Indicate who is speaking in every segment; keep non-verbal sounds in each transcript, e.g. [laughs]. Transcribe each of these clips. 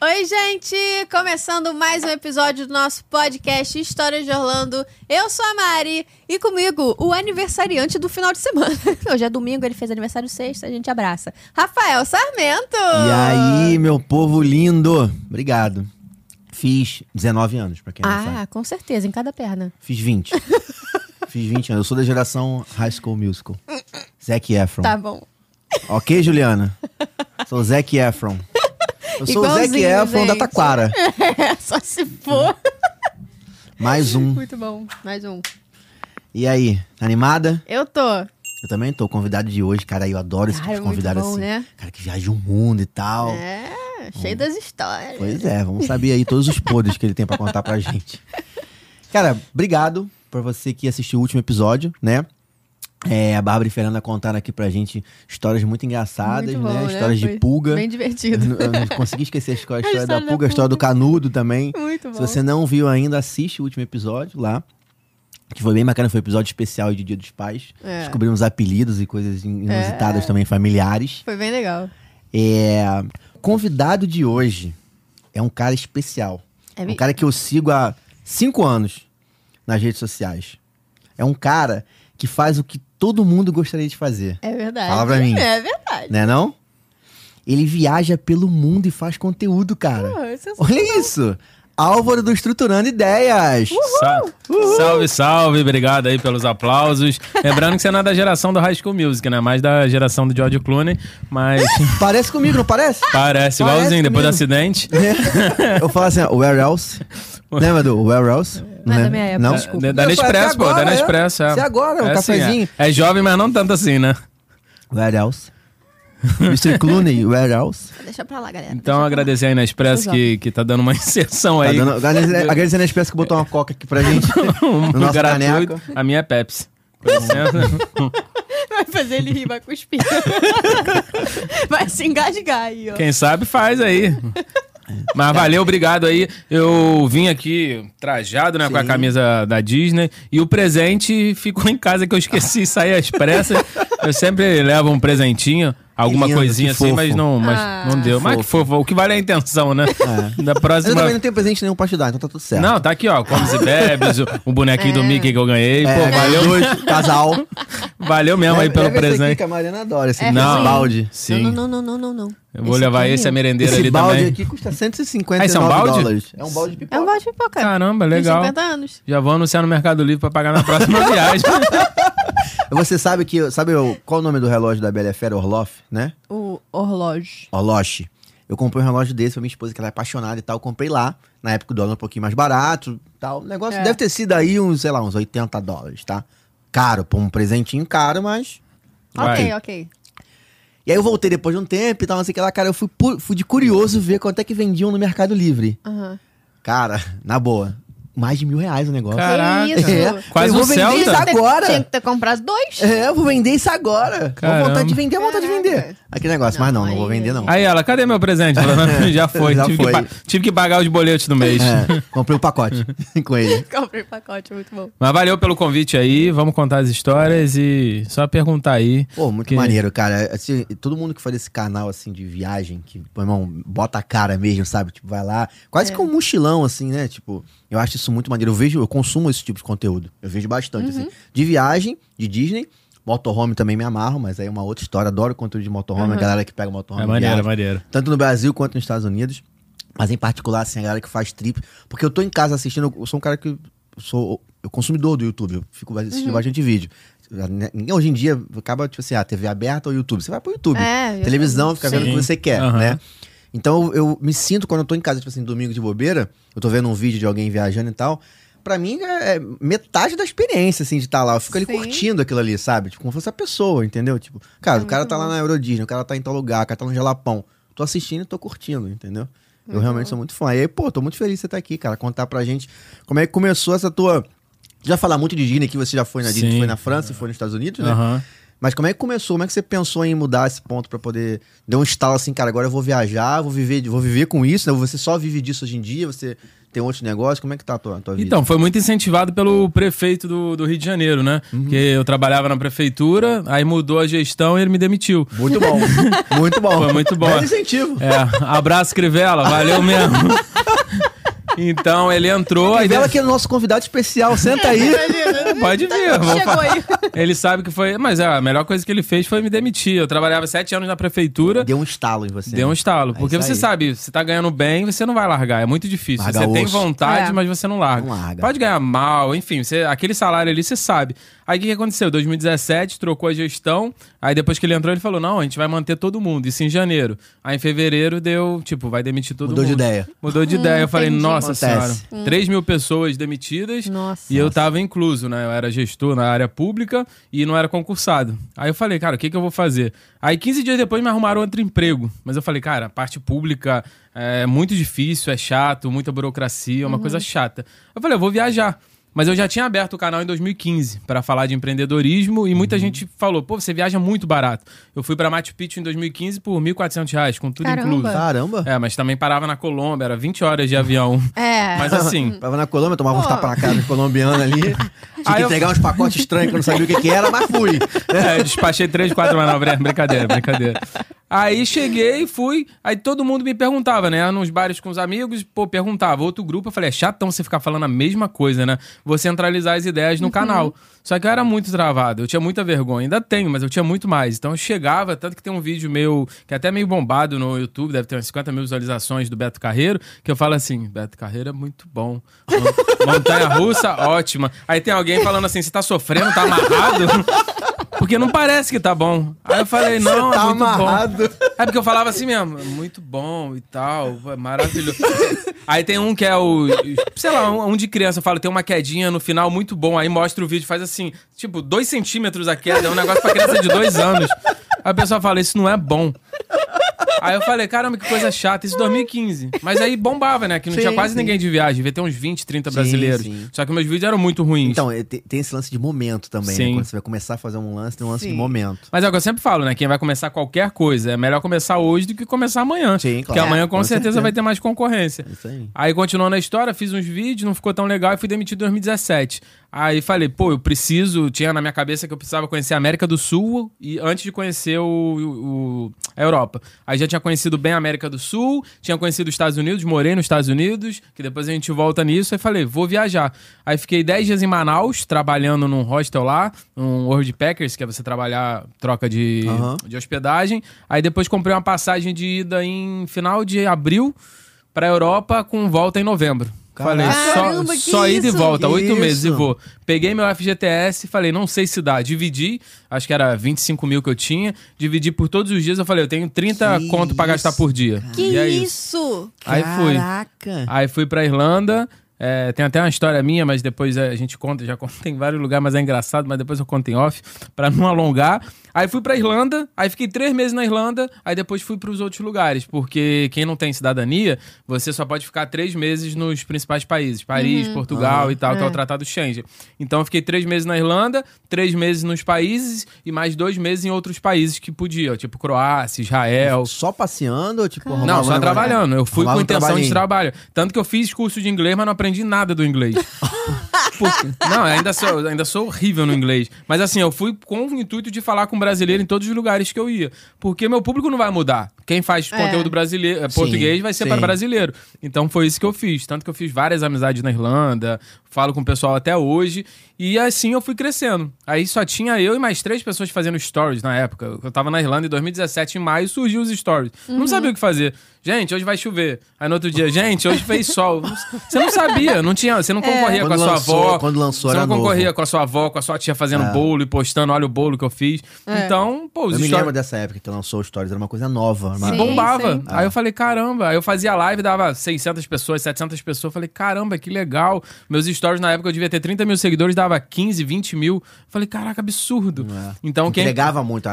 Speaker 1: Oi, gente! Começando mais um episódio do nosso podcast Histórias de Orlando. Eu sou a Mari e comigo o aniversariante do final de semana. [laughs] Hoje é domingo, ele fez aniversário sexta, a gente abraça. Rafael Sarmento!
Speaker 2: E
Speaker 1: Ah.
Speaker 2: aí, meu povo lindo! Obrigado. Fiz 19 anos, pra quem não
Speaker 1: Ah,
Speaker 2: sabe.
Speaker 1: com certeza, em cada perna. [laughs]
Speaker 2: Fiz 20. Fiz 20 anos. Eu sou da geração High School Musical. Zac Efron.
Speaker 1: Tá bom. [laughs]
Speaker 2: Ok, Juliana? Sou Zac Efron. Eu sou o Zac
Speaker 1: Igualzinho,
Speaker 2: Efron da
Speaker 1: gente.
Speaker 2: Taquara.
Speaker 1: É, só se for.
Speaker 2: Mais um.
Speaker 1: Muito bom. Mais um.
Speaker 2: E aí, tá animada?
Speaker 1: Eu tô.
Speaker 2: Eu também tô. Convidado de hoje, cara. Eu adoro esse
Speaker 1: Cara,
Speaker 2: tipo de
Speaker 1: muito
Speaker 2: convidado
Speaker 1: bom,
Speaker 2: assim.
Speaker 1: né?
Speaker 2: Cara que viaja o mundo e tal.
Speaker 1: É, cheio das histórias.
Speaker 2: Pois é, vamos saber aí todos os podres que ele tem pra contar pra gente. Cara, obrigado por você que assistiu o último episódio, né? É, a Bárbara e Fernanda contaram aqui pra gente histórias muito engraçadas,
Speaker 1: Muito bom,
Speaker 2: né?
Speaker 1: né?
Speaker 2: Histórias
Speaker 1: Foi
Speaker 2: de pulga.
Speaker 1: Bem
Speaker 2: Eu
Speaker 1: divertido.
Speaker 2: não- eu não consegui esquecer a história, a
Speaker 1: [laughs] A
Speaker 2: história da
Speaker 1: história da
Speaker 2: pulga, a história do canudo também.
Speaker 1: Muito bom.
Speaker 2: Uhum. Se você não viu ainda, assiste o último episódio lá. Que foi bem bacana, foi um episódio especial de Dia dos Pais.
Speaker 1: É.
Speaker 2: Descobrimos apelidos e coisas in- inusitadas também familiares.
Speaker 1: Foi bem legal.
Speaker 2: É, convidado de hoje é um cara especial.
Speaker 1: É
Speaker 2: É um
Speaker 1: mesmo?
Speaker 2: cara que eu sigo há cinco anos nas redes sociais. É um cara que faz o que todo mundo gostaria de fazer.
Speaker 1: É verdade.
Speaker 2: Fala pra mim.
Speaker 1: É verdade.
Speaker 2: Né não? Ele viaja pelo mundo e faz conteúdo, cara.
Speaker 1: Pô, isso é
Speaker 2: Olha isso! Álvaro do Estruturando Ideias!
Speaker 3: Sa- Salve, salve, obrigado aí pelos aplausos. Lembrando que você não é da geração do High School Music, né? Mais da geração do George Clooney,
Speaker 2: [laughs]
Speaker 3: mas
Speaker 2: Parece comigo, não parece?
Speaker 3: parece igualzinho depois do
Speaker 2: mesmo.
Speaker 3: acidente.
Speaker 2: eu falo assim, ó, where else? Lembra do where else?
Speaker 1: Não é da
Speaker 2: Lembra?
Speaker 3: Né?
Speaker 1: minha época,
Speaker 2: Não?
Speaker 1: desculpa.
Speaker 3: Da,
Speaker 2: Eu
Speaker 3: da
Speaker 2: falei, até
Speaker 3: Nespresso, pô, da
Speaker 2: agora, é?
Speaker 3: Nespresso. É.
Speaker 2: Até agora, um
Speaker 3: É assim, é.
Speaker 2: cafezinho. É,
Speaker 3: é. jovem, mas não tanto assim, né?
Speaker 2: Where else? [laughs] Mr. Clooney, where else?
Speaker 1: Deixa pra lá, galera.
Speaker 3: Então agradecer aí na Expresso que, que tá dando uma [laughs] inserção
Speaker 2: Tá
Speaker 3: aí.
Speaker 2: dando, agradecendo agradecendo a Expresso que botou uma coca aqui pra
Speaker 3: [laughs]
Speaker 2: gente. no nosso
Speaker 3: Um gratuito.
Speaker 2: caneco.
Speaker 3: A minha é Pepsi. Com
Speaker 2: [laughs]
Speaker 3: licença.
Speaker 1: [laughs] Vai fazer ele rir, vai cuspir. [laughs] vai se engasgar aí, ó.
Speaker 3: Quem sabe faz
Speaker 2: [laughs]
Speaker 3: aí. Mas valeu, obrigado aí. Eu vim aqui trajado, né, com a
Speaker 2: Sim.
Speaker 3: camisa da Disney. E o presente ficou em casa que
Speaker 2: [laughs]
Speaker 3: eu esqueci, saí às pressas. Eu sempre levo um presentinho, alguma
Speaker 2: lindo,
Speaker 3: coisinha
Speaker 2: que
Speaker 3: assim,
Speaker 2: fofo.
Speaker 3: mas não, mas
Speaker 1: Ah.
Speaker 3: não deu. Mas que fofo, o que vale é a intenção, né? [laughs]
Speaker 2: É.
Speaker 3: Da
Speaker 2: Eu também não
Speaker 3: próxima.
Speaker 2: tenho presente nenhum pra te dar, então tá tudo certo.
Speaker 3: Não, tá aqui, ó. Comes e bebes, o, o bonequinho do Mickey que eu ganhei.
Speaker 2: é,
Speaker 3: Pô,
Speaker 2: valeu.
Speaker 3: valeu,
Speaker 2: Dois, casal.
Speaker 3: valeu mesmo aí
Speaker 2: Leva-
Speaker 3: pelo
Speaker 2: leva esse Aqui,
Speaker 3: presente.
Speaker 2: que a Mariana adora esse,
Speaker 1: É
Speaker 2: esse
Speaker 3: Não.
Speaker 2: balde.
Speaker 3: Sim.
Speaker 1: Não, não, não, não, não, não.
Speaker 3: Eu vou levar
Speaker 1: aqui é
Speaker 3: esse, a
Speaker 1: meu.
Speaker 3: merendeira
Speaker 2: Esse
Speaker 3: ali
Speaker 2: balde
Speaker 3: também.
Speaker 2: aqui custa
Speaker 3: Ah,
Speaker 2: 159
Speaker 3: esse é um balde?
Speaker 2: dólares. É um balde de pipoca.
Speaker 1: É um balde de pipoca.
Speaker 3: Caramba, legal.
Speaker 1: De 50 anos.
Speaker 3: Já vou anunciar no Mercado Livre pra pagar na próxima [laughs] viagem.
Speaker 2: Você sabe que... Sabe o- qual o nome do relógio da Bela e a Fera? Orloff, né?
Speaker 1: O horloge.
Speaker 2: Orloche. Eu comprei um relógio desse pra minha esposa, que ela é apaixonada e tal. Eu comprei lá. Na época o dólar era um pouquinho mais barato e tal. O negócio
Speaker 1: É.
Speaker 2: deve ter sido aí uns, sei lá, uns 80 dólares, tá? Caro, pra um presentinho caro, mas...
Speaker 1: Ok,
Speaker 3: Vai.
Speaker 1: ok.
Speaker 2: E aí eu voltei depois de um tempo e tal, não sei o que lá, cara, eu fui, pu- fui de curioso ver quanto é que vendiam no Mercado Livre.
Speaker 1: Aham.
Speaker 2: Cara, na boa, mais de mil reais o negócio.
Speaker 3: Cara, Caraca.
Speaker 1: Que isso?
Speaker 2: É.
Speaker 3: Quase
Speaker 2: eu vou
Speaker 3: um
Speaker 2: vender
Speaker 3: Celta.
Speaker 2: isso
Speaker 1: Tinha que ter-
Speaker 2: agora.
Speaker 1: Tinha que ter comprado dois.
Speaker 2: É, eu vou vender isso agora. Vou
Speaker 3: Caramba.
Speaker 2: vontade de vender, vontade de
Speaker 1: Caraca.
Speaker 2: vender. Aquele negócio, mas não, não vou
Speaker 1: aí-
Speaker 2: vender não.
Speaker 3: Aí ela, [laughs] cadê meu presente? Já foi,
Speaker 2: Já
Speaker 3: tive,
Speaker 2: foi.
Speaker 3: Que pa- tive que pagar os boletos do mês.
Speaker 2: É, comprei o pacote [laughs] com ele.
Speaker 1: [laughs] Comprei pacote, muito bom.
Speaker 3: Mas valeu pelo convite aí, vamos contar as histórias e só perguntar aí.
Speaker 2: Pô, muito
Speaker 3: Que-
Speaker 2: maneiro, cara. Assim, todo mundo que faz esse canal, assim, de viagem, que, pô, irmão, bota a cara mesmo, sabe? Tipo, vai lá. Quase que um mochilão, assim, né? Tipo, eu acho isso muito maneiro. Eu vejo, eu consumo esse tipo de conteúdo. Eu vejo bastante, assim. De viagem, de Disney. Motorhome também me amarro, mas aí é uma outra história. Adoro conteúdo de motorhome, a galera que pega motorhome.
Speaker 3: É maneiro, é
Speaker 2: viaja,
Speaker 3: maneiro.
Speaker 2: Tanto no Brasil quanto nos Estados Unidos. Mas em particular, assim, a galera que faz trip. Porque eu tô em casa assistindo, eu sou um cara que. sou eu consumidor do YouTube, eu fico assistindo bastante vídeo. Né, Ninguém hoje em dia acaba, tipo assim, a TV aberta ou YouTube. Você vai pro YouTube.
Speaker 1: É, eu-
Speaker 2: Televisão, fica vendo o que
Speaker 3: Sim.
Speaker 2: você quer,
Speaker 3: Aham.
Speaker 2: né? Então eu, eu me sinto quando eu tô em casa, tipo assim, domingo de bobeira, eu tô vendo um vídeo de alguém viajando e tal. Pra mim é é metade da experiência, assim, de estar lá. Eu fico ali
Speaker 1: Sim.
Speaker 2: curtindo aquilo ali, sabe? Tipo, como se fosse a pessoa, entendeu? Tipo, cara, o
Speaker 1: É muito
Speaker 2: cara tá lá na Euro Disney, o cara tá em tal lugar, o cara tá no Jalapão. Tô assistindo e tô curtindo, entendeu? Eu realmente sou muito fã. E aí, pô, tô muito feliz de você estar aqui, cara. Contar pra gente como é que começou essa tua. Já falar muito de Disney, que você já foi na Disney,
Speaker 3: Sim.
Speaker 2: foi na França, foi nos Estados Unidos, né?
Speaker 3: Aham.
Speaker 2: Mas como é que começou? Como é que você pensou em mudar esse ponto pra poder deu um estalo assim, cara, agora eu vou viajar, vou viver, vou viver com isso, né? Você só vive disso hoje em dia, você tem outros negócios? Como é que tá a tua, a tua vida?
Speaker 3: Então, foi muito incentivado pelo prefeito do, do Rio de Janeiro, né?
Speaker 2: Uhum.
Speaker 3: Porque eu trabalhava na prefeitura, aí mudou a gestão e ele me demitiu.
Speaker 2: Muito bom. [laughs] Muito bom.
Speaker 3: Então, Foi muito bom.
Speaker 2: Belo incentivo.
Speaker 3: É, abraço, Crivella,
Speaker 2: [laughs]
Speaker 3: valeu mesmo. Então, ele entrou... aí
Speaker 2: Crivella é que é nosso convidado especial, senta
Speaker 3: [laughs]
Speaker 2: aí.
Speaker 3: Pode vir. vamos
Speaker 1: Tá Chegou aí.
Speaker 3: Ele sabe que foi. Mas é, a melhor coisa que ele fez foi me demitir. Eu trabalhava sete anos na prefeitura.
Speaker 2: Deu um estalo em você.
Speaker 3: Deu um estalo.
Speaker 2: É
Speaker 3: Porque
Speaker 2: isso
Speaker 3: você
Speaker 2: aí.
Speaker 3: sabe, você tá ganhando bem, você não vai largar. É muito difícil.
Speaker 2: Larga
Speaker 3: você tem
Speaker 2: osso.
Speaker 3: vontade,
Speaker 1: É.
Speaker 3: mas você não larga.
Speaker 2: Não larga.
Speaker 3: Pode ganhar mal, enfim. Você, aquele salário ali, você sabe. Aí o que, que aconteceu? 2017, trocou a gestão. Aí depois que ele entrou, ele falou: não, a gente vai manter todo mundo. Isso em janeiro. Aí em fevereiro deu, tipo, vai demitir todo
Speaker 2: Mudou de
Speaker 3: mundo.
Speaker 2: ideia.
Speaker 3: Mudou de ideia. Eu falei,
Speaker 1: entendi. Hum.
Speaker 3: nossa
Speaker 2: Acontece.
Speaker 3: senhora. 3 mil pessoas demitidas.
Speaker 1: Nossa.
Speaker 3: E eu tava incluso, né? Eu era gestor na área pública e não era concursado. Aí eu falei, cara, o que, que eu vou fazer? Aí 15 dias depois me arrumaram outro emprego. Mas eu falei, cara, a parte pública é muito difícil, é chato, muita burocracia, é
Speaker 1: Uhum.
Speaker 3: uma coisa chata. Eu falei, eu vou viajar. Mas eu já tinha aberto o canal em 2015 para falar de empreendedorismo e
Speaker 1: Uhum.
Speaker 3: muita gente falou, pô, você viaja muito barato. Eu fui para Machu Picchu em 2015 por 1.400 reais, com tudo
Speaker 1: Caramba.
Speaker 3: incluso.
Speaker 2: Caramba.
Speaker 3: É, mas também parava na Colômbia, era 20 horas de avião.
Speaker 1: É.
Speaker 3: Mas assim,
Speaker 2: [laughs] Tava na Colômbia, tomava uns
Speaker 1: Pô.
Speaker 2: tapas na cara de colombiano
Speaker 3: [laughs]
Speaker 2: ali. Tinha
Speaker 3: Aí
Speaker 2: que
Speaker 3: eu-
Speaker 2: entregar uns pacotes estranhos que eu não sabia o que, que era, mas fui.
Speaker 3: É, eu despachei três, quatro manobras. Brincadeira, brincadeira. Aí cheguei, fui. Aí todo mundo me perguntava, né? Nos bares com os amigos, pô, perguntava. Outro grupo, eu falei, é chatão você ficar falando a mesma coisa, né? Vou centralizar as ideias no canal. Só que eu era muito travado, eu tinha muita vergonha. Ainda tenho, mas eu tinha muito mais. Então eu chegava, tanto que tem um vídeo meu, que é até meio bombado no YouTube, deve ter umas 50 mil visualizações do Beto Carreiro, que eu falo assim: Beto Carreiro é muito bom. Montanha russa, ótima. Aí tem alguém falando assim: você tá sofrendo, tá amarrado? Porque não parece que tá bom. Aí eu falei, não,
Speaker 2: tá
Speaker 3: é muito
Speaker 2: amarrado.
Speaker 3: bom. É porque eu falava assim mesmo, é muito bom e tal, é maravilhoso. Aí tem um que é o, sei lá, um um de criança, eu falo, tem uma quedinha no final muito bom. Aí mostra o vídeo, faz assim, tipo, dois centímetros a queda, é um negócio pra criança de dois anos. Aí a pessoa fala, isso não é bom. Aí eu falei, caramba, que coisa chata, isso é em 2015. Mas aí bombava, né? Que não
Speaker 2: Sim,
Speaker 3: tinha quase
Speaker 2: sim.
Speaker 3: ninguém de viagem, devia ter uns 20, 30
Speaker 2: Sim,
Speaker 3: brasileiros.
Speaker 2: sim.
Speaker 3: Só que meus vídeos eram muito ruins.
Speaker 2: Então, é, te- tem esse lance de momento também, né?
Speaker 3: Sim.
Speaker 2: Quando você vai começar a fazer um lance, tem um lance de
Speaker 1: Sim.
Speaker 2: momento.
Speaker 3: Mas é o que eu sempre falo, né? Quem vai começar qualquer coisa, é melhor começar hoje do que começar amanhã.
Speaker 2: Sim,
Speaker 3: Porque
Speaker 2: claro.
Speaker 3: amanhã com,
Speaker 2: Com
Speaker 3: certeza,
Speaker 2: certeza.
Speaker 3: vai ter mais concorrência.
Speaker 2: É Isso aí.
Speaker 3: Aí continuando a história, fiz uns vídeos, não ficou tão legal e fui demitido em 2017. Aí falei, pô, eu preciso, tinha na minha cabeça que eu precisava conhecer a América do Sul e antes de conhecer o, o- a Europa. Aí já tinha conhecido bem a América do Sul, tinha conhecido os Estados Unidos, morei nos Estados Unidos, que depois a gente volta nisso, aí falei, vou viajar. Aí fiquei 10 dias em Manaus, trabalhando num hostel lá, um World Packers, que é você trabalhar troca de,
Speaker 2: Aham.
Speaker 3: de hospedagem. Aí depois comprei uma passagem de ida em final de abril pra Europa com volta em novembro.
Speaker 2: Caraca.
Speaker 3: Falei,
Speaker 1: Caramba,
Speaker 3: só,
Speaker 1: que
Speaker 3: só ida e
Speaker 1: isso?
Speaker 3: volta,
Speaker 2: Que
Speaker 3: oito
Speaker 2: isso?
Speaker 3: meses e vou. Peguei meu FGTS, falei, não sei se dá. Dividi, acho que era 25 mil que eu tinha. Dividi por todos os dias, eu falei, eu tenho 30
Speaker 2: Que
Speaker 3: conto pra gastar
Speaker 2: isso,
Speaker 3: por dia.
Speaker 1: Que
Speaker 3: E é
Speaker 1: isso?
Speaker 3: Aí fui.
Speaker 2: Caraca.
Speaker 3: Aí fui pra Irlanda. é, tem até uma história minha, mas depois é, a gente conta, já conta em vários lugares, mas é engraçado, mas depois eu conto em off, pra não alongar. Aí fui pra Irlanda, aí fiquei três meses na Irlanda, aí depois fui pros outros lugares, porque quem não tem cidadania, você só pode ficar três meses nos principais países, Paris, Portugal e tal, que é o Tratado Schengen. Então eu fiquei três meses na Irlanda, três meses nos países e mais dois meses em outros países que podia, tipo Croácia, Israel,
Speaker 2: Só passeando ou tipo... arrumava
Speaker 3: não,
Speaker 2: um
Speaker 3: só
Speaker 2: negócio?
Speaker 3: trabalhando. Eu fui
Speaker 2: Arrumava
Speaker 3: com
Speaker 2: um
Speaker 3: intenção de
Speaker 2: trabalhinho.
Speaker 3: trabalho. Tanto que eu fiz curso de inglês, mas não aprendi nada do inglês. Por- não, ainda sou, ainda sou horrível no inglês. Mas assim, eu fui com o intuito de falar com brasileiro em todos os lugares que eu ia. Porque meu público não vai mudar. Quem faz
Speaker 1: É.
Speaker 3: conteúdo brasileiro, eh, português vai ser
Speaker 2: sim.
Speaker 3: para brasileiro. Então foi isso que eu fiz. Tanto que eu fiz várias amizades na Irlanda, falo com o pessoal até hoje. E assim eu fui crescendo. Aí só tinha eu e mais três pessoas fazendo stories na época. Eu tava na Irlanda em 2017, em maio, surgiu os stories. Não sabia o que fazer. Gente, hoje vai chover. Aí no outro dia, gente, hoje fez sol. Você não sabia, não tinha, você não concorria com a
Speaker 2: Quando
Speaker 3: sua
Speaker 2: lançou-
Speaker 3: avó.
Speaker 2: quando lançou
Speaker 3: você
Speaker 2: era
Speaker 3: não concorria
Speaker 2: novo.
Speaker 3: com a sua avó, com a sua tia fazendo
Speaker 2: É.
Speaker 3: bolo e postando, olha o bolo que eu fiz. Então, pô, os
Speaker 2: Eu me
Speaker 3: stories-
Speaker 2: lembro dessa época que lançou o Stories, era uma coisa nova.
Speaker 1: Sim.
Speaker 3: e
Speaker 2: Mas...
Speaker 3: bombava.
Speaker 1: sim.
Speaker 3: Aí eu falei, caramba. Aí eu fazia live, dava 600 pessoas, 700 pessoas. Eu Falei, caramba, que legal. Meus stories na época eu devia ter 30 mil seguidores, dava 15, 20 mil. Eu Falei, caraca, absurdo. Então quem.
Speaker 2: Entregava muito, a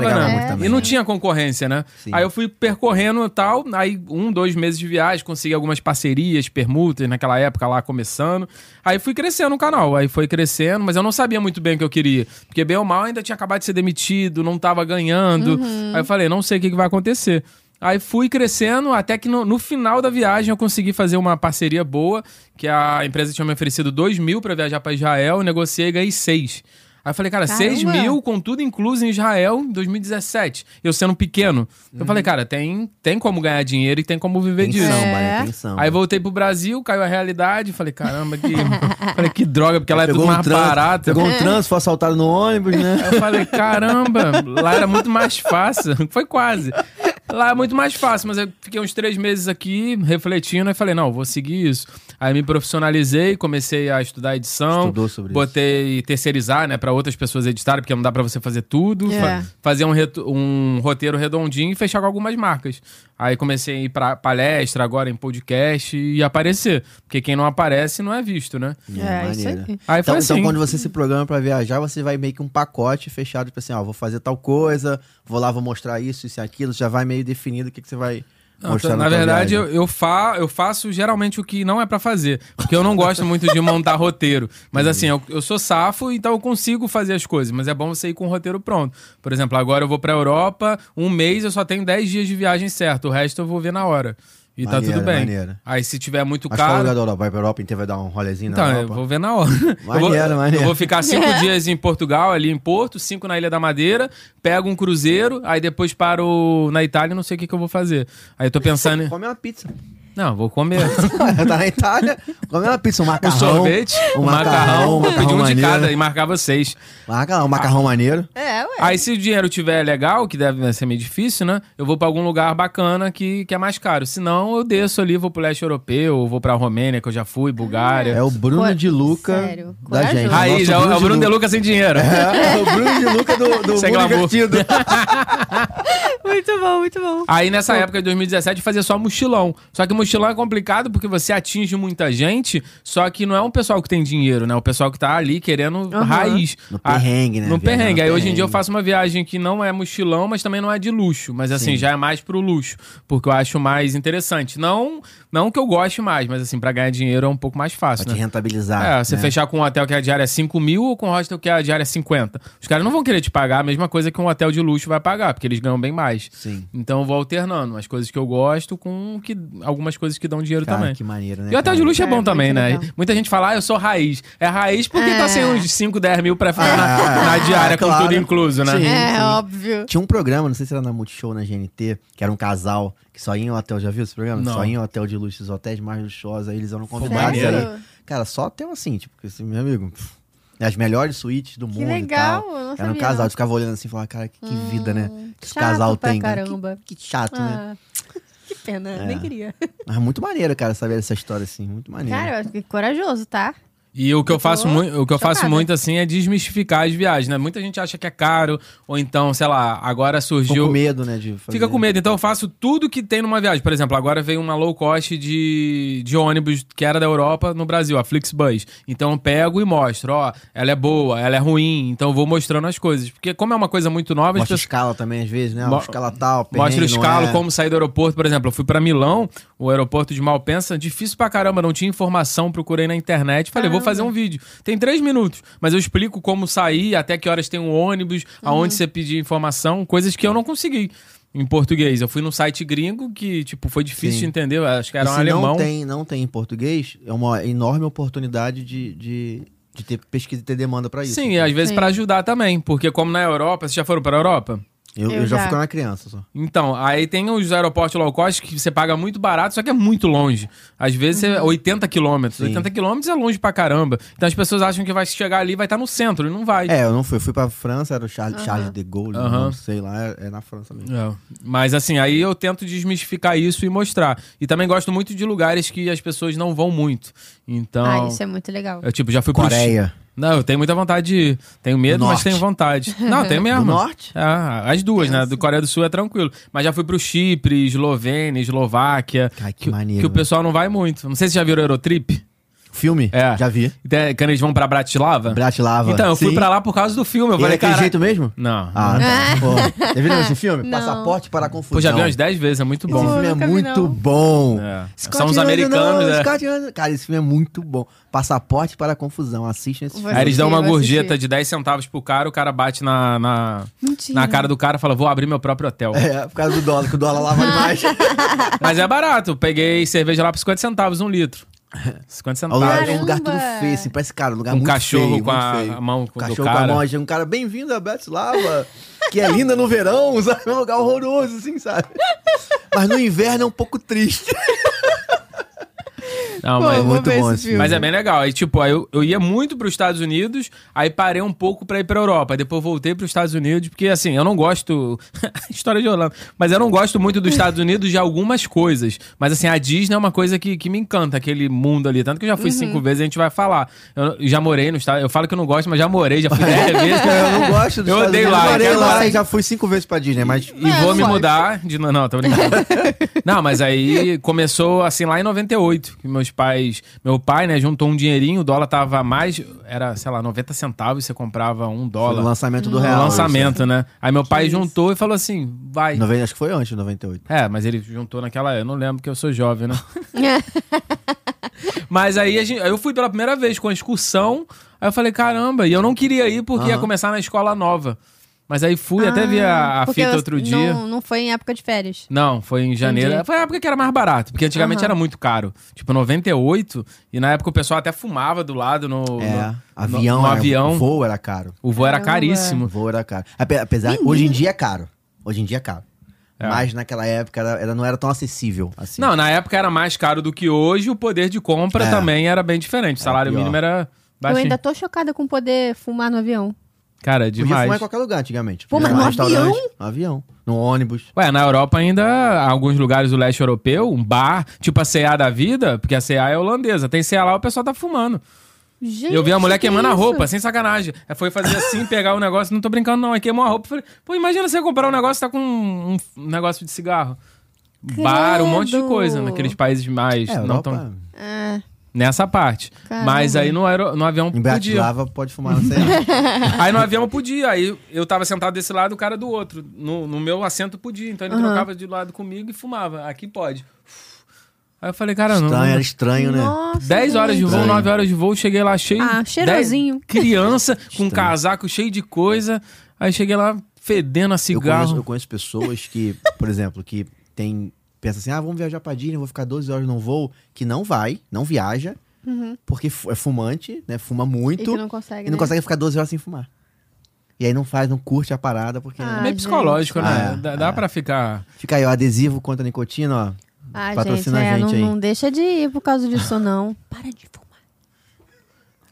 Speaker 2: ferramenta entregava
Speaker 3: né?
Speaker 2: muito
Speaker 1: É.
Speaker 2: também.
Speaker 3: E não
Speaker 2: né?
Speaker 3: tinha concorrência, né?
Speaker 2: Sim.
Speaker 3: Aí eu fui percorrendo e tal, aí um, dois meses de viagem, consegui algumas parcerias, permutas naquela época lá começando. Aí fui crescendo o canal, aí foi crescendo, mas eu não sabia muito bem o que eu queria. Porque bem ou mal ainda tinha acabado de ser demitido, não tava ganhando. Aí eu falei, não sei o que, que vai acontecer. Aí fui crescendo até que no, no final da viagem eu consegui fazer uma parceria boa, que a empresa tinha me oferecido 2 mil pra viajar pra Israel, eu negociei e ganhei 6. Aí eu falei, cara,
Speaker 1: Caramba.
Speaker 3: 6 mil com tudo incluso em Israel em 2017, eu sendo pequeno. Eu falei, cara, tem, tem como ganhar dinheiro e tem como viver
Speaker 2: Uhum. Tem
Speaker 3: disso.
Speaker 2: samba,
Speaker 1: É.
Speaker 2: né? Tem samba.
Speaker 3: Aí voltei pro Brasil, caiu a realidade, falei, caramba, que,
Speaker 2: [laughs]
Speaker 3: falei, que droga, porque lá é
Speaker 2: Pegou
Speaker 3: tudo
Speaker 2: um
Speaker 3: mais
Speaker 2: trânsito-
Speaker 3: barato. é
Speaker 2: Pegou um trânsito, foi assaltado no ônibus,
Speaker 3: [laughs]
Speaker 2: né?
Speaker 3: Eu falei, caramba, lá era muito mais fácil. [laughs] Foi quase. Lá é muito mais fácil, mas eu fiquei uns três meses aqui refletindo e falei, não, vou seguir isso. Aí me profissionalizei, comecei a estudar edição.
Speaker 2: Estudou sobre isso.
Speaker 3: Botei terceirizar, né, para outras pessoas editarem, porque não dá pra você fazer tudo.
Speaker 1: É.
Speaker 3: Fa- fazer um, reto- um roteiro redondinho e fechar com algumas marcas. Aí comecei a ir pra palestra, agora em podcast e aparecer. Porque quem não aparece não é visto, né?
Speaker 1: É, isso
Speaker 2: Maneiro.
Speaker 1: aí.
Speaker 3: Aí
Speaker 2: Então,
Speaker 3: foi assim.
Speaker 2: então, quando você se programa pra viajar, você vai meio que um pacote fechado, tipo assim, ó, vou fazer tal coisa, vou lá, vou mostrar isso, isso e aquilo, já vai meio definido o que, que você vai
Speaker 3: Não,
Speaker 2: mostrar
Speaker 3: tá-
Speaker 2: na
Speaker 3: na
Speaker 2: tua
Speaker 3: verdade, eu,
Speaker 2: viagem.
Speaker 3: eu, fa, eu faço geralmente o que não é pra fazer. Porque eu não gosto muito de montar roteiro. Mas assim, eu, eu sou safo, então eu consigo fazer as coisas. Mas é bom você ir com o roteiro pronto. Por exemplo, agora eu vou pra Europa, um mês eu só tenho 10 dias de viagem certo. O resto eu vou ver na hora. E tá
Speaker 2: Maneiro,
Speaker 3: tudo bem.
Speaker 2: maneiro.
Speaker 3: Aí se tiver muito
Speaker 2: Mas qual
Speaker 3: caro.
Speaker 2: lugar da Europa? Vai pra Europa inteira, vai dar um rolezinho
Speaker 3: Então,
Speaker 2: na
Speaker 3: eu
Speaker 2: Europa?
Speaker 3: vou ver na hora. eu, vou,
Speaker 2: Maneiro, maneiro.
Speaker 3: eu vou ficar cinco dias em Portugal, ali em Porto, cinco na Ilha da Madeira, pego um cruzeiro, aí depois paro na Itália e não sei o que, que eu vou fazer. Aí eu tô pensando. em-
Speaker 2: [laughs] Come uma pizza. [laughs]
Speaker 3: Não, vou comer.
Speaker 2: tá na Itália, come uma pizza, um
Speaker 3: Um
Speaker 2: macarrão.
Speaker 3: sorvete,
Speaker 2: um
Speaker 3: um macarrão,
Speaker 2: macarrão, um
Speaker 3: pedi
Speaker 2: macarrão
Speaker 3: um de
Speaker 2: maneiro.
Speaker 3: cada e marcava seis.
Speaker 2: Macarrão, um macarrão maneiro.
Speaker 1: É, ué.
Speaker 3: Aí se o dinheiro tiver legal, que deve ser meio difícil, né? Eu vou pra algum lugar bacana que, que é mais caro. Se não, eu desço ali, vou pro leste europeu, ou vou pra Romênia, que eu já fui,
Speaker 2: É
Speaker 3: Bulgária.
Speaker 2: o Bruno
Speaker 1: Cor-
Speaker 2: de Luca
Speaker 1: Sério,
Speaker 2: da
Speaker 1: corajoso.
Speaker 2: gente.
Speaker 3: Aí,
Speaker 2: nosso
Speaker 3: já é o Bruno de
Speaker 2: Luca.
Speaker 3: Luca sem
Speaker 2: [laughs]
Speaker 3: dinheiro.
Speaker 2: É, o Bruno de Luca do, do
Speaker 3: Sem
Speaker 2: mundo
Speaker 3: glamour. [laughs]
Speaker 2: invertido.
Speaker 1: Muito bom, muito bom.
Speaker 3: Aí nessa época de 2017 eu fazia só mochilão. Só que mochilão é complicado porque você atinge muita gente, só que não é um pessoal que tem dinheiro, né? O pessoal que tá ali querendo
Speaker 1: Aham.
Speaker 3: raiz.
Speaker 2: No
Speaker 3: Ah,
Speaker 2: perrengue, né?
Speaker 3: No
Speaker 2: Viajar
Speaker 3: perrengue. Aí hoje em dia eu
Speaker 2: perrengue.
Speaker 3: faço uma viagem que não é mochilão, mas também não é de luxo. Mas assim,
Speaker 2: Sim.
Speaker 3: já é mais pro luxo, porque eu acho mais interessante. Não, não que eu goste mais, mas assim, pra ganhar dinheiro é um pouco mais fácil,
Speaker 2: Pra te
Speaker 3: né?
Speaker 2: rentabilizar.
Speaker 3: É, você
Speaker 2: né?
Speaker 3: fechar com um hotel que a diária é 5 mil ou com um hostel que a diária é 50. Os caras não vão querer te pagar a mesma coisa que um hotel de luxo vai pagar, porque eles ganham bem mais.
Speaker 2: Sim.
Speaker 3: Então eu vou alternando as coisas que eu gosto com o que, algumas coisas que dão dinheiro
Speaker 2: Cara,
Speaker 3: também.
Speaker 2: que maneiro, né?
Speaker 3: E o hotel de
Speaker 2: cara?
Speaker 3: luxo é,
Speaker 1: É,
Speaker 3: bom
Speaker 1: muito
Speaker 3: também, né?
Speaker 1: legal.
Speaker 3: Muita gente fala, ah, eu sou raiz. É raiz porque
Speaker 1: É.
Speaker 3: tá sem uns 5, 10 mil pra ficar na,
Speaker 2: É,
Speaker 3: na diária com
Speaker 2: claro.
Speaker 3: tudo incluso, né?
Speaker 2: Sim.
Speaker 1: É, óbvio.
Speaker 2: Tinha um programa, não sei se era na Multishow, na GNT, que era um casal que só ia em hotel. Já viu esse programa?
Speaker 3: Não.
Speaker 2: Só ia em hotel de luxo, os hotéis mais luxuosos, aí eles eram convidados.
Speaker 3: maneiro.
Speaker 2: Aí. Cara, só hotel assim, tipo, porque assim, meu amigo, pff, é as melhores suítes do
Speaker 1: Que
Speaker 2: mundo. e
Speaker 1: legal, eu
Speaker 2: tal.
Speaker 1: não
Speaker 2: Era um
Speaker 1: sabia,
Speaker 2: casal,
Speaker 1: não. Hum,
Speaker 2: eles ficavam olhando assim e falavam, cara, que, que vida, né? Que esse
Speaker 1: chato
Speaker 2: casal
Speaker 1: pra
Speaker 2: tem. cara. Que-
Speaker 1: caramba.
Speaker 2: Que, chato, né?
Speaker 1: Ah, que pena, nem queria.
Speaker 2: Mas é muito maneiro, cara, saber essa história assim. Muito maneiro.
Speaker 1: Cara, eu acho que corajoso, tá?
Speaker 3: E o que eu faço,
Speaker 1: tô
Speaker 3: mui- o que eu faço
Speaker 1: chocada.
Speaker 3: muito assim é desmistificar as viagens, né? Muita gente acha que é caro, ou então, sei lá, agora
Speaker 2: Ficou
Speaker 3: surgiu.
Speaker 2: com medo, né? De fazer...
Speaker 3: Fica com medo, então eu faço tudo que tem numa viagem. Por exemplo, agora veio uma low cost de, de ônibus que era da Europa no Brasil, a Flixbus. Então eu pego e mostro, ó, ela é boa, ela é ruim, então eu vou mostrando as coisas. Porque como é uma coisa muito nova, as
Speaker 2: Mostra
Speaker 3: pessoas
Speaker 2: escala também, às vezes, né?
Speaker 3: Mo-
Speaker 2: Uma escala tal,
Speaker 3: Mostra o
Speaker 2: perrengue, não
Speaker 3: escalo,
Speaker 2: é.
Speaker 3: como sair do aeroporto. Por exemplo, eu fui pra Milão, o aeroporto de Malpensa, difícil pra caramba, não tinha informação, procurei na internet, falei, vou fazer um vídeo. Tem três minutos, mas eu explico como sair, até que horas tem um ônibus, aonde você pedir informação, coisas que eu não consegui em português. Eu fui num site gringo que, tipo, foi difícil
Speaker 2: Sim.
Speaker 3: de entender, eu acho que era
Speaker 2: E
Speaker 3: um
Speaker 2: se Não
Speaker 3: alemão.
Speaker 2: tem, não tem em português, é uma enorme oportunidade de, de, de ter pesquisa e ter demanda pra isso. né?
Speaker 3: Sim, e às vezes
Speaker 1: Sim.
Speaker 3: pra ajudar também, porque como na Europa, vocês já foram pra Europa?
Speaker 2: eu,
Speaker 1: Eu
Speaker 2: eu já
Speaker 1: já.
Speaker 2: fui quando era criança só.
Speaker 3: Então, aí tem os aeroportos low cost que você paga muito barato, só que é muito longe. Às vezes é 80 quilômetros.
Speaker 2: Uhum. Sim.
Speaker 3: 80 quilômetros é longe pra caramba. Então as pessoas acham que vai chegar ali e vai estar no centro, e não vai.
Speaker 2: É, eu não fui. Eu fui pra França, era o Charles, Charles de Gaulle,
Speaker 3: Aham.
Speaker 2: não sei lá, é, é na França mesmo.
Speaker 3: É. Mas assim, aí eu tento desmistificar isso e mostrar. E também gosto muito de lugares que as pessoas não vão muito. Então.
Speaker 1: Ah, isso é muito legal. [laughs]
Speaker 3: Eu, tipo, já fui pro Chi-
Speaker 2: Coreia.
Speaker 3: Não, eu tenho muita vontade de ir. Tenho medo, mas
Speaker 2: Norte.
Speaker 3: tenho vontade.
Speaker 2: [laughs]
Speaker 3: Não, tenho mesmo.
Speaker 2: Do norte?
Speaker 3: É, as duas, né? Do Coreia do Sul é tranquilo. Mas já fui pro Chipre, Eslovênia, Eslováquia.
Speaker 2: Ai, que
Speaker 3: que
Speaker 2: maneiro,
Speaker 3: o
Speaker 2: né?
Speaker 3: pessoal não vai muito. Não sei se já viram Eurotrip.
Speaker 2: Filme?
Speaker 3: É.
Speaker 2: Já vi.
Speaker 3: Até Quando eles vão pra Bratislava?
Speaker 2: Bratislava.
Speaker 3: Então, eu fui
Speaker 2: Sim.
Speaker 3: pra lá por causa do filme. Eu
Speaker 2: E é
Speaker 3: falei,
Speaker 2: daquele
Speaker 3: cara...
Speaker 2: jeito mesmo?
Speaker 3: Não.
Speaker 2: Ah, tá. Pô, já
Speaker 1: [laughs]
Speaker 2: viram esse filme?
Speaker 1: É. Não.
Speaker 2: Passaporte para a
Speaker 3: Pô,
Speaker 2: confusão.
Speaker 3: já vi umas 10 vezes, é muito
Speaker 2: Esse
Speaker 3: bom.
Speaker 2: filme é
Speaker 1: Nunca vi,
Speaker 2: muito
Speaker 1: não.
Speaker 2: bom.
Speaker 3: É.
Speaker 2: Scott
Speaker 3: São os
Speaker 2: Lang,
Speaker 3: americanos,
Speaker 2: não,
Speaker 3: né?
Speaker 2: Scott Lang. Cara, esse filme é muito bom. Passaporte para a confusão. Assistam esse filme.
Speaker 3: Aí eles
Speaker 1: Vou
Speaker 3: dão uma
Speaker 1: assistir, vou
Speaker 3: gorjeta
Speaker 1: assistir.
Speaker 3: de 10 centavos pro cara, o cara bate na, na,
Speaker 1: Mentira.
Speaker 3: na cara do cara e fala: vou abrir meu próprio
Speaker 2: [laughs]
Speaker 3: hotel.
Speaker 2: É, por causa do dólar, que o dólar lá vale mais.
Speaker 3: Mas é barato. Peguei cerveja lá por 50 centavos,
Speaker 2: [laughs]
Speaker 3: um litro. 50
Speaker 2: Ao lado
Speaker 3: centavos.
Speaker 2: de um lugar
Speaker 1: Caramba.
Speaker 2: todo feio, assim, parece, cara, um lugar
Speaker 3: Um
Speaker 2: muito
Speaker 3: cachorro
Speaker 2: feio,
Speaker 3: com
Speaker 2: muito
Speaker 3: a-
Speaker 2: feio.
Speaker 3: a mão do
Speaker 2: cachorro com
Speaker 3: cara.
Speaker 2: a mão, achei um cara, bem-vindo a Bratislava, que é linda no verão, [laughs] sabe? É um lugar horroroso, assim, sabe? Mas no inverno é um pouco triste.
Speaker 3: Não,
Speaker 1: Pô,
Speaker 3: mas-
Speaker 1: vou
Speaker 2: muito
Speaker 1: ver
Speaker 2: bom
Speaker 1: esse
Speaker 2: esse
Speaker 1: filme.
Speaker 3: Mas é bem legal. Aí, tipo, aí eu, eu ia muito pros Estados Unidos, aí parei um pouco pra ir pra Europa. Aí depois voltei pros Estados Unidos, porque assim, eu não gosto. [laughs] História de Orlando. Mas eu não gosto muito dos Estados Unidos de algumas coisas. Mas assim, a Disney é uma coisa que, que me encanta, aquele mundo ali. Tanto que eu já fui cinco vezes, a gente vai falar. Eu já morei no Estado. Eu falo que eu não gosto, mas já morei, já fui dez [laughs] vezes.
Speaker 2: É, Eu não gosto dos
Speaker 3: Eu
Speaker 2: Estados
Speaker 3: odeio
Speaker 2: Unidos,
Speaker 3: lá,
Speaker 2: Eu morei
Speaker 3: quero
Speaker 2: lá
Speaker 3: lá.
Speaker 2: e já fui cinco vezes pra Disney, mas...
Speaker 3: E
Speaker 1: É,
Speaker 3: vou
Speaker 1: não
Speaker 3: me
Speaker 1: pode.
Speaker 3: mudar de. Não, não,
Speaker 1: [laughs]
Speaker 3: tô brincando. não, mas aí começou assim lá em 98. Que meus pais. Meu pai, né, juntou um dinheirinho, o dólar tava mais. Era, sei lá, 90 centavos, você comprava um
Speaker 2: Foi no
Speaker 3: dólar.
Speaker 2: lançamento do
Speaker 3: No
Speaker 2: Real.
Speaker 3: lançamento, né? Aí meu pai
Speaker 1: isso.
Speaker 3: juntou e falou assim: vai.
Speaker 2: isso. Noven- Acho que foi antes, 98.
Speaker 3: É, mas ele juntou naquela. Eu não lembro que eu sou jovem, né?
Speaker 1: É.
Speaker 3: Mas aí a gente- aí eu fui pela primeira vez com a excursão. Aí eu falei, caramba, e eu não queria ir porque ia
Speaker 2: Aham.
Speaker 3: começar na escola nova. Mas aí fui, até vi a, a
Speaker 1: Ah, Porque
Speaker 3: fita
Speaker 1: eu-
Speaker 3: outro dia.
Speaker 1: Não, não foi em época de férias.
Speaker 3: Não, foi em janeiro.
Speaker 1: Entendi.
Speaker 3: Foi a época que era mais barato, porque antigamente
Speaker 1: Aham.
Speaker 3: era muito caro. Tipo, 98, e na época o pessoal até fumava do lado no.
Speaker 2: É,
Speaker 3: no-
Speaker 2: avião,
Speaker 3: no
Speaker 2: era-
Speaker 3: avião.
Speaker 2: voo era caro.
Speaker 3: O voo era
Speaker 1: Caramba. é.
Speaker 2: O
Speaker 3: caríssimo.
Speaker 2: voo era caro. Ape- Apesar, hoje em dia é caro. Hoje em dia é caro. Mas naquela época era, era- não era tão acessível, assim.
Speaker 3: Não, na época era mais caro do que hoje, o poder de compra
Speaker 2: É.
Speaker 3: também era bem diferente. O salário
Speaker 2: pior.
Speaker 3: mínimo era
Speaker 1: Eu
Speaker 3: baixinho.
Speaker 1: ainda tô chocada com poder fumar no avião.
Speaker 3: Cara,
Speaker 2: Podia fumar em
Speaker 3: demais.
Speaker 2: qualquer lugar antigamente.
Speaker 1: Pô, mas
Speaker 2: Podia
Speaker 1: no
Speaker 2: fumar em
Speaker 1: avião?
Speaker 2: restaurante, No avião. No ônibus.
Speaker 3: Ué, na Europa ainda, alguns lugares do leste europeu, um bar, tipo a CA da vida, porque a CA é holandesa. Tem CA lá, o pessoal tá fumando.
Speaker 1: Gente,
Speaker 3: eu vi a mulher
Speaker 1: que
Speaker 3: queimando a
Speaker 1: isso?
Speaker 3: roupa, sem sacanagem. Aí foi fazer assim, pegar o negócio, não tô brincando não, aí queimou a roupa. Falei, pô, imagina você comprar um negócio tá com um, um negócio de cigarro. Bar, um monte de
Speaker 1: Credo.
Speaker 3: coisa naqueles países mais.
Speaker 2: É,
Speaker 3: não
Speaker 2: Europa,
Speaker 3: tão,
Speaker 1: É.
Speaker 3: nessa parte.
Speaker 1: Caramba.
Speaker 3: Mas aí no, aero, no avião
Speaker 2: Em
Speaker 3: podia.
Speaker 2: Bratislava pode fumar, não sei né? lá.
Speaker 3: Aí no avião podia. Aí eu tava sentado desse lado, o cara do outro. No, no meu assento podia. Então ele trocava de lado comigo e fumava. Aqui pode. Aí eu falei, cara, não.
Speaker 2: Estranho, era estranho, né?
Speaker 1: Nossa,
Speaker 3: 10 horas de
Speaker 1: gente.
Speaker 3: voo,
Speaker 2: Estranho.
Speaker 3: 9 horas de voo, cheguei lá cheio.
Speaker 1: Ah,
Speaker 3: dez-
Speaker 1: cheirosinho.
Speaker 2: [laughs]
Speaker 3: criança, com um casaco cheio de coisa. Aí cheguei lá fedendo
Speaker 2: Eu
Speaker 3: a
Speaker 2: conheço, eu
Speaker 3: cigarro.
Speaker 2: conheço pessoas que, por exemplo, que tem... Pensa assim, ah, vamos viajar pra Disney, vou ficar 12 horas num voo. Que não vai, não viaja. Porque fu- é fumante, né? Fuma
Speaker 1: E
Speaker 2: muito.
Speaker 1: que não consegue,
Speaker 2: E não
Speaker 1: né?
Speaker 2: consegue ficar 12 horas sem fumar. E aí não faz, não curte a parada, porque...
Speaker 1: Ah,
Speaker 3: É
Speaker 2: né?
Speaker 3: Meio psicológico,
Speaker 2: gente.
Speaker 3: né?
Speaker 2: Ah,
Speaker 3: dá dá pra ficar.
Speaker 2: Fica aí, ó, adesivo contra a nicotina, ó.
Speaker 1: Ah,
Speaker 2: Patrocina
Speaker 1: gente,
Speaker 2: a
Speaker 1: é,
Speaker 2: gente
Speaker 1: não,
Speaker 2: aí.
Speaker 1: não deixa de ir por causa disso, não. Para de fumar.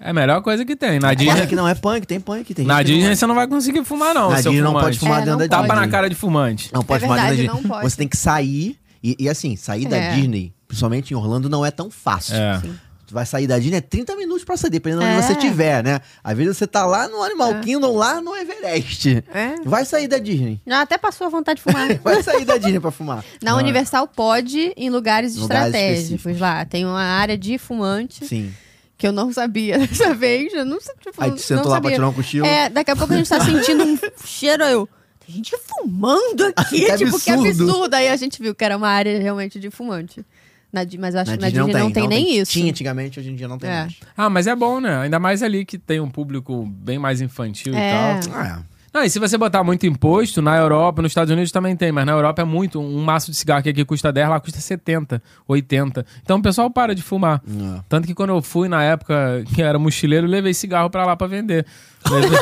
Speaker 3: É a melhor coisa que tem. Na Disney,
Speaker 2: Punk não é punk, tem punk, tem
Speaker 3: na
Speaker 2: gente que
Speaker 3: Disney você não vai conseguir fumar, é não.
Speaker 2: não, na
Speaker 3: seu
Speaker 2: Disney não
Speaker 3: fumante.
Speaker 2: pode fumar né?
Speaker 1: É,
Speaker 2: dentro da
Speaker 1: não
Speaker 2: Disney.
Speaker 3: Tapa na cara de fumante.
Speaker 2: Não pode
Speaker 1: É
Speaker 2: fumar dentro da
Speaker 1: verdade,
Speaker 2: Disney.
Speaker 1: não pode.
Speaker 2: Você tem que sair. E, e assim, sair da
Speaker 1: É.
Speaker 2: Disney, principalmente em Orlando, não é tão fácil.
Speaker 3: É.
Speaker 1: Sim.
Speaker 2: Tu vai sair da Disney é 30 minutos pra sair, dependendo de
Speaker 1: É.
Speaker 2: onde você estiver, né? Às vezes você tá lá no Animal
Speaker 1: É.
Speaker 2: Kingdom, lá no Everest.
Speaker 1: É.
Speaker 2: Vai sair da Disney.
Speaker 1: Já até passou a vontade de fumar.
Speaker 2: Vai sair da Disney pra
Speaker 1: [laughs]
Speaker 2: fumar.
Speaker 1: Na
Speaker 3: Ah.
Speaker 1: Universal pode em lugares,
Speaker 2: Lugares
Speaker 1: estratégicos
Speaker 2: específicos.
Speaker 1: lá. Tem uma área de fumante
Speaker 2: Sim.
Speaker 1: que eu não sabia [laughs] dessa vez. Eu não sei, tipo,
Speaker 2: Aí
Speaker 1: não
Speaker 2: tu sentou lá pra
Speaker 1: sabia.
Speaker 2: tirar um cochilo.
Speaker 1: É, daqui a pouco a gente tá sentindo um [laughs] cheiro aí eu. Tem gente é
Speaker 2: [laughs]
Speaker 1: fumando aqui,
Speaker 2: Que
Speaker 1: tipo, que
Speaker 2: absurdo.
Speaker 1: absurdo. Aí a gente viu que era uma área realmente de fumante. Na, Di- mas eu acho
Speaker 2: Na
Speaker 1: que na Disney não tem, nem isso.
Speaker 2: Tinha antigamente, hoje em dia não tem
Speaker 1: É.
Speaker 2: mais.
Speaker 3: Ah, mas é bom, né? Ainda mais ali que tem um público bem mais infantil
Speaker 1: É.
Speaker 3: e tal.
Speaker 2: Ah,
Speaker 3: Não, e se você botar muito imposto, na Europa, nos Estados Unidos também tem, mas na Europa é muito. Um maço de cigarro que aqui custa 10, lá custa 70, 80. Então o pessoal para de fumar.
Speaker 2: É.
Speaker 3: Tanto que quando eu fui na época que eu era mochileiro, eu levei cigarro pra lá pra vender.
Speaker 2: [laughs]
Speaker 3: Levei-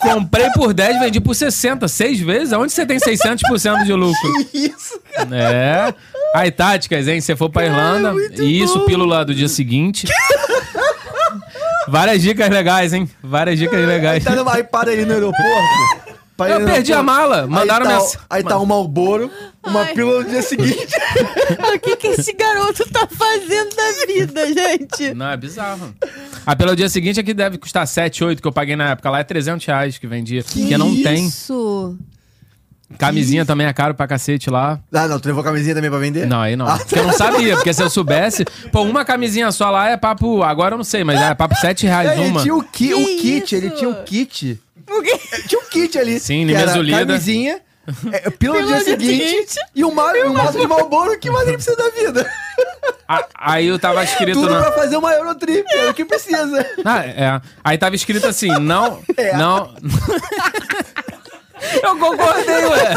Speaker 3: Comprei por 10, vendi por 60, seis vezes. Aonde você tem 600% de lucro?
Speaker 2: [laughs] Isso, é
Speaker 3: É. Aí, táticas, hein? Se você for pra Irlanda, isso, pílula do dia seguinte. Várias dicas legais, hein? Várias dicas legais.
Speaker 2: Tá numa iPad ali no aeroporto. Para
Speaker 3: Eu
Speaker 2: ele no
Speaker 3: perdi
Speaker 2: aeroporto.
Speaker 3: a mala, mandaram
Speaker 2: aí tá,
Speaker 3: minha-
Speaker 2: Aí tá um malboro, uma
Speaker 1: Ai.
Speaker 2: pílula no dia seguinte.
Speaker 1: [laughs] o que, que esse garoto tá fazendo da vida, gente?
Speaker 3: Não, é bizarro. Ah, pelo dia seguinte aqui deve É custar 7, 8 que eu paguei na época. Lá é 300 reais que vendia. Que, não tem.
Speaker 1: Isso.
Speaker 3: Camisinha também é caro pra cacete lá.
Speaker 2: [laughs] Ah, não, tu levou camisinha também pra vender? Ah,
Speaker 3: Não, aí não. Porque eu não sabia, porque se eu soubesse. Pô, uma camisinha só lá é papo. Agora eu não sei, mas é papo
Speaker 2: [laughs]
Speaker 3: 7
Speaker 2: É,
Speaker 3: reais
Speaker 2: Ele
Speaker 3: uma.
Speaker 2: tinha o, ki,
Speaker 1: Que
Speaker 2: o kit,
Speaker 1: isso?
Speaker 2: ele tinha o kit.
Speaker 1: O quê?
Speaker 2: Tinha um kit ali.
Speaker 3: Sim,
Speaker 2: que era
Speaker 3: nimesulida.
Speaker 2: Camisinha, é, pílula
Speaker 1: Pílula
Speaker 2: do dia
Speaker 1: do dia
Speaker 2: seguinte,
Speaker 1: seguinte.
Speaker 2: e o ma- e o maço de Malboro que mais ele precisa da vida.
Speaker 3: A- Aí eu
Speaker 2: [laughs]
Speaker 3: tava escrito.
Speaker 2: Tudo
Speaker 3: na-
Speaker 2: pra fazer uma Eurotrip, é o que precisa.
Speaker 3: Ah, é. Aí tava escrito assim, não. Não. eu concordei, ué.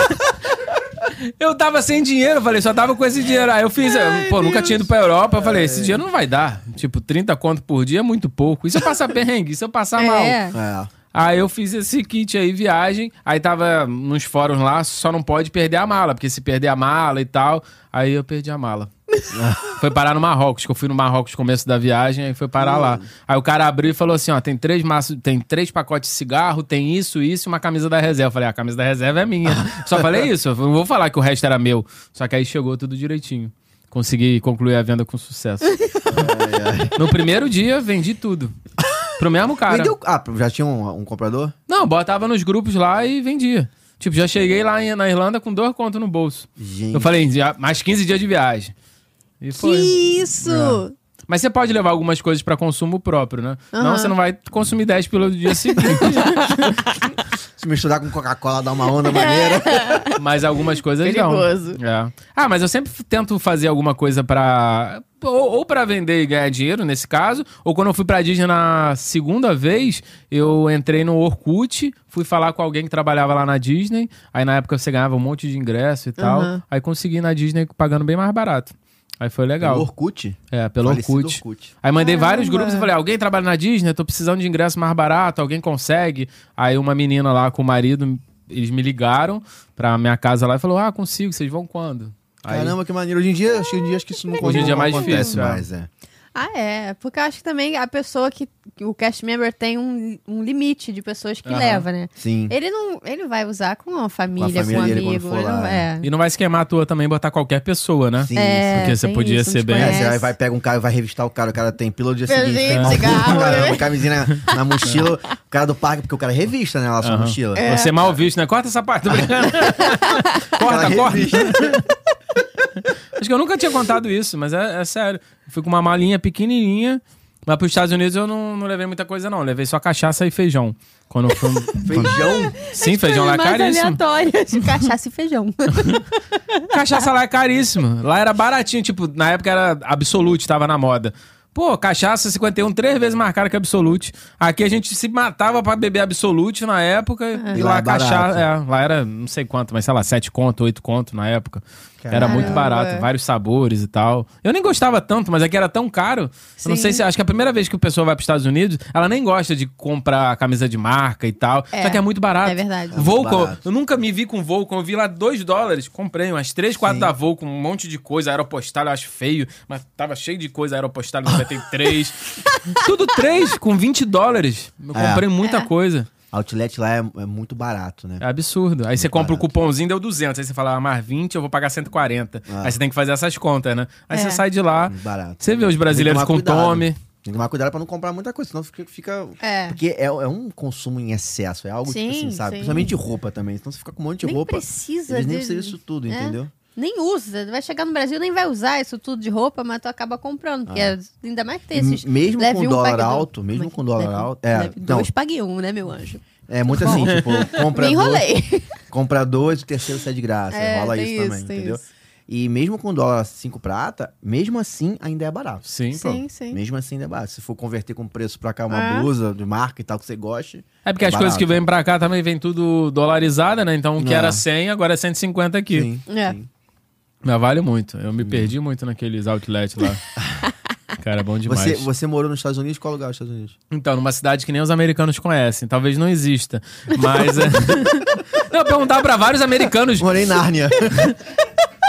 Speaker 3: Eu tava sem dinheiro, eu falei, só tava com esse dinheiro. Aí eu fiz, eu, pô, nunca tinha ido pra Europa. Eu falei, esse dinheiro não vai dar. Tipo, 30 conto por dia é muito pouco. E se eu passar perrengue? E se eu passar mal?
Speaker 1: É.
Speaker 2: É.
Speaker 3: Aí eu fiz esse kit aí, viagem. Aí tava nos fóruns lá, só não pode perder a mala, porque se perder a mala e tal. Aí eu perdi a mala. foi parar no Marrocos, que eu fui no Marrocos no começo da viagem, aí foi parar lá. Aí o cara abriu e falou assim: ó, tem três maços, tem três pacotes de cigarro, tem isso, isso e uma camisa da reserva. Eu falei, a camisa da reserva é minha. só falei isso, eu não vou falar que o resto era meu. Só que aí chegou tudo direitinho. Consegui concluir a venda com sucesso. No primeiro dia, vendi tudo. Pro mesmo cara.
Speaker 2: Vendeu- Ah, já tinha um, um comprador?
Speaker 3: Não, botava nos grupos lá e vendia. Tipo, já cheguei lá em- na Irlanda com dois contos no bolso.
Speaker 2: Gente.
Speaker 3: Eu falei, "Já- mais 15 dias de viagem. E
Speaker 1: Que
Speaker 3: foi. É.
Speaker 1: isso?
Speaker 3: Mas você pode levar algumas coisas pra consumo próprio, né? Não,
Speaker 1: Aham.
Speaker 3: você não vai consumir 10 pelo dia seguinte.
Speaker 2: Se misturar com Coca-Cola, dá uma onda maneira.
Speaker 3: mas algumas coisas
Speaker 1: Perigoso.
Speaker 3: não. É. Ah, mas eu sempre f- tento fazer alguma coisa pra. Ou, ou pra vender e ganhar dinheiro, nesse caso. Ou quando eu fui pra Disney na segunda vez, eu entrei no Orkut, fui falar com alguém que trabalhava lá na Disney. Aí na época você ganhava um monte de ingresso e tal.
Speaker 1: Aham.
Speaker 3: Aí consegui ir na Disney pagando bem mais barato. Aí foi [laughs] legal.
Speaker 2: O Orkut?
Speaker 3: É, pelo
Speaker 2: Falecido
Speaker 3: Orkut. Aí mandei vários grupos e falei: alguém trabalha na Disney? Tô precisando de ingresso mais barato, alguém consegue? Aí uma menina lá com o marido, eles me ligaram pra minha casa lá e falou: ah, consigo, vocês vão quando? Aí,
Speaker 2: Caramba, que maneiro. Hoje em dia, acho que hoje em dia acho que isso não
Speaker 3: Hoje em dia é mais
Speaker 2: acontece
Speaker 3: difícil, é.
Speaker 2: mais, é.
Speaker 1: Ah, é. Porque eu acho que também a pessoa que. que o cast member tem um, um limite de pessoas que
Speaker 3: Aham.
Speaker 1: leva, né?
Speaker 2: Sim.
Speaker 1: Ele não. Ele vai usar com a família, com,
Speaker 2: família dele
Speaker 1: um
Speaker 2: quando
Speaker 1: amigo.
Speaker 2: for
Speaker 1: ele não-
Speaker 2: lá,
Speaker 1: é.
Speaker 3: E não vai se queimar à toa também botar qualquer pessoa, né?
Speaker 2: Sim,
Speaker 1: É,
Speaker 3: Porque você
Speaker 1: tem
Speaker 3: podia
Speaker 1: isso,
Speaker 3: ser
Speaker 1: não te
Speaker 3: bem-
Speaker 2: É,
Speaker 1: conhece.
Speaker 2: você vai, vai pega um cara, vai revistar o cara, o cara tem pílula do dia
Speaker 1: Pílula
Speaker 2: seguinte,
Speaker 1: de
Speaker 2: né?
Speaker 1: cigarro,
Speaker 2: Cara,
Speaker 1: né?
Speaker 2: uma camisinha na, na mochila, o cara do parque, porque o cara revista, né, lá sua
Speaker 3: Aham.
Speaker 2: mochila.
Speaker 3: Você é mal visto, né? Corta essa parte, tô brincando. [laughs] corta,
Speaker 2: Aquela
Speaker 3: corta.
Speaker 2: revista.
Speaker 3: [laughs] Acho que eu nunca tinha contado isso, mas é, é sério. Eu Fui com uma malinha pequenininha, mas pros Estados Unidos eu não, não levei muita coisa, não. Eu levei só cachaça e feijão. Quando eu fui... um-
Speaker 2: Feijão?
Speaker 3: Sim, feijão lá é
Speaker 1: mais
Speaker 3: caríssimo.
Speaker 1: aleatórias.
Speaker 3: [laughs]
Speaker 1: Cachaça e feijão.
Speaker 3: Cachaça lá é caríssimo. Lá era baratinho, tipo, na época era Absolute, tava na moda. Pô, cachaça 51, três vezes mais caro que Absolute. Aqui a gente se matava pra beber Absolute na época. E
Speaker 2: E
Speaker 3: lá,
Speaker 2: lá é
Speaker 3: cachaça.
Speaker 2: barato.
Speaker 3: É, lá era não sei quanto, mas sei lá, sete conto, oito conto na época. Era muito barato, vários sabores e tal. Eu nem gostava tanto, mas é que era tão caro. Eu não
Speaker 1: Sim.
Speaker 3: sei se. Acho que a primeira vez que a pessoa vai pros Estados Unidos, ela nem gosta de comprar camisa de marca e tal.
Speaker 1: É,
Speaker 3: só que é muito
Speaker 1: [laughs]
Speaker 3: barato.
Speaker 1: é verdade.
Speaker 3: Volcom,
Speaker 2: barato.
Speaker 3: eu nunca me vi com Volcom, eu vi lá 2 dólares, comprei umas 3, 4 da Volcom, um monte de coisa, aeropostal eu acho feio, mas tava cheio de coisa, aeropostal
Speaker 2: [laughs]
Speaker 3: 93, tudo 3 com 20 dólares, eu
Speaker 2: É.
Speaker 3: comprei muita coisa,
Speaker 2: Outlet lá é, é muito barato, né?
Speaker 3: é absurdo. Aí você compra o
Speaker 2: barato.
Speaker 3: cupomzinho, deu 200, aí você fala, ah, mais 20 eu vou pagar 140, aí você tem que fazer essas contas, né? Aí
Speaker 1: É.
Speaker 3: você sai de lá,
Speaker 2: Muito barato.
Speaker 3: você vê os brasileiros
Speaker 2: Ah. Tem
Speaker 3: com
Speaker 2: que tomar cuidado.
Speaker 3: tome,
Speaker 2: Tem que tomar cuidado pra não comprar muita coisa, senão fica. fica-
Speaker 1: É.
Speaker 2: Porque é, é um consumo em excesso, é algo tipo
Speaker 1: Sim,
Speaker 2: assim, sabe?
Speaker 1: sim.
Speaker 2: Principalmente de roupa também. Então você fica com um monte de
Speaker 1: nem
Speaker 2: roupa.
Speaker 1: precisa
Speaker 2: Eles
Speaker 1: de...
Speaker 2: nem precisam disso tudo,
Speaker 1: É.
Speaker 2: entendeu?
Speaker 1: Nem usa. Vai chegar no Brasil, nem vai usar isso tudo de roupa, mas tu acaba comprando. Porque é- ainda mais que tem esses.
Speaker 2: M- Ah. mesmo
Speaker 1: leve
Speaker 2: com
Speaker 1: um,
Speaker 2: dólar
Speaker 1: pague dois.
Speaker 2: alto, mesmo
Speaker 1: Como é que-
Speaker 2: com dólar
Speaker 1: leve um-
Speaker 2: alto, é,
Speaker 1: leve
Speaker 2: então-
Speaker 1: dois, pague um, né, meu anjo?
Speaker 2: É muito assim, tipo,
Speaker 1: [laughs]
Speaker 2: compra
Speaker 1: Me
Speaker 2: dois,
Speaker 1: enrolei.
Speaker 2: compra dois, o terceiro sai de graça.
Speaker 1: É,
Speaker 2: rola
Speaker 1: tem
Speaker 2: isso,
Speaker 1: isso,
Speaker 2: também,
Speaker 1: tem
Speaker 2: entendeu?
Speaker 1: isso.
Speaker 2: E mesmo com dólar 5 prata, mesmo assim ainda é barato.
Speaker 3: sim, pô.
Speaker 1: Sim, sim.
Speaker 2: Mesmo assim ainda é barato. Se for converter com preço pra cá uma
Speaker 1: É.
Speaker 2: blusa de marca e tal que você goste.
Speaker 3: É porque
Speaker 2: É
Speaker 3: as coisas
Speaker 2: barato.
Speaker 3: que vêm pra cá também vem tudo dolarizada, né? Então o que
Speaker 2: É.
Speaker 3: era 100, agora é 150 aqui.
Speaker 2: Sim.
Speaker 1: É.
Speaker 2: sim.
Speaker 3: Mas vale muito. Eu me perdi muito naqueles outlets lá. Cara, é bom demais.
Speaker 2: Você, você morou nos Estados Unidos? Qual lugar dos Estados
Speaker 3: [laughs]
Speaker 2: Unidos?
Speaker 3: Então, numa cidade que nem os americanos conhecem. Talvez não exista. Mas. é- [laughs] não, eu perguntava pra vários
Speaker 2: [laughs]
Speaker 3: americanos.
Speaker 2: Morei em Nárnia.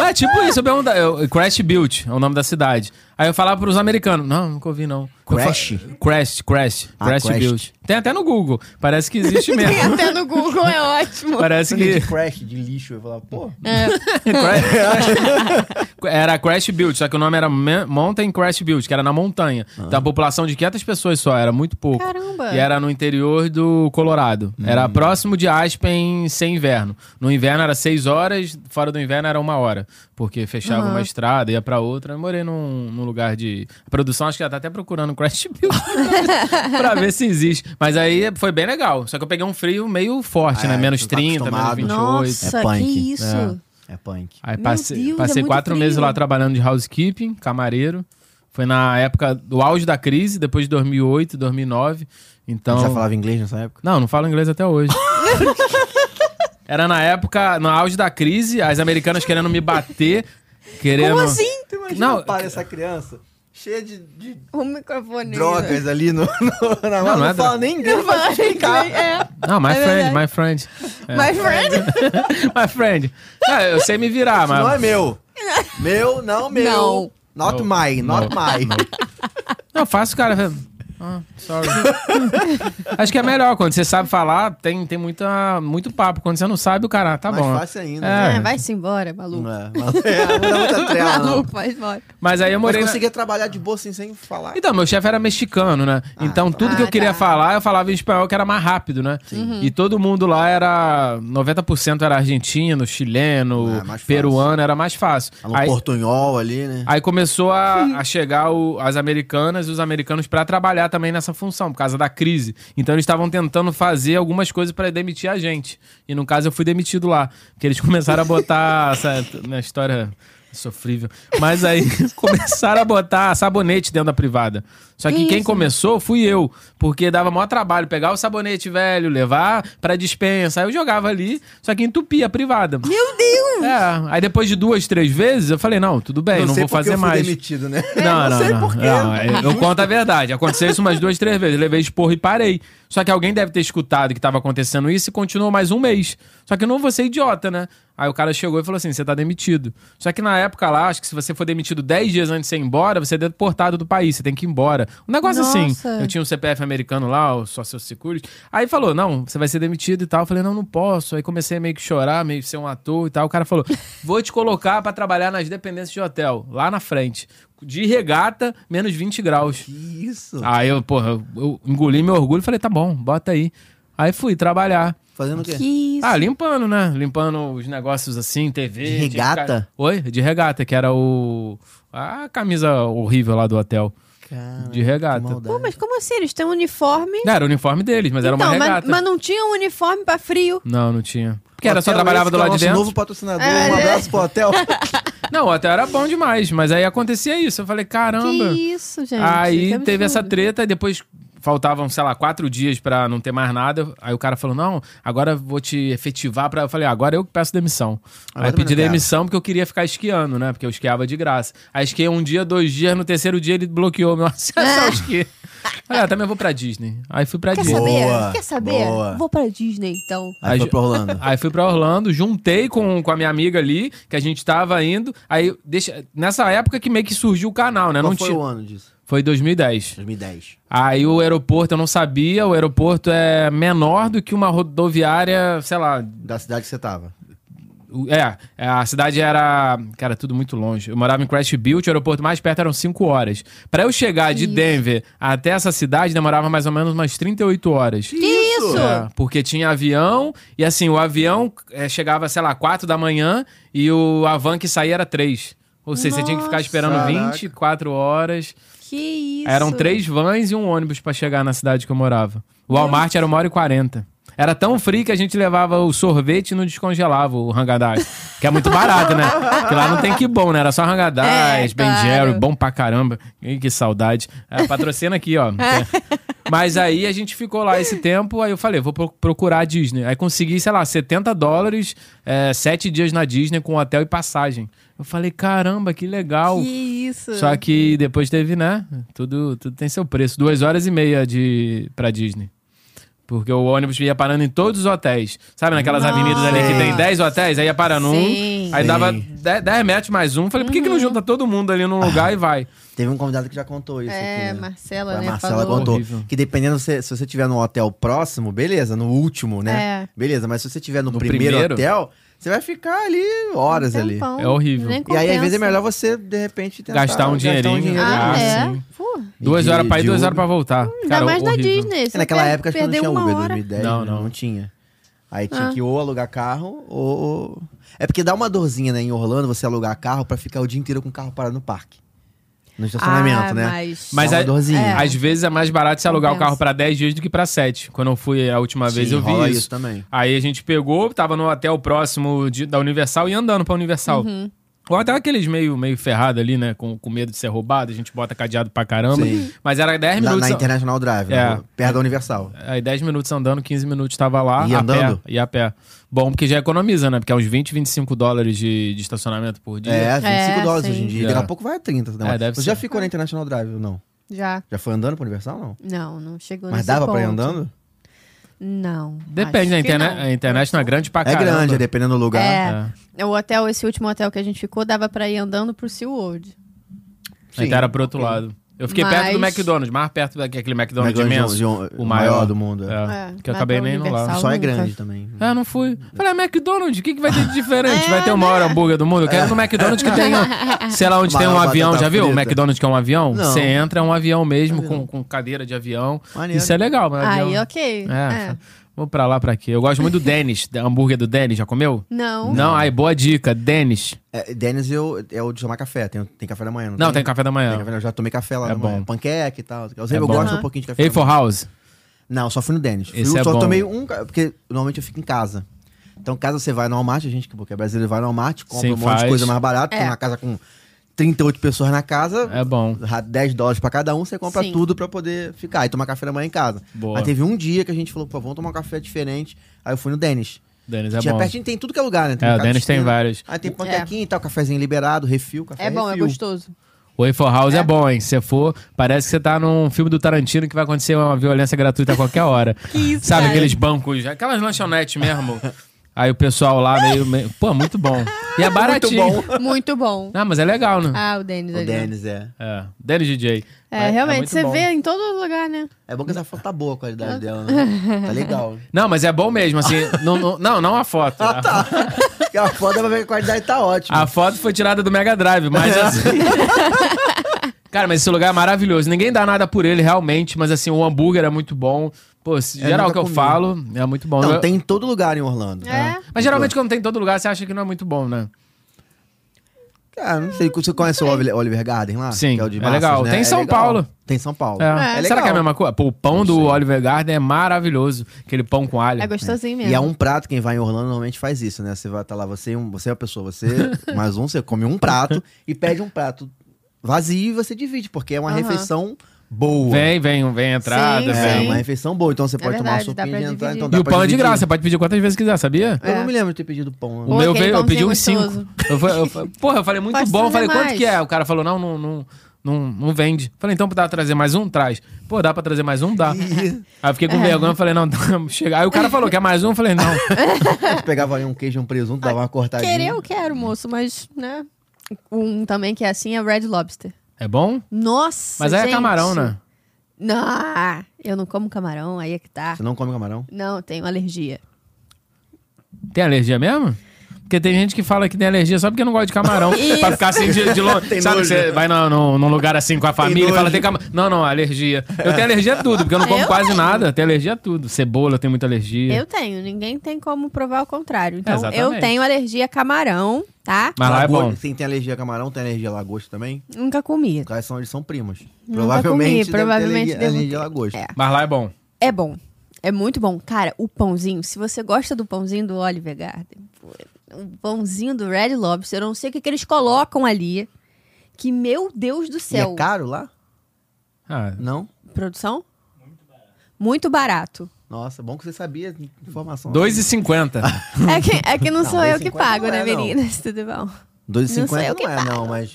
Speaker 3: É tipo isso, eu perguntava. eu- Crash Built é o nome da cidade. Aí eu falava pros americanos, não, nunca ouvi não. Eu fa-
Speaker 2: Crash?
Speaker 3: Crash, Crash,
Speaker 2: Ah,
Speaker 3: Crash
Speaker 2: Crash.
Speaker 3: Build. Tem até no Google, parece que existe
Speaker 1: Tem [laughs]
Speaker 3: mesmo.
Speaker 1: até no Google, é ótimo.
Speaker 3: parece que...
Speaker 2: De crash, de lixo. Eu falava, pô.
Speaker 3: Crash- era Crash Build, só que o nome era Ma- Mountain Crash Build, que era na montanha.
Speaker 2: Ah.
Speaker 3: Então a população de 500 pessoas só, era muito pouco.
Speaker 1: Caramba.
Speaker 3: E era no interior do Colorado.
Speaker 2: Hum.
Speaker 3: Era próximo de Aspen sem inverno. No inverno era seis horas, fora do inverno era uma hora. Porque fechava uma estrada, ia pra outra. Eu morei num, num lugar de. A produção acho que já tá até procurando Crash Build [laughs] pra ver se existe. Mas aí foi bem legal. Só que eu peguei um frio meio forte,
Speaker 2: É,
Speaker 3: né? Menos
Speaker 2: tu tá
Speaker 3: 30, menos
Speaker 2: acostumado.
Speaker 3: 28.
Speaker 1: Nossa,
Speaker 2: é
Speaker 1: que
Speaker 2: punk.
Speaker 1: isso.
Speaker 2: É punk.
Speaker 3: Aí
Speaker 1: Meu
Speaker 3: passe-
Speaker 1: Deus, é
Speaker 3: passei
Speaker 1: muito
Speaker 3: quatro
Speaker 1: frio.
Speaker 3: meses lá trabalhando de housekeeping, camareiro. Foi na época do auge da crise, depois de 2008, 2009. Então.
Speaker 2: Tu já falava inglês nessa época?
Speaker 3: Não, não falo inglês até hoje. [laughs] Era na época, no auge da crise, as americanas querendo me bater, querendo.
Speaker 1: Como assim?
Speaker 2: Tu imagina
Speaker 3: Não.
Speaker 2: pai dessa criança cheia de, de
Speaker 1: O microfone. aí, né?
Speaker 2: drogas ali no, no, na mão. Não,
Speaker 3: não
Speaker 2: fala
Speaker 3: é droga.
Speaker 2: nem inglês pra
Speaker 1: Vai,
Speaker 2: explicar.
Speaker 1: [laughs] é.
Speaker 3: Não, my
Speaker 1: É
Speaker 3: friend,
Speaker 1: verdade.
Speaker 3: my friend. [laughs]
Speaker 1: My friend.
Speaker 3: my friend. Ah, eu sei me virar,
Speaker 2: Isso não é
Speaker 3: mas. [laughs]
Speaker 2: meu. Meu, não meu.
Speaker 1: Não.
Speaker 2: Not
Speaker 3: Não.
Speaker 2: my, not my.
Speaker 3: Não, eu faço, cara. Ah,
Speaker 1: [laughs]
Speaker 3: sorry. Acho que é melhor, quando você sabe falar, tem, tem muita, muito papo. Quando você não sabe, o cara, ah, tá
Speaker 2: Mais
Speaker 3: bom.
Speaker 2: fácil ainda.
Speaker 3: É.
Speaker 2: né?
Speaker 1: É, Vai-se embora, maluco. Tá
Speaker 2: É, [laughs] mas- é, não dá muita trela, não.
Speaker 1: Maluco, vai embora.
Speaker 3: Mas aí eu
Speaker 2: Mas
Speaker 3: morei. na-
Speaker 2: conseguia trabalhar de boa assim, sem falar.
Speaker 3: Então, meu chefe era mexicano, né? então, tudo que eu
Speaker 1: Ah,
Speaker 3: queria
Speaker 1: tá.
Speaker 3: falar, eu falava em espanhol, que era mais rápido, né? E todo mundo lá era... 90% era argentino, chileno,
Speaker 2: Ah, mais fácil.
Speaker 3: peruano, era mais fácil.
Speaker 2: Alô,
Speaker 3: Aí,
Speaker 2: portunhol ali, né?
Speaker 3: aí começou a, a chegar o- as americanas e os americanos pra trabalhar também nessa função, por causa da crise. Então, eles estavam tentando fazer algumas coisas pra demitir a gente. E, no caso, eu fui demitido lá. Porque eles [laughs] começaram a botar... essa minha história... Sofrível. Mas aí [laughs] começaram a botar sabonete dentro da privada. Só que
Speaker 1: Que
Speaker 3: quem
Speaker 1: isso?
Speaker 3: começou fui eu, porque dava maior trabalho pegar o sabonete velho, levar pra dispensa. Aí eu jogava ali, só que entupia a privada.
Speaker 1: Meu Deus.
Speaker 3: É, aí depois de duas, três vezes, Ah, eu falei: não, tudo bem, não,
Speaker 2: sei
Speaker 3: vou
Speaker 2: porque
Speaker 3: fazer
Speaker 2: eu fui
Speaker 3: mais.
Speaker 2: demitido,
Speaker 3: [laughs]
Speaker 2: né?
Speaker 3: Não, não,
Speaker 2: sei
Speaker 3: não.
Speaker 2: por quê.
Speaker 3: não, é, eu conto a verdade. Aconteceu isso umas duas, três vezes. Levei esporro e parei. Só que alguém deve ter escutado que tava acontecendo isso e continuou mais um mês. Só que eu não vou ser idiota, né? Aí o cara chegou e falou assim: você tá demitido. Só que na época lá, acho que se você for demitido 10 dias antes de você ir embora, você é deportado do país, você tem que ir embora. Um negócio
Speaker 1: Nossa.
Speaker 3: assim. Eu tinha um CPF americano lá, o Social Security. Aí falou: não, você vai ser demitido e tal. Eu falei: não, não posso. Aí comecei a meio que chorar, meio que ser um ator e tal. O cara falou: [laughs] vou te colocar pra trabalhar nas dependências de hotel, lá na frente. De regata, menos 20 graus.
Speaker 2: Que isso?
Speaker 3: Aí eu, porra, eu, eu engoli meu orgulho e falei: tá bom, bota aí. Aí fui trabalhar.
Speaker 2: Fazendo o quê?
Speaker 1: Que isso.
Speaker 3: Ah, limpando, né? Limpando os negócios assim, TV.
Speaker 2: De
Speaker 3: tinha que
Speaker 2: regata?
Speaker 3: ficar- Oi, de regata, que era o. A camisa horrível lá do hotel.
Speaker 2: Cara,
Speaker 3: De regata.
Speaker 2: que maldade.
Speaker 1: Pô, mas como assim? Eles têm um uniforme.
Speaker 3: Não, era o uniforme deles, mas era uma
Speaker 1: então, mas,
Speaker 3: regata.
Speaker 1: mas não tinha um uniforme pra frio.
Speaker 3: Não, não tinha. Porque era só
Speaker 2: Hotel
Speaker 3: trabalhava
Speaker 2: esse
Speaker 3: do
Speaker 2: que é o
Speaker 3: lado
Speaker 2: nosso
Speaker 3: de dentro.
Speaker 2: novo patrocinador.
Speaker 1: É,
Speaker 2: um
Speaker 1: é.
Speaker 2: abraço pro hotel.
Speaker 3: Não, o hotel era bom demais, mas aí acontecia isso. Eu falei, caramba.
Speaker 1: Que isso, gente.
Speaker 3: aí
Speaker 1: que absurdo.
Speaker 3: teve essa treta e depois faltavam, sei lá, quatro dias pra não ter mais nada. Aí o cara falou, não, agora eu vou te efetivar pra... Eu falei, "Ah, agora eu que peço demissão.
Speaker 2: Agora
Speaker 3: aí eu
Speaker 2: também
Speaker 3: pedi
Speaker 2: não quero.
Speaker 3: demissão porque eu queria ficar esquiando, né? Porque eu esquiava de graça. Aí esquiei um dia, dois dias, no terceiro dia ele bloqueou meu [laughs] acesso ao
Speaker 1: [laughs]
Speaker 3: esqui. Falei, ah, também eu vou pra Disney. Aí fui pra
Speaker 1: Quer
Speaker 3: Disney.
Speaker 1: saber?
Speaker 2: Boa,
Speaker 1: Quer saber?
Speaker 2: boa.
Speaker 1: Vou pra Disney, então.
Speaker 2: Aí foi pra Orlando.
Speaker 3: Aí fui pra Orlando, juntei com, com a minha amiga ali, que a gente tava indo. Aí, deixa, nessa época que meio que surgiu o canal, né?
Speaker 2: Qual
Speaker 3: não
Speaker 2: foi
Speaker 3: tinha-
Speaker 2: o ano disso?
Speaker 3: Foi 2010.
Speaker 2: 2010.
Speaker 3: Aí o aeroporto, eu não sabia, o aeroporto é menor do que uma rodoviária, sei lá.
Speaker 2: Da cidade que você tava.
Speaker 3: o- É, é, a cidade era. Cara, tudo muito longe. Eu morava em Crash Built, o aeroporto mais perto eram 5 horas. Pra eu chegar de
Speaker 1: Isso.
Speaker 3: Denver até essa cidade demorava mais ou menos umas 38 horas.
Speaker 1: Que isso?
Speaker 3: É, porque tinha avião, e assim, o avião é, chegava, sei lá, 4 da manhã e o a van que saía era 3. Ou seja, você tinha que ficar
Speaker 1: Nossa.
Speaker 3: esperando
Speaker 2: Caraca.
Speaker 3: 24 horas.
Speaker 1: Que isso.
Speaker 3: Eram
Speaker 1: [laughs]
Speaker 3: três vans e um ônibus pra chegar na cidade que eu morava. O Walmart era uma hora e quarenta. Era tão frio que a gente levava o sorvete e não descongelava o rangadás. Que é muito barato, né? Porque lá não tem que bom, né? Era só rangadás,
Speaker 1: É,
Speaker 3: Ben
Speaker 1: claro.
Speaker 3: Jerry, bom pra caramba. Ih, que saudade. É, patrocina
Speaker 1: [laughs]
Speaker 3: aqui, ó. Mas aí a gente ficou lá esse tempo, aí eu falei, vou pro- procurar a Disney. Aí consegui, sei lá, 70 dólares, é, sete dias na Disney com hotel e passagem. Eu falei, caramba, que legal.
Speaker 1: Que isso.
Speaker 3: Só que depois teve, né? Tudo, tudo tem seu preço. Duas horas e meia de pra Disney. Porque o ônibus ia parando em todos os hotéis. Sabe, naquelas
Speaker 1: Nossa.
Speaker 3: avenidas ali que tem 10 hotéis, aí ia parando
Speaker 1: Sim. Uhum.
Speaker 3: um, aí
Speaker 2: Sim.
Speaker 3: dava 10 10 metros mais um. Falei, por que, que não junta todo mundo ali num lugar e vai?
Speaker 2: Teve um convidado que já contou isso.
Speaker 1: É,
Speaker 2: aqui, né?
Speaker 1: Marcela,
Speaker 2: a
Speaker 1: né?
Speaker 2: Marcela
Speaker 1: falou.
Speaker 2: contou.
Speaker 3: Horrível.
Speaker 2: Que dependendo se, se você tiver no hotel próximo, beleza, no último, né?
Speaker 1: É.
Speaker 2: Beleza, mas se você tiver no,
Speaker 3: No
Speaker 2: primeiro,
Speaker 3: primeiro?
Speaker 2: hotel, você vai ficar ali horas ali.
Speaker 1: Um Tempão,
Speaker 3: É horrível.
Speaker 1: nem
Speaker 2: E aí, às vezes, é
Speaker 1: compensa.
Speaker 2: melhor assim. você, de repente, tentar
Speaker 3: Gastar um dinheirinho.
Speaker 1: Ah,
Speaker 3: Ah,
Speaker 1: é?
Speaker 3: sim.
Speaker 1: Pô,
Speaker 3: Duas
Speaker 2: de-
Speaker 3: horas pra ir,
Speaker 2: de
Speaker 3: duas
Speaker 2: Uber.
Speaker 3: horas pra voltar.
Speaker 1: ainda
Speaker 3: Cara,
Speaker 1: mais na
Speaker 3: horrível.
Speaker 1: Disney.
Speaker 2: É,
Speaker 1: você
Speaker 2: naquela
Speaker 1: per-
Speaker 2: época acho que não
Speaker 1: perdeu
Speaker 2: tinha
Speaker 1: uma
Speaker 2: Uber,
Speaker 1: hora.
Speaker 2: 2010,
Speaker 3: Não,
Speaker 2: não,
Speaker 3: não.
Speaker 2: né? não. tinha. Aí tinha
Speaker 1: Ah.
Speaker 2: que ou alugar carro ou. É porque dá uma dorzinha, né, em Orlando, você alugar carro pra ficar o dia inteiro com o carro parado no parque. No estacionamento,
Speaker 1: Ah,
Speaker 2: né?
Speaker 1: Mas...
Speaker 3: Mas
Speaker 2: Dá uma
Speaker 3: a-
Speaker 2: dorzinha.
Speaker 1: É.
Speaker 3: Às vezes é mais barato você alugar o
Speaker 1: Compensa.
Speaker 3: carro pra 10 dias do que pra 7. Quando eu fui a última vez,
Speaker 2: Sim,
Speaker 3: eu vi
Speaker 2: rola
Speaker 3: isso.
Speaker 2: também.
Speaker 3: Aí a gente pegou, tava no hotel próximo de- da Universal e andando pra Universal.
Speaker 1: Uhum.
Speaker 3: Ou até aqueles meio, meio ferrado ali, né? Com, com medo de ser roubado, a gente bota cadeado pra caramba.
Speaker 2: Sim.
Speaker 3: Mas era 10
Speaker 2: Na,
Speaker 3: É, minutos.
Speaker 2: na International Drive,
Speaker 3: É.
Speaker 2: né? perto da Universal.
Speaker 3: Aí 10 minutos andando, 15 minutos tava lá.
Speaker 2: E
Speaker 3: a
Speaker 2: andando?
Speaker 3: Pé, e a pé. Bom, porque já economiza, né? Porque é uns 20, 25 dólares de, de estacionamento por dia.
Speaker 2: É, 25
Speaker 1: É,
Speaker 2: dólares
Speaker 1: sim.
Speaker 2: hoje em dia.
Speaker 3: É.
Speaker 2: Daqui a pouco vai a 30. Né?
Speaker 3: É, deve
Speaker 2: Você já
Speaker 3: ser.
Speaker 2: ficou na International Drive ou não?
Speaker 1: Já.
Speaker 2: Já foi andando pro Universal não?
Speaker 1: Não, não chegou
Speaker 2: Mas
Speaker 1: nesse
Speaker 2: dava pra ir
Speaker 1: ponto.
Speaker 2: andando?
Speaker 1: Não.
Speaker 3: Depende,
Speaker 1: acho
Speaker 3: né?
Speaker 1: que
Speaker 3: Interna-
Speaker 1: não.
Speaker 3: A internet não é grande pra
Speaker 2: É
Speaker 3: caramba.
Speaker 2: grande, é dependendo do lugar.
Speaker 1: É. O hotel, esse último hotel que a gente ficou, dava pra ir andando pro SeaWorld.
Speaker 2: Sim.
Speaker 3: Então era pro outro lado. Eu fiquei
Speaker 1: Mas-
Speaker 3: perto do McDonald's, mais perto daquele McDonald's
Speaker 2: McDonald's
Speaker 3: imenso.
Speaker 2: de um-
Speaker 3: o
Speaker 2: o
Speaker 3: maior.
Speaker 2: maior do mundo. É.
Speaker 3: É,
Speaker 1: É,
Speaker 3: que eu
Speaker 1: mas
Speaker 3: acabei
Speaker 1: pra
Speaker 3: nem indo
Speaker 2: O
Speaker 3: lá.
Speaker 1: Universal.
Speaker 2: Só é
Speaker 1: nunca.
Speaker 2: grande também.
Speaker 3: Ah, não fui. Falei, ah, McDonald's, o que, que vai ter de diferente?
Speaker 1: É,
Speaker 3: vai ter o maior hambúrguer do mundo? Eu quero ir no McDonald's que
Speaker 1: [laughs]
Speaker 3: tem, um- sei lá, onde tem um
Speaker 2: Maior
Speaker 3: avião,
Speaker 2: batata
Speaker 3: já viu? O
Speaker 2: frita.
Speaker 3: McDonald's que é um avião?
Speaker 2: Não.
Speaker 3: Você entra, é um avião mesmo, com, com cadeira de avião.
Speaker 2: Maneiro.
Speaker 3: Isso é legal, mas avião...
Speaker 1: Aí, ok.
Speaker 3: É,
Speaker 1: É.
Speaker 3: vou pra lá, pra quê? Eu gosto muito do Dennis, [laughs] da- hambúrguer do Dennis, já comeu?
Speaker 1: Não.
Speaker 3: Não, aí, boa dica, Dennis.
Speaker 2: É, Dennis eu, é o de tomar café. Tem, tem café da manhã, não
Speaker 3: Não, tem café da
Speaker 2: Tem
Speaker 3: manhã.
Speaker 2: café da- Eu já tomei café lá
Speaker 3: É
Speaker 2: na
Speaker 3: bom.
Speaker 2: manhã. Panqueca e tal. Eu, sempre
Speaker 3: É
Speaker 2: eu
Speaker 3: bom.
Speaker 2: gosto
Speaker 1: Aham.
Speaker 2: um pouquinho de café.
Speaker 3: Ei
Speaker 2: da
Speaker 3: for
Speaker 2: manhã.
Speaker 3: House.
Speaker 2: Não, eu só fui no Dennis. Fui-
Speaker 3: Esse é
Speaker 2: só
Speaker 3: bom.
Speaker 2: tomei um, ca- porque normalmente eu fico em casa. Então, caso você vai no Walmart, a gente que porque é brasileiro vai no Walmart, compra
Speaker 3: Sim,
Speaker 2: um monte
Speaker 3: faz.
Speaker 2: de coisa mais barata,
Speaker 1: É.
Speaker 2: tem uma casa com 38 pessoas na casa,
Speaker 3: É bom.
Speaker 2: ra- 10 dólares pra cada um, você compra
Speaker 1: Sim.
Speaker 2: tudo pra poder ficar e tomar café da manhã em casa.
Speaker 3: Boa.
Speaker 2: Mas teve um dia que a gente falou, pô, vamos tomar um café diferente. Aí eu fui no Dennis.
Speaker 3: Dennis é
Speaker 2: Tinha
Speaker 3: bom.
Speaker 2: pertinho, tem tudo que é lugar, né?
Speaker 3: É, o
Speaker 2: mercado
Speaker 3: Dennis
Speaker 2: de
Speaker 3: tem
Speaker 2: esquina.
Speaker 3: vários.
Speaker 2: Aí tem panquequinha e tal, cafezinho liberado, refil, café
Speaker 1: É bom, é
Speaker 2: refil.
Speaker 1: gostoso.
Speaker 3: O Way for House é, bom, hein? Se você for, parece que você tá num filme do Tarantino que vai acontecer uma violência gratuita a qualquer hora.
Speaker 1: Que isso,
Speaker 3: Sabe
Speaker 1: cara.
Speaker 3: aqueles bancos, aquelas lanchonetes mesmo. Aí o pessoal lá meio, meio- Pô, muito bom. E é baratinho.
Speaker 2: Muito bom.
Speaker 1: Muito
Speaker 2: [laughs]
Speaker 1: bom.
Speaker 3: Ah, mas é legal, né?
Speaker 1: Ah, o Denis
Speaker 2: O
Speaker 1: ali.
Speaker 2: Dennis, é.
Speaker 3: É, Dennis DJ. Mas
Speaker 1: É, realmente,
Speaker 3: muito
Speaker 1: você
Speaker 3: bom.
Speaker 1: vê em todo lugar, né?
Speaker 2: É bom que essa foto tá boa a qualidade dela, né? Tá
Speaker 1: [laughs]
Speaker 2: legal.
Speaker 3: Não, mas é bom mesmo, assim. não, não, não, não a foto.
Speaker 2: Ah,
Speaker 3: A-
Speaker 2: tá. Aquela foto dá pra ver [laughs] que a qualidade tá ótima.
Speaker 3: Ah, tá. A foto foi tirada do Mega Drive, mas assim. Cara, mas esse lugar é maravilhoso. Ninguém dá nada por ele, realmente, mas assim, o hambúrguer é muito bom. Pô, se-
Speaker 2: Eu
Speaker 3: geral
Speaker 2: nunca
Speaker 3: que eu
Speaker 2: comi.
Speaker 3: falo, é muito bom.
Speaker 2: Não,
Speaker 3: Eu-
Speaker 2: tem em todo lugar em Orlando.
Speaker 1: É.
Speaker 3: Mas geralmente quando tem em todo lugar, você acha que não é muito bom, né?
Speaker 2: Cara, não sei. Você conhece o Oliver, Oliver Garden lá?
Speaker 3: Sim,
Speaker 2: Que é, o de
Speaker 3: é
Speaker 2: massas,
Speaker 3: legal.
Speaker 2: né?
Speaker 3: Tem em
Speaker 2: É
Speaker 3: São
Speaker 2: legal.
Speaker 3: Paulo.
Speaker 2: Tem em São Paulo.
Speaker 3: É.
Speaker 1: É.
Speaker 3: Será que é a mesma coisa? Pô, o pão do Oliver Garden é maravilhoso. Aquele pão com alho.
Speaker 1: É gostosinho mesmo.
Speaker 2: E é um prato, quem vai em Orlando normalmente faz isso, né? Você vai tá lá, você, e um- você é a pessoa,
Speaker 3: [laughs]
Speaker 2: você mais um, você come um prato e pede um prato vazio e você divide, porque é uma
Speaker 1: Aham.
Speaker 2: refeição boa.
Speaker 3: Vem, vem, vem a entrada,
Speaker 1: Sim,
Speaker 2: é
Speaker 3: vem.
Speaker 1: sim.
Speaker 2: uma refeição boa, então você pode
Speaker 1: É verdade,
Speaker 2: tomar
Speaker 1: dá pra
Speaker 2: uma sopinha de entrada.
Speaker 1: dividir.
Speaker 2: Então dá
Speaker 3: E o
Speaker 2: pra
Speaker 3: pão é de
Speaker 2: dividir.
Speaker 3: graça, você pode pedir quantas vezes quiser, sabia?
Speaker 2: Eu
Speaker 1: É.
Speaker 2: não me lembro de ter pedido pão.
Speaker 3: O
Speaker 1: Pô,
Speaker 3: meu
Speaker 1: aquele
Speaker 3: veio, eu pedi
Speaker 1: pãozinho
Speaker 3: uns
Speaker 1: gostoso.
Speaker 3: cinco. Eu, fa- eu, fa- porra, eu falei, muito
Speaker 1: Pode
Speaker 3: bom.
Speaker 1: trazer
Speaker 3: Falei, quanto
Speaker 1: mais.
Speaker 3: que é? O cara falou, não, não, não, não, não vende. Falei, então dá pra trazer mais um? Traz. Pô, dá pra trazer mais um? Dá.
Speaker 2: Ih.
Speaker 3: Aí
Speaker 1: [laughs]
Speaker 3: eu fiquei com
Speaker 1: É.
Speaker 3: vergonha, falei, não, [laughs] tá, chega. Aí o cara falou, quer mais um? Eu Falei, não.
Speaker 2: Eu [laughs] pegava ali um queijo, um presunto, dava uma cortadinha.
Speaker 1: Querer eu quero, moço, mas, né? Um também que é assim é Red Lobster.
Speaker 3: É bom?
Speaker 1: Nossa,
Speaker 3: Mas aí é
Speaker 1: gente.
Speaker 3: camarão, né?
Speaker 1: Não, eu não como camarão, aí é que tá.
Speaker 2: Você não come camarão?
Speaker 1: Não, tenho alergia.
Speaker 3: Tem alergia mesmo? Porque tem gente que fala que tem alergia só porque não gosta de
Speaker 1: [laughs]
Speaker 3: camarão.
Speaker 1: Isso.
Speaker 3: pra ficar assim de, de longe.
Speaker 2: Tem
Speaker 3: Sabe,
Speaker 2: nojo.
Speaker 3: você vai no, no- num lugar assim com a família e
Speaker 2: nojo.
Speaker 3: fala, tem camarão. Não, não, alergia. Eu tenho alergia a tudo, porque eu não como
Speaker 1: Ah, Eu
Speaker 3: quase nada. Eu tenho alergia a tudo. Cebola, eu tenho muita alergia.
Speaker 1: Eu tenho, ninguém tem como provar o contrário. Então,
Speaker 3: Exatamente.
Speaker 1: eu tenho alergia a camarão, tá?
Speaker 3: Mas lá é
Speaker 2: Lagosta-
Speaker 3: bom.
Speaker 2: Sim, tem alergia a camarão, tem alergia a lagosta também.
Speaker 1: Nunca comi.
Speaker 2: Elas são, eles são primos.
Speaker 1: Nunca comi,
Speaker 2: provavelmente deve ter
Speaker 1: provavelmente
Speaker 2: alergia,
Speaker 1: devo
Speaker 2: alergia a
Speaker 1: ter.
Speaker 2: lagosta.
Speaker 1: É.
Speaker 3: Mas lá é bom.
Speaker 1: É bom. É muito bom. Cara, o pãozinho, se você gosta do pãozinho do Oliver Garden, pô, o pãozinho do Red Lobster, eu não sei o que, que eles colocam ali. Que, meu Deus do
Speaker 2: E
Speaker 1: céu.
Speaker 2: é caro lá?
Speaker 3: Ah,
Speaker 2: Não?
Speaker 1: Produção? Muito barato.
Speaker 2: Nossa, bom que você sabia informação. [laughs]
Speaker 3: 2,50.
Speaker 1: É que, é que não,
Speaker 2: Não,
Speaker 1: sou eu que
Speaker 2: 2,50
Speaker 1: pago,
Speaker 2: não
Speaker 1: né,
Speaker 2: é, não.
Speaker 1: meninas? [laughs] Tudo bom? não sei
Speaker 2: 2,50
Speaker 1: o
Speaker 2: não,
Speaker 1: que tá.
Speaker 2: é,
Speaker 1: fala.
Speaker 2: não, mas.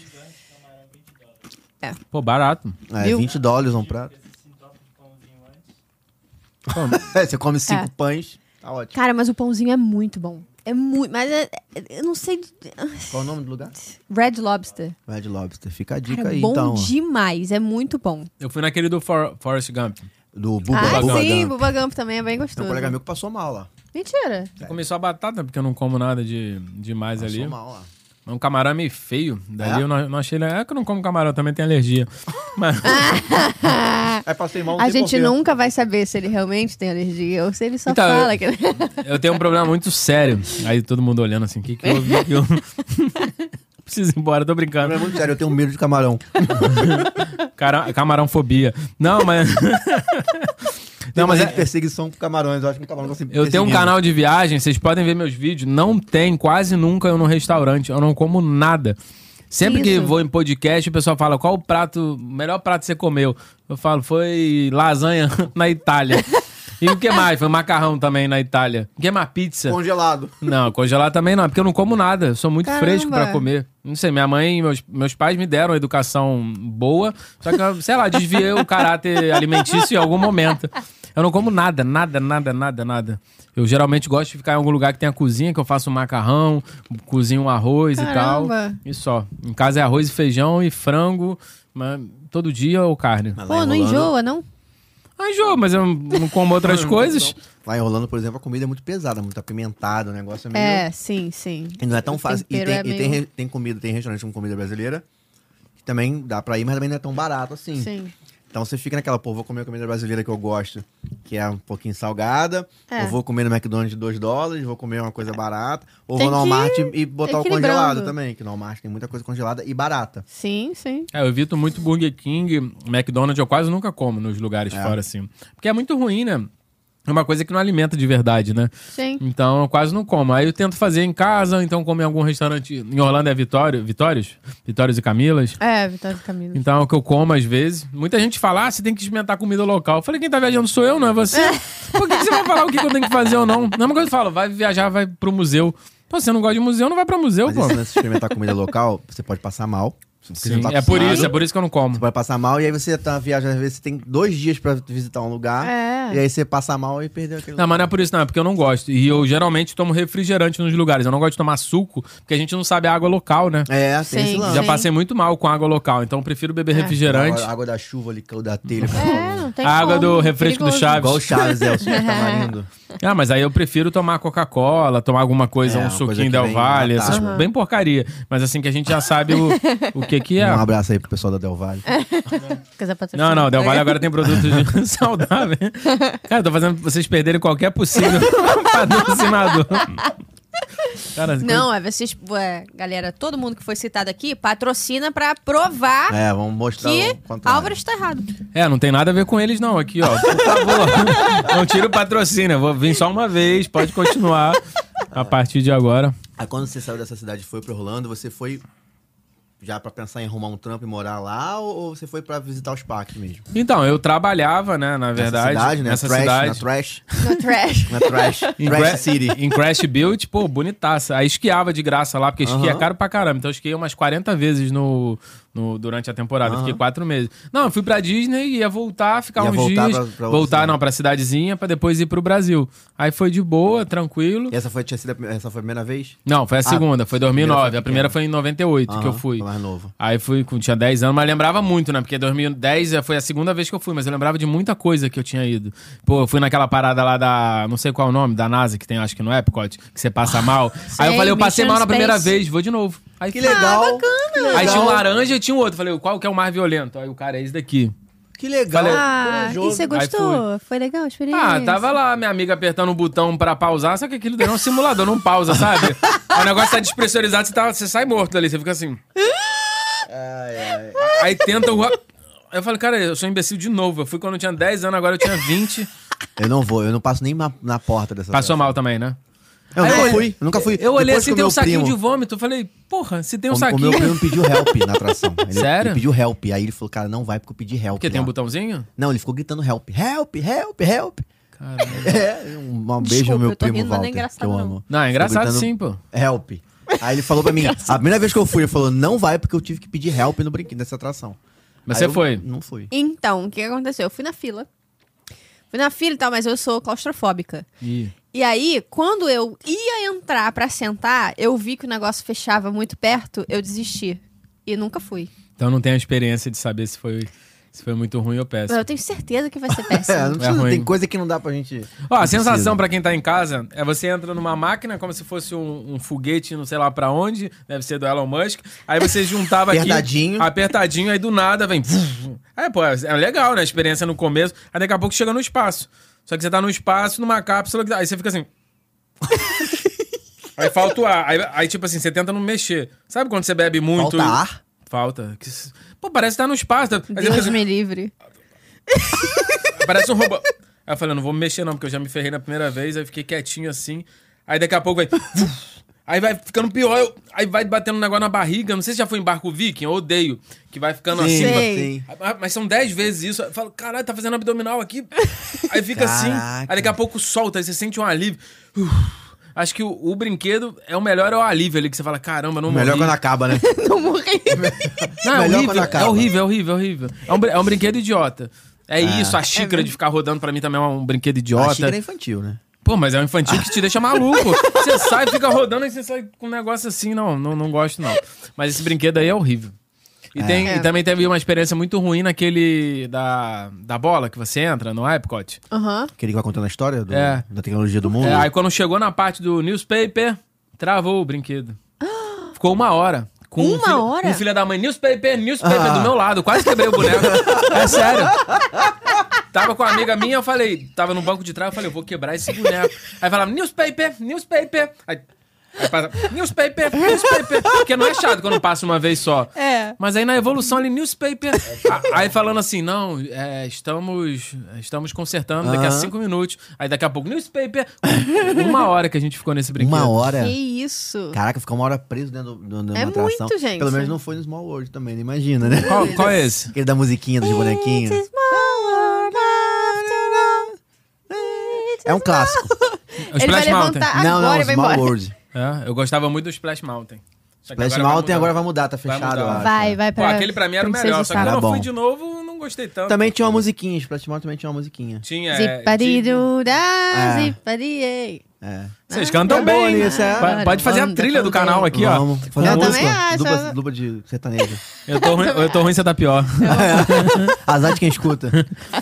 Speaker 3: Pô, barato.
Speaker 2: É,
Speaker 1: Viu?
Speaker 2: 20 dólares um prato. [laughs] você come cinco
Speaker 1: É.
Speaker 2: pães, tá ótimo.
Speaker 1: Cara, mas o pãozinho é muito bom. É muito. Mas é- é- eu não sei.
Speaker 2: Qual o nome do lugar?
Speaker 1: Red Lobster.
Speaker 2: Red Lobster. Fica a dica
Speaker 1: Cara,
Speaker 2: aí,
Speaker 1: bom
Speaker 2: então. ó.
Speaker 1: demais. É muito bom.
Speaker 3: Eu fui naquele do For Forrest Gump.
Speaker 2: Do Bubba
Speaker 1: ah,
Speaker 2: Bubba
Speaker 1: sim,
Speaker 2: Gump.
Speaker 1: Bubba Gump também é bem
Speaker 2: Tem um
Speaker 3: Então,
Speaker 1: gostoso.
Speaker 2: colega meu que passou mal lá.
Speaker 1: Mentira.
Speaker 3: Começou a batata, porque eu não como nada de demais
Speaker 2: Passou
Speaker 3: ali.
Speaker 2: mal lá.
Speaker 3: Mas um camarão é meio feio. Dali
Speaker 2: É?
Speaker 3: eu não, não achei. le- É que eu não como camarão, eu também tenho alergia. Mas
Speaker 2: Aí É, passei mal, não
Speaker 1: Ah, A
Speaker 2: sei
Speaker 1: gente
Speaker 2: porquê.
Speaker 1: nunca vai saber se ele realmente tem alergia ou se ele só
Speaker 3: Então,
Speaker 1: fala
Speaker 3: eu-
Speaker 1: que.
Speaker 3: eu tenho um problema muito sério. Aí todo mundo olhando assim: o que, que eu. Que que eu... Preciso ir embora, tô brincando.
Speaker 2: É muito sério, eu tenho medo de camarão.
Speaker 3: Cara, camarãofobia. Não, mas.
Speaker 2: Não, mas
Speaker 3: mas
Speaker 2: é
Speaker 3: é-
Speaker 2: perseguição com camarões. Eu acho que um camarão tá sempre
Speaker 3: Eu tenho um
Speaker 2: perseguindo.
Speaker 3: canal de viagem, vocês podem ver meus vídeos. Não tem quase nunca eu no restaurante. Eu não como nada. Sempre que
Speaker 1: Isso.
Speaker 3: vou em podcast, o pessoal fala: qual o prato, o melhor prato que você comeu? Eu falo: foi lasanha [laughs] na Itália. E o que mais? Foi macarrão também na Itália. O que mais? Pizza.
Speaker 2: congelado.
Speaker 3: Não, congelar também não, é porque eu não como nada. Eu sou muito
Speaker 1: Caramba.
Speaker 3: fresco pra comer. Não sei, minha mãe e meus, meus pais me deram uma educação boa, só que, eu, sei lá, desviei o caráter alimentício em algum momento. Eu não como nada, nada, nada, nada, nada. Eu geralmente gosto de ficar em algum lugar que tenha cozinha, que eu faço um macarrão, cozinho um arroz
Speaker 1: Caramba.
Speaker 3: e tal. E só. Em casa é arroz e feijão e frango, mas todo dia ou carne.
Speaker 1: [laughs] Pô, não enjoa, não?
Speaker 3: Ah, enjoo, mas eu não como outras coisas.
Speaker 2: Lá em Orlando, por exemplo, a comida é muito pesada, muito apimentada, o negócio é meio...
Speaker 1: É, sim, sim.
Speaker 2: E não é tão
Speaker 1: O
Speaker 2: fácil. E,
Speaker 1: tempero
Speaker 2: tem,
Speaker 1: é
Speaker 2: e
Speaker 1: meio-
Speaker 2: tem, re- tem comida, tem restaurante com comida brasileira, que também dá pra ir, mas também não é tão barato assim.
Speaker 1: Sim.
Speaker 2: Então você fica naquela, pô, vou comer a comida brasileira que eu gosto, que é um pouquinho salgada,
Speaker 1: É.
Speaker 2: ou vou comer no McDonald's de 2 dólares, vou comer uma coisa barata, ou
Speaker 1: Tem
Speaker 2: vou no
Speaker 1: que ir
Speaker 2: Walmart e botar o
Speaker 1: equilibrando.
Speaker 2: congelado também, que no Walmart tem muita coisa congelada e barata.
Speaker 1: Sim, sim.
Speaker 3: É, eu evito muito Burger King, McDonald's, eu quase nunca como nos lugares fora, assim. Porque é muito ruim, né? É uma coisa que não alimenta de verdade, né?
Speaker 1: Sim.
Speaker 3: Então eu quase não como. Aí eu tento fazer em casa, ou então como em algum restaurante. Em Orlando é Vitório, Vitórios? Vitórios e Camilas.
Speaker 1: É, Vitória do Camilo.
Speaker 3: Hum. Então é o que eu como às vezes. Muita gente fala, ah, você tem que experimentar comida local. Eu falei, quem tá viajando sou eu, não é você? Por que, que você vai falar o que, que eu tenho que fazer ou não? A mesma coisa eu falo, vai viajar, vai pro museu. Pô, você não gosta de museu, não vai pra museu,
Speaker 2: Mas
Speaker 3: pô.
Speaker 2: esse lance de experimentar comida local, você pode passar mal. se você
Speaker 3: Sim,
Speaker 2: não tá
Speaker 3: é por
Speaker 2: acostumado.
Speaker 3: isso, é por isso que eu não como.
Speaker 2: Você vai passar mal e aí você tá viajando, às vezes você tem dois dias pra visitar um lugar.
Speaker 1: É.
Speaker 2: E aí você passa mal e perdeu aquele
Speaker 3: Não, mas não é por isso, não, é porque eu não gosto. E eu geralmente tomo refrigerante nos lugares. Eu não gosto de tomar suco, porque a gente não sabe a água local, né?
Speaker 2: É, tem
Speaker 1: Sim,
Speaker 2: esse lance.
Speaker 3: Já
Speaker 1: sim.
Speaker 3: passei muito mal com água local, então eu prefiro beber refrigerante.
Speaker 2: Água, água da chuva ali, caiu da telha.
Speaker 1: É, não tem
Speaker 3: A água
Speaker 1: como.
Speaker 3: do refresco do
Speaker 1: Perigoso.
Speaker 3: Chaves.
Speaker 2: Igual o Chaves, é, o suco de
Speaker 3: [laughs]
Speaker 2: tamarindo.
Speaker 3: Ah, mas aí eu prefiro tomar Coca-Cola, tomar alguma
Speaker 2: É,
Speaker 3: coisa, um
Speaker 2: uma coisa que
Speaker 3: suquinho Del
Speaker 2: vem
Speaker 3: Valle,
Speaker 2: enlatado.
Speaker 3: essas bem porcaria. Mas assim que a gente já sabe o, o que que é.
Speaker 2: Um abraço aí pro pessoal da Del Valle.
Speaker 1: Coisa patrocinada.
Speaker 3: Não, não, Del Valle agora
Speaker 2: [laughs]
Speaker 3: tem produtos [laughs] saudáveis. Cara, eu tô fazendo vocês perderem qualquer possível [laughs] patrocinador. Cara,
Speaker 1: Não, é vocês. é, galera, todo mundo que foi citado aqui patrocina pra provar
Speaker 2: É, vamos mostrar
Speaker 1: que
Speaker 2: o é. contrário.
Speaker 1: Álvaro está errado.
Speaker 3: É, não tem nada a ver com eles, não. Aqui, ó. Por favor. não tira o patrocínio. Eu Vou vir só uma vez. Pode continuar a partir de agora.
Speaker 2: Aí quando você saiu dessa cidade e foi pra Orlando, você foi já pra pensar em arrumar um trampo e morar lá? Ou ou você foi pra visitar os parques mesmo?
Speaker 3: Então, eu trabalhava, né, na verdade.
Speaker 2: Nessa cidade, né?
Speaker 3: Nessa
Speaker 2: trash,
Speaker 3: cidade.
Speaker 2: Na Trash.
Speaker 1: No trash.
Speaker 2: Na Trash.
Speaker 3: [laughs] Em,
Speaker 2: trash
Speaker 3: Cra-
Speaker 2: City.
Speaker 3: em Crash Build, pô, bonitaça. Aí esquiava de graça lá, porque esqui é
Speaker 2: Aham.
Speaker 3: caro pra caramba. Então eu esquiei umas 40 vezes no, no- durante a temporada. Fiquei quatro meses. Não, eu fui pra Disney, ia voltar, ficar
Speaker 2: Ia
Speaker 3: uns
Speaker 2: voltar pra-
Speaker 3: dias.
Speaker 2: pra outra
Speaker 3: voltar,
Speaker 2: cidade.
Speaker 3: não, pra cidadezinha, pra depois ir pro Brasil. Aí foi de boa, tranquilo.
Speaker 2: E essa foi, tinha sido a, essa foi a primeira vez?
Speaker 3: Não, foi a segunda, foi
Speaker 2: a Ah, primeira
Speaker 3: 2009.
Speaker 2: foi
Speaker 3: A primeira
Speaker 2: pequena.
Speaker 3: foi em 98 que eu
Speaker 2: Aham,
Speaker 3: fui.
Speaker 2: foi Mais novo.
Speaker 3: Aí fui, com- tinha 10 anos, mas lembrava muito, né? Porque 2010 foi a segunda vez que eu fui, mas eu lembrava de muita coisa que eu tinha ido. Pô, eu fui naquela parada lá da, não sei qual é o nome, da NASA, que tem acho que no Epcot, que
Speaker 2: [laughs]
Speaker 3: você passa mal. Aí eu
Speaker 1: Sei,
Speaker 3: falei, eu passei
Speaker 1: Mission
Speaker 3: mal na primeira
Speaker 1: Space.
Speaker 3: vez, vou de novo. Aí
Speaker 2: Que
Speaker 3: fui.
Speaker 2: legal.
Speaker 1: Ah, bacana.
Speaker 2: Que
Speaker 3: Aí tinha um
Speaker 2: legal.
Speaker 3: laranja e tinha um outro. Falei, qual que é o mais violento? Aí o cara, é esse daqui.
Speaker 2: Que legal.
Speaker 1: Ah, e
Speaker 2: Corajoso.
Speaker 1: você gostou? Foi legal a experiência?
Speaker 3: Ah, tava lá minha amiga apertando o botão pra pausar, só que aquilo daí é um simulador, não
Speaker 2: [laughs]
Speaker 3: pausa, sabe? Aí o negócio tá despressurizado, você, tá- você sai morto dali, você fica assim.
Speaker 2: Ai, ai.
Speaker 3: Aí tenta o. Eu falei, cara, eu sou imbecil de novo. Eu fui quando eu tinha 10 anos, agora eu tinha 20.
Speaker 2: Eu não vou, eu não passo nem na, na porta dessa
Speaker 3: Passou
Speaker 2: festa.
Speaker 3: mal também, né?
Speaker 2: Eu
Speaker 3: Aí
Speaker 2: nunca
Speaker 3: eu-
Speaker 2: fui, eu nunca fui.
Speaker 3: Eu olhei
Speaker 2: Depois que
Speaker 3: assim,
Speaker 2: o
Speaker 3: tem
Speaker 2: meu
Speaker 3: um saquinho
Speaker 2: primo-
Speaker 3: de vômito. Eu falei, porra, se tem um
Speaker 2: o, o
Speaker 3: saquinho.
Speaker 2: meu primo pediu help na atração. Ele,
Speaker 3: [laughs] Sério?
Speaker 2: Ele pediu help. Aí ele falou, cara, não vai porque eu pedi help.
Speaker 3: Porque tem um
Speaker 2: lá.
Speaker 3: botãozinho?
Speaker 2: Não, ele ficou gritando help, help, help, help.
Speaker 3: Caramba.
Speaker 2: [laughs] É, um, um beijo ao
Speaker 1: Desculpa, eu
Speaker 2: meu
Speaker 1: tô
Speaker 2: primo
Speaker 1: rindo, mas não é
Speaker 2: Walter, que
Speaker 1: engraçado,
Speaker 2: eu
Speaker 1: não.
Speaker 2: amo.
Speaker 3: Não, é engraçado
Speaker 2: Ficou
Speaker 3: sim,
Speaker 2: gritando
Speaker 3: pô.
Speaker 2: Help. Aí ele falou
Speaker 1: [laughs]
Speaker 2: pra mim, a primeira vez que eu fui, ele falou, não vai porque eu tive que pedir help no brinquedo dessa atração.
Speaker 3: Mas
Speaker 2: Aí
Speaker 3: você
Speaker 2: eu
Speaker 3: foi?
Speaker 2: Não fui.
Speaker 1: Então, o que aconteceu? Eu fui na fila. Fui na fila e tal, mas eu sou claustrofóbica.
Speaker 3: Ih.
Speaker 1: E aí, quando eu ia entrar pra sentar, eu vi que o negócio fechava muito perto, eu desisti. E nunca fui.
Speaker 3: Então não tenho a experiência de saber se foi, se foi muito ruim ou péssimo.
Speaker 1: Eu tenho certeza que vai [laughs] ser
Speaker 2: É, não
Speaker 1: péssimo.
Speaker 2: precisa-
Speaker 3: ruim.
Speaker 2: tem coisa que não dá pra gente.
Speaker 3: Ó, a
Speaker 2: não
Speaker 3: sensação
Speaker 2: precisa.
Speaker 3: pra quem tá em casa é você entra numa máquina como se fosse um, um foguete, não sei lá pra onde, deve ser do Elon Musk.
Speaker 2: [laughs]
Speaker 3: Aí você juntava aqui.
Speaker 2: Apertadinho.
Speaker 3: Apertadinho, aí do nada vem. Aí, pô, é legal, né? A experiência no começo. Aí daqui a pouco chega no espaço. Só que você tá no espaço, numa cápsula, aí você
Speaker 2: [laughs]
Speaker 3: fica assim. aí falta o ar. Aí, aí, tipo assim, você tenta não mexer. Sabe quando você bebe muito?
Speaker 2: Falta ar.
Speaker 3: Falta. Que s- Pô, parece que tá no espaço. Aí você fica
Speaker 1: Deus
Speaker 3: assim,
Speaker 1: me livre.
Speaker 3: Parece um robô. Aí eu falei, eu não vou me mexer não, porque eu já me ferrei na primeira vez, aí eu fiquei quietinho assim. Aí daqui a pouco vai... [laughs] Aí vai ficando pior, eu- aí vai batendo um negócio na barriga. Não sei se já foi em barco viking, eu odeio. Que vai ficando assim.
Speaker 1: Sim.
Speaker 3: Ah, Mas são dez vezes isso. Eu falo, caralho, tá fazendo abdominal aqui. Aí fica assim.
Speaker 2: Caraca.
Speaker 3: Aí daqui a pouco solta, aí você sente um alívio. Uf. Acho que o, o brinquedo é o melhor, é o alívio ali, que você fala, caramba, não
Speaker 2: Melhor
Speaker 3: morri.
Speaker 2: quando acaba,
Speaker 3: [laughs]
Speaker 2: né?
Speaker 1: [laughs] Não morri.
Speaker 3: Não,
Speaker 2: Melhor
Speaker 3: é horrível,
Speaker 2: quando acaba.
Speaker 3: é horrível, é horrível, é horrível. É um, brin- é um brinquedo idiota. É isso, a xícara de ficar rodando pra mim também é um brinquedo
Speaker 2: Ah. A
Speaker 3: idiota.
Speaker 2: xícara é infantil, né?
Speaker 3: Pô, mas é um infantil que te deixa
Speaker 2: [laughs]
Speaker 3: maluco. Você sai, fica rodando e você sai com um negócio assim. Não, não, não gosto não. Mas esse brinquedo aí é horrível. E, tem-
Speaker 1: É.
Speaker 3: e também teve uma experiência muito ruim naquele da, da bola que você entra no Epcot.
Speaker 1: Aham.
Speaker 2: Aquele que vai contando a história do-
Speaker 3: É.
Speaker 2: da tecnologia do mundo.
Speaker 3: É, aí quando chegou na parte do newspaper, travou
Speaker 1: [gasps]
Speaker 3: o brinquedo. Ficou uma hora. Com um
Speaker 1: Uma
Speaker 3: filho-
Speaker 1: hora?
Speaker 3: Um filho da mãe, newspaper, newspaper
Speaker 2: Ah.
Speaker 3: do meu lado. Quase quebrei o boneco. é sério. Tava com uma amiga minha, eu falei, tava no banco de trás, eu falei, eu vou quebrar esse boneco. Aí falava, newspaper, newspaper. Aí, aí passa, newspaper, newspaper. Porque não é chato quando passa uma vez só.
Speaker 1: É.
Speaker 3: Mas aí na evolução ali, newspaper. A- aí falando assim, não, é, estamos, estamos consertando daqui a
Speaker 2: Aham.
Speaker 3: cinco minutos. Aí daqui a pouco, newspaper. Uma hora que a gente ficou nesse brinquedo.
Speaker 2: Uma hora.
Speaker 1: Que isso.
Speaker 2: Caraca, ficar uma hora preso dentro de uma
Speaker 1: É
Speaker 2: atração.
Speaker 1: muito, gente.
Speaker 2: Pelo menos não foi no Small World também, não imagina, né?
Speaker 3: Qual, qual é esse?
Speaker 2: Aquele da musiquinha dos bonequinhos.
Speaker 1: It's a small world after all. It's a
Speaker 2: É um clássico.
Speaker 3: O
Speaker 1: Ele vai
Speaker 3: Splash Mountain.
Speaker 1: levantar agora
Speaker 2: não, não,
Speaker 1: e vai
Speaker 2: Small
Speaker 1: embora.
Speaker 2: World.
Speaker 3: É, eu gostava muito do Splash Mountain. Só que
Speaker 2: Splash
Speaker 3: agora vai
Speaker 2: Mountain
Speaker 3: mudar.
Speaker 2: agora vai mudar, tá
Speaker 3: Vai
Speaker 2: fechado. eu
Speaker 3: mudar.
Speaker 2: acho.
Speaker 1: Vai, vai pra.
Speaker 3: Pô, aquele pra mim era o
Speaker 1: Princesa
Speaker 3: melhor, só que quando
Speaker 1: Sarah.
Speaker 3: eu
Speaker 2: Tá
Speaker 3: fui
Speaker 2: bom.
Speaker 3: de novo, não gostei tanto.
Speaker 2: Também tinha uma musiquinha, Splash Mountain também tinha uma musiquinha.
Speaker 3: Tinha. é, Ah.
Speaker 1: Zipariru, da,
Speaker 2: É.
Speaker 1: zipariei.
Speaker 2: É.
Speaker 3: Vocês cantam
Speaker 2: É bom
Speaker 3: bem.
Speaker 2: nisso, é.
Speaker 3: Pa- Pode fazer a
Speaker 1: Vamos,
Speaker 3: trilha do
Speaker 1: vamos,
Speaker 3: canal aqui, ó.
Speaker 2: Vamos fazer
Speaker 1: Eu
Speaker 2: uma
Speaker 1: também
Speaker 2: música.
Speaker 1: acho.
Speaker 2: Dupla, dupla de sertanejo.
Speaker 3: Eu tô ruim, eu tô ruim, você tá
Speaker 2: [laughs]
Speaker 3: pior.
Speaker 2: Azar de
Speaker 1: [laughs]
Speaker 2: quem escuta.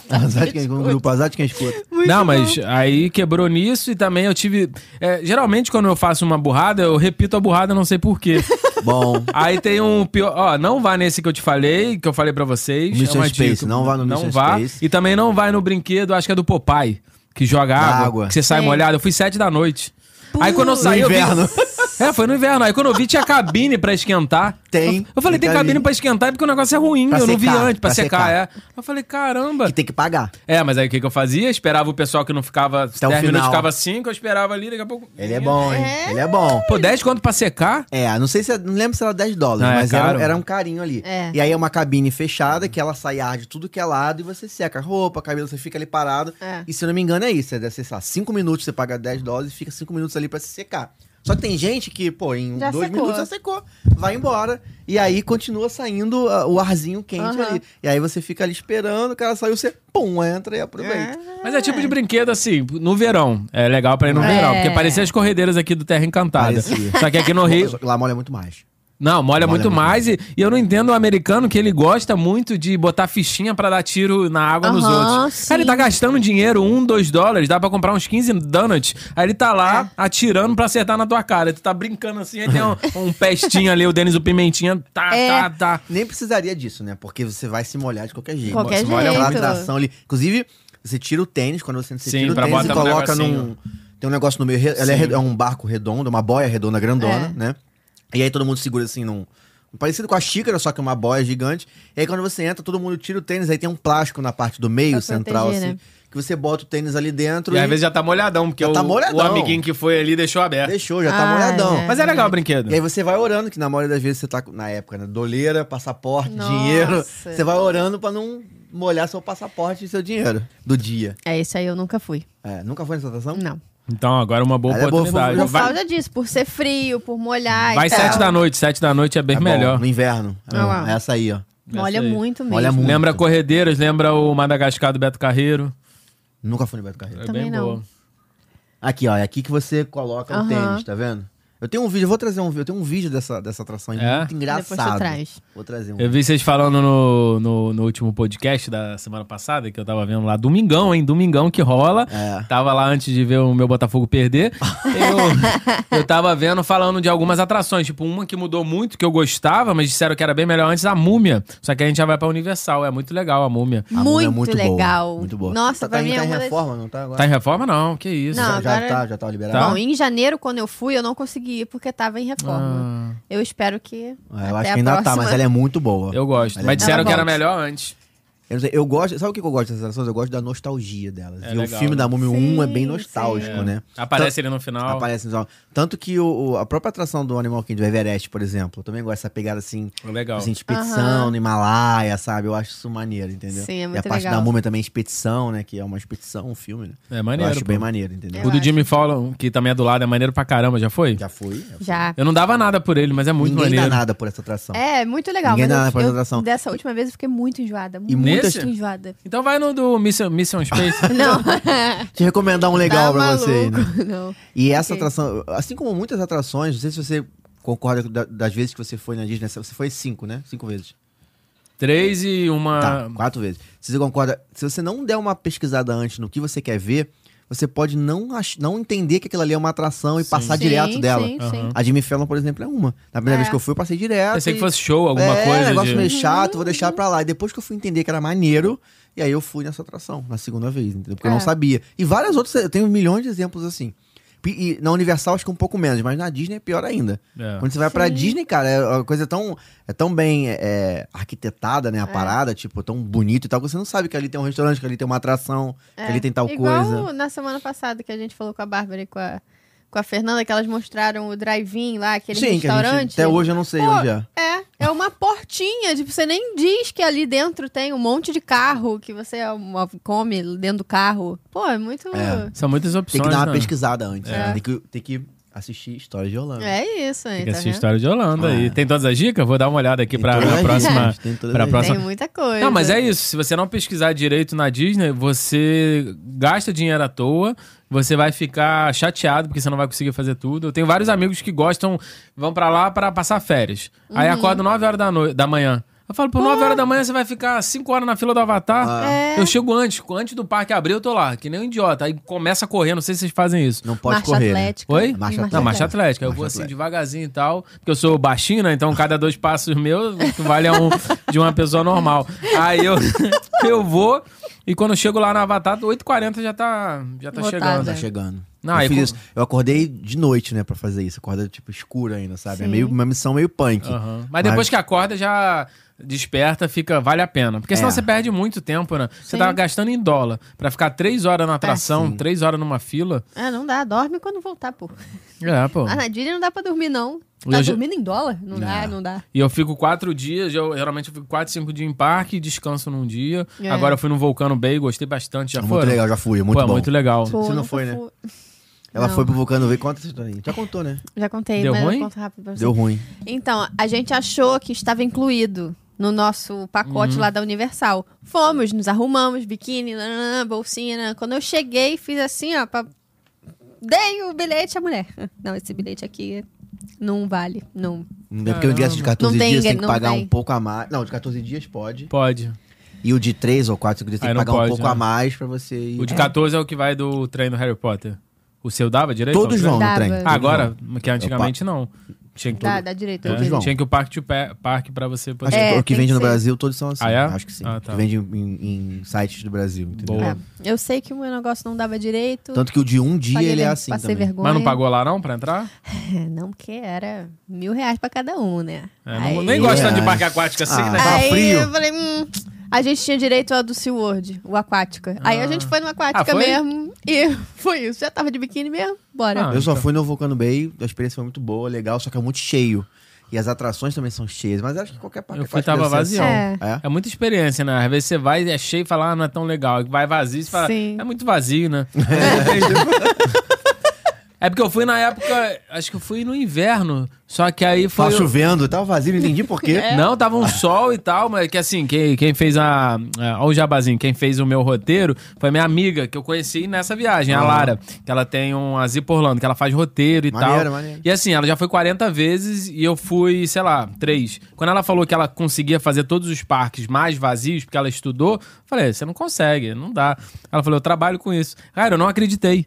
Speaker 2: Azar de quem um grupo, azar de quem escuta.
Speaker 3: não, mas aí quebrou nisso e também eu tive. é, geralmente, quando eu faço uma burrada, eu repito a burrada, não sei porquê.
Speaker 2: Bom.
Speaker 3: aí tem um pior. Ó, não vá nesse que eu te falei, que eu falei pra vocês. é
Speaker 2: Mission
Speaker 3: uma
Speaker 2: Space, não vá no
Speaker 3: Não
Speaker 2: Mission
Speaker 3: vá.
Speaker 2: Space.
Speaker 3: E também não vai no brinquedo, acho que é do Popeye, que joga água,
Speaker 2: água.
Speaker 3: que você sai
Speaker 1: Sim.
Speaker 3: molhado. Eu fui sete da noite. Aí quando eu
Speaker 1: No
Speaker 3: saí. eu vi-
Speaker 2: inverno.
Speaker 3: [laughs] É, foi no inverno. Aí quando eu vi, tinha cabine pra esquentar.
Speaker 2: Tem.
Speaker 3: Eu falei, tem
Speaker 2: Fica ali.
Speaker 3: cabine pra esquentar é porque o negócio é ruim.
Speaker 2: Pra
Speaker 3: eu não vi
Speaker 2: secar,
Speaker 3: antes, pra,
Speaker 2: pra
Speaker 3: secar,
Speaker 2: secar.
Speaker 3: é. Eu falei, caramba.
Speaker 2: Que tem que pagar.
Speaker 3: É, mas aí o que, que eu fazia? Esperava o pessoal que não ficava
Speaker 2: o
Speaker 3: 10 minutos,
Speaker 2: final.
Speaker 3: ficava 5, eu esperava ali, daqui a pouco.
Speaker 2: Ele é bom, hein? Ele é bom.
Speaker 3: Pô, 10 quanto pra secar?
Speaker 2: É, não sei se não lembro se era 10 dólares,
Speaker 3: Não, é
Speaker 2: mas
Speaker 3: caro.
Speaker 2: era, era um carinho ali.
Speaker 1: É.
Speaker 2: E aí é uma cabine fechada que ela sai ar de tudo que é lado e você seca a roupa, cabelo, você fica ali parado.
Speaker 1: É.
Speaker 2: E se eu não me engano é isso, é deve ser, sei lá, 5 minutos você paga 10 dólares e fica 5 minutos ali pra se secar. Só que tem gente que, pô, em
Speaker 1: Já
Speaker 2: 2
Speaker 1: secou.
Speaker 2: minutos já secou, vai embora e aí continua saindo ah, o arzinho quente
Speaker 1: Aham.
Speaker 2: ali. E aí você fica ali esperando, o cara saiu, você pum, entra e aproveita.
Speaker 3: Mas é tipo de brinquedo assim, no verão. É legal pra ir no
Speaker 1: É.
Speaker 3: verão, porque parecia as corredeiras aqui do Terra Encantada.
Speaker 2: Parecia.
Speaker 3: Só que aqui no Rio.
Speaker 2: Lá molha muito mais.
Speaker 3: Não,
Speaker 2: Molha
Speaker 3: molha muito
Speaker 2: muito.
Speaker 3: mais. E, e eu não entendo o americano que ele gosta muito de botar fichinha pra dar tiro na água nos
Speaker 1: Aham,
Speaker 3: outros.
Speaker 1: sim.
Speaker 3: Cara, ele tá gastando dinheiro, um, dois dólares, dá pra comprar uns 15 donuts. Aí ele tá
Speaker 1: É.
Speaker 3: lá atirando pra acertar na tua cara. Tu tá brincando assim, aí tem um, um pestinho ali, o Denis, o Pimentinha. Tá,
Speaker 1: É.
Speaker 3: tá, tá.
Speaker 2: Nem precisaria disso, né? Porque você vai se molhar de qualquer jeito.
Speaker 1: Qualquer
Speaker 2: você molha
Speaker 1: jeito.
Speaker 2: aquela atração ali. Inclusive, você tira o tênis, quando você, você
Speaker 3: Sim,
Speaker 2: tira o
Speaker 3: pra
Speaker 2: tênis e
Speaker 3: botar um
Speaker 2: coloca num.
Speaker 3: negocinho.
Speaker 2: Tem um negócio no meio. re- Ela é, re- é um barco redondo, uma boia redonda
Speaker 1: É.
Speaker 2: grandona, né? E aí todo mundo segura assim num. Parecido com a xícara, só que uma boia gigante. E aí quando você entra, todo mundo tira o tênis, aí tem um plástico na parte do meio,
Speaker 1: Pra
Speaker 2: central,
Speaker 1: proteger,
Speaker 2: assim.
Speaker 1: né?
Speaker 2: Que você bota o tênis ali dentro
Speaker 3: E
Speaker 2: e,
Speaker 3: às vezes é- já tá molhadão, porque
Speaker 2: Já
Speaker 3: o,
Speaker 2: tá molhadão.
Speaker 3: o amiguinho que foi ali deixou aberto.
Speaker 2: deixou, já tá
Speaker 1: Ah,
Speaker 2: molhadão.
Speaker 1: é.
Speaker 3: Mas é legal o brinquedo.
Speaker 2: E aí você vai orando, que na maioria das vezes você tá, com- na época, né? Doleira, passaporte,
Speaker 1: Nossa.
Speaker 2: dinheiro. Você vai orando pra não molhar seu passaporte e seu dinheiro do dia.
Speaker 1: É, isso aí eu nunca fui.
Speaker 2: É, nunca foi nessa atração?
Speaker 1: Não.
Speaker 3: Então agora é uma boa
Speaker 2: Aí é bom,
Speaker 3: oportunidade.
Speaker 2: vou-
Speaker 1: Por
Speaker 3: vai
Speaker 1: causa disso, por ser frio, por molhar
Speaker 3: vai
Speaker 1: e tal.
Speaker 3: sete da noite, sete da noite é bem
Speaker 2: É bom,
Speaker 3: melhor.
Speaker 2: No inverno. É
Speaker 1: Ah
Speaker 2: bom.
Speaker 1: lá.
Speaker 2: É essa aí, ó.
Speaker 1: Molha
Speaker 3: Essa aí.
Speaker 1: muito mesmo.
Speaker 2: Molha muito.
Speaker 3: Lembra Corredeiras, lembra o Madagascar do Beto Carreiro.
Speaker 2: Nunca fui no Beto Carreiro.
Speaker 3: É
Speaker 1: Também
Speaker 3: bem
Speaker 1: não.
Speaker 3: boa.
Speaker 2: Aqui, ó, é aqui que você coloca o
Speaker 1: Aham.
Speaker 2: tênis, tá vendo? Eu tenho um vídeo, eu vou trazer um vídeo, eu tenho um vídeo dessa, dessa atração aí,
Speaker 3: É?
Speaker 2: muito engraçado.
Speaker 1: Depois tu traz.
Speaker 2: Vou trazer um.
Speaker 3: Eu vi vocês falando no, no, no último podcast da semana passada, que eu tava vendo lá, domingão, hein? Domingão que rola.
Speaker 2: É.
Speaker 3: Tava lá antes de ver o meu Botafogo perder.
Speaker 1: [laughs]
Speaker 3: Eu, eu tava vendo, falando de algumas atrações. Tipo, uma que mudou muito, que eu gostava, mas disseram que era bem melhor antes, a Múmia. Só que a gente já vai pra Universal. É muito legal a Múmia.
Speaker 2: A Muna
Speaker 1: Muito,
Speaker 2: é muito boa,
Speaker 1: legal.
Speaker 2: muito boa.
Speaker 1: Nossa,
Speaker 2: tá,
Speaker 1: pra
Speaker 2: tá, em-
Speaker 1: mim
Speaker 2: tá
Speaker 1: é
Speaker 2: em
Speaker 1: uma das-
Speaker 2: reforma, não tá agora?
Speaker 3: Tá em reforma? Não, que isso.
Speaker 1: Não,
Speaker 2: já,
Speaker 1: agora-
Speaker 2: tá, já tá liberado.
Speaker 3: Tá?
Speaker 1: Bom, em janeiro, quando eu fui, eu não consegui ir porque tava em reforma.
Speaker 3: Ah,
Speaker 1: Eu espero que.
Speaker 2: É, eu
Speaker 1: até
Speaker 2: acho
Speaker 1: a
Speaker 2: que ainda tá,
Speaker 1: próxima.
Speaker 2: mas ela é muito boa.
Speaker 3: eu gosto.
Speaker 2: Ela é
Speaker 3: mas disseram
Speaker 1: boa.
Speaker 3: que era melhor antes.
Speaker 2: Eu, não sei, eu gosto, sabe o que eu gosto dessas atrações? Eu gosto da nostalgia delas.
Speaker 3: É
Speaker 2: e o
Speaker 3: legal,
Speaker 2: filme
Speaker 3: né?
Speaker 2: da Múmia 1 é bem
Speaker 1: Sim,
Speaker 2: nostálgico,
Speaker 3: sim. É.
Speaker 2: né?
Speaker 3: Aparece ele no final.
Speaker 2: Aparece no Tanto que o, o- a própria atração do Animal Kingdom, do Everest, por exemplo, eu também gosto dessa pegada assim,
Speaker 3: Legal.
Speaker 2: assim de expedição
Speaker 1: Aham.
Speaker 2: no Himalaia, sabe? Eu acho isso maneiro, entendeu?
Speaker 1: Sim, é
Speaker 2: e a
Speaker 1: muito
Speaker 2: parte
Speaker 1: legal.
Speaker 2: da Múmia também é expedição, né? Que é uma expedição, um filme, né?
Speaker 3: É maneiro.
Speaker 2: eu acho
Speaker 3: pô.
Speaker 2: bem maneiro, entendeu?
Speaker 1: Eu
Speaker 3: O do
Speaker 1: acho.
Speaker 3: Jimmy Fallon, que também é do lado, é maneiro pra caramba, já foi?
Speaker 2: Já fui. Já. fui.
Speaker 1: Já.
Speaker 3: Eu não dava nada por ele, mas é muito
Speaker 2: Ninguém
Speaker 3: maneiro.
Speaker 2: dá nada por essa atração.
Speaker 1: É, muito legal. mas
Speaker 2: Ninguém dá
Speaker 1: eu-
Speaker 2: na
Speaker 1: eu-
Speaker 2: apresentação.
Speaker 1: Dessa última vez eu fiquei muito enjoada. Muito
Speaker 3: muitas-
Speaker 1: enjoada.
Speaker 3: Então vai no do Mission,
Speaker 2: [laughs]
Speaker 3: Mission Space.
Speaker 1: Não.
Speaker 2: Te recomendar um legal
Speaker 1: tá
Speaker 2: pra vocês, né?
Speaker 1: maluco, Não.
Speaker 2: E essa
Speaker 1: Ok.
Speaker 2: atração, assim como muitas atrações, não sei se você concorda da- das vezes que você foi na Disney, você foi cinco, né? Cinco vezes.
Speaker 3: Três e uma.
Speaker 2: Tá, quatro vezes. Se você concorda, se você não der uma pesquisada antes no que você quer ver, você pode não, ach- não entender que aquilo ali é uma atração e passar
Speaker 1: Sim,
Speaker 2: direto dela.
Speaker 1: Sim, sim.
Speaker 3: Aham.
Speaker 2: A Jimmy Fallon, por exemplo, é uma. Na
Speaker 1: É.
Speaker 2: primeira vez que eu fui, eu passei direto.
Speaker 3: Pensei
Speaker 2: e-
Speaker 3: que fosse show, alguma
Speaker 2: é,
Speaker 3: coisa.
Speaker 2: negócio
Speaker 3: de-
Speaker 2: meio chato, vou
Speaker 1: Uhum.
Speaker 2: deixar pra lá. E depois que eu fui entender que era maneiro, e aí eu fui nessa atração, na segunda vez, entendeu? Porque eu
Speaker 1: É.
Speaker 2: não sabia. E várias outras, eu tenho milhões de exemplos assim. E, e na Universal acho que um pouco menos, mas na Disney é pior ainda.
Speaker 3: É.
Speaker 2: Quando você vai pra Disney, cara, é uma coisa tão, é tão bem é, arquitetada, né? A parada, tipo, tão bonito e tal, que você não sabe que ali tem um restaurante, que ali tem uma atração,
Speaker 1: É.
Speaker 2: que ali tem tal
Speaker 1: Igual
Speaker 2: coisa.
Speaker 1: na semana passada que a gente falou com a Bárbara e com a, com a Fernanda, que elas mostraram o drive-in lá, aquele
Speaker 2: que a gente-
Speaker 1: restaurante.
Speaker 2: até hoje eu não sei
Speaker 1: Pô,
Speaker 2: onde é.
Speaker 1: É, é uma portinha. Tipo, você nem diz que ali dentro tem um monte de carro que você é uma- come dentro do carro. Pô, é muito.
Speaker 2: É.
Speaker 3: São muitas opções. né?
Speaker 2: Tem que dar uma
Speaker 3: mano.
Speaker 2: pesquisada antes,
Speaker 1: É.
Speaker 2: né? Tem que, tem que assistir História de Holanda.
Speaker 1: É isso, hein?
Speaker 3: Tem
Speaker 1: Tá
Speaker 3: que assistir
Speaker 1: vendo?
Speaker 3: história de Holanda
Speaker 2: Ah.
Speaker 3: aí. Tem todas as dicas? Vou dar uma olhada aqui
Speaker 2: Tem
Speaker 3: pra,
Speaker 2: todas
Speaker 3: pra
Speaker 2: as
Speaker 3: próxima.
Speaker 2: dicas, tem todas
Speaker 3: pra
Speaker 2: as
Speaker 3: próxima-
Speaker 1: Tem muita coisa.
Speaker 3: Não, mas é isso. Se você não pesquisar direito na Disney, você gasta dinheiro à toa, você vai ficar chateado porque você não vai conseguir fazer tudo. Eu tenho vários amigos que gostam, vão pra lá pra passar férias. Aí
Speaker 1: Uhum.
Speaker 3: acordam 9 horas da, noi- da manhã. Eu falo, por 9 horas da manhã você vai ficar 5 horas na fila do Avatar.
Speaker 1: É.
Speaker 3: Eu chego antes, antes do parque abrir, eu tô lá, que nem um idiota. Aí começa a correr, não sei se vocês fazem isso.
Speaker 2: Não pode
Speaker 1: Marcha
Speaker 2: correr. né?
Speaker 1: atlética.
Speaker 3: Oi?
Speaker 2: Marcha
Speaker 1: Não,
Speaker 3: Não,
Speaker 2: atlética.
Speaker 3: marcha atlética. Eu
Speaker 2: Marcha
Speaker 3: vou assim
Speaker 2: atlética.
Speaker 3: devagarzinho e tal, porque eu sou baixinho, né? Então cada dois passos meus vale a um de uma pessoa normal. Aí eu, [laughs] eu vou e quando eu chego lá na Avatar, 8h40 já tá, já tá
Speaker 1: Lotada.
Speaker 3: chegando.
Speaker 2: Tá chegando.
Speaker 3: Não,
Speaker 2: eu,
Speaker 3: eu
Speaker 2: fiz
Speaker 3: com-
Speaker 2: isso. eu acordei de noite, né, pra fazer isso. Acorda, tipo, escuro ainda, sabe? É meio, uma missão meio punk.
Speaker 1: Uhum.
Speaker 3: Aham. Mas depois que acorda, já desperta, fica, vale a pena. Porque senão
Speaker 2: É.
Speaker 3: você perde muito tempo, né? Você
Speaker 1: Sim.
Speaker 3: tá gastando em dólar. Pra ficar três horas na atração, três horas numa fila.
Speaker 1: É, não dá. Dorme quando voltar, pô.
Speaker 3: É, pô.
Speaker 1: Lá na Disney não dá pra dormir, não.
Speaker 3: Eu
Speaker 1: Tá
Speaker 3: já-
Speaker 1: dormindo em dólar? Não dá, não dá.
Speaker 3: E eu fico quatro dias, eu, geralmente eu fico quatro, cinco dias em parque, descanso num dia.
Speaker 1: É.
Speaker 3: Agora eu fui no Vulcano Bay, gostei bastante. Já
Speaker 2: muito
Speaker 3: foram?
Speaker 2: legal, já fui. É muito
Speaker 3: Pô, é
Speaker 2: bom.
Speaker 3: muito legal.
Speaker 1: Pô,
Speaker 2: não
Speaker 1: nunca
Speaker 2: foi, né?
Speaker 1: fui.
Speaker 2: Ela
Speaker 1: Não.
Speaker 2: foi pro Vulcano ver quantas histórias. Já contou, né?
Speaker 1: Já contei,
Speaker 3: Deu
Speaker 1: mas
Speaker 3: ruim?
Speaker 1: eu conto rápido pra você.
Speaker 2: Deu ruim.
Speaker 1: Então, a gente achou que estava incluído no nosso
Speaker 3: Uhum.
Speaker 1: pacote lá da Universal. Fomos, nos arrumamos, biquíni, nananã, bolsinha. nananã. Quando eu cheguei, fiz assim, ó, pra... dei o bilhete à mulher. [laughs] Não, esse bilhete aqui não vale, não.
Speaker 2: Não é porque o ingresso de 14
Speaker 1: Não tem
Speaker 2: dias
Speaker 1: ingresso,
Speaker 2: tem que
Speaker 1: não
Speaker 2: pagar
Speaker 1: tem.
Speaker 2: um pouco a mais. Não, de 14 dias pode.
Speaker 3: Pode.
Speaker 2: E o de 3 ou 4 dias tem
Speaker 3: Aí
Speaker 2: que
Speaker 3: não
Speaker 2: pagar
Speaker 3: pode,
Speaker 2: um pouco
Speaker 3: né?
Speaker 2: a mais pra você ir.
Speaker 3: O de 14 é o que vai do trem do Harry Potter. O seu dava direito?
Speaker 2: Todos vão no
Speaker 1: Dava.
Speaker 2: trem. todos
Speaker 3: Ah, agora,
Speaker 2: vão.
Speaker 3: que antigamente não. Tinha que,
Speaker 1: Dá, dá direito.
Speaker 3: É,
Speaker 1: eu diria.
Speaker 2: vão.
Speaker 3: tinha que o parque to pa- parque pra você poder.
Speaker 2: Acho
Speaker 1: É,
Speaker 2: que o que
Speaker 1: tem
Speaker 2: vende
Speaker 1: que
Speaker 2: no
Speaker 1: ser.
Speaker 2: Brasil, todos são assim.
Speaker 3: Ah, é?
Speaker 2: Acho que sim.
Speaker 3: Ah, tá.
Speaker 2: Que vende em, em sites do Brasil, entendeu?
Speaker 3: Boa.
Speaker 1: É, eu sei que o meu negócio não dava direito.
Speaker 2: Tanto que o de um dia
Speaker 1: paguei
Speaker 2: ele é
Speaker 1: ver-
Speaker 2: assim
Speaker 1: passei
Speaker 2: também.
Speaker 1: vergonha.
Speaker 3: Mas não pagou lá não pra entrar?
Speaker 1: É, Não, porque era mil reais pra cada um, né?
Speaker 3: É, não-
Speaker 1: Aí-
Speaker 3: nem gosto tanto de
Speaker 2: É.
Speaker 3: parque aquático assim,
Speaker 2: Ah.
Speaker 3: né?
Speaker 2: Tava
Speaker 1: Aí
Speaker 2: frio.
Speaker 1: eu falei, hum, a gente tinha direito ao do SeaWorld, o Aquática. Aí a gente foi no
Speaker 3: Ah,
Speaker 1: Aquática
Speaker 3: foi?
Speaker 1: mesmo e [laughs] foi isso. Já tava de biquíni mesmo, bora.
Speaker 3: Ah,
Speaker 2: Eu só
Speaker 3: então.
Speaker 2: fui no Vulcano Bay, a experiência foi muito boa, legal, só que é muito cheio. E as atrações também são cheias, mas acho que qualquer parte
Speaker 3: Eu fui, tava vazião.
Speaker 1: É.
Speaker 2: É.
Speaker 3: É muita experiência, né? Às vezes você vai, é cheio e fala,
Speaker 2: [laughs]
Speaker 3: ah, não é tão legal. Vai vazio, você fala,
Speaker 1: Sim.
Speaker 3: é muito vazio, né? É porque eu fui na época, acho que eu fui no inverno, só que aí foi...
Speaker 2: Tá chovendo, tava vazio, não entendi
Speaker 1: [laughs]
Speaker 2: por quê.
Speaker 1: É.
Speaker 3: Não, tava um sol e tal, mas que assim, quem, quem fez a. a- Ó, o jabazinho, quem fez o meu roteiro foi minha amiga que eu conheci nessa viagem,
Speaker 2: Ah.
Speaker 3: a Lara. Que ela tem um a Zipa Orlando, que ela faz roteiro e
Speaker 2: Maneiro,
Speaker 3: tal.
Speaker 2: maneiro.
Speaker 3: E assim, ela já foi 40 vezes e eu fui, sei lá, três. Quando ela falou que ela conseguia fazer todos os parques mais vazios, porque ela estudou, eu falei, "É, você não consegue, não dá. Ela falou, eu trabalho com isso. Cara, eu não acreditei.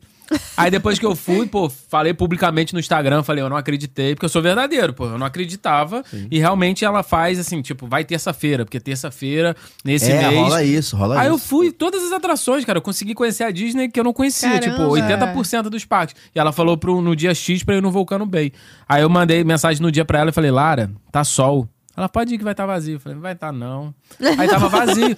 Speaker 3: Aí depois que eu fui, pô, falei publicamente no Instagram, falei, eu não acreditei, porque eu sou verdadeiro, pô, eu não acreditava. E realmente ela faz assim, tipo, vai terça-feira, porque terça-feira, nesse
Speaker 2: é,
Speaker 3: mês.
Speaker 2: rola isso, rola
Speaker 3: Aí
Speaker 2: isso.
Speaker 3: eu fui todas as atrações, cara. Eu consegui conhecer a Disney que eu não conhecia,
Speaker 1: Caramba.
Speaker 3: tipo, 80% dos parques. E ela falou pro, no dia X pra eu ir no Vulcano Bay. Aí eu mandei mensagem no dia pra ela e falei, Lara, tá sol. Ela pode ir que vai estar vazio. Eu falei, vai estar não. Aí tava vazio.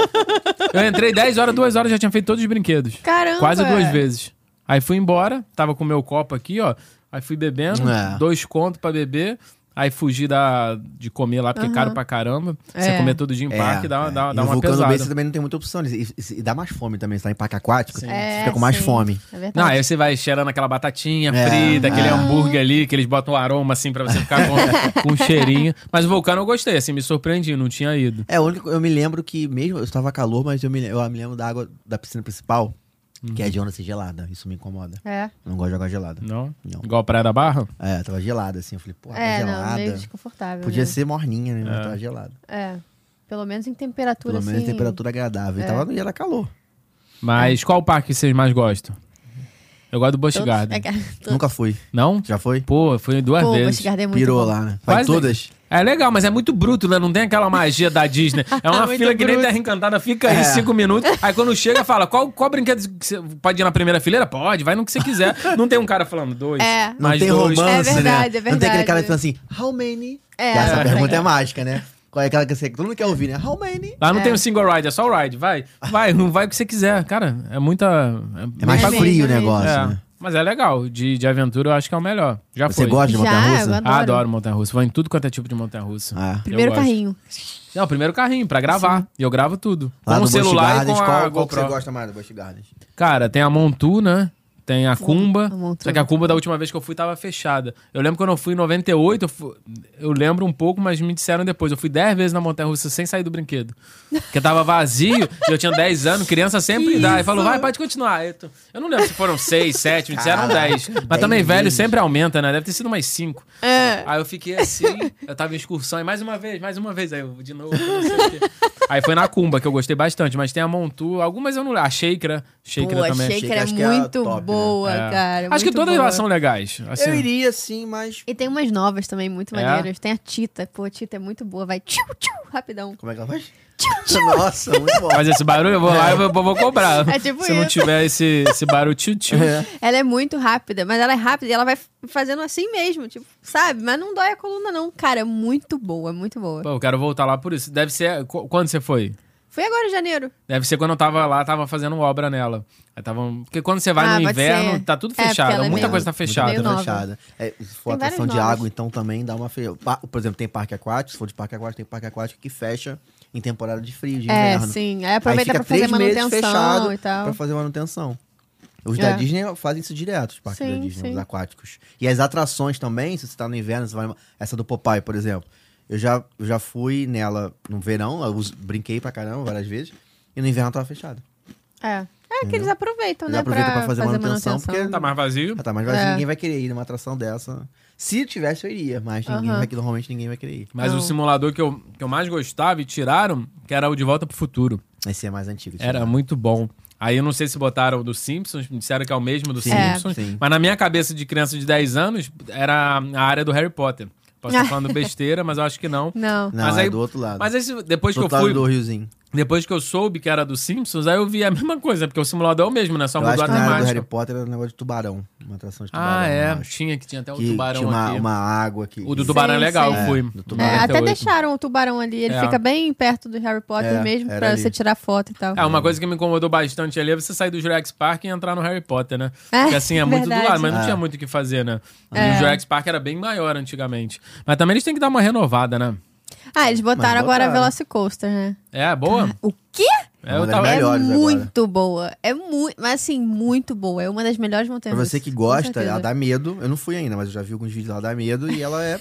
Speaker 3: eu entrei 10 horas, 2 horas, já tinha feito todos os brinquedos.
Speaker 1: Caramba!
Speaker 3: Quase duas vezes. Aí fui embora, tava com o meu copo aqui, ó. Aí fui bebendo,
Speaker 2: É.
Speaker 3: dois contos pra beber. Aí fugi da, de comer lá, porque é caro pra caramba.
Speaker 1: É.
Speaker 3: Você comer todo dia em
Speaker 2: É,
Speaker 3: parque, dá,
Speaker 2: é.
Speaker 3: dá,
Speaker 2: E
Speaker 3: dá
Speaker 2: no
Speaker 3: uma
Speaker 2: Vulcano
Speaker 3: pesada.
Speaker 2: Bay você também não tem muita opção. E, e- e dá mais fome também, você tá em parque aquático, você
Speaker 1: É,
Speaker 2: fica com mais
Speaker 1: sim.
Speaker 2: fome.
Speaker 1: É verdade.
Speaker 3: Não, aí você vai cheirando aquela batatinha
Speaker 2: É,
Speaker 3: frita, aquele
Speaker 1: Ah.
Speaker 2: é.
Speaker 3: hambúrguer ali, que eles botam o aroma assim pra você ficar
Speaker 1: [laughs]
Speaker 3: com, com um cheirinho. Mas o vulcano eu gostei, assim, me surpreendi, não tinha ido.
Speaker 2: É, o único, eu me lembro que mesmo, eu estava calor, mas eu me, le- eu me lembro da água da piscina principal, que é de onda ser gelada. Isso me incomoda.
Speaker 1: É,
Speaker 2: Eu não gosto de água gelada.
Speaker 3: Não?
Speaker 2: Não.
Speaker 3: Igual a Praia da Barra?
Speaker 2: É, tava gelada, assim. Eu falei, pô, água
Speaker 1: é não,
Speaker 2: gelada.
Speaker 1: meio desconfortável.
Speaker 2: Podia
Speaker 1: né?
Speaker 2: ser morninha, né? Mas tava gelada.
Speaker 1: É, pelo menos em temperatura,
Speaker 2: Pelo menos
Speaker 1: assim...
Speaker 2: temperatura é agradável. E tava, e era calor.
Speaker 3: Mas qual parque vocês mais gostam? Eu gosto do Busch
Speaker 1: É. todos-
Speaker 3: Garden.
Speaker 1: é que- [laughs] todos-
Speaker 2: Nunca fui.
Speaker 3: Não?
Speaker 2: Já foi?
Speaker 3: Pô, eu fui duas
Speaker 1: Pô,
Speaker 3: vezes.
Speaker 1: Busch Garden é muito
Speaker 2: Pirou
Speaker 1: bom.
Speaker 2: lá, né? Vai
Speaker 3: Quase-
Speaker 2: todas.
Speaker 3: É legal, mas é muito bruto, né? Não tem aquela magia
Speaker 1: [laughs]
Speaker 3: da Disney. É uma
Speaker 1: Muito
Speaker 3: fila que nem
Speaker 1: bruto.
Speaker 3: Terra Encantada, fica aí
Speaker 2: É.
Speaker 3: cinco minutos. Aí quando chega, fala: qual, qual brinquedo que você pode ir na primeira fileira? Pode, vai no que você
Speaker 1: [laughs]
Speaker 3: quiser. Não tem um cara falando dois.
Speaker 1: É.
Speaker 2: Não
Speaker 3: mais
Speaker 2: tem
Speaker 3: dois.
Speaker 2: romance,
Speaker 1: É verdade,
Speaker 2: né?
Speaker 1: é
Speaker 2: Não tem aquele
Speaker 1: verdade.
Speaker 2: cara que fala assim, how many?
Speaker 1: É,
Speaker 2: Já essa
Speaker 1: é.
Speaker 2: pergunta é mágica, né? Qual é aquela que você, todo mundo quer ouvir, né? How many?
Speaker 3: Lá não tem o single ride, é só o ride. Vai, vai, não vai o que você quiser. Cara, é muita.
Speaker 2: É mais
Speaker 1: É
Speaker 3: muita
Speaker 1: mesmo,
Speaker 2: frio o
Speaker 1: é mesmo.
Speaker 2: negócio,
Speaker 3: É,
Speaker 2: né?
Speaker 3: Mas é legal. De, de aventura eu acho que é o melhor. Já
Speaker 2: Você
Speaker 3: foi.
Speaker 2: gosta de
Speaker 1: Já, eu
Speaker 2: montanha-russa?
Speaker 1: adoro.
Speaker 3: Ah, adoro montanha-russa. Vou em tudo quanto é tipo de montanha-russa.
Speaker 2: Ah.
Speaker 1: Primeiro
Speaker 3: gosto.
Speaker 1: carrinho.
Speaker 3: Não, primeiro carrinho, pra gravar. E eu gravo tudo.
Speaker 2: Lá
Speaker 3: com
Speaker 2: no
Speaker 3: o
Speaker 2: Busch
Speaker 3: celular e
Speaker 2: Gardens,
Speaker 3: com a
Speaker 2: qual, qual que
Speaker 3: GoPro.
Speaker 2: você gosta mais do Busch Gardens?
Speaker 3: Cara, tem a Montu, né? Tem a Cumba.
Speaker 1: a Montu.
Speaker 3: Só que a Cumba da última vez que eu fui tava fechada. Eu lembro quando eu fui em 98, eu, fu- eu lembro um pouco, mas me disseram depois. Eu fui 10 vezes na Montanha Russa sem sair do brinquedo. Porque tava vazio, e eu tinha 10 anos, criança sempre dá. E falou, vai, pode continuar. Eu, tô- eu não lembro se foram 6, 7, me disseram
Speaker 2: Caraca,
Speaker 3: 10. Mas
Speaker 2: 10
Speaker 3: também velho
Speaker 2: vezes.
Speaker 3: sempre aumenta, né? Deve ter sido mais 5. Aí eu fiquei assim, eu tava em excursão, e mais uma vez, mais uma vez, aí eu de novo, não sei o quê. Aí foi na Cumba, que eu gostei bastante, mas tem a Montu, algumas eu não lembro. A Sheikra, Sheikra
Speaker 1: Pô, a
Speaker 3: também. assim.
Speaker 1: Shaker é
Speaker 2: acho que é a
Speaker 1: muito
Speaker 2: top, né?
Speaker 1: boa,
Speaker 3: É.
Speaker 1: cara.
Speaker 3: Acho que
Speaker 1: muito
Speaker 3: todas
Speaker 1: boa.
Speaker 3: elas são legais. assim.
Speaker 2: Eu iria sim, mas...
Speaker 1: E tem umas novas também, muito
Speaker 3: É?
Speaker 1: maneiras. Tem a Tita. Pô, a Tita é muito boa. Vai tchiu, tchiu, rapidão.
Speaker 2: Como é que ela faz? [laughs]
Speaker 1: Tchiu, tchiu.
Speaker 2: Nossa, muito bom.
Speaker 3: Faz esse barulho, eu vou lá e vou, vou cobrar.
Speaker 1: É tipo
Speaker 3: Se não
Speaker 1: isso.
Speaker 3: tiver esse, esse barulho tio-tio.
Speaker 2: É.
Speaker 1: Ela é muito rápida, mas ela é rápida e ela vai f- fazendo assim mesmo, tipo, sabe? Mas não dói a coluna, não. Cara, é muito boa, muito boa.
Speaker 3: Pô, eu quero voltar lá por isso. Deve ser. qu- Quando você foi?
Speaker 1: Fui agora em janeiro.
Speaker 3: Deve ser quando eu tava lá, tava fazendo obra nela. Aí tava... um, Porque quando você vai
Speaker 1: Ah,
Speaker 3: no
Speaker 1: pode
Speaker 3: inverno,
Speaker 1: ser.
Speaker 3: tá tudo
Speaker 1: É, porque
Speaker 3: fechado.
Speaker 1: ela é
Speaker 3: Muita
Speaker 1: meio-
Speaker 3: coisa tá fechada.
Speaker 1: meio
Speaker 2: Muita
Speaker 1: nova.
Speaker 2: coisa fechada. É, se for
Speaker 1: Tem
Speaker 2: atração
Speaker 1: várias
Speaker 2: de
Speaker 1: novas.
Speaker 2: água, então também dá uma feia. Pa- Por exemplo, tem parque aquático. Se for de parque aquático, tem parque aquático que fecha em temporada de frio, de
Speaker 1: É,
Speaker 2: inverno.
Speaker 1: sim. Aí
Speaker 2: Aí
Speaker 1: aproveita
Speaker 2: fica
Speaker 1: pra fazer
Speaker 2: três meses
Speaker 1: manutenção
Speaker 2: fechado
Speaker 1: e tal.
Speaker 2: pra fazer manutenção. Os
Speaker 1: É.
Speaker 2: da Disney fazem isso direto, os parques da
Speaker 1: Sim,
Speaker 2: Disney, os
Speaker 1: sim.
Speaker 2: aquáticos. E as atrações também, se você tá no inverno, você vai... numa- Essa do Popeye, por exemplo. Eu já, eu já fui nela no verão, eu us- brinquei pra caramba várias vezes. E no inverno tava fechada.
Speaker 1: É. É que eles aproveitam,
Speaker 2: Eles
Speaker 1: né?
Speaker 2: aproveitam pra fazer manutenção, porque-
Speaker 3: Tá mais vazio.
Speaker 2: Ah, tá, mas vai-
Speaker 1: É.
Speaker 2: ninguém vai querer ir numa atração dessa. Se tivesse, eu iria, mas ninguém
Speaker 1: Aham.
Speaker 2: vai, normalmente ninguém vai querer ir.
Speaker 3: Mas
Speaker 1: Não.
Speaker 3: o simulador que eu, que eu mais gostava e tiraram, que era o De Volta pro Futuro.
Speaker 2: Esse é mais antigo.
Speaker 3: Era
Speaker 2: tipo,
Speaker 3: muito bom. Aí eu não sei se botaram o do Simpsons, me disseram que é o mesmo do
Speaker 2: Sim,
Speaker 3: Simpsons.
Speaker 2: sim.
Speaker 3: Mas na minha cabeça de criança de 10 anos, era a área do Harry Potter. Posso
Speaker 1: [laughs]
Speaker 3: estar falando besteira, mas eu acho que não.
Speaker 1: Não.
Speaker 2: Não,
Speaker 3: mas
Speaker 2: é
Speaker 3: aí-
Speaker 2: do outro lado.
Speaker 3: Mas aí, se- depois
Speaker 2: do
Speaker 3: que eu
Speaker 2: outro lado
Speaker 3: fui,
Speaker 2: do Riozinho.
Speaker 3: depois que eu soube que era do Simpsons, aí eu vi a mesma coisa, porque o simulador é o mesmo, né? Só
Speaker 2: Eu
Speaker 3: mudou
Speaker 2: acho
Speaker 3: a
Speaker 2: que na área do Harry
Speaker 3: temática.
Speaker 2: Potter era um negócio de tubarão. Uma atração de tubarão.
Speaker 3: Ah, é.
Speaker 2: eu acho.
Speaker 3: Tinha que tinha até o
Speaker 2: Que
Speaker 3: tubarão
Speaker 2: tinha uma,
Speaker 3: aqui.
Speaker 2: uma água que...
Speaker 3: O do tubarão é
Speaker 1: Sim,
Speaker 3: legal,
Speaker 1: sim.
Speaker 3: eu fui.
Speaker 2: É, do tubarão.
Speaker 1: É,
Speaker 2: Não,
Speaker 1: até
Speaker 3: 98.
Speaker 1: deixaram o tubarão ali. Ele
Speaker 3: É.
Speaker 1: fica bem perto do Harry Potter
Speaker 2: É,
Speaker 1: mesmo,
Speaker 2: era
Speaker 1: pra
Speaker 2: ali.
Speaker 1: você tirar foto e tal.
Speaker 3: É, uma coisa que me incomodou bastante ali é você sair do Jurassic Park e entrar no Harry Potter, né?
Speaker 1: É, [laughs]
Speaker 3: Porque assim é muito
Speaker 1: verdade.
Speaker 3: do lado, mas não
Speaker 2: É.
Speaker 3: tinha muito o que fazer, né?
Speaker 1: É.
Speaker 3: E o Jurassic Park era bem maior antigamente. Mas também eles têm que dar uma renovada, né?
Speaker 1: Ah, eles botaram
Speaker 2: Mas
Speaker 1: agora a
Speaker 2: botaram.
Speaker 1: Velocicoaster, né?
Speaker 3: É, boa?
Speaker 1: O quê?
Speaker 3: É,
Speaker 2: uma
Speaker 3: eu
Speaker 2: das
Speaker 3: tava-
Speaker 1: É
Speaker 2: Melhores agora.
Speaker 1: muito boa. É muito, mas assim, muito boa. É uma das melhores montanhas
Speaker 2: Pra você que
Speaker 1: com
Speaker 2: gosta,
Speaker 1: certeza.
Speaker 2: ela dá medo. Eu não fui ainda, mas eu já vi alguns vídeos lá da medo e ela
Speaker 3: [laughs]
Speaker 2: é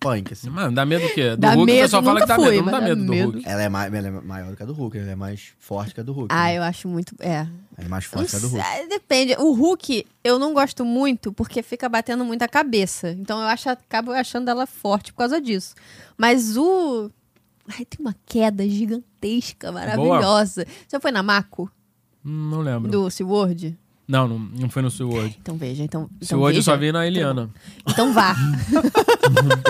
Speaker 2: punk, assim.
Speaker 3: é, Mano, dá medo o quê? Do
Speaker 1: Dá
Speaker 3: Hulk, o
Speaker 1: medo,
Speaker 3: pessoal fala que
Speaker 1: nunca
Speaker 3: dá
Speaker 1: fui,
Speaker 3: medo. Não
Speaker 1: mas
Speaker 3: dá
Speaker 1: dá
Speaker 3: medo do
Speaker 1: medo.
Speaker 3: Hulk.
Speaker 2: Ela é, ma- ela é maior do que a do Hulk, ela é mais forte que a do Hulk.
Speaker 1: Ah,
Speaker 2: né?
Speaker 1: eu acho muito. É.
Speaker 2: É mais
Speaker 1: Não
Speaker 2: forte que a do Hulk.
Speaker 1: sei, depende. O Hulk, eu não gosto muito porque fica batendo muito a cabeça. Então eu acho, acabo achando ela forte por causa disso. Mas o. Ai, tem uma queda gigantesca, maravilhosa. Você foi na Mako
Speaker 3: Hum, Não lembro.
Speaker 1: do SeaWorld?
Speaker 3: Não, não, não foi no SeaWorld.
Speaker 1: Então veja, então. então
Speaker 3: SeaWorld eu
Speaker 1: veja.
Speaker 3: só vi na Eliana.
Speaker 1: Então
Speaker 3: [laughs]
Speaker 1: vá.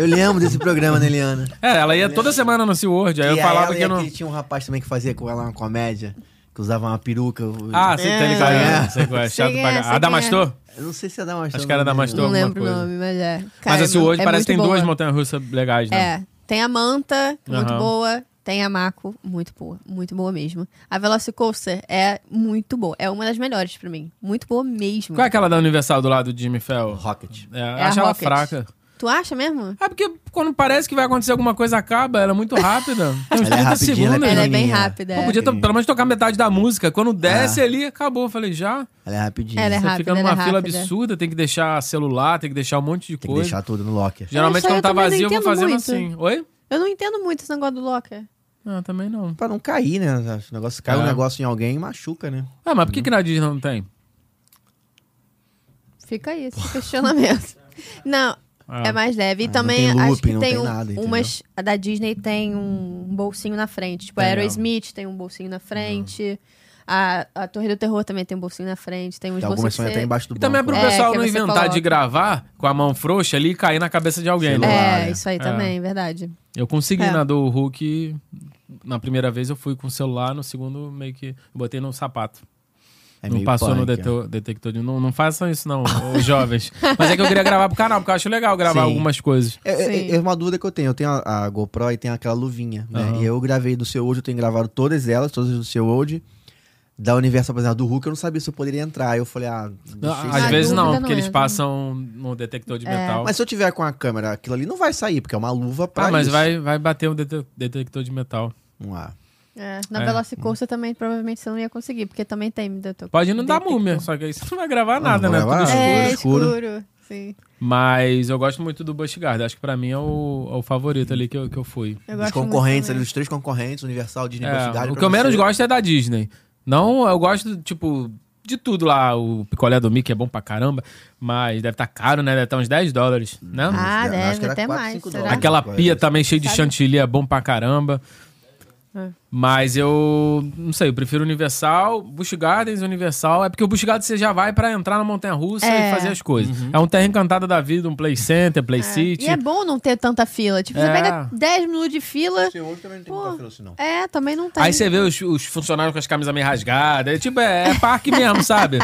Speaker 2: Eu lembro desse programa, né, Eliana?
Speaker 3: É, ela ia toda semana no SeaWorld, aí eu
Speaker 2: E a
Speaker 3: falava
Speaker 2: ela e
Speaker 3: que não...
Speaker 2: aquele- Tinha um rapaz também que fazia com ela uma comédia, que usava uma peruca. o-
Speaker 3: Ah, sei que tá ligado. né? Sei qual é,
Speaker 1: Sei
Speaker 3: chato
Speaker 1: quem
Speaker 3: pra
Speaker 1: é, sei
Speaker 3: caralho.
Speaker 1: quem
Speaker 3: A Damastor?
Speaker 2: Eu não sei se é da Mastor.
Speaker 3: Acho que era da Mastor.
Speaker 1: não
Speaker 3: alguma
Speaker 1: lembro o
Speaker 3: coisa.
Speaker 1: nome, mas é.
Speaker 3: Mas a SeaWorld
Speaker 1: é
Speaker 3: parece que tem
Speaker 1: muito
Speaker 3: duas
Speaker 1: boa.
Speaker 3: montanhas-russas legais, né?
Speaker 1: É. Tem a Manta, que é muito
Speaker 3: Aham.
Speaker 1: boa. Tem a Mako, muito boa. Muito boa mesmo. A Velocicoaster é muito boa. É uma das melhores pra mim. Muito boa mesmo.
Speaker 3: Qual é aquela da Universal do lado do Jimmy Fell?
Speaker 2: Rocket.
Speaker 3: É, eu
Speaker 1: a
Speaker 3: acho ela
Speaker 1: Rocket.
Speaker 3: fraca.
Speaker 1: Tu acha mesmo?
Speaker 3: É porque quando parece que vai acontecer alguma coisa, acaba. Ela é muito rápida. Tem
Speaker 2: Ela
Speaker 3: uns
Speaker 2: é
Speaker 3: 30
Speaker 2: rapidinha,
Speaker 3: segundos.
Speaker 2: né?
Speaker 1: Ela é bem
Speaker 2: Pequenininha.
Speaker 1: rápida.
Speaker 3: Pô,
Speaker 1: é.
Speaker 3: podia to- pelo menos tocar metade da música. Quando desce
Speaker 2: Ah.
Speaker 3: ali, acabou. Eu Falei, já?
Speaker 2: Ela é rapidinha.
Speaker 1: Ela é
Speaker 3: Você
Speaker 1: rápida,
Speaker 3: fica numa
Speaker 1: ela é
Speaker 3: fila
Speaker 1: rápida.
Speaker 3: absurda, tem que deixar celular, tem que deixar um monte de
Speaker 2: Tem que
Speaker 3: coisa.
Speaker 2: deixar tudo no locker.
Speaker 3: Geralmente
Speaker 1: É, Isso aí
Speaker 3: quando
Speaker 1: eu
Speaker 3: tá
Speaker 1: também não
Speaker 3: vazio, eu vou
Speaker 1: entendo
Speaker 3: fazendo
Speaker 1: muito.
Speaker 3: assim. Oi?
Speaker 1: Eu não entendo muito esse negócio do Locker.
Speaker 3: Não, também não.
Speaker 2: Pra não cair, né? Se o negócio cai
Speaker 3: É.
Speaker 2: um negócio em alguém e machuca, né?
Speaker 3: Ah, mas por que, que na Disney não tem?
Speaker 1: Fica aí, esse questionamento. [laughs] Não,
Speaker 3: Ah.
Speaker 1: é mais leve. E
Speaker 2: Ah, não
Speaker 1: também
Speaker 2: tem looping,
Speaker 1: acho que
Speaker 2: não
Speaker 1: tem,
Speaker 2: tem
Speaker 1: um-
Speaker 2: nada, entendeu?
Speaker 1: umas. A da Disney tem um bolsinho na frente. Tipo, a
Speaker 3: Tem,
Speaker 1: Aerosmith tem um bolsinho na frente. A, a Torre do Terror também tem um bolsinho na frente. Tem uns
Speaker 2: Tem algumas
Speaker 1: bolsinhos.
Speaker 2: são
Speaker 1: que
Speaker 2: até
Speaker 1: você-
Speaker 2: embaixo do
Speaker 3: E
Speaker 2: banco.
Speaker 3: também é pro
Speaker 2: né?
Speaker 1: É,
Speaker 3: pessoal
Speaker 1: que
Speaker 3: não
Speaker 1: você
Speaker 3: inventar de
Speaker 1: coloca.
Speaker 3: gravar com a mão frouxa ali e cair na cabeça de alguém.
Speaker 2: Sei
Speaker 3: né?
Speaker 2: lá.
Speaker 1: É,
Speaker 2: né?
Speaker 1: isso aí
Speaker 3: É.
Speaker 1: também, verdade.
Speaker 3: Eu consegui
Speaker 1: É.
Speaker 3: na do Hulk. Na primeira vez eu fui com o celular, no segundo meio que eu botei no sapato.
Speaker 2: É
Speaker 3: não
Speaker 2: meio
Speaker 3: passou no
Speaker 2: punk, ó.
Speaker 3: deto- detector de. Não, não façam isso, não, ô, jovens. Mas é que eu queria gravar pro canal, porque eu acho legal gravar
Speaker 2: Sim.
Speaker 3: algumas coisas.
Speaker 2: É,
Speaker 1: Sim.
Speaker 2: é, é uma dúvida que eu tenho. Eu tenho a, a GoPro e tenho aquela luvinha, né?
Speaker 3: Aham.
Speaker 2: E eu gravei do seu hoje, eu tenho gravado todas elas, todas do seu hoje. Da Universal, por exemplo, do Hulk, eu não sabia se eu poderia entrar. Aí eu falei, ah, deixei
Speaker 3: Às
Speaker 1: Na
Speaker 2: isso.
Speaker 3: vezes
Speaker 1: dúvida
Speaker 3: não,
Speaker 1: não é, né?
Speaker 3: porque eles
Speaker 1: entra.
Speaker 3: passam no detector de metal.
Speaker 2: Mas se eu tiver com a câmera, aquilo ali não vai sair, porque é uma luva pra
Speaker 3: ah, mas
Speaker 2: isso.
Speaker 3: vai, vai bater um dete- detector de metal.
Speaker 2: Vamos lá.
Speaker 1: É, na
Speaker 3: É.
Speaker 1: Velocicoaster também provavelmente você não ia conseguir, porque também tem detector.
Speaker 3: Pode não dar
Speaker 1: detector.
Speaker 3: múmia, só que aí você não vai gravar
Speaker 2: Ah, Não,
Speaker 3: nada,
Speaker 2: não
Speaker 3: né?
Speaker 2: vai
Speaker 3: Tudo
Speaker 2: gravar
Speaker 3: escuro.
Speaker 1: É,
Speaker 2: escuro,
Speaker 1: escuro, sim.
Speaker 3: Mas eu gosto muito do Bush Guard. Acho que pra mim é o, é o
Speaker 2: Hum.
Speaker 3: favorito ali que eu, que eu fui.
Speaker 1: Eu
Speaker 2: Os
Speaker 1: gosto muito
Speaker 2: concorrentes
Speaker 1: também.
Speaker 2: ali, os três concorrentes, Universal, Disney,
Speaker 3: É,
Speaker 2: Busch Gardens,
Speaker 3: o
Speaker 2: pra
Speaker 3: que eu menos
Speaker 2: você.
Speaker 3: gosto é da Disney. Não, eu gosto, tipo, de tudo lá. O picolé do Mickey é bom pra caramba, mas deve estar caro, né? Deve estar uns 10 dólares, né?
Speaker 1: Ah,
Speaker 2: Acho que
Speaker 1: deve,
Speaker 2: era
Speaker 1: até
Speaker 2: quatro,
Speaker 1: mais,
Speaker 2: cinco
Speaker 1: será?
Speaker 2: dólares.
Speaker 3: Aquela
Speaker 2: Agora,
Speaker 3: pia também cheia de
Speaker 1: Sabe?
Speaker 3: chantilly é bom pra caramba.
Speaker 1: É.
Speaker 3: Mas eu não sei, eu prefiro Universal, Busch Gardens, Universal. É porque o Busch Gardens você já vai pra entrar na Montanha Russa
Speaker 1: É.
Speaker 3: e fazer as coisas.
Speaker 2: Uhum.
Speaker 3: É um terra encantada da vida, um Play Center, Play City.
Speaker 1: E é bom não ter tanta fila. Tipo, você
Speaker 3: É.
Speaker 1: pega 10 minutos de fila.
Speaker 2: Seu hoje também não tem
Speaker 1: Pô.
Speaker 2: muita fila, assim, não.
Speaker 1: É, também não tem.
Speaker 3: Aí você vê os, os funcionários com as camisas meio rasgadas. É tipo, é, é parque
Speaker 1: [laughs]
Speaker 3: mesmo, sabe?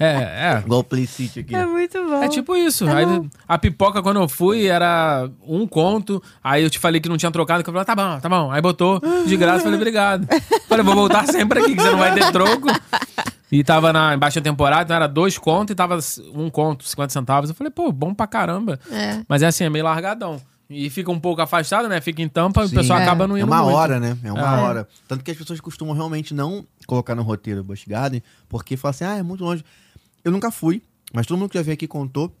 Speaker 3: É, é.
Speaker 2: Igual o Play City aqui.
Speaker 1: É muito bom.
Speaker 3: É tipo isso.
Speaker 1: Tá
Speaker 3: Aí,
Speaker 1: bom.
Speaker 3: a pipoca, quando eu fui, era um conto. Aí eu te falei que não tinha trocado, que eu falei, tá bom, tá bom. Aí botou de graça, eu falei, obrigado. Falei, vou voltar sempre aqui, que você não vai ter troco. E tava na em baixa temporada, então era dois contos e tava um conto, 50 centavos. Eu falei, pô, bom pra caramba.
Speaker 1: É.
Speaker 3: Mas é assim, é meio largadão. E fica um pouco afastado, né? Fica em tampa e o
Speaker 2: Sim.
Speaker 3: pessoal
Speaker 1: É.
Speaker 3: acaba não
Speaker 2: É
Speaker 3: indo
Speaker 2: uma
Speaker 3: muito.
Speaker 2: hora, né? É uma
Speaker 3: É.
Speaker 2: hora. Tanto que as pessoas costumam realmente não colocar no roteiro Busch Garden, porque falam assim, ah, é muito longe. Eu nunca fui, mas todo mundo que já veio aqui contou.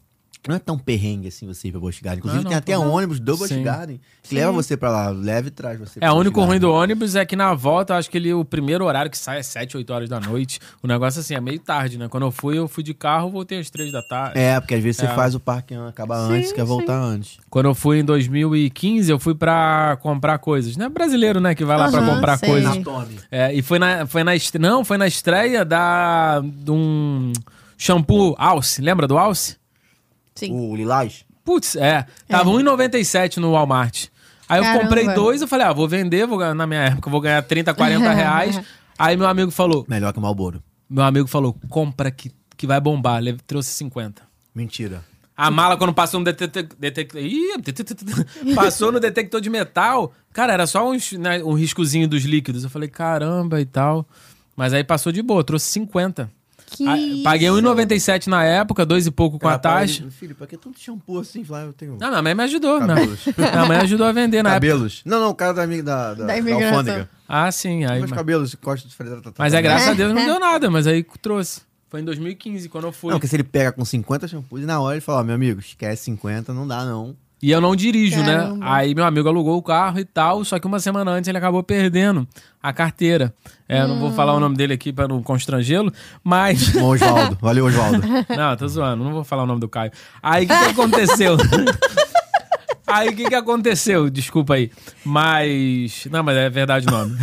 Speaker 2: Não é tão perrengue assim você ir pra Busch Garden. Inclusive,
Speaker 3: Ah, não,
Speaker 2: tem até
Speaker 3: pô,
Speaker 2: um ônibus do Busch
Speaker 3: Sim.
Speaker 2: Garden que leva você pra lá, leva e traz você.
Speaker 3: É,
Speaker 2: pro
Speaker 3: o
Speaker 2: Busch
Speaker 3: único ruim
Speaker 2: Garden.
Speaker 3: do ônibus é que na volta, eu acho que ele, o primeiro horário que sai é 7, 8 horas da noite. O negócio, assim, é meio tarde, né? Quando eu fui, eu fui de carro, voltei às 3 da tarde.
Speaker 2: É, porque às vezes
Speaker 3: É.
Speaker 2: você faz o parque acaba
Speaker 1: Sim,
Speaker 2: antes, quer
Speaker 1: sim.
Speaker 2: voltar antes.
Speaker 3: Quando eu fui em 2015, eu fui pra comprar coisas. Não é brasileiro, né, que vai lá pra
Speaker 1: Aham,
Speaker 3: comprar
Speaker 1: sei.
Speaker 3: coisas.
Speaker 1: Na
Speaker 2: Tome.
Speaker 3: É, e foi na, foi na estre... Não, foi na estreia da... de um shampoo Alce. Lembra do Alce?
Speaker 1: Sim.
Speaker 2: O Lilás?
Speaker 3: Putz, é. Tava R$1,97 no Walmart. Aí eu
Speaker 1: Caramba.
Speaker 3: comprei dois, eu falei, ah, vou vender, vou ganhar, na minha época, eu vou ganhar 30,
Speaker 1: [laughs]
Speaker 3: 40 reais. Aí meu amigo falou,
Speaker 2: Melhor que o Malboro.
Speaker 3: Meu amigo falou: compra que, que vai bombar. Ele trouxe 50.
Speaker 2: Mentira.
Speaker 3: A mala, quando passou no detector. [laughs] passou no detector de metal, cara, era só uns, né, um riscozinho dos líquidos. Eu falei, caramba e tal. Mas aí passou de boa, trouxe 50.
Speaker 1: Que
Speaker 3: Ah,
Speaker 1: isso?
Speaker 3: Paguei 1,97 na época, dois e pouco com a taxa.
Speaker 2: Filho, pra que tanto shampoo assim? Lá eu tenho
Speaker 3: Não, minha mãe me ajudou. Minha,
Speaker 1: [laughs]
Speaker 2: cabelos.
Speaker 3: minha mãe ajudou a vender na época.
Speaker 2: cabelos. Não, não, o cara da, amiga- da, da,
Speaker 1: Da
Speaker 2: da
Speaker 1: imigração.
Speaker 2: alfândega.
Speaker 3: Ah, sim. Aí,
Speaker 2: Meus
Speaker 3: mas,
Speaker 2: cabelos, costa de freira tá
Speaker 3: mas é graças a Deus não
Speaker 1: É.
Speaker 3: deu nada, mas aí trouxe. Foi em 2015, quando eu fui.
Speaker 2: Não, porque se ele pega com 50 shampoos e na hora ele fala, ó, meu amigo, esquece 50, não dá não.
Speaker 3: E eu não dirijo, né?
Speaker 1: Caramba.
Speaker 3: Aí meu amigo alugou o carro e tal, só que uma semana antes ele acabou perdendo a carteira. É, eu não vou falar o nome dele aqui pra não constrangê-lo, mas.
Speaker 2: Bom, Oswaldo.
Speaker 1: [laughs]
Speaker 2: Valeu, Oswaldo.
Speaker 3: [laughs] Não, tô zoando, não vou falar o nome do Caio. Aí o que, que
Speaker 2: [laughs]
Speaker 3: aconteceu? aí o que, que aconteceu? Desculpa aí. Mas. Não, mas é verdade
Speaker 2: [laughs]
Speaker 3: o nome.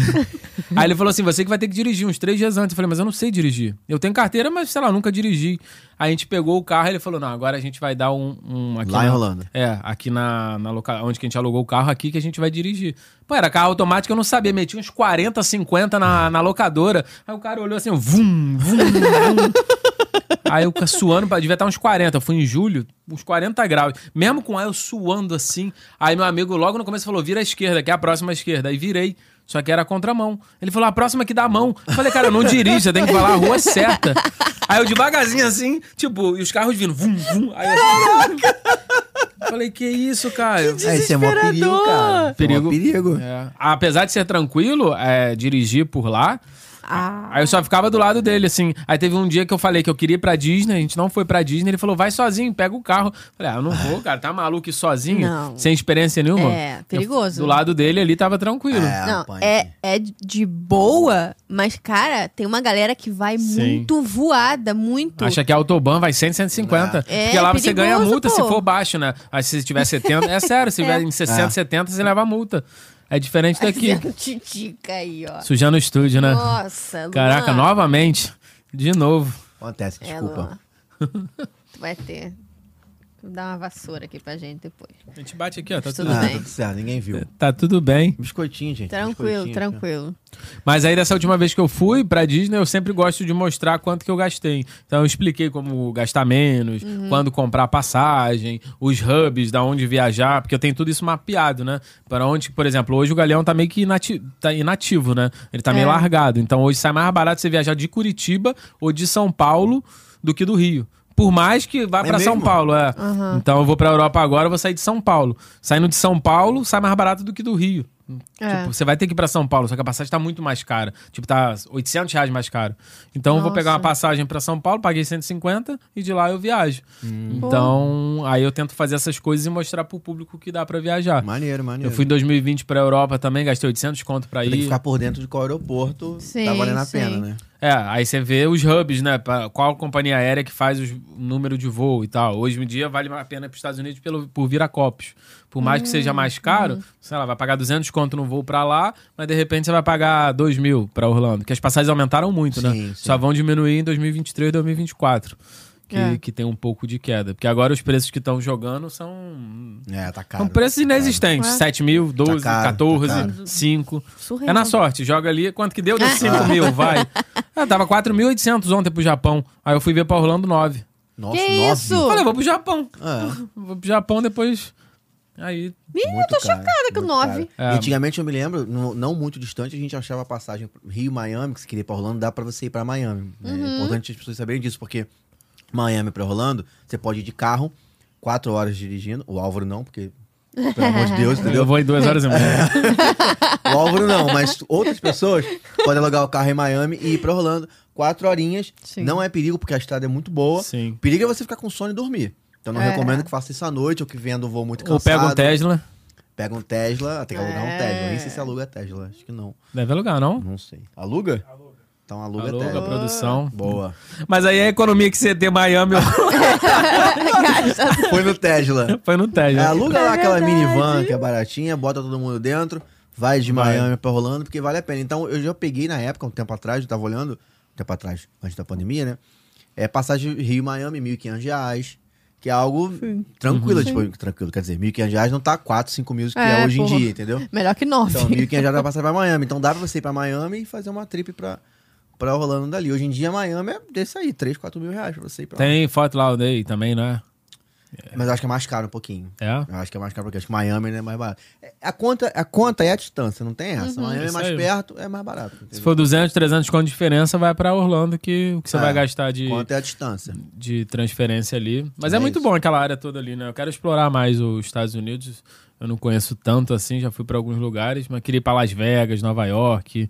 Speaker 3: aí ele falou assim: você que vai ter que dirigir uns três dias antes. Eu falei, mas eu não sei dirigir. Eu tenho carteira, mas sei lá, nunca dirigi. Aí a gente pegou o carro e ele falou: não, agora a gente vai dar um. um aqui
Speaker 2: Lá
Speaker 3: na-
Speaker 2: em Holanda.
Speaker 3: é, aqui na, na loca... onde que a gente alugou o carro, aqui que a gente vai dirigir. Pô, era carro automático, eu não sabia. Meti uns 40, 50 na, na locadora. Aí o cara olhou assim, vum, vum, vum. Aí eu ca- suando, pra- devia estar uns 40. Eu fui em julho, uns 40 graus. Mesmo com ar, eu suando assim. Aí meu amigo logo no começo falou, vira à esquerda, que é a próxima à esquerda. Aí virei. Só que era a contramão. Ele falou, a próxima que dá a mão. Eu falei, cara, eu não dirijo, você tem que falar a rua é certa. Aí eu devagarzinho assim, tipo, e os carros vindo, vum, vum. Aí eu... Falei, que isso, Caio?
Speaker 2: É, isso é mó perigo, cara. Isso É mó
Speaker 3: Perigo.
Speaker 2: perigo.
Speaker 3: É. Apesar de ser tranquilo, é, dirigir por lá,
Speaker 1: Ah,
Speaker 3: aí eu só ficava do lado dele, assim. Aí teve um dia que eu falei que eu queria ir pra Disney, a gente não foi pra Disney, ele falou, vai sozinho, pega o carro. Falei, ah, eu não vou, cara, tá maluco ir sozinho?
Speaker 1: Não.
Speaker 3: Sem experiência nenhuma?
Speaker 1: É, perigoso.
Speaker 3: Eu- do lado dele ali tava tranquilo.
Speaker 2: É,
Speaker 1: não,
Speaker 2: rapaz.
Speaker 1: é, é de boa, mas, cara, tem uma galera que vai
Speaker 3: Sim.
Speaker 1: muito voada, muito.
Speaker 3: Acha que a Autobahn vai 100, 150.
Speaker 1: É,
Speaker 3: porque lá você
Speaker 1: perigoso,
Speaker 3: ganha multa
Speaker 1: pô.
Speaker 3: se for baixo, né? Aí se tiver 70, é
Speaker 1: [laughs]
Speaker 3: sério, se tiver em 60,
Speaker 2: É.
Speaker 3: 70, você leva multa. É diferente daqui.
Speaker 1: Titica aí, ó.
Speaker 3: Sujando o estúdio, né?
Speaker 1: Nossa,
Speaker 3: Caraca,
Speaker 1: Luan,
Speaker 3: novamente. De novo.
Speaker 2: Acontece,
Speaker 1: É,
Speaker 2: desculpa.
Speaker 1: Luan. Tu vai ter. Dá uma vassoura aqui pra gente depois.
Speaker 3: A gente bate aqui, ó. Tá
Speaker 1: tudo
Speaker 3: tudo,
Speaker 2: ah,
Speaker 1: bem.
Speaker 2: tudo certo, ninguém viu.
Speaker 3: tá tudo bem.
Speaker 2: Biscoitinho, gente.
Speaker 1: Tranquilo,
Speaker 3: é
Speaker 2: biscoitinho.
Speaker 1: tranquilo.
Speaker 3: Mas aí, dessa última vez que eu fui pra Disney, eu sempre gosto de mostrar quanto que eu gastei. Então, eu expliquei como gastar menos, quando comprar passagem, os hubs, da onde viajar, porque eu tenho tudo isso mapeado, né? Para onde, por exemplo, hoje o Galeão tá meio que inati- tá inativo, né? Ele tá meio
Speaker 1: É.
Speaker 3: largado. Então, hoje sai mais barato você viajar de Curitiba ou de São Paulo do que do Rio. Por mais que vá
Speaker 2: É
Speaker 3: pra São
Speaker 2: mesmo?
Speaker 3: Paulo. Paulo, é. Então eu vou pra Europa agora, eu vou sair de São Paulo. Saindo de São Paulo, sai mais barato do que do Rio.
Speaker 1: É.
Speaker 3: Tipo, você vai ter que ir pra São Paulo, só que a passagem tá muito mais cara. Tipo, tá 800 reais mais caro. Então eu vou pegar uma
Speaker 1: Nossa.
Speaker 3: passagem pra São Paulo, paguei 150 e de lá eu viajo.
Speaker 2: Hum.
Speaker 3: Então, aí eu tento fazer essas coisas e mostrar pro público que dá pra viajar.
Speaker 2: Maneiro,
Speaker 3: Eu
Speaker 2: maneiro.
Speaker 3: fui em 2020 pra Europa também, gastei 800 conto pra
Speaker 2: Tem que
Speaker 3: ir.
Speaker 2: ficar por dentro de qual aeroporto
Speaker 1: Sim,
Speaker 2: tá valendo a
Speaker 1: sim.
Speaker 2: pena, né?
Speaker 3: É, aí você vê os hubs, né? Pra- Qual companhia aérea que faz os- o número de voo e tal. Hoje em dia vale a pena para os Estados Unidos pelo, por viracopos. Por mais que seja
Speaker 2: Hum,
Speaker 3: mais caro,
Speaker 2: uhum.
Speaker 3: sei lá, vai pagar 200 conto no voo pra lá, mas de repente você vai pagar 2 mil pra Orlando. Porque as passagens aumentaram muito, né?
Speaker 2: Sim, sim.
Speaker 3: Só vão diminuir em 2023 e 2024. Que,
Speaker 1: É.
Speaker 3: que tem um pouco de queda. Porque agora os preços que estão jogando são.
Speaker 2: É, tá caro.
Speaker 3: São preços inexistentes.
Speaker 1: Ué.
Speaker 3: 7 mil, 12,
Speaker 2: caro, tá
Speaker 3: 14,
Speaker 2: caro.
Speaker 3: 5.
Speaker 1: Surreal.
Speaker 3: É na sorte, joga ali. Quanto que deu? Deu 5 mil, vai. Ah, tava 4.800 ontem pro Japão. Aí eu fui ver pra Orlando 9.
Speaker 2: Nossa,
Speaker 1: Que
Speaker 2: nove?
Speaker 1: isso?
Speaker 3: Falei, eu vou pro Japão.
Speaker 2: É,
Speaker 3: Vou pro Japão depois. Aí.
Speaker 2: muito
Speaker 1: tô
Speaker 2: caro,
Speaker 1: chocada com
Speaker 2: muito
Speaker 3: [laughs]
Speaker 1: nove.
Speaker 2: caro.
Speaker 3: É.
Speaker 2: E Antigamente eu me lembro, no- não muito distante, a gente achava a passagem Rio-Miami, que se queria ir pra Orlando, dá pra você ir pra Miami. né?
Speaker 1: Uhum.
Speaker 2: É importante as pessoas saberem disso, porque Miami pra Orlando, você pode ir de carro, quatro horas dirigindo, o Álvaro não, porque, pelo amor de
Speaker 1: [laughs]
Speaker 2: Deus, entendeu? É,
Speaker 3: Eu vou em
Speaker 2: [laughs]
Speaker 3: duas horas e meia.
Speaker 2: O Álvaro não, mas outras pessoas podem alugar o carro em Miami e ir pra Orlando. Quatro horinhas.
Speaker 1: Sim.
Speaker 2: Não é perigo, porque a estrada é muito boa.
Speaker 3: Sim.
Speaker 2: Perigo é você ficar com sono e dormir. Então não
Speaker 1: É.
Speaker 2: recomendo que faça isso à noite ou que venda um voo muito
Speaker 3: Ou
Speaker 2: cansado.
Speaker 3: pega um Tesla.
Speaker 2: Pega um Tesla, tem que alugar
Speaker 1: É.
Speaker 2: um Tesla. Nem sei se aluga Tesla, acho que não.
Speaker 3: Deve alugar, não?
Speaker 2: Não sei. Aluga? Aluga. Então aluga,
Speaker 3: Aluga a
Speaker 2: Tesla.
Speaker 3: produção.
Speaker 2: Boa.
Speaker 3: Mas aí é a economia que você tem em Miami
Speaker 2: Foi no Tesla.
Speaker 3: [laughs] foi no
Speaker 2: É,
Speaker 3: Tesla.
Speaker 2: aluga lá
Speaker 1: É
Speaker 2: aquela
Speaker 1: verdade.
Speaker 2: minivan que é baratinha, bota todo mundo dentro, vai de
Speaker 3: Vai.
Speaker 2: Miami pra Rolando, porque vale a pena. Então, eu já peguei na época, um tempo atrás, eu tava olhando, um tempo atrás, antes da pandemia, né? É passagem Rio-Miami, 1.500 reais, que é algo tranquilo, tipo, tranquilo, quer dizer, 1.500 reais não tá 4, 5 mil que é,
Speaker 1: É,
Speaker 2: hoje
Speaker 1: porra.
Speaker 2: em dia, entendeu?
Speaker 1: [laughs]
Speaker 2: [laughs]
Speaker 1: Melhor que nove.
Speaker 2: Então, 1.500 reais vai passar pra Miami. Então, dá pra você ir pra Miami e fazer uma trip pra, pra Rolando dali. Hoje em dia, Miami é desse aí, 3, 4 mil reais pra você ir pra lá.
Speaker 3: Tem foto lá, eu dei também, né?
Speaker 2: Mas eu acho que é mais caro um pouquinho.
Speaker 4: É?
Speaker 2: Eu acho que é mais caro, porque acho que Miami né, é mais barato. É, A conta, a conta é a distância, não tem essa. Miami é
Speaker 4: Isso
Speaker 2: mais
Speaker 4: aí.
Speaker 2: perto, é mais barato.
Speaker 3: Uhum. Se
Speaker 2: entendeu?
Speaker 3: for 200, 300 com diferença, vai pra Orlando, que o que você
Speaker 2: É,
Speaker 3: vai gastar de,
Speaker 2: Conta é a distância.
Speaker 3: de transferência ali. Mas é,
Speaker 2: É
Speaker 3: muito
Speaker 2: isso.
Speaker 3: bom aquela área toda ali, né? Eu quero explorar mais os Estados Unidos. Eu não conheço tanto assim, já fui pra alguns lugares, mas queria ir pra Las Vegas, Nova York.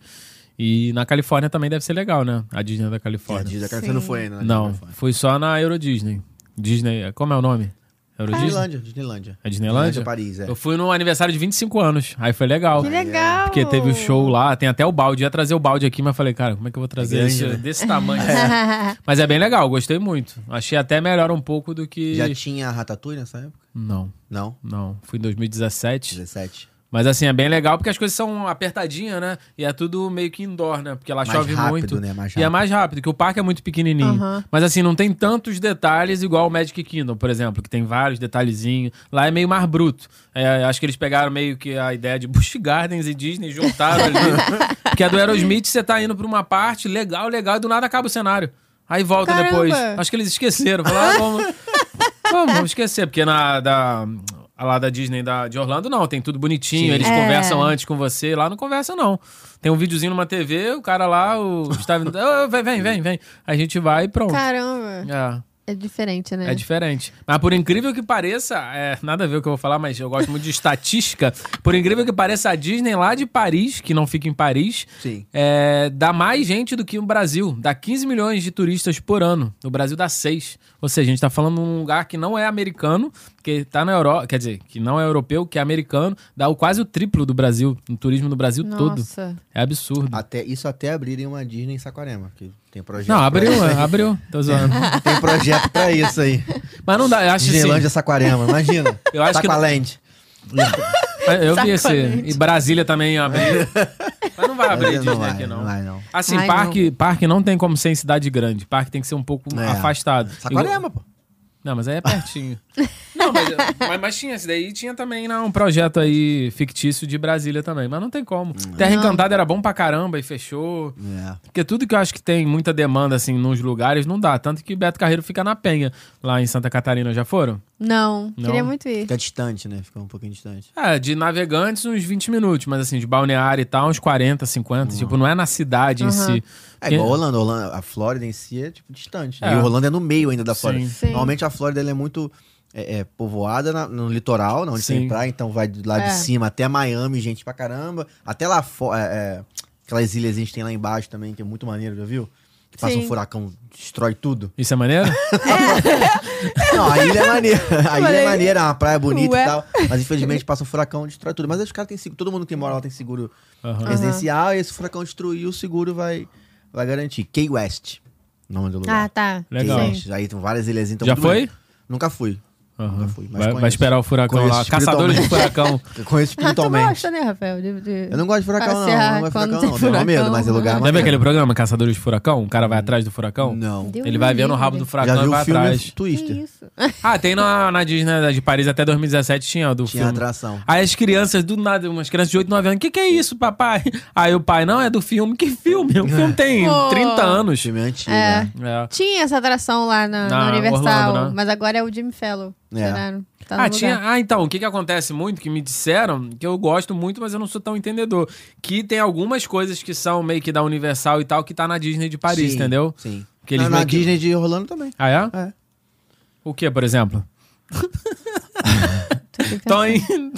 Speaker 3: E na Califórnia também deve ser legal, né? A Disney da
Speaker 2: É,
Speaker 3: Califórnia.
Speaker 2: diz, a cara,
Speaker 1: Sim.
Speaker 2: você não foi ainda, né?
Speaker 3: Não,
Speaker 2: Não foi.
Speaker 3: fui só na Euro Disney. Disney, como é o nome? Euro Disney?
Speaker 2: Disneylândia, Disneylândia.
Speaker 3: É Disneylândia?
Speaker 2: Paris, é.
Speaker 3: Eu fui no aniversário de 25 anos. Aí foi legal.
Speaker 1: Que legal.
Speaker 3: é. Porque teve o show lá, tem até o balde. Eu ia trazer o balde aqui, mas falei, cara, como é que eu vou trazer
Speaker 2: grande,
Speaker 3: isso
Speaker 2: né?
Speaker 3: desse [laughs] tamanho? Mas é bem legal, gostei muito. Achei até melhor um pouco do que.
Speaker 2: Já tinha Ratatouille nessa época?
Speaker 3: Não,
Speaker 2: Não,
Speaker 3: não. Fui em 2017.
Speaker 2: 17.
Speaker 3: Mas assim, é bem legal porque as coisas são apertadinhas, né? E é tudo meio que indoor, né? Porque ela
Speaker 2: Mais
Speaker 3: chove
Speaker 2: rápido,
Speaker 3: muito.
Speaker 2: né? Mais
Speaker 3: E é
Speaker 2: rápido.
Speaker 3: mais rápido, que o parque é muito pequenininho.
Speaker 1: Aham.
Speaker 3: Mas assim, não tem tantos detalhes igual o Magic Kingdom, por exemplo, que tem vários detalhezinhos. Lá é meio mais bruto. É, acho que eles pegaram meio que a ideia de [laughs] Busch Gardens e Disney
Speaker 1: [laughs]
Speaker 3: juntaram ali. porque a do Aerosmith, você tá indo pra uma parte legal, legal, e do nada acaba o cenário. Aí volta
Speaker 1: Caramba.
Speaker 3: depois. Acho que eles esqueceram. Falaram, ah, vamos... Vamos, vamos esquecer, porque na da, a lá da Disney da, de Orlando, não, tem tudo bonitinho,
Speaker 2: Sim.
Speaker 3: eles
Speaker 1: É.
Speaker 3: conversam antes com você, lá não conversa, não. Tem um videozinho numa TV, o cara lá, o Gustavo, "Ô, vem, vem, vem, vem. A gente vai e
Speaker 1: [laughs]
Speaker 3: pronto.
Speaker 1: Caramba.
Speaker 3: É,
Speaker 1: É diferente, né?
Speaker 3: é diferente. Mas por incrível que pareça, é, nada a ver o que eu vou falar, mas eu gosto muito de estatística. Por incrível que pareça, a Disney lá de Paris, que não fica em Paris,
Speaker 2: Sim.
Speaker 3: é, dá mais gente do que o Brasil. Dá 15 milhões de turistas por ano. No Brasil dá 6. Ou seja, a gente tá falando de um lugar que não é americano, que tá na Europa, quer dizer, que não é europeu, que é americano, dá o- quase o triplo do Brasil, no turismo do Brasil todo.
Speaker 1: Nossa.
Speaker 3: É absurdo.
Speaker 2: Até, isso até abrirem uma Disney em Saquarema, que tem projeto.
Speaker 3: Não,
Speaker 2: pra [laughs]
Speaker 3: abriu, é,
Speaker 2: isso aí.
Speaker 3: abriu. Tô zoando.
Speaker 2: [laughs] Tem projeto pra isso aí.
Speaker 3: Mas não dá, eu acho assim.
Speaker 2: Disneylândia Saquarema, imagina.
Speaker 3: [laughs] Eu acho que-
Speaker 2: Saqualand.
Speaker 3: Eu vi esse.
Speaker 1: Sacanagem.
Speaker 3: E Brasília também
Speaker 2: [laughs]
Speaker 3: abriu. Mas não vai abrir Disney
Speaker 2: vai,
Speaker 3: aqui, não.
Speaker 2: Não vai, não.
Speaker 3: Assim,
Speaker 1: Ai,
Speaker 3: parque, parque não tem como ser em cidade grande. Parque tem que ser um pouco
Speaker 2: É.
Speaker 3: afastado.
Speaker 2: Saquarema, pô.
Speaker 3: Não, mas aí
Speaker 2: [laughs]
Speaker 3: é pertinho. não, mas, mas, mas tinha esse daí. Tinha também não, um projeto aí fictício de Brasília também. Mas não tem como. Terra
Speaker 1: Não.
Speaker 3: Encantada era bom pra caramba e fechou.
Speaker 2: É.
Speaker 3: Porque tudo que eu acho que tem muita demanda, assim, nos lugares, não dá. Tanto que Beto Carreiro fica na Penha, lá em Santa Catarina. Já foram?
Speaker 1: Não, queria
Speaker 3: Não.
Speaker 1: muito ir.
Speaker 2: Fica distante, né? Fica um pouquinho distante.
Speaker 3: É, de navegantes uns 20 minutos, mas assim, de balneário e tal, uns 40, 50. Tipo, não é na cidade em si.
Speaker 2: É igual a Holanda, a Holanda- a Flórida em si é tipo distante. né?
Speaker 3: É.
Speaker 2: E a Holanda é no meio ainda da Flórida.
Speaker 3: Sim.
Speaker 1: Sim.
Speaker 2: Normalmente a Flórida ela é muito é, é, povoada na- no litoral, não, onde
Speaker 3: Sim.
Speaker 2: tem praia, então vai de lá
Speaker 1: É.
Speaker 2: de cima até Miami, gente pra caramba. Até lá fora. aquelas ilhas que tem lá embaixo também, que é muito maneiro, já viu? Que passa
Speaker 1: Sim.
Speaker 2: um furacão, destrói tudo.
Speaker 3: Isso
Speaker 2: [laughs]
Speaker 3: é maneiro?
Speaker 2: Não, a ilha é maneira. A ilha
Speaker 1: Falei,
Speaker 2: é maneira, é uma praia bonita
Speaker 1: ué.
Speaker 2: e tal. Mas infelizmente passa um furacão, destrói tudo. Mas aí os caras têm seguro. Todo mundo que mora lá tem seguro
Speaker 3: Aham.
Speaker 2: residencial. E esse furacão destruir, o seguro vai, vai garantir. Key West. Nome do lugar.
Speaker 1: Ah, tá.
Speaker 3: Legal.
Speaker 2: Key
Speaker 1: Sim.
Speaker 2: West. Aí tem várias ilhas. Então,
Speaker 3: Já
Speaker 2: muito
Speaker 3: foi?
Speaker 2: bonito. Nunca fui.
Speaker 3: Aham.
Speaker 2: Nunca fui, mas
Speaker 3: Vai, vai
Speaker 2: conheço.
Speaker 3: esperar o furacão
Speaker 2: Conheço
Speaker 3: lá. Caçadores de furacão.
Speaker 1: Ah,
Speaker 2: Eu conheço
Speaker 1: tu
Speaker 2: espiritualmente.
Speaker 1: gosta, né, Rafael? De- de-
Speaker 2: eu não gosto de furacão, não. Eu não gosto de
Speaker 1: Quando
Speaker 2: furacão,
Speaker 1: tem
Speaker 2: [laughs] não. Tenho maior medo,
Speaker 1: furacão,
Speaker 2: mas é lugar
Speaker 3: Lembra
Speaker 2: maneiro.
Speaker 3: aquele programa Caçadores de Furacão? O cara vai atrás do furacão?
Speaker 2: Não.
Speaker 1: Deus
Speaker 3: Ele vai
Speaker 1: me
Speaker 3: vendo o
Speaker 1: livre.
Speaker 3: rabo do
Speaker 2: Já
Speaker 3: furacão e
Speaker 2: viu
Speaker 3: vai
Speaker 2: o filme
Speaker 3: atrás.
Speaker 1: Que
Speaker 2: Twister?
Speaker 1: isso?
Speaker 3: Ah, tem na, na Disney né, de Paris até 2017 tinha o do
Speaker 2: Tinha
Speaker 3: filme.
Speaker 2: atração.
Speaker 3: Aí as crianças, do nada, umas crianças de 8, 9 anos, o que, que é isso, papai? [laughs] Aí o pai, não, é do filme. Que filme? O
Speaker 2: [laughs]
Speaker 3: filme tem
Speaker 1: Pô.
Speaker 3: 30 anos.
Speaker 2: Filme antigo.
Speaker 1: É.
Speaker 2: né?
Speaker 3: É.
Speaker 1: Tinha essa atração lá na, na
Speaker 3: Na
Speaker 1: Universal,
Speaker 3: Orlando, né?
Speaker 1: mas agora é o Jimmy Fellow.
Speaker 2: É.
Speaker 1: tiraram. Tá no
Speaker 3: ah,
Speaker 1: lugar.
Speaker 3: tinha. Ah, então, o que, que acontece muito, que me disseram, que eu gosto muito, mas eu não sou tão entendedor. Que tem algumas coisas que são meio que da Universal e tal, que tá na Disney de Paris,
Speaker 2: Sim,
Speaker 3: entendeu?
Speaker 2: Sim.
Speaker 3: Que eles
Speaker 2: na na
Speaker 3: meio que-
Speaker 2: Disney de Orlando também.
Speaker 3: Ah, é?
Speaker 2: É.
Speaker 3: O que, por
Speaker 1: Tá
Speaker 3: exemplo?
Speaker 1: Tô brincando.
Speaker 3: Então,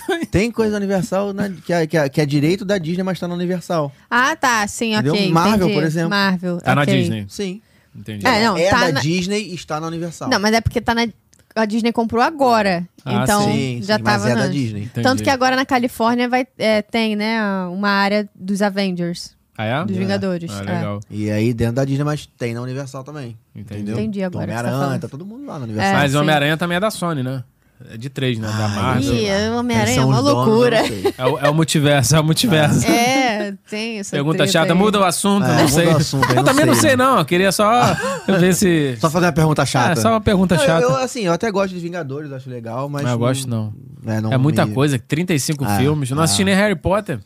Speaker 3: Tony.
Speaker 2: [laughs] Tem coisa da Universal na- que, é, que, é, que é direito da Disney, mas tá na Universal.
Speaker 1: Ah, tá, sim, ok.
Speaker 2: Entendeu? Marvel,
Speaker 1: entendi.
Speaker 2: por exemplo.
Speaker 1: Marvel.
Speaker 3: Tá na
Speaker 1: ok.
Speaker 3: Disney.
Speaker 2: Sim.
Speaker 3: Entendi.
Speaker 1: É, não,
Speaker 2: é
Speaker 1: tá
Speaker 2: da
Speaker 1: na...
Speaker 2: Disney e está na Universal.
Speaker 1: Não, mas é porque tá na. A Disney comprou agora.
Speaker 3: Ah,
Speaker 1: então
Speaker 2: sim,
Speaker 1: já
Speaker 2: sim,
Speaker 1: tava.
Speaker 2: mas é da
Speaker 1: antes.
Speaker 2: Disney.
Speaker 3: Entendi.
Speaker 1: Tanto que agora na Califórnia vai, é, tem, né, uma área dos Avengers,
Speaker 3: Ah, é?
Speaker 1: dos Vingadores.
Speaker 3: Ah,
Speaker 1: é.
Speaker 3: legal.
Speaker 2: E aí dentro da Disney, mas tem na Universal também.
Speaker 3: Entendi.
Speaker 2: Entendeu?
Speaker 1: Entendi agora o que você tá
Speaker 2: Homem-Aranha,
Speaker 1: falando.
Speaker 2: tá todo mundo lá na Universal.
Speaker 1: É.
Speaker 3: Mas
Speaker 1: sim.
Speaker 3: o Homem-Aranha também é da Sony, né? É de três, né? Da
Speaker 2: Ah,
Speaker 3: Marvel.
Speaker 2: sei
Speaker 1: Ih,
Speaker 2: lá.
Speaker 1: o
Speaker 2: Quem
Speaker 1: Homem-Aranha é
Speaker 2: são
Speaker 1: uma
Speaker 2: os donos,
Speaker 1: loucura.
Speaker 2: eu não sei.
Speaker 3: É o, é o multiverso, é o multiverso.
Speaker 1: É, tem isso.
Speaker 3: Pergunta chata, muda o assunto,
Speaker 2: É,
Speaker 3: não
Speaker 2: muda
Speaker 3: sei.
Speaker 2: o assunto, aí
Speaker 3: eu
Speaker 2: não
Speaker 3: também não
Speaker 2: sei,
Speaker 3: sei, não. Eu
Speaker 2: [laughs]
Speaker 3: queria só ver se.
Speaker 2: Só fazer uma pergunta chata.
Speaker 3: É, só uma pergunta
Speaker 2: Não, eu-
Speaker 3: chata.
Speaker 2: Eu, assim, eu até gosto de Vingadores, acho legal, mas.
Speaker 3: Mas eu gosto, não.
Speaker 2: É, não
Speaker 3: é muita
Speaker 2: me-
Speaker 3: coisa, 35
Speaker 2: Ah,
Speaker 3: filmes. Eu não assisti
Speaker 2: ah.
Speaker 3: nem Harry Potter.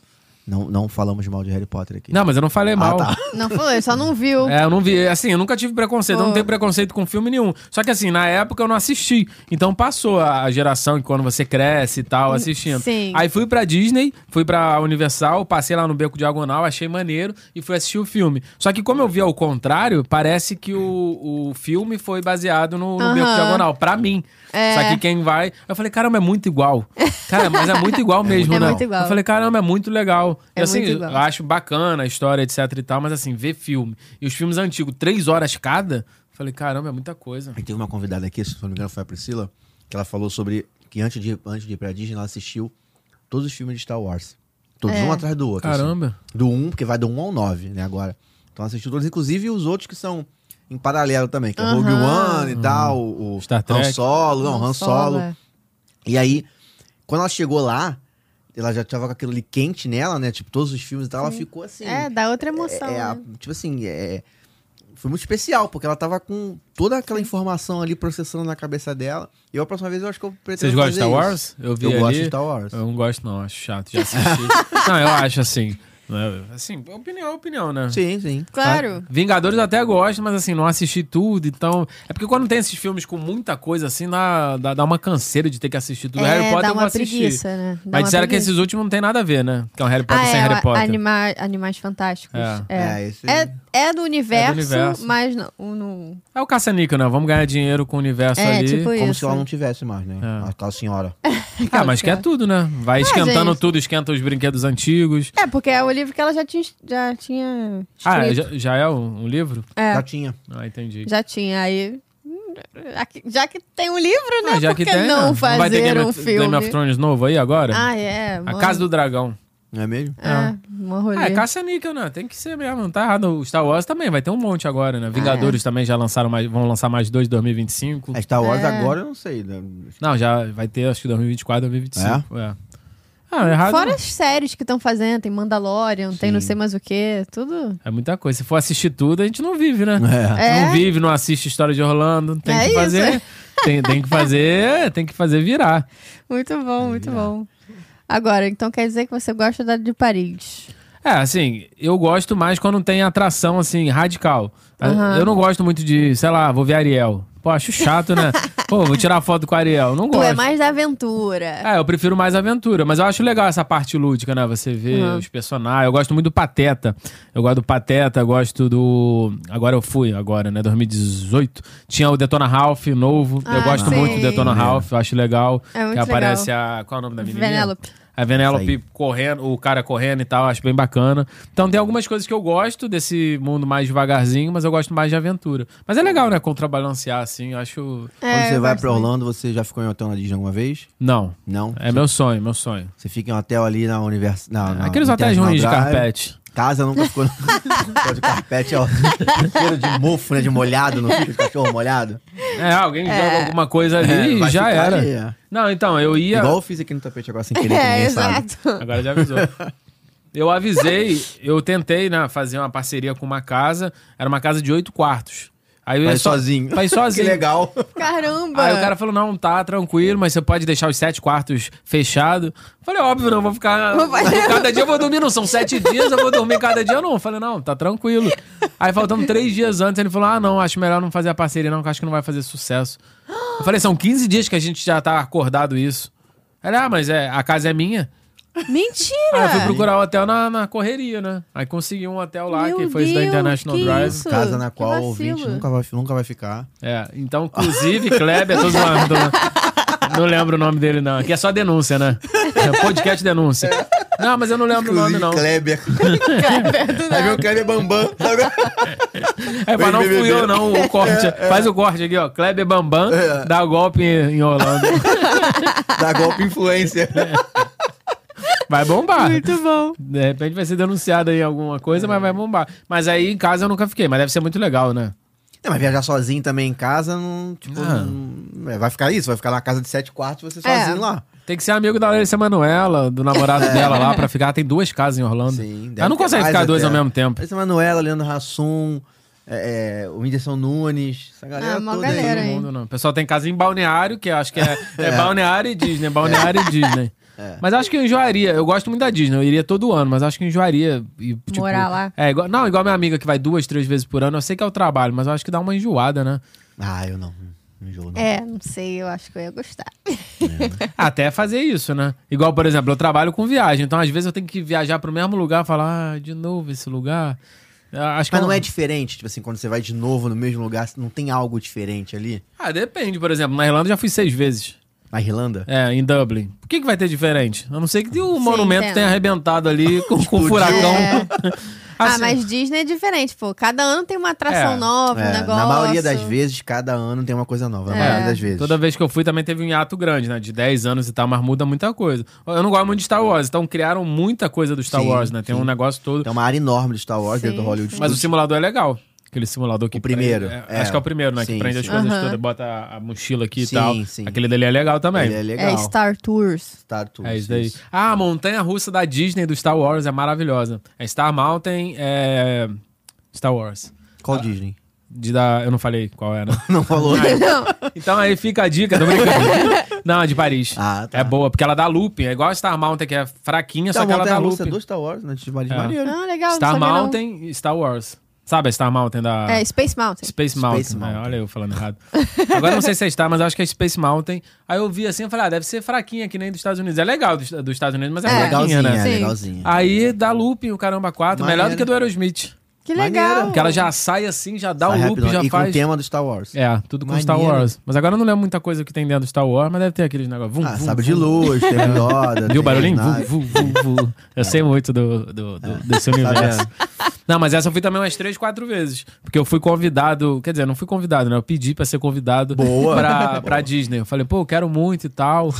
Speaker 2: Não, não falamos mal de Harry Potter aqui.
Speaker 3: Não, mas eu não falei
Speaker 2: Ah,
Speaker 3: mal.
Speaker 2: tá.
Speaker 1: Não falei, só não viu.
Speaker 3: É, eu não vi. Assim, eu nunca tive preconceito. Eu não
Speaker 1: Pô.
Speaker 3: tenho preconceito com filme nenhum. Só que, assim, na época eu não assisti. Então passou a geração que quando você cresce e tal, assistindo.
Speaker 1: Hum, sim.
Speaker 3: Aí fui pra Disney, fui pra Universal, passei lá no Beco Diagonal, achei maneiro e fui assistir o filme. Só que, como eu vi ao contrário, parece que o, o filme foi baseado no, no
Speaker 1: Aham.
Speaker 3: Beco Diagonal, pra mim.
Speaker 1: É.
Speaker 3: Só que quem vai. Eu falei, caramba, é
Speaker 1: [laughs]
Speaker 3: muito igual. Cara, mas é muito igual mesmo,
Speaker 1: muito
Speaker 3: né?
Speaker 1: igual.
Speaker 3: Eu falei, caramba, é muito legal.
Speaker 1: É
Speaker 3: e assim,
Speaker 1: muito igual.
Speaker 3: eu acho bacana a história, etc e tal, mas assim, ver filme. E os filmes antigos, três horas cada, eu falei, caramba, é muita coisa.
Speaker 2: E teve uma convidada aqui, se não me engano, foi a Priscila, que ela falou sobre que antes de, antes de ir pra Disney, ela assistiu todos os filmes de Star Wars. Todos
Speaker 1: É.
Speaker 2: um atrás do outro. assim.
Speaker 3: Caramba.
Speaker 2: Do 1, porque vai do 1 ao 9, né, agora. Então ela assistiu todos, inclusive os outros que são em paralelo também, que é o Rogue
Speaker 1: Aham.
Speaker 2: One e tal, o, o
Speaker 3: Hum. Star
Speaker 2: Han
Speaker 3: Trek.
Speaker 2: Solo, não, Han Solo.
Speaker 1: é.
Speaker 2: E aí, quando ela chegou lá, ela já tava com aquilo ali quente nela, né, tipo, todos os filmes e tal, ela ficou assim...
Speaker 1: É, dá outra emoção.
Speaker 2: É, é a-
Speaker 1: né?
Speaker 2: tipo assim, é, foi muito especial, porque ela tava com toda aquela informação ali processando na cabeça dela. E eu, a próxima vez, eu acho que eu pretendo
Speaker 3: Vocês gostam de
Speaker 2: fazer
Speaker 3: Star
Speaker 2: é isso.
Speaker 3: Wars? Eu vi
Speaker 2: Eu
Speaker 3: ali.
Speaker 2: gosto de Star Wars.
Speaker 3: Eu não gosto, não, acho chato.
Speaker 2: [laughs]
Speaker 3: Já assisti. não, eu acho assim. né, Assim, opinião é opinião, né?
Speaker 2: Sim, sim.
Speaker 1: Claro.
Speaker 3: Vingadores eu até gosto, mas assim, não assisti tudo, então. É porque quando tem esses filmes com muita coisa, assim, dá, dá, dá uma canseira de ter que assistir tudo. Harry
Speaker 1: é,
Speaker 3: Potter
Speaker 1: dá
Speaker 3: eu vou
Speaker 1: uma
Speaker 3: assistir.
Speaker 1: preguiça, né? Dá
Speaker 3: Mas
Speaker 1: uma
Speaker 3: disseram que
Speaker 1: preguiça.
Speaker 3: esses últimos não tem nada a ver, né? Que é um Harry Potter
Speaker 1: ah,
Speaker 3: sem
Speaker 1: é,
Speaker 3: Harry Potter.
Speaker 1: Anima, Animais Fantásticos.
Speaker 3: É.
Speaker 1: É.
Speaker 2: É, esse-
Speaker 1: É, é do universo,
Speaker 3: universo.
Speaker 1: mas não. não-
Speaker 3: É o caça-níquel, né? Vamos ganhar dinheiro com o universo
Speaker 1: É,
Speaker 3: ali.
Speaker 1: tipo
Speaker 2: Como
Speaker 1: isso.
Speaker 2: se ela não tivesse mais, né?
Speaker 3: É.
Speaker 2: Aquela senhora.
Speaker 3: Ah, mas quer tudo, né? Vai esquentando
Speaker 1: Ah, gente.
Speaker 3: tudo, esquenta os brinquedos antigos.
Speaker 1: É, porque é o livro que ela já tinha, já tinha
Speaker 3: Ah, é,
Speaker 1: escrito.
Speaker 3: já, já é um, um livro?
Speaker 1: É.
Speaker 2: Já tinha.
Speaker 3: Ah, entendi.
Speaker 1: Já tinha, aí. hum, Já que, já que tem um livro, né?
Speaker 3: ah, já
Speaker 1: Por que
Speaker 3: né?
Speaker 1: não fazer
Speaker 3: vai ter Game,
Speaker 1: um
Speaker 3: of-
Speaker 1: filme?
Speaker 3: Game of Thrones novo aí agora?
Speaker 1: Ah, é.
Speaker 3: A Casa do Dragão.
Speaker 2: Não é mesmo?
Speaker 1: É, uma rolê.
Speaker 3: Ah, é caça-níquel, né? Tem que ser mesmo, não tá errado. O Star Wars também vai ter um monte agora, né? Vingadores também já lançaram mais, vão lançar mais dois em 2025.
Speaker 2: É, Star
Speaker 1: É.
Speaker 2: Wars
Speaker 1: É.
Speaker 2: agora eu não sei. né?
Speaker 3: Não, já vai ter, acho que 2024, 2025. É. Ah, errado.
Speaker 1: Fora
Speaker 3: não.
Speaker 1: as séries que estão fazendo, tem Mandalorian, tem não sei mais o que, tudo.
Speaker 3: É muita coisa. Se for assistir tudo, a gente não vive, né?
Speaker 2: É.
Speaker 1: É.
Speaker 3: [laughs] Não vive, não assiste História de Orlando. Tem
Speaker 1: É
Speaker 3: que fazer.
Speaker 1: isso.
Speaker 3: [laughs] Tem, tem que fazer. Tem que fazer virar.
Speaker 1: Muito bom, muito bom. Agora, então quer dizer que você gosta da de Paris.
Speaker 3: É, assim, eu gosto mais quando tem atração, assim, radical.
Speaker 1: Aham.
Speaker 3: Eu não gosto muito de, sei lá, vou ver Ariel. Pô, acho chato,
Speaker 1: [laughs]
Speaker 3: né? Pô, vou tirar foto com Ariel. Não
Speaker 1: Tu
Speaker 3: gosto.
Speaker 1: é mais da aventura.
Speaker 3: É, eu prefiro mais aventura, mas eu acho legal essa parte lúdica, né? Você vê
Speaker 1: Uhum.
Speaker 3: os personagens. Eu gosto muito do Pateta. Eu gosto do Pateta, gosto do. Agora eu fui, agora, né? 2018. Tinha o Detona Ralph novo.
Speaker 1: Ah,
Speaker 3: eu gosto
Speaker 1: sim.
Speaker 3: muito do Detona Ralph, eu acho legal.
Speaker 1: É muito
Speaker 3: que aparece a. Qual é o nome da menina?
Speaker 1: Penélope.
Speaker 3: A
Speaker 2: Isso
Speaker 3: Venelope correndo, o cara correndo e tal, acho bem bacana. Então tem algumas coisas que eu gosto desse mundo mais devagarzinho, mas eu gosto mais de aventura. Mas é legal, né? Contrabalancear, assim, eu acho.
Speaker 1: É,
Speaker 2: Quando você
Speaker 1: eu
Speaker 2: vai
Speaker 1: gosto também.
Speaker 2: pra Orlando, você já ficou em hotel na Disney alguma vez?
Speaker 3: Não.
Speaker 2: Não.
Speaker 3: É meu sonho, meu sonho.
Speaker 2: Você fica em hotel ali na universidade.
Speaker 3: Aqueles hotéis ruins de carpete.
Speaker 2: Casa nunca ficou. Hotel [laughs] de carpete é o cheiro de mofo, né? De molhado, não fica de cachorro molhado.
Speaker 3: É, alguém joga alguma
Speaker 2: É,
Speaker 3: coisa ali e
Speaker 2: vai
Speaker 3: já
Speaker 2: ficar
Speaker 3: era.
Speaker 2: ali, é.
Speaker 3: Não, então, eu ia.
Speaker 2: Igual eu fiz aqui no tapete agora sem [laughs] querer, que
Speaker 1: É,
Speaker 2: ninguém sabe.
Speaker 3: [laughs]
Speaker 1: exato.
Speaker 3: Agora
Speaker 2: [laughs]
Speaker 3: já avisou. Eu avisei, eu tentei, né, fazer uma parceria com uma casa. Era uma casa de oito quartos. Aí eu ia
Speaker 2: Vai
Speaker 3: so-
Speaker 2: sozinho.
Speaker 3: Vai sozinho.
Speaker 2: [laughs] Que legal.
Speaker 3: Ah,
Speaker 1: Caramba.
Speaker 3: Aí o cara falou: não, tá tranquilo, mas você pode deixar os sete quartos fechados. Falei, óbvio, não, vou ficar. [laughs] Cada dia eu vou dormir, não. São sete dias, eu vou dormir cada dia, não. Falei, não, tá tranquilo. Aí faltando três dias antes, ele falou: ah, não, acho melhor não fazer a parceria, não, que eu acho que não vai fazer sucesso. Eu falei, são 15 dias que a gente já tá acordado isso. Ele, ah, mas é, a casa é minha. Aí eu fui
Speaker 1: Mentira!
Speaker 3: procurar o hotel na, na correria, né? Aí consegui um hotel lá,
Speaker 1: Meu
Speaker 3: que foi esse da
Speaker 1: Deus,
Speaker 3: International
Speaker 1: que
Speaker 3: Drive.
Speaker 1: isso?
Speaker 2: Casa na
Speaker 1: Que
Speaker 2: qual o
Speaker 1: vacilo.
Speaker 2: ouvinte nunca vai, nunca vai ficar.
Speaker 3: É, então, inclusive, Kleber, tô zoando, tô zoando. Não lembro o nome dele, não. Aqui é só denúncia, né? É podcast denúncia. Não, mas eu não lembro
Speaker 2: Inclusive,
Speaker 3: o nome,
Speaker 2: [laughs]
Speaker 3: não.
Speaker 2: Kleber. Ah, [laughs] Vai ver o Kleber Bambam.
Speaker 3: É, mas não fui
Speaker 2: BBB.
Speaker 3: eu, não, o corte.
Speaker 2: É,
Speaker 3: Faz o corte aqui, ó. Kleber Bambam dá golpe em, em Orlando.
Speaker 2: Dá golpe influência.
Speaker 3: Vai bombar.
Speaker 1: Muito bom.
Speaker 3: De repente vai ser denunciado aí alguma coisa, mas vai bombar. Mas aí em casa eu nunca fiquei, mas deve ser muito legal, né?
Speaker 2: [laughs] Não, mas viajar sozinho também em casa, não, tipo,
Speaker 3: Ah.
Speaker 2: não- é, vai ficar isso, vai ficar na casa de sete quartos você sozinho
Speaker 1: É.
Speaker 2: lá.
Speaker 3: Tem que ser amigo da Larissa Manoela, do namorado dela lá, pra ficar. Tem duas casas em Orlando.
Speaker 2: É. Sim, deve
Speaker 3: Ela não
Speaker 2: ter
Speaker 3: consegue
Speaker 2: mais
Speaker 3: ficar
Speaker 2: até.
Speaker 3: duas ao mesmo tempo.
Speaker 2: Essa Manuela, Leandro Hassum, é, é, o Whindersson Nunes, essa galera
Speaker 1: Ah, mó
Speaker 2: toda
Speaker 1: galera.
Speaker 2: aí.
Speaker 1: hein?
Speaker 2: [laughs]
Speaker 3: Todo mundo, não. O pessoal tem casa em é balneário, que eu acho que é, é balneário e Disney, balneário e Disney.
Speaker 2: É.
Speaker 3: Mas acho que eu enjoaria. Eu gosto muito da Disney, eu iria todo ano, mas acho que eu enjoaria. e, tipo,
Speaker 1: Morar lá.
Speaker 3: É, igual- não, igual minha amiga que vai duas, três vezes por ano, eu sei que é o trabalho, mas eu acho que dá uma
Speaker 2: [laughs]
Speaker 3: enjoada, né?
Speaker 2: Ah, eu não. Não enjoo, não.
Speaker 1: É, não sei, eu acho que eu ia gostar.
Speaker 3: Até fazer isso, né? Igual, por exemplo, eu trabalho com viagem, então às vezes eu tenho que viajar pro mesmo lugar e falar, ah, de novo esse lugar. Ah, Acho que
Speaker 2: Mas
Speaker 3: eu-
Speaker 2: não é diferente, tipo assim, quando você vai de novo no mesmo lugar, não tem algo diferente ali?
Speaker 3: Ah, depende, por exemplo, na Irlanda eu já fui seis vezes.
Speaker 2: Na Irlanda?
Speaker 3: É, em Dublin. O que, que vai ter diferente? A não ser que o monumento
Speaker 1: entendo.
Speaker 3: tenha
Speaker 1: [laughs]
Speaker 3: arrebentado ali com, com um
Speaker 2: Explodiu.
Speaker 3: furacão.
Speaker 1: então.
Speaker 3: [laughs]
Speaker 1: É. ah,
Speaker 3: Assim,
Speaker 1: mas Disney é diferente, pô. Cada ano tem uma atração
Speaker 3: É,
Speaker 1: nova, um
Speaker 2: É,
Speaker 1: negócio.
Speaker 2: na maioria das vezes, cada ano tem uma coisa nova. Na
Speaker 1: É.
Speaker 2: maioria das vezes.
Speaker 3: Toda vez que eu fui também teve um hiato grande, né? De 10 anos e tal, mas muda muita coisa. Eu não gosto muito de Star Wars, então criaram muita coisa do Star
Speaker 2: Sim,
Speaker 3: Wars, né? Tem
Speaker 2: sim. Então,
Speaker 3: um negócio todo.
Speaker 2: Tem uma área enorme de Star Wars
Speaker 1: Sim,
Speaker 2: dentro do Hollywood
Speaker 3: Mas o
Speaker 2: Studios.
Speaker 3: simulador é legal. Aquele simulador que.
Speaker 2: O primeiro,
Speaker 3: prende-
Speaker 2: é.
Speaker 3: Acho que é o primeiro, né?
Speaker 2: Sim,
Speaker 3: que prende as
Speaker 2: sim.
Speaker 3: coisas
Speaker 1: Aham.
Speaker 3: todas, bota a a mochila aqui
Speaker 2: Sim,
Speaker 3: e tal.
Speaker 2: sim.
Speaker 3: Aquele dele é legal também.
Speaker 2: Ele é legal.
Speaker 1: É Star Tours.
Speaker 2: Star Tours,
Speaker 3: É isso daí.
Speaker 2: isso.
Speaker 3: Ah, a montanha russa da Disney do Star Wars é maravilhosa. É Star Mountain, é. Star Wars.
Speaker 2: Qual Disney? [laughs]
Speaker 3: De da... Eu não falei qual era. [laughs]
Speaker 2: Não falou.
Speaker 1: Não,
Speaker 3: Então aí fica a dica,
Speaker 2: [laughs]
Speaker 3: tô brincando. Não, é de Paris.
Speaker 2: Ah, tá.
Speaker 3: É boa, porque ela dá looping. É igual a Star Mountain, que é fraquinha, só que ela dá
Speaker 2: Montanha-Russa
Speaker 3: looping.
Speaker 2: do Star Wars, né? De Maria
Speaker 3: É.
Speaker 2: Maria.
Speaker 1: não Ah, legal.
Speaker 3: Star
Speaker 1: não sabia não.
Speaker 3: Mountain e Star Wars. Sabe a Star Mountain da...
Speaker 2: Ah.
Speaker 1: É, Space Mountain.
Speaker 3: Space
Speaker 2: Space
Speaker 3: Mountain. né?
Speaker 2: Mountain.
Speaker 3: olha eu falando errado. Agora não sei se é Star, mas acho que é Space Mountain. Aí eu vi assim, eu falei, ah, deve ser fraquinha que nem dos Estados Unidos. É legal dos, dos Estados Unidos, mas é,
Speaker 1: É.
Speaker 3: fraquinha,
Speaker 2: Legalzinha,
Speaker 3: né?
Speaker 1: Sim.
Speaker 2: legalzinha.
Speaker 3: Aí dá looping o Caramba 4, melhor
Speaker 2: Maneiro.
Speaker 3: do que do Aerosmith.
Speaker 1: Que
Speaker 2: Maneiro.
Speaker 1: legal.
Speaker 3: Porque ela já sai assim, já dá
Speaker 2: Sai
Speaker 3: o looping,
Speaker 2: rapidão.
Speaker 3: já
Speaker 2: e com o
Speaker 3: faz...
Speaker 2: tema do Star Wars.
Speaker 3: É, tudo com Star
Speaker 2: Maneiro.
Speaker 3: Wars. Mas agora eu não lembro muita coisa que tem dentro do Star Wars, mas deve ter aqueles negócios. Vum,
Speaker 2: Ah,
Speaker 3: vum,
Speaker 2: sabre
Speaker 3: vum.
Speaker 2: de né? luz, Terminator.
Speaker 3: [laughs] Viu o barulhinho? Vu, vu, vu, vu.
Speaker 2: É.
Speaker 3: Eu sei muito do, do, do- desse universo. Não, mas essa eu fui também umas três, quatro vezes. Porque eu fui convidado. Quer dizer, não fui convidado, né? Eu pedi pra ser convidado
Speaker 2: Boa. [laughs]
Speaker 3: Pra, pra Disney. Eu falei, pô, eu quero muito e tal.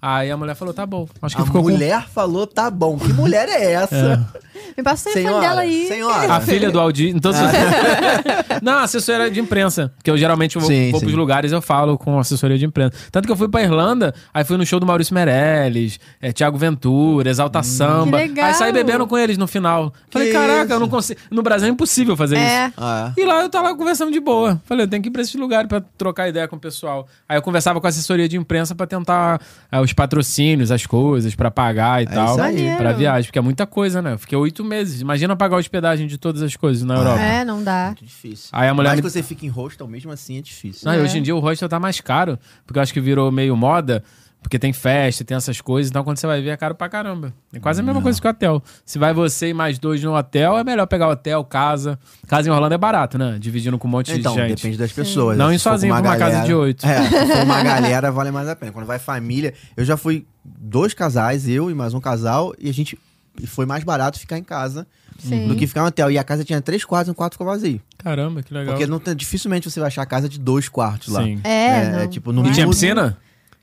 Speaker 3: Aí a mulher falou, tá bom. Acho que
Speaker 2: A
Speaker 3: ficou
Speaker 2: mulher falou, tá bom. Que mulher é essa?
Speaker 1: Me passa o telefone
Speaker 2: Senhora,
Speaker 1: dela aí.
Speaker 3: com. A
Speaker 2: senhora.
Speaker 3: filha do Aldir. Então,
Speaker 1: É.
Speaker 3: [laughs] não, assessoria de imprensa. Que eu geralmente eu
Speaker 2: Sim,
Speaker 3: vou pros
Speaker 2: sim.
Speaker 3: lugares eu falo com assessoria de imprensa. Tanto que eu fui pra Irlanda, aí fui no show do Maurício Meirelles, é, Thiago Ventura, Exalta Samba.
Speaker 1: Hum. Que legal.
Speaker 3: Aí saí bebendo com eles no final. Falei,
Speaker 2: Que
Speaker 3: caraca,
Speaker 2: isso.
Speaker 3: eu não consigo. No Brasil é impossível fazer
Speaker 1: É.
Speaker 3: isso.
Speaker 2: Ah,
Speaker 3: E lá eu tava conversando de boa. Falei, eu tenho que ir pra esses lugares pra trocar ideia com o pessoal. Aí eu conversava com a assessoria de imprensa pra tentar ah, os patrocínios, as coisas, pra pagar e
Speaker 2: É
Speaker 3: tal.
Speaker 2: isso aí.
Speaker 3: Pra viagem, porque é muita coisa, né? Eu fiquei oito meses. Imagina pagar a hospedagem de todas as coisas na Europa.
Speaker 1: É, não dá.
Speaker 2: muito difícil.
Speaker 3: Aí a mulher
Speaker 2: Mas
Speaker 3: me-
Speaker 2: que você fica em hostel, mesmo assim é difícil.
Speaker 3: Não, e
Speaker 1: É.
Speaker 3: hoje em dia o hostel tá mais caro, porque eu acho que virou meio moda, porque tem festa, tem essas coisas, então quando você vai ver é caro pra caramba. É quase a mesma coisa que o hotel. Se vai você e mais dois no hotel, é melhor pegar hotel, casa. Casa em Orlando é barato, né? Dividindo com um monte
Speaker 2: Então,
Speaker 3: de gente.
Speaker 2: depende das pessoas.
Speaker 3: Não ir
Speaker 2: Se for com
Speaker 3: sozinho pra uma casa de oito.
Speaker 2: É, se for
Speaker 3: [laughs]
Speaker 2: uma galera vale mais a pena. Quando vai família, eu já fui dois casais, eu e mais um casal, e a gente e foi mais barato ficar em casa
Speaker 1: Sim.
Speaker 2: Hum, do que ficar em hotel. E a casa tinha três quartos, um quarto ficou vazio.
Speaker 3: Caramba, que legal.
Speaker 2: Porque não tem- dificilmente você vai achar a casa de dois quartos lá.
Speaker 3: Sim.
Speaker 1: É,
Speaker 2: É,
Speaker 1: não.
Speaker 2: é tipo, no
Speaker 3: E tinha
Speaker 2: mínimo-
Speaker 3: piscina?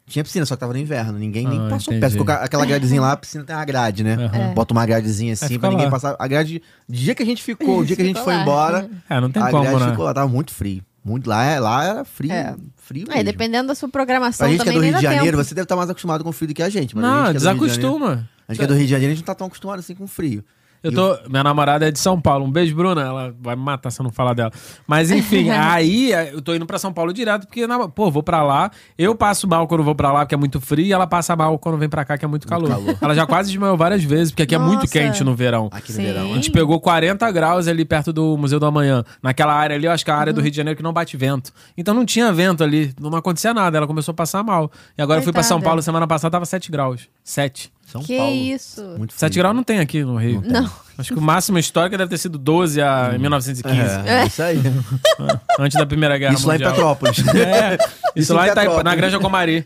Speaker 2: Tinha piscina, só que tava no inverno. Ninguém nem
Speaker 3: Ah,
Speaker 2: passou
Speaker 3: entendi.
Speaker 2: perto. Ficou ca-
Speaker 1: É.
Speaker 2: aquela gradezinha lá, a piscina tem uma grade, né?
Speaker 3: Aham.
Speaker 2: Bota uma gradezinha assim
Speaker 3: fica
Speaker 2: pra ninguém
Speaker 3: lá.
Speaker 2: passar. A grade. O dia que a gente ficou, o dia que a gente
Speaker 1: Ficou
Speaker 2: foi
Speaker 1: lá.
Speaker 2: embora,
Speaker 3: É, não tem
Speaker 2: a
Speaker 3: como,
Speaker 2: grade
Speaker 3: né?
Speaker 2: ficou lá. Tava muito frio. Muito, lá, é- lá era frio.
Speaker 1: É.
Speaker 2: Frio
Speaker 1: Aí,
Speaker 2: mesmo.
Speaker 1: dependendo da sua programação
Speaker 2: Pra tipo gente que é
Speaker 1: também,
Speaker 2: do
Speaker 1: nem
Speaker 2: Rio de
Speaker 1: dá
Speaker 2: Janeiro,
Speaker 1: tempo.
Speaker 2: você deve estar mais acostumado com frio do que a gente. Mas a
Speaker 3: Não,
Speaker 2: gente que é do Rio de Janeiro-
Speaker 3: desacostuma.
Speaker 2: A gente que é do Rio de Janeiro, a gente não tá tão acostumado assim com frio.
Speaker 3: Eu tô, minha namorada é de São Paulo. Um beijo, Bruna. Ela vai me matar se eu não falar dela.
Speaker 2: [laughs]
Speaker 3: Mas enfim, aí eh, eu tô indo pra São Paulo direto, porque, na- pô, vou pra lá. Eu passo mal quando vou pra lá, porque é muito frio, e ela passa mal quando vem pra cá, que é muito calor.
Speaker 2: calor.
Speaker 3: Ela já quase desmaiou várias vezes, porque aqui é muito
Speaker 1: Nossa.
Speaker 3: quente no verão.
Speaker 2: tá Aqui no
Speaker 1: Sim.
Speaker 2: verão. né?
Speaker 3: A gente pegou 40 graus ali perto do Museu do Amanhã. Naquela área ali, eu acho que é a
Speaker 1: Uhum.
Speaker 3: área do Rio de Janeiro que não bate vento. Então não tinha vento ali, não acontecia nada. Ela começou a passar mal. E agora eu fui pra São
Speaker 1: Coitada.
Speaker 3: Paulo semana passada, tava 7 graus. 7.
Speaker 2: São
Speaker 1: Que
Speaker 2: Paulo.
Speaker 1: isso.
Speaker 2: Muito frio.
Speaker 3: 7 graus não tem aqui no Rio.
Speaker 1: Não.
Speaker 3: Acho que o máximo histórico deve ter sido 12 a em 1915,
Speaker 2: Hum. É, isso aí.
Speaker 3: né? antes da Primeira Guerra
Speaker 2: Isso lá em
Speaker 3: Mundial. [laughs]
Speaker 2: Petrópolis.
Speaker 3: É, isso
Speaker 2: Isso
Speaker 3: lá
Speaker 2: em
Speaker 3: em Itaipu,
Speaker 2: Petrópolis. É.
Speaker 3: na Granja Comari,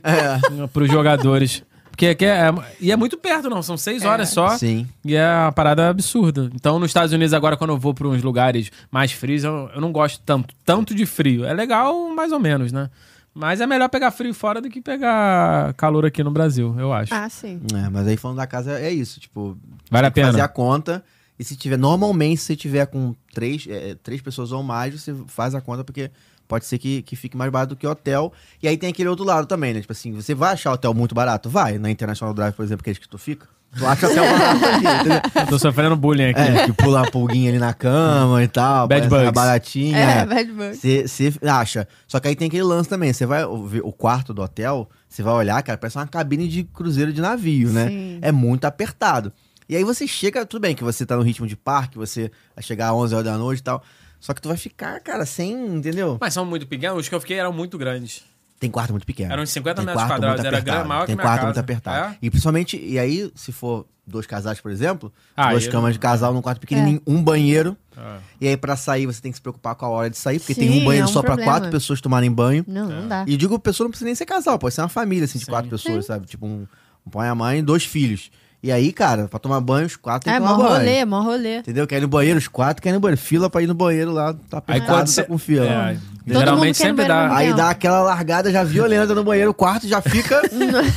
Speaker 3: para os jogadores. Porque aqui é, é- e é muito perto, não, são seis
Speaker 1: É.
Speaker 3: horas só.
Speaker 2: Sim.
Speaker 3: E é uma parada absurda. Então, nos Estados Unidos, agora, quando eu vou para uns lugares mais frios, eu, eu não gosto tanto, tanto de frio. É legal, mais ou menos, né? Mas é melhor pegar frio fora do que pegar calor aqui no Brasil, eu acho.
Speaker 1: Ah, sim.
Speaker 2: É, mas aí falando da casa, é isso. Tipo,
Speaker 3: vale a
Speaker 2: tem que fazer a
Speaker 3: pena.
Speaker 2: conta. E se tiver, normalmente, se tiver com três, é, três pessoas ou mais, você faz a conta, porque pode ser que, que fique mais barato do que hotel. E aí tem aquele outro lado também, né? Tipo assim, você vai achar hotel muito barato? Vai. Na International Drive, por exemplo, que é isso que tu fica. Tu acha até uma.
Speaker 3: [laughs]
Speaker 2: entendeu?
Speaker 3: Eu tô sofrendo bullying aqui.
Speaker 2: É, que pula a pulguinha ali na cama e tal.
Speaker 3: Bad
Speaker 2: parece uma
Speaker 3: bugs.
Speaker 2: baratinha.
Speaker 1: É, bad bugs.
Speaker 2: Você acha. Só que aí tem aquele lance também. Você vai ver o quarto do hotel, você vai olhar, cara, parece uma cabine de cruzeiro de navio, né?
Speaker 1: Sim.
Speaker 2: É muito apertado. E aí você chega, tudo bem que você tá no ritmo de parque, você vai chegar às 11 horas da noite e tal. Só que tu vai ficar, cara, sem, entendeu?
Speaker 3: Mas são muito pequenos, os que eu fiquei eram muito grandes.
Speaker 2: Tem quarto muito pequeno.
Speaker 3: Eram uns 50
Speaker 2: É. Tem
Speaker 3: metros
Speaker 2: quarto muito
Speaker 3: quadrados, era
Speaker 2: apertado.
Speaker 3: grande, maior que
Speaker 2: Tem
Speaker 3: minha
Speaker 2: quarto
Speaker 3: casa.
Speaker 2: muito apertado.
Speaker 3: É?
Speaker 2: E principalmente, e aí, se for dois casais, por exemplo,
Speaker 3: Ah,
Speaker 2: duas
Speaker 3: aí-
Speaker 2: camas de casal num quarto pequenininho,
Speaker 1: É.
Speaker 2: um banheiro.
Speaker 3: Ah.
Speaker 2: E aí, pra sair, você tem que se preocupar com a hora de sair, porque
Speaker 1: Sim,
Speaker 2: tem um banheiro
Speaker 1: é um
Speaker 2: só pra
Speaker 1: problema.
Speaker 2: quatro pessoas tomarem banho.
Speaker 1: Não, não dá.
Speaker 2: E digo, pessoa não precisa nem ser casal, pode ser uma família, assim, de
Speaker 3: Sim.
Speaker 2: quatro pessoas, sabe? Tipo, um, um pai, a mãe e dois filhos. E aí, cara, pra tomar banho, os quatro tem
Speaker 1: É,
Speaker 2: que
Speaker 1: mó
Speaker 2: tomar banho. É,
Speaker 1: rolê, mó rolê.
Speaker 2: Entendeu? Quer ir no banheiro, os quatro querem ir no banheiro. Fila pra ir no banheiro lá, tá apertado,
Speaker 3: quando
Speaker 2: tá
Speaker 3: cê-
Speaker 2: com fila.
Speaker 3: É,
Speaker 1: Todo mundo
Speaker 3: geralmente
Speaker 1: quer
Speaker 3: sempre
Speaker 1: no banheiro
Speaker 3: dá.
Speaker 1: mesmo.
Speaker 2: Aí
Speaker 1: Não.
Speaker 2: dá aquela largada já violenta no banheiro, o quarto já fica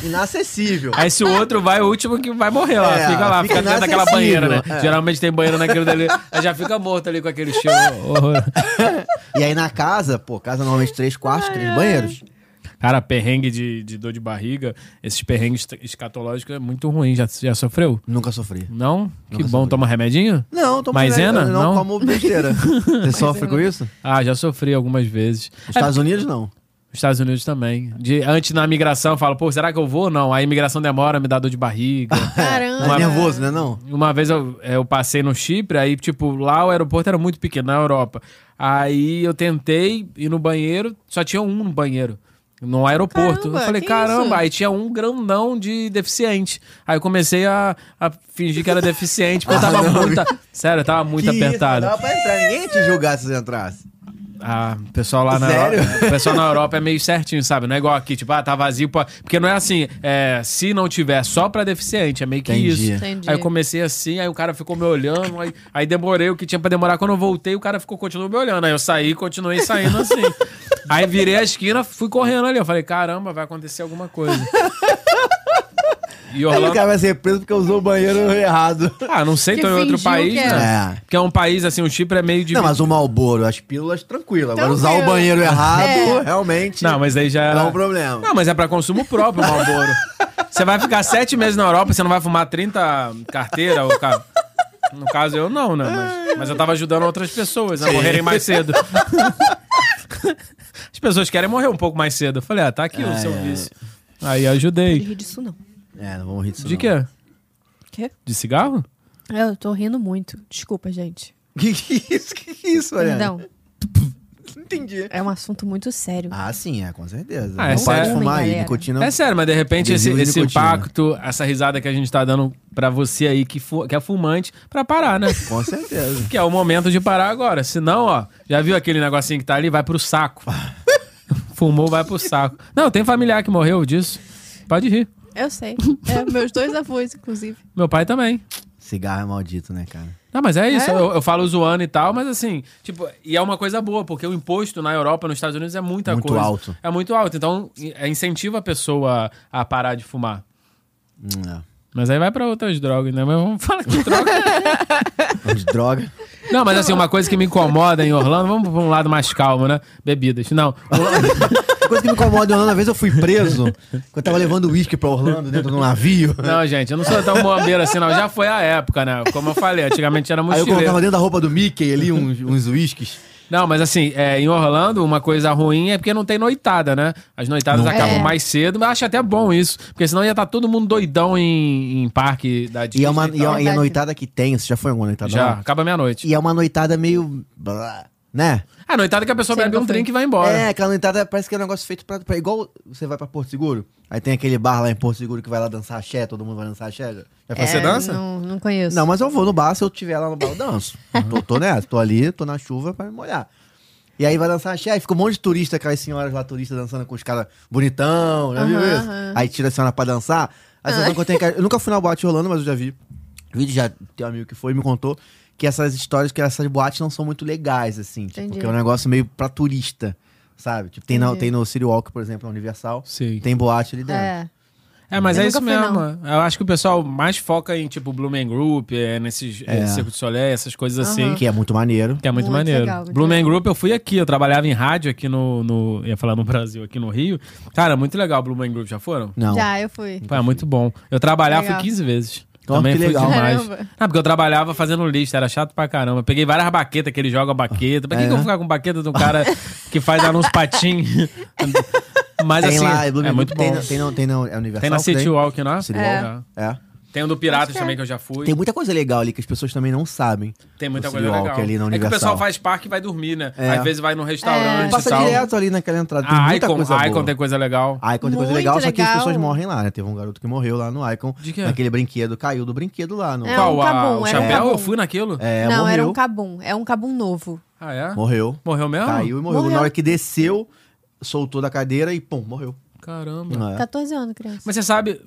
Speaker 2: inacessível.
Speaker 3: Aí se o outro vai, o último que vai morrer lá.
Speaker 2: É,
Speaker 3: fica lá,
Speaker 2: fica
Speaker 3: fica dentro daquela
Speaker 2: inacessível,
Speaker 3: banheira, né?
Speaker 2: é.
Speaker 3: Geralmente tem banheiro naquilo dali. Aí já fica morto ali com aquele
Speaker 2: [laughs]
Speaker 3: cheiro. horror.
Speaker 2: E aí na casa, pô, casa normalmente três quartos, três banheiros.
Speaker 3: Cara, perrengue de, de dor de barriga, esses perrengues t- escatológicos é muito ruim. Já, já sofreu?
Speaker 2: Nunca sofri.
Speaker 3: Não? Que
Speaker 2: Nunca
Speaker 3: bom,
Speaker 2: sofri.
Speaker 3: toma remedinho?
Speaker 2: Não, tô
Speaker 3: Maisena?
Speaker 2: Não, não
Speaker 3: Não?
Speaker 2: como besteira. Você sofre com isso?
Speaker 3: Ah, já sofri algumas vezes.
Speaker 2: Nos Estados Unidos, não.
Speaker 3: Os Estados Unidos também. De, antes na migração, eu falo, pô, será que eu vou? Não. Aí a imigração demora, me dá dor de barriga.
Speaker 1: Caramba.
Speaker 2: Mas é nervoso, né? Não.
Speaker 3: Uma vez eu, é, eu passei no Chipre, aí, tipo, lá o aeroporto era muito pequeno, na Europa. Aí eu tentei ir no banheiro, só tinha um no banheiro. No aeroporto.
Speaker 1: Caramba,
Speaker 3: eu falei,
Speaker 1: que
Speaker 3: caramba,
Speaker 1: isso?
Speaker 3: aí tinha um grandão de deficiente. Aí eu comecei a, a fingir que era deficiente, porque eu tava muito. Sério, eu tava muito
Speaker 2: Que isso,
Speaker 3: apertado.
Speaker 2: não dava pra entrar, ninguém ia te julgar se você entrasse.
Speaker 3: Ah, o pessoal lá na
Speaker 2: Sério?
Speaker 3: Europa, o pessoal na Europa é meio certinho, sabe? Não é igual aqui, tipo, ah, tá vazio. pra- Porque não é assim, é, se não tiver só pra deficiente, é meio que
Speaker 2: Entendi.
Speaker 3: isso.
Speaker 1: Entendi.
Speaker 3: Aí eu comecei assim, aí o cara ficou me olhando, aí, aí demorei o que tinha pra demorar. Quando eu voltei, o cara ficou continuou me olhando. Aí eu saí e continuei saindo
Speaker 2: [laughs]
Speaker 3: assim. aí virei a esquina, fui correndo ali. Eu falei, caramba, vai acontecer alguma coisa.
Speaker 2: [laughs]
Speaker 3: E
Speaker 2: Aí o
Speaker 3: Orlando.
Speaker 2: cara vai ser assim, preso porque usou o banheiro errado.
Speaker 3: Ah, não sei,
Speaker 1: Que
Speaker 3: tô em outro
Speaker 1: fingiu
Speaker 3: país,
Speaker 1: que era.
Speaker 3: né?
Speaker 2: É.
Speaker 3: Porque é um país, assim, o Chipre é meio de.
Speaker 2: Não, mas o Malboro, as pílulas, tranquilo. Agora usar o
Speaker 1: Tranquilo.
Speaker 2: banheiro errado,
Speaker 1: É.
Speaker 2: realmente,
Speaker 3: Não, mas aí já
Speaker 2: é
Speaker 3: era.
Speaker 2: um problema.
Speaker 3: Não, mas é pra consumo próprio, Malboro. Você vai ficar sete meses na Europa, você não vai fumar 30 carteira ou ca- No caso, eu não, né? Mas, mas eu tava ajudando outras pessoas a morrerem mais cedo. As pessoas querem morrer um pouco mais cedo. Eu falei, ah, tá aqui o
Speaker 2: Ai,
Speaker 3: seu
Speaker 2: ai.
Speaker 3: vício. Aí eu
Speaker 1: Não
Speaker 3: ajudei.
Speaker 1: ri disso, não.
Speaker 2: É, não vamos rir disso
Speaker 3: De
Speaker 2: não.
Speaker 3: quê?
Speaker 1: Quê?
Speaker 3: De cigarro?
Speaker 1: Eu tô rindo muito. Desculpa, gente.
Speaker 2: [laughs] Que que isso? Que que isso, olha?
Speaker 1: Perdão.
Speaker 2: Não entendi.
Speaker 1: É um assunto muito sério.
Speaker 2: Ah, sim, é, com certeza.
Speaker 3: Ah, é
Speaker 2: não para de
Speaker 3: sério.
Speaker 2: fumar aí,
Speaker 1: Galera.
Speaker 2: nicotina.
Speaker 3: É sério, mas de repente esse,
Speaker 2: Adesivo e
Speaker 3: esse
Speaker 2: nicotina.
Speaker 3: impacto, essa risada que a gente tá dando pra você aí que, fu- que é fumante, pra parar, né?
Speaker 2: Com certeza.
Speaker 3: Que é o momento de parar agora. Senão, ó, já viu aquele negocinho que tá ali? Vai pro saco. [laughs] Fumou, vai pro saco. Não, tem familiar que morreu disso. Pode rir.
Speaker 1: Eu sei. É, meus dois avós,
Speaker 2: [laughs]
Speaker 1: inclusive.
Speaker 3: Meu pai também.
Speaker 2: Cigarro é maldito, né, cara?
Speaker 3: Não, mas é isso.
Speaker 1: É?
Speaker 3: Eu, eu falo zoando e tal, mas assim, tipo, e é uma coisa boa, porque o imposto na Europa, nos Estados Unidos, é muita
Speaker 2: Muito
Speaker 3: coisa.
Speaker 2: alto.
Speaker 3: É muito alto. Então, i- é, incentiva a pessoa a parar de fumar.
Speaker 2: Hum,
Speaker 3: Mas aí vai pra outras drogas, né? Mas vamos falar de droga.
Speaker 2: é. De droga.
Speaker 3: Não, mas assim, uma coisa que me incomoda em Orlando, vamos pra um lado mais calmo, né? Bebidas. Não,
Speaker 2: Uma coisa que me incomoda em Orlando, uma vez eu fui preso quando eu tava levando uísque pra Orlando dentro de um navio.
Speaker 3: Não, gente, eu não sou tão bombeiro assim, não. Já foi a época, né? Como eu falei, antigamente era
Speaker 2: Aí eu
Speaker 3: mochileiro.
Speaker 2: colocava dentro da roupa do Mickey ali
Speaker 3: [laughs]
Speaker 2: uns, uns uísques.
Speaker 3: Não, mas assim, é, em Orlando, uma coisa ruim é porque não tem noitada, né? As noitadas
Speaker 2: Não
Speaker 3: acabam
Speaker 1: tem.
Speaker 3: mais cedo, mas acho até bom isso. Porque senão ia estar todo mundo doidão em, em parque da Disney.
Speaker 2: E, é uma,
Speaker 3: e
Speaker 2: e,
Speaker 3: tal.
Speaker 2: é- e a noitada que tem, você já foi em alguma noitada?
Speaker 3: Já,
Speaker 2: Não?
Speaker 3: acaba meia-noite.
Speaker 2: E é uma noitada meio. blá, Né?
Speaker 3: A noitada é que a pessoa
Speaker 1: Sim,
Speaker 3: bebe um
Speaker 1: não foi.
Speaker 3: drink e vai embora.
Speaker 2: É, aquela noitada parece que é um negócio feito pra, pra- Igual você vai pra Porto Seguro, aí tem aquele bar lá em Porto Seguro que vai lá dançar axé, todo mundo vai dançar axé. Já foi
Speaker 3: Ah, Você
Speaker 1: É,
Speaker 3: dança?
Speaker 1: Não, não conheço.
Speaker 2: Não, mas eu vou no bar, se eu tiver lá no bar, eu danço. tô, tô nessa, tô ali, tô na chuva pra me molhar. E aí vai dançar axé, aí fica um monte de turista, aquelas senhoras lá, turistas dançando com os caras bonitão, já viu
Speaker 1: Aham,
Speaker 2: isso?
Speaker 1: aham. Ah.
Speaker 2: Aí tira a senhora pra dançar. Aí você não tem cara. Eu nunca fui na boate rolando, mas eu já vi. Vídeo já tem um amigo que foi e me contou que essas histórias, que essas boates não são muito legais, assim. Tipo,
Speaker 1: Entendi.
Speaker 2: que é um negócio meio pra turista, sabe? Tipo, tem, na,
Speaker 1: Entendi.
Speaker 2: tem no City Walk, por exemplo, na Universal.
Speaker 3: Sim.
Speaker 2: Tem boate ali dentro.
Speaker 1: É.
Speaker 3: É, mas
Speaker 1: Eu
Speaker 3: é
Speaker 1: nunca
Speaker 3: isso
Speaker 1: fui,
Speaker 3: mesmo. Eu acho que o pessoal mais foca em, tipo, Blumen Group, é, nesses é.
Speaker 2: É.
Speaker 3: Circo de Soleil, essas coisas assim.
Speaker 2: Que é muito maneiro.
Speaker 3: Que é muito,
Speaker 1: Muito
Speaker 3: maneiro.
Speaker 1: legal, muito
Speaker 3: Blue Man
Speaker 1: legal.
Speaker 3: Group, eu fui aqui, eu trabalhava em rádio aqui no, no- Ia falar no Brasil, aqui no Rio. Cara, muito legal Blue Man Group, já foram?
Speaker 2: Não.
Speaker 1: Já, eu fui.
Speaker 3: Foi muito bom. Eu trabalhava, fui
Speaker 1: Legal.
Speaker 3: 15 vezes.
Speaker 2: Ó,
Speaker 3: Também
Speaker 2: que
Speaker 3: foi
Speaker 2: legal.
Speaker 3: demais.
Speaker 1: Caramba.
Speaker 3: Ah, porque eu trabalhava fazendo lista, era chato pra caramba. Peguei várias baquetas que ele joga baqueta. Pra que,
Speaker 2: É,
Speaker 3: que eu vou
Speaker 2: né?
Speaker 3: ficar com baqueta de um cara que faz anúncio
Speaker 2: [laughs]
Speaker 3: patim? Mas
Speaker 2: Tem
Speaker 3: assim,
Speaker 2: lá,
Speaker 3: é
Speaker 2: Blooming-
Speaker 3: muito bom.
Speaker 2: tem,
Speaker 3: Tem,
Speaker 2: na- Tem, não, tem, não, é Universal.
Speaker 3: na
Speaker 2: que
Speaker 3: City Walk, não
Speaker 2: City
Speaker 3: é?
Speaker 2: Walk. É.
Speaker 3: Tem o do Piratas
Speaker 1: é.
Speaker 3: também, que eu já fui.
Speaker 2: Tem muita coisa legal ali que as pessoas também não sabem.
Speaker 3: Tem muita
Speaker 2: Do
Speaker 3: coisa
Speaker 2: City Walk
Speaker 3: legal.
Speaker 2: ali na
Speaker 3: é que o
Speaker 2: Universal.
Speaker 3: pessoal faz parque e vai dormir, né?
Speaker 2: É.
Speaker 3: Às vezes vai num
Speaker 1: É.
Speaker 3: restaurante e
Speaker 2: Passa
Speaker 3: tal.
Speaker 2: direto ali naquela entrada. Tem
Speaker 3: A
Speaker 2: muita
Speaker 3: Ah, Icon,
Speaker 2: coisa
Speaker 3: a Icon
Speaker 2: boa. Ah,
Speaker 3: tem coisa legal.
Speaker 2: Icon tem coisa
Speaker 1: Muito
Speaker 2: legal, só que as
Speaker 1: legal.
Speaker 2: pessoas morrem lá, né? Teve um garoto que morreu lá no Icon.
Speaker 3: De quê?
Speaker 2: Naquele brinquedo, caiu do brinquedo lá. No...
Speaker 1: É,
Speaker 3: Qual?
Speaker 1: um
Speaker 3: a-
Speaker 1: cabum,
Speaker 3: o
Speaker 1: era um
Speaker 3: chapéu?
Speaker 1: cabum.
Speaker 3: eu fui naquilo?
Speaker 2: É,
Speaker 1: não,
Speaker 2: morreu.
Speaker 1: era um cabum. É um cabum novo.
Speaker 3: Ah, é?
Speaker 2: Morreu.
Speaker 3: Morreu mesmo?
Speaker 2: Caiu e morreu.
Speaker 1: Morreu.
Speaker 2: Na hora que desceu, soltou da cadeira e pum, morreu.
Speaker 3: Caramba.
Speaker 2: Não é?
Speaker 1: 14 anos, criança.
Speaker 3: Mas você sabe.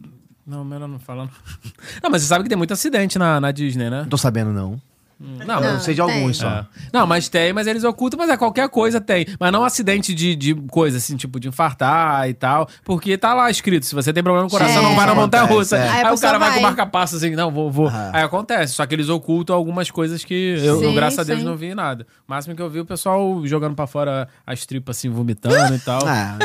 Speaker 3: Não, melhor não falando. [laughs] Não, mas você sabe que tem muito acidente na, na Disney, né?
Speaker 2: Não tô sabendo, não.
Speaker 3: Não,
Speaker 2: Eu
Speaker 1: Não.
Speaker 3: mas.
Speaker 2: não sei de
Speaker 1: tem.
Speaker 2: alguns só.
Speaker 3: Ah, É. Não, mas tem, mas eles ocultam, mas é qualquer coisa tem. Mas não acidente de, de coisa, assim, tipo, de infartar e tal. Porque tá lá escrito, se você tem problema no coração,
Speaker 1: É.
Speaker 3: não vai na montanha russa.
Speaker 2: Acontece, é.
Speaker 1: Aí a
Speaker 3: Aí o
Speaker 1: pessoa
Speaker 3: cara vai, com
Speaker 1: vai.
Speaker 3: marca-passo assim, não, vou, vou.
Speaker 2: Ah.
Speaker 3: Aí acontece. Só que eles ocultam algumas coisas que eu, eu,
Speaker 1: Sim,
Speaker 3: graças a Deus,
Speaker 1: sim.
Speaker 3: não vi nada. O máximo que eu vi, o pessoal jogando pra fora as tripas, assim, vomitando e tal.
Speaker 2: [laughs] Ah,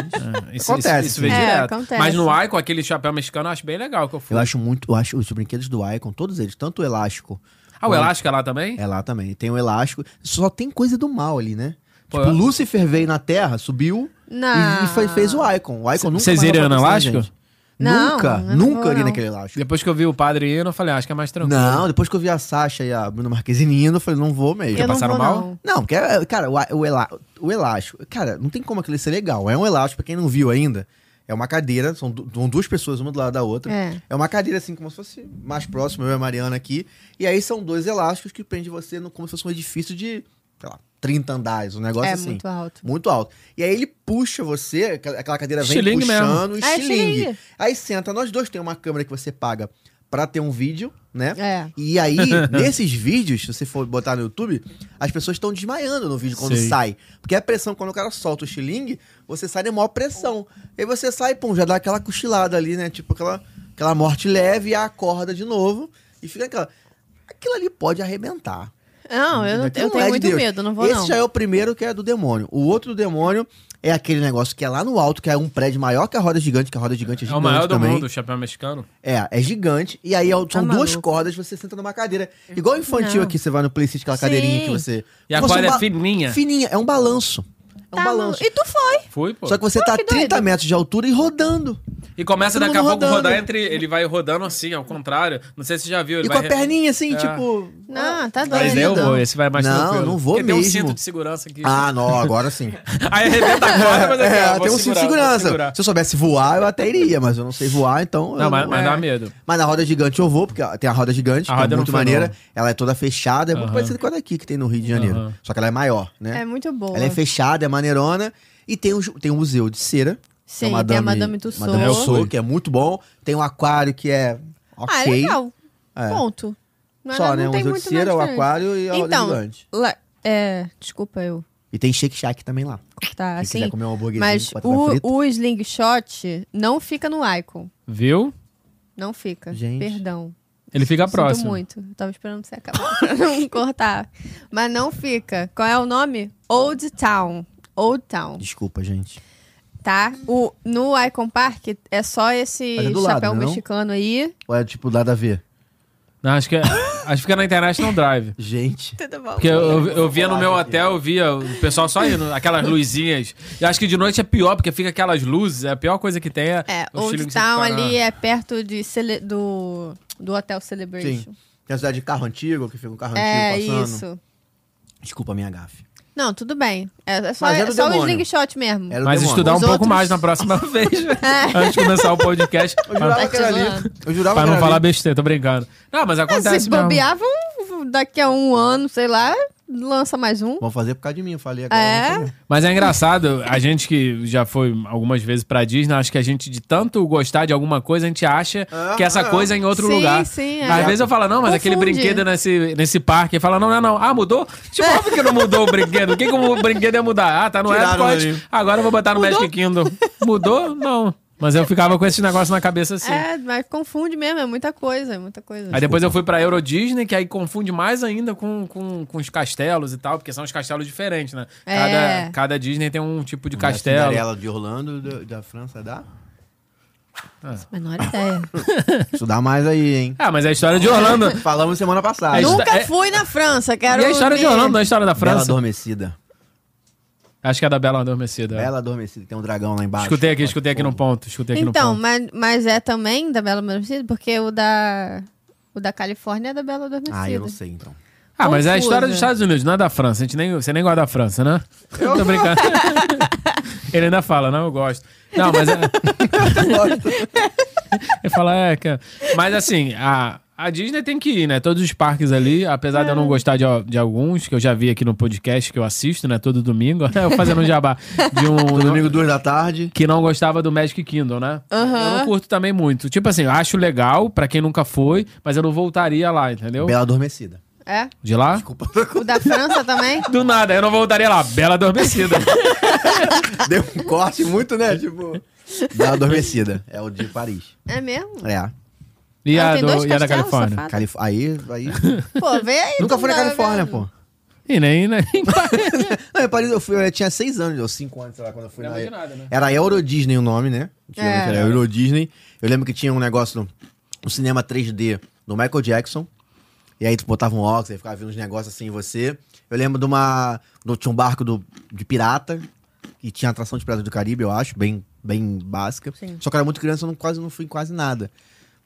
Speaker 3: É,
Speaker 2: Acontece,
Speaker 3: Isso, isso vem
Speaker 1: sim. É,
Speaker 3: direto.
Speaker 1: acontece.
Speaker 3: Mas no Icon, aquele chapéu mexicano, eu acho bem legal que eu fui.
Speaker 2: eu acho muito. Eu acho os brinquedos do Icon, todos eles, tanto o elástico.
Speaker 3: Ah, o elástico é lá também?
Speaker 2: É lá também. Tem o elástico. Só tem coisa do mal ali, né?
Speaker 3: Pô,
Speaker 2: tipo,
Speaker 3: eu-
Speaker 2: Lúcifer veio na Terra, subiu
Speaker 1: Não.
Speaker 2: e, e foi- fez o Icon. O Icon nunca.
Speaker 3: vocês
Speaker 2: mais
Speaker 3: iriam
Speaker 2: vai
Speaker 3: no
Speaker 2: acontecer,
Speaker 3: elástico?
Speaker 2: gente.
Speaker 1: Não,
Speaker 2: nunca,
Speaker 1: não
Speaker 2: nunca
Speaker 1: vou,
Speaker 2: ali
Speaker 1: não.
Speaker 2: naquele elástico.
Speaker 3: Depois que eu vi o padre indo, eu falei, ah, acho que é mais tranquilo.
Speaker 2: Não, depois que eu vi a Sasha e a Bruna Marquezine indo, eu falei, não vou mesmo.
Speaker 1: Eu não
Speaker 3: passaram
Speaker 1: vou,
Speaker 3: mal?
Speaker 1: não.
Speaker 2: Não, porque, é, cara, o, o elá- o elástico. Cara, não tem como aquele ser legal. É um elástico, pra quem não viu ainda. É uma cadeira, são, du- são duas pessoas, uma do lado da outra.
Speaker 1: É.
Speaker 2: uma cadeira, assim, como se fosse mais próximo, eu e a Mariana aqui. E aí são dois elásticos que prende você no, como se fosse um edifício de, sei lá, 30 andares, um negócio
Speaker 1: É
Speaker 2: assim.
Speaker 1: muito alto.
Speaker 2: Muito alto. E aí ele puxa você, aquela aquela cadeira vem
Speaker 3: Estilingue mesmo.
Speaker 2: puxando,
Speaker 1: É,
Speaker 2: estilingue.
Speaker 1: estilingue.
Speaker 2: Aí senta, nós dois tem uma câmera que você paga pra ter um vídeo, né?
Speaker 1: É.
Speaker 2: E
Speaker 3: [laughs]
Speaker 2: aí, nesses vídeos, se você for botar no YouTube, as pessoas estão desmaiando no vídeo quando
Speaker 3: Sei.
Speaker 2: sai. Porque a pressão, quando o cara solta o estilingue, você sai de maior pressão. Aí você sai, pum, já dá aquela cochilada ali, né? Tipo aquela, aquela morte leve, e acorda de novo e fica aquela. Aquilo ali pode arrebentar.
Speaker 1: Não, eu, não-
Speaker 2: Aquilo
Speaker 1: eu
Speaker 2: é
Speaker 1: tenho
Speaker 2: de
Speaker 1: muito
Speaker 2: Deus.
Speaker 1: medo, não vou
Speaker 2: Esse
Speaker 1: não.
Speaker 2: já é o primeiro que é do demônio. O outro do demônio é aquele negócio que é lá no alto, que é um prédio maior que a roda gigante, que a roda gigante é
Speaker 3: É
Speaker 2: gigante
Speaker 3: o maior do
Speaker 2: também.
Speaker 3: mundo, o chapéu mexicano.
Speaker 2: É, é gigante. E aí é o- são
Speaker 1: Tá
Speaker 2: duas
Speaker 1: maluco.
Speaker 2: cordas, você senta numa cadeira. Igual infantil
Speaker 1: Não.
Speaker 2: aqui, você vai no Playcity, aquela
Speaker 1: Sim.
Speaker 2: cadeirinha que você.
Speaker 3: E a
Speaker 2: você
Speaker 3: corda é
Speaker 2: ba-
Speaker 3: fininha.
Speaker 2: Fininha, é um balanço. É um
Speaker 1: Tá,
Speaker 2: balanço.
Speaker 1: E tu foi.
Speaker 3: Foi, pô.
Speaker 2: Só que você tá a
Speaker 1: que
Speaker 2: 30
Speaker 1: doido.
Speaker 2: metros de altura e rodando.
Speaker 3: E começa
Speaker 2: Todo
Speaker 3: daqui a
Speaker 2: mundo
Speaker 3: pouco
Speaker 2: rodando.
Speaker 3: rodar entre. Ele vai rodando assim, ao contrário. Não sei se você já viu. Ele
Speaker 2: e com
Speaker 3: vai
Speaker 2: a perninha assim,
Speaker 3: É.
Speaker 2: tipo.
Speaker 1: Não, tá doido.
Speaker 3: Mas eu
Speaker 2: Não.
Speaker 3: vou, esse vai mais
Speaker 2: Não,
Speaker 3: tranquilo.
Speaker 2: não vou
Speaker 3: Porque
Speaker 2: mesmo.
Speaker 3: tem um cinto de segurança aqui.
Speaker 2: Ah, não, agora sim.
Speaker 3: [laughs] Aí arrebenta a corda, [laughs] mas aqui, ó,
Speaker 2: é,
Speaker 3: vou
Speaker 2: tem um cinto de
Speaker 3: segurar, vou
Speaker 2: segurança.
Speaker 3: segurar.
Speaker 2: Se eu soubesse voar, eu até iria, mas eu não sei voar, então.
Speaker 3: Não,
Speaker 2: eu
Speaker 3: mas, mas
Speaker 2: é.
Speaker 3: dá medo.
Speaker 2: Mas na roda gigante eu vou, porque tem a roda gigante,
Speaker 3: A
Speaker 2: que
Speaker 3: roda
Speaker 2: é
Speaker 3: não
Speaker 2: muito
Speaker 3: foi,
Speaker 2: maneira.
Speaker 3: não.
Speaker 2: Ela é toda fechada, é muito
Speaker 3: Aham.
Speaker 2: parecida com a daqui que tem no Rio de Janeiro.
Speaker 3: Aham.
Speaker 2: Só que ela é maior, né?
Speaker 1: É muito boa.
Speaker 2: Ela é fechada, é maneirona. E tem o, ju- tem o Museu de Cera. que
Speaker 1: Sim,
Speaker 2: é
Speaker 1: tem a Madame Tussauds.
Speaker 2: Madame Tussauds, que é muito bom. Tem o aquário, que é ok.
Speaker 1: Ah, é legal.
Speaker 2: É.
Speaker 1: Ponto. Mas
Speaker 2: Só,
Speaker 1: ela
Speaker 2: né?
Speaker 1: não
Speaker 2: O
Speaker 1: tem
Speaker 2: Museu de
Speaker 1: muito mais
Speaker 2: Cera, o
Speaker 1: diferença.
Speaker 2: aquário e a
Speaker 1: Então,
Speaker 2: roda gigante.
Speaker 1: lá- é, desculpa eu
Speaker 2: E tem Shake Shack também lá.
Speaker 1: cortar
Speaker 2: Quem
Speaker 1: assim.
Speaker 2: quiser comer um hambúrguerzinho
Speaker 1: Mas
Speaker 2: com batata
Speaker 1: o,
Speaker 2: frita.
Speaker 1: o slingshot não fica no Icon.
Speaker 3: Viu?
Speaker 1: Não fica.
Speaker 2: Gente.
Speaker 1: Perdão.
Speaker 3: Ele fica
Speaker 1: Sinto
Speaker 3: próximo.
Speaker 1: muito. Eu tava esperando você acabar [laughs] pra não cortar. Mas não fica. Qual é o nome? Old Town. Old Town,
Speaker 2: Desculpa, gente.
Speaker 1: tá? O, no Icon Park é só esse
Speaker 2: Mas é do lado,
Speaker 1: chapéu
Speaker 2: né, não?
Speaker 1: mexicano aí.
Speaker 2: Ou é tipo nada a ver?
Speaker 3: Não, acho que é- acho que fica na International Drive.
Speaker 2: Gente.
Speaker 1: Tudo bom.
Speaker 3: Porque eu, eu, eu via no meu hotel, eu via o pessoal só indo, aquelas luzinhas. E acho que de noite é pior, porque fica aquelas luzes, é a pior coisa que tem. É,
Speaker 1: É,
Speaker 3: o estilo
Speaker 1: Old
Speaker 3: que você
Speaker 1: Town
Speaker 3: fica na-
Speaker 1: ali é perto de cele- do, do Hotel Celebration.
Speaker 2: Sim. Tem a cidade de carro antigo, que fica um carro
Speaker 1: É
Speaker 2: antigo passando.
Speaker 1: isso.
Speaker 2: Desculpa a minha gafe.
Speaker 1: Não, tudo bem. É, é só,
Speaker 2: Mas
Speaker 1: é
Speaker 2: era do
Speaker 1: só o
Speaker 2: demônio. É
Speaker 1: slingshot mesmo. É,
Speaker 2: Era o
Speaker 3: Mas
Speaker 2: demônio.
Speaker 3: estudar um
Speaker 1: Os
Speaker 3: pouco
Speaker 1: outros-
Speaker 3: mais na próxima [laughs] vez,
Speaker 1: [laughs]
Speaker 3: antes de começar o podcast.
Speaker 2: Eu jurava
Speaker 1: Tá
Speaker 2: que era ali.
Speaker 1: zoando.
Speaker 2: Eu jurava
Speaker 3: Pra
Speaker 2: que
Speaker 3: não
Speaker 2: era
Speaker 3: falar
Speaker 2: ali.
Speaker 3: besteira, tô brincando. Não, mas
Speaker 1: É,
Speaker 3: acontece
Speaker 1: se
Speaker 3: mesmo.
Speaker 1: bobear, vão- daqui a um ano, sei lá, lança mais um.
Speaker 2: Vão fazer por causa de mim, eu falei agora.
Speaker 1: É.
Speaker 2: não sei não.
Speaker 3: Mas é engraçado, a gente que já foi algumas vezes pra Disney, acho que a gente, de tanto gostar de alguma coisa, a gente acha
Speaker 2: Ah,
Speaker 3: que essa
Speaker 2: ah,
Speaker 3: coisa é em outro
Speaker 1: Sim,
Speaker 3: lugar.
Speaker 1: sim, é.
Speaker 3: Às vezes eu falo, não, mas aquele
Speaker 1: Confunde.
Speaker 3: brinquedo nesse, nesse parque. E fala, não, não, não. Ah, mudou? Tipo,
Speaker 1: É.
Speaker 3: óbvio que não mudou o brinquedo. O que, que o brinquedo ia mudar? Ah, tá no
Speaker 2: Tiraram
Speaker 3: Epcot.
Speaker 2: ali.
Speaker 3: Agora eu vou botar no
Speaker 1: Mudou?
Speaker 3: Magic Kingdom. Mudou? Não. Mas eu ficava com esse negócio na cabeça assim.
Speaker 1: É, mas confunde mesmo, é muita coisa, é muita coisa.
Speaker 3: Aí depois eu fui pra Euro Disney, que aí confunde mais ainda com, com, com os castelos e tal, porque são os castelos diferentes, né?
Speaker 1: É.
Speaker 3: Cada, cada Disney tem um tipo de
Speaker 2: Da
Speaker 3: castelo.
Speaker 2: Cinderela de Orlando, da, da França, dá?
Speaker 1: Menor
Speaker 3: [laughs]
Speaker 1: ideia.
Speaker 2: Estudar mais aí, hein?
Speaker 3: Ah, mas a história
Speaker 1: [laughs]
Speaker 3: de Orlando.
Speaker 2: Falamos semana passada.
Speaker 3: É isso.
Speaker 1: Nunca
Speaker 3: é-
Speaker 1: fui na França, quero
Speaker 3: E é a história de
Speaker 1: ver.
Speaker 3: Orlando, né? a história da
Speaker 2: Bela
Speaker 3: França.
Speaker 2: adormecida.
Speaker 3: Acho que é da Bela Adormecida.
Speaker 2: Bela adormecida, tem um dragão lá embaixo.
Speaker 3: Escutei aqui, escutei aqui no ponto. Escutei aqui
Speaker 1: Então,
Speaker 3: no ponto.
Speaker 1: mas, mas é também da Bela Adormecida? Porque o da, o da Califórnia é da Bela Adormecida.
Speaker 2: Ah, eu não sei
Speaker 1: [laughs]
Speaker 2: então.
Speaker 3: Ah, mas é a
Speaker 1: confusa.
Speaker 3: história dos Estados Unidos, não é da França. A gente nem, você nem gosta da França, né? Eu [laughs]
Speaker 1: [laughs]
Speaker 3: tô brincando. Ele ainda fala, não, eu gosto. Não,
Speaker 1: [laughs]
Speaker 3: mas é. Ele fala, é, que... Mas assim, a, a Disney tem que ir, né? Todos os parques ali, apesar
Speaker 1: É.
Speaker 3: de eu não gostar de, de alguns, que eu já vi aqui no podcast que eu assisto, né? Todo domingo. [laughs] Eu fazendo um jabá.
Speaker 1: [laughs]
Speaker 3: De um.
Speaker 2: No domingo, duas da tarde.
Speaker 3: que não gostava do Magic Kingdom, né? Eu não curto também muito. Tipo assim, eu acho legal pra quem nunca foi, mas eu não voltaria lá, entendeu?
Speaker 1: [laughs]
Speaker 2: Bela adormecida.
Speaker 1: É?
Speaker 3: De lá?
Speaker 1: O da França
Speaker 2: [laughs]
Speaker 1: também?
Speaker 3: Do nada, eu não voltaria lá.
Speaker 1: [laughs]
Speaker 3: Bela adormecida.
Speaker 2: Deu um corte muito, né? Tipo. Bela adormecida. É o de Paris.
Speaker 1: É mesmo?
Speaker 2: É.
Speaker 3: E,
Speaker 1: Ah, tá.
Speaker 3: a,
Speaker 1: tem dois
Speaker 3: do, e a
Speaker 1: castelos,
Speaker 3: da Califórnia.
Speaker 1: safado?
Speaker 2: Calif aí, aí.
Speaker 1: Pô, vê aí.
Speaker 2: Nunca
Speaker 1: tu
Speaker 2: fui na
Speaker 1: tá
Speaker 2: Califórnia,
Speaker 1: vendo.
Speaker 2: pô.
Speaker 3: E nem, né?
Speaker 1: [laughs]
Speaker 3: nem.
Speaker 2: Não, em Paris eu fui, eu tinha seis anos, ou cinco anos, sei lá, quando eu fui
Speaker 3: Não
Speaker 2: na.
Speaker 3: lembro de nada, né?
Speaker 2: Era Euro Disney o nome, né?
Speaker 1: É.
Speaker 2: Antigamente Era Euro Disney. Eu lembro que tinha um negócio no um cinema 3D do Michael Jackson. E aí tu botava um óculos, aí ficava vendo uns negócios assim em você. Eu lembro de uma. do- tinha um barco do, de pirata, que tinha atração de pirata do Caribe, eu acho, bem, bem básica.
Speaker 1: Sim.
Speaker 2: Só que eu era muito criança, eu não, quase não fui em quase nada.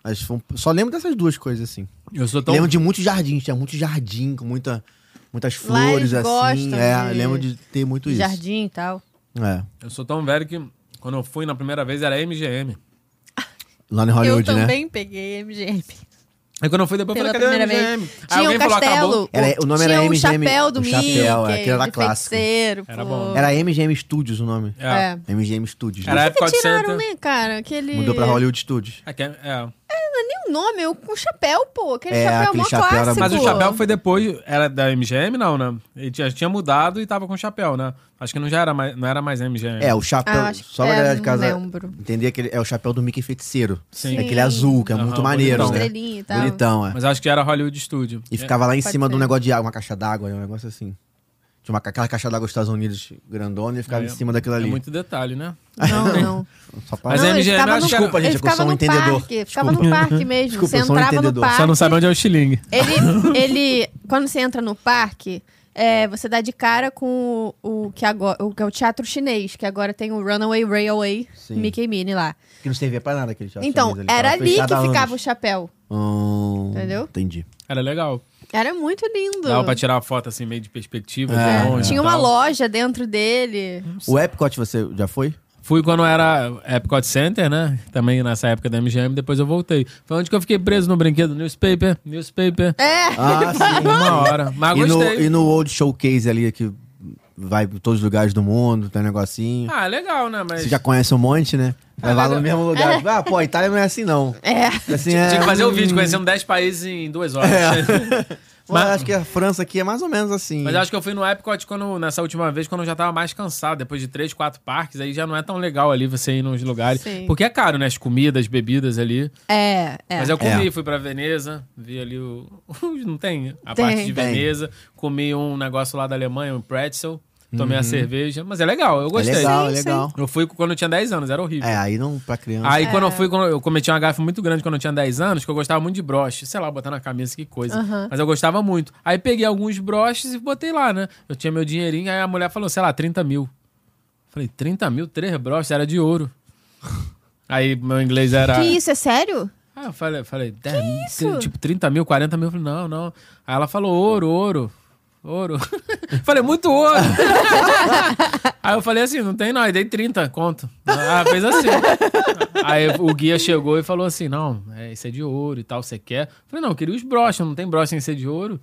Speaker 2: Mas foi um- só lembro dessas duas coisas, assim.
Speaker 3: [laughs] Eu sou tão.
Speaker 2: Lembro de muitos jardins, tinha muito jardim, com muita, muitas
Speaker 1: Lá eles
Speaker 2: flores, assim.
Speaker 1: gostam
Speaker 2: É,
Speaker 1: de-
Speaker 2: lembro de ter muito isso.
Speaker 1: Jardim e tal.
Speaker 2: É.
Speaker 3: Eu sou tão velho que quando eu fui na primeira vez era MGM.
Speaker 2: Lá em
Speaker 1: Eu
Speaker 2: Hollywood, né?
Speaker 1: também peguei MGM.
Speaker 3: Aí quando eu fui depois eu
Speaker 1: Pela
Speaker 3: falei, cadê
Speaker 1: primeira
Speaker 3: o MGM?
Speaker 1: vez.
Speaker 3: Aí
Speaker 1: Tinha um
Speaker 3: alguém falou, "Ah, acabou.
Speaker 1: castelo.
Speaker 2: Era- o nome
Speaker 1: tinha
Speaker 2: era
Speaker 1: um
Speaker 2: MGM,
Speaker 1: chapéu do
Speaker 2: o
Speaker 1: Mickey.
Speaker 2: chapéu, é, aquele era
Speaker 1: de
Speaker 2: clássico.
Speaker 1: feiticeiro,
Speaker 3: Era
Speaker 1: pô.
Speaker 3: bom.
Speaker 2: Era MGM Studios o nome.
Speaker 1: É.
Speaker 3: É. tá?
Speaker 2: MGM Studios.
Speaker 3: Era
Speaker 2: né?
Speaker 3: Epcot
Speaker 1: Tiraram, Tipo,
Speaker 3: Center.
Speaker 1: né, cara? Aquele...
Speaker 2: Mudou pra Hollywood Studios.
Speaker 3: Aqui é- é.
Speaker 1: Nem o nome, eu com chapéu, pô. Aquele
Speaker 2: É,
Speaker 1: chapéu
Speaker 2: aquele
Speaker 1: mó
Speaker 2: chapéu era
Speaker 1: clássico.
Speaker 3: Mas o
Speaker 2: Pô.
Speaker 3: chapéu foi depois. Era da MGM, não, né? Ele tinha, tinha mudado e tava com chapéu, né? Acho que não já era mais, não era mais MGM.
Speaker 2: É, o chapéu.
Speaker 1: Ah, acho-
Speaker 2: só pra
Speaker 1: é,
Speaker 2: galera de casa
Speaker 1: não lembro.
Speaker 2: entender que ele é o chapéu do Mickey Feiticeiro.
Speaker 3: Sim.
Speaker 2: É Aquele azul, que é
Speaker 3: Aham,
Speaker 2: muito maneiro,
Speaker 3: bonitão.
Speaker 2: né?
Speaker 1: Estrelinha e tal.
Speaker 2: Bonitão, é.
Speaker 3: Mas é. acho que era Hollywood Studio.
Speaker 2: E ficava lá em
Speaker 1: Pode
Speaker 2: cima de um
Speaker 1: ser.
Speaker 2: negócio de água, uma caixa d'água, um negócio assim. Tinha uma, ca- aquela caixa d'água dos Estados Unidos grandona e ficava
Speaker 3: É.
Speaker 2: em cima daquilo
Speaker 3: É
Speaker 2: ali.
Speaker 3: muito detalhe, né?
Speaker 1: Não, não.
Speaker 2: Só pra...
Speaker 3: Mas
Speaker 1: não,
Speaker 3: é
Speaker 1: ele
Speaker 3: MGM,
Speaker 1: ficava
Speaker 3: eu acho que era-
Speaker 2: Desculpa,
Speaker 1: ele
Speaker 2: gente, é que eu
Speaker 1: ficava
Speaker 2: sou um
Speaker 1: no
Speaker 2: entendedor.
Speaker 1: Parque, ficava no parque mesmo.
Speaker 2: Desculpa,
Speaker 1: você
Speaker 2: eu sou um
Speaker 1: entrava no
Speaker 2: entendedor.
Speaker 1: parque.
Speaker 3: Só não sabe onde é o xilingue.
Speaker 1: Ele, ele, quando você entra no parque, é, você dá de cara com o, o que agora, o que é o teatro chinês, que agora tem o Runaway Railway
Speaker 2: Sim.
Speaker 1: Mickey Minnie lá.
Speaker 2: Que não servia pra nada aquele chapéu. tá
Speaker 1: então, era ali que ficava o chapéu. Entendeu?
Speaker 2: Entendeu? Hum, Entendi.
Speaker 3: Era legal.
Speaker 1: Era muito lindo.
Speaker 3: Dava pra tirar a foto assim, meio de perspectiva.
Speaker 2: É.
Speaker 3: de longe e
Speaker 1: Tinha uma
Speaker 3: tal.
Speaker 1: loja dentro dele.
Speaker 2: O Epcot você já foi?
Speaker 3: Fui quando era Epcot Center, né? Também nessa época da MGM, depois eu voltei. Foi onde que eu fiquei preso no brinquedo. Newspaper, newspaper.
Speaker 1: É,
Speaker 2: Ah, sim.
Speaker 3: Uma hora. Mas
Speaker 2: e, no,
Speaker 3: Ah, gostei.
Speaker 2: e no Old Showcase ali, que vai pra todos os lugares do mundo, tem um negocinho.
Speaker 3: Ah, legal, né? Mas
Speaker 2: Você já conhece um monte, né? Vai lá no mesmo lugar. Ah, pô, a Itália não é assim, não.
Speaker 1: é.
Speaker 2: Assim, é...
Speaker 3: tinha que fazer o vídeo, conhecendo 10 países em duas horas.
Speaker 2: Mas acho que a França aqui é mais ou menos assim.
Speaker 3: [laughs] Mas eu acho que eu fui no Epcot quando, nessa última vez, quando eu já tava mais cansado, depois de três, quatro parques, aí já não é tão legal ali você ir nos lugares.
Speaker 1: Sim.
Speaker 3: Porque é caro, né? As comidas, bebidas ali.
Speaker 1: É, é.
Speaker 3: Mas eu comi,
Speaker 2: É.
Speaker 3: fui pra Veneza, vi ali o. [laughs] Não tem? A
Speaker 1: Tem.
Speaker 3: parte
Speaker 2: Tem.
Speaker 3: de Veneza. Comi um negócio lá da Alemanha, um pretzel. Tomei a cerveja. Mas é legal, eu
Speaker 2: Uhum. É
Speaker 3: gostei.
Speaker 2: legal, é
Speaker 1: Sim, sim.
Speaker 2: legal.
Speaker 3: Eu fui quando eu tinha 10 anos, era horrível.
Speaker 2: É, aí não pra criança.
Speaker 3: Aí
Speaker 1: É.
Speaker 3: quando eu fui, quando eu cometi uma gafe muito grande quando eu tinha 10 anos, que eu gostava muito de broche. Sei lá, botar na camisa, que coisa.
Speaker 1: Aham.
Speaker 3: Mas eu gostava muito. Aí peguei alguns broches e botei lá, né? Eu tinha meu dinheirinho, aí a mulher falou, sei lá, 30 mil. Falei, 30 mil? Três broches? Era de ouro. Aí meu inglês era...
Speaker 1: Que isso, é sério?
Speaker 3: Ah, eu falei, falei "Dez mil,
Speaker 1: isso?
Speaker 3: tri- tipo 30 mil, 40 mil. Eu falei, não, não. Aí ela falou, ouro, ouro, ouro. [laughs] falei, muito ouro. [laughs] Aí eu falei assim, não tem não, e dei 30, conto. Ah, fez assim. Aí o guia chegou e falou assim, não, é, isso é de ouro e tal, você quer? Eu falei, não, eu queria os broches, não tem broche em ser de ouro.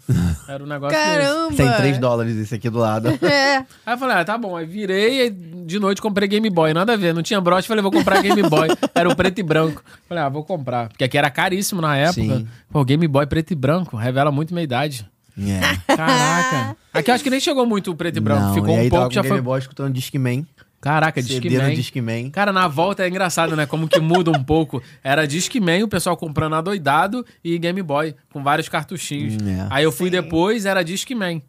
Speaker 3: Era um negócio desse.
Speaker 1: Caramba.
Speaker 2: Tem 3 dólares esse aqui do lado.
Speaker 1: É.
Speaker 3: Aí eu falei, ah, tá bom. Aí virei e de noite comprei Game Boy. Nada a ver, não tinha broche. Falei, vou comprar
Speaker 2: [laughs]
Speaker 3: Game Boy. Era o preto e branco. Falei, ah, vou comprar. Porque aqui era caríssimo na época.
Speaker 2: Sim.
Speaker 3: Pô, Game Boy preto e branco revela muito minha idade.
Speaker 2: É. [laughs]
Speaker 3: Caraca. aqui eu acho que nem chegou muito o preto e branco.
Speaker 2: Não,
Speaker 3: Ficou
Speaker 2: e
Speaker 3: um
Speaker 2: aí tava
Speaker 3: pouco,
Speaker 2: com
Speaker 3: já
Speaker 2: o
Speaker 3: foi.
Speaker 2: Game Boy escutando Discman.
Speaker 3: Caraca,
Speaker 2: CD no
Speaker 3: Discman.
Speaker 2: Discman.
Speaker 3: Cara, na volta é engraçado, né? Como que muda um pouco. Era Discman, o pessoal comprando adoidado e Game Boy, com vários cartuchinhos.
Speaker 2: Hum, é.
Speaker 3: Aí eu fui depois, era Discman.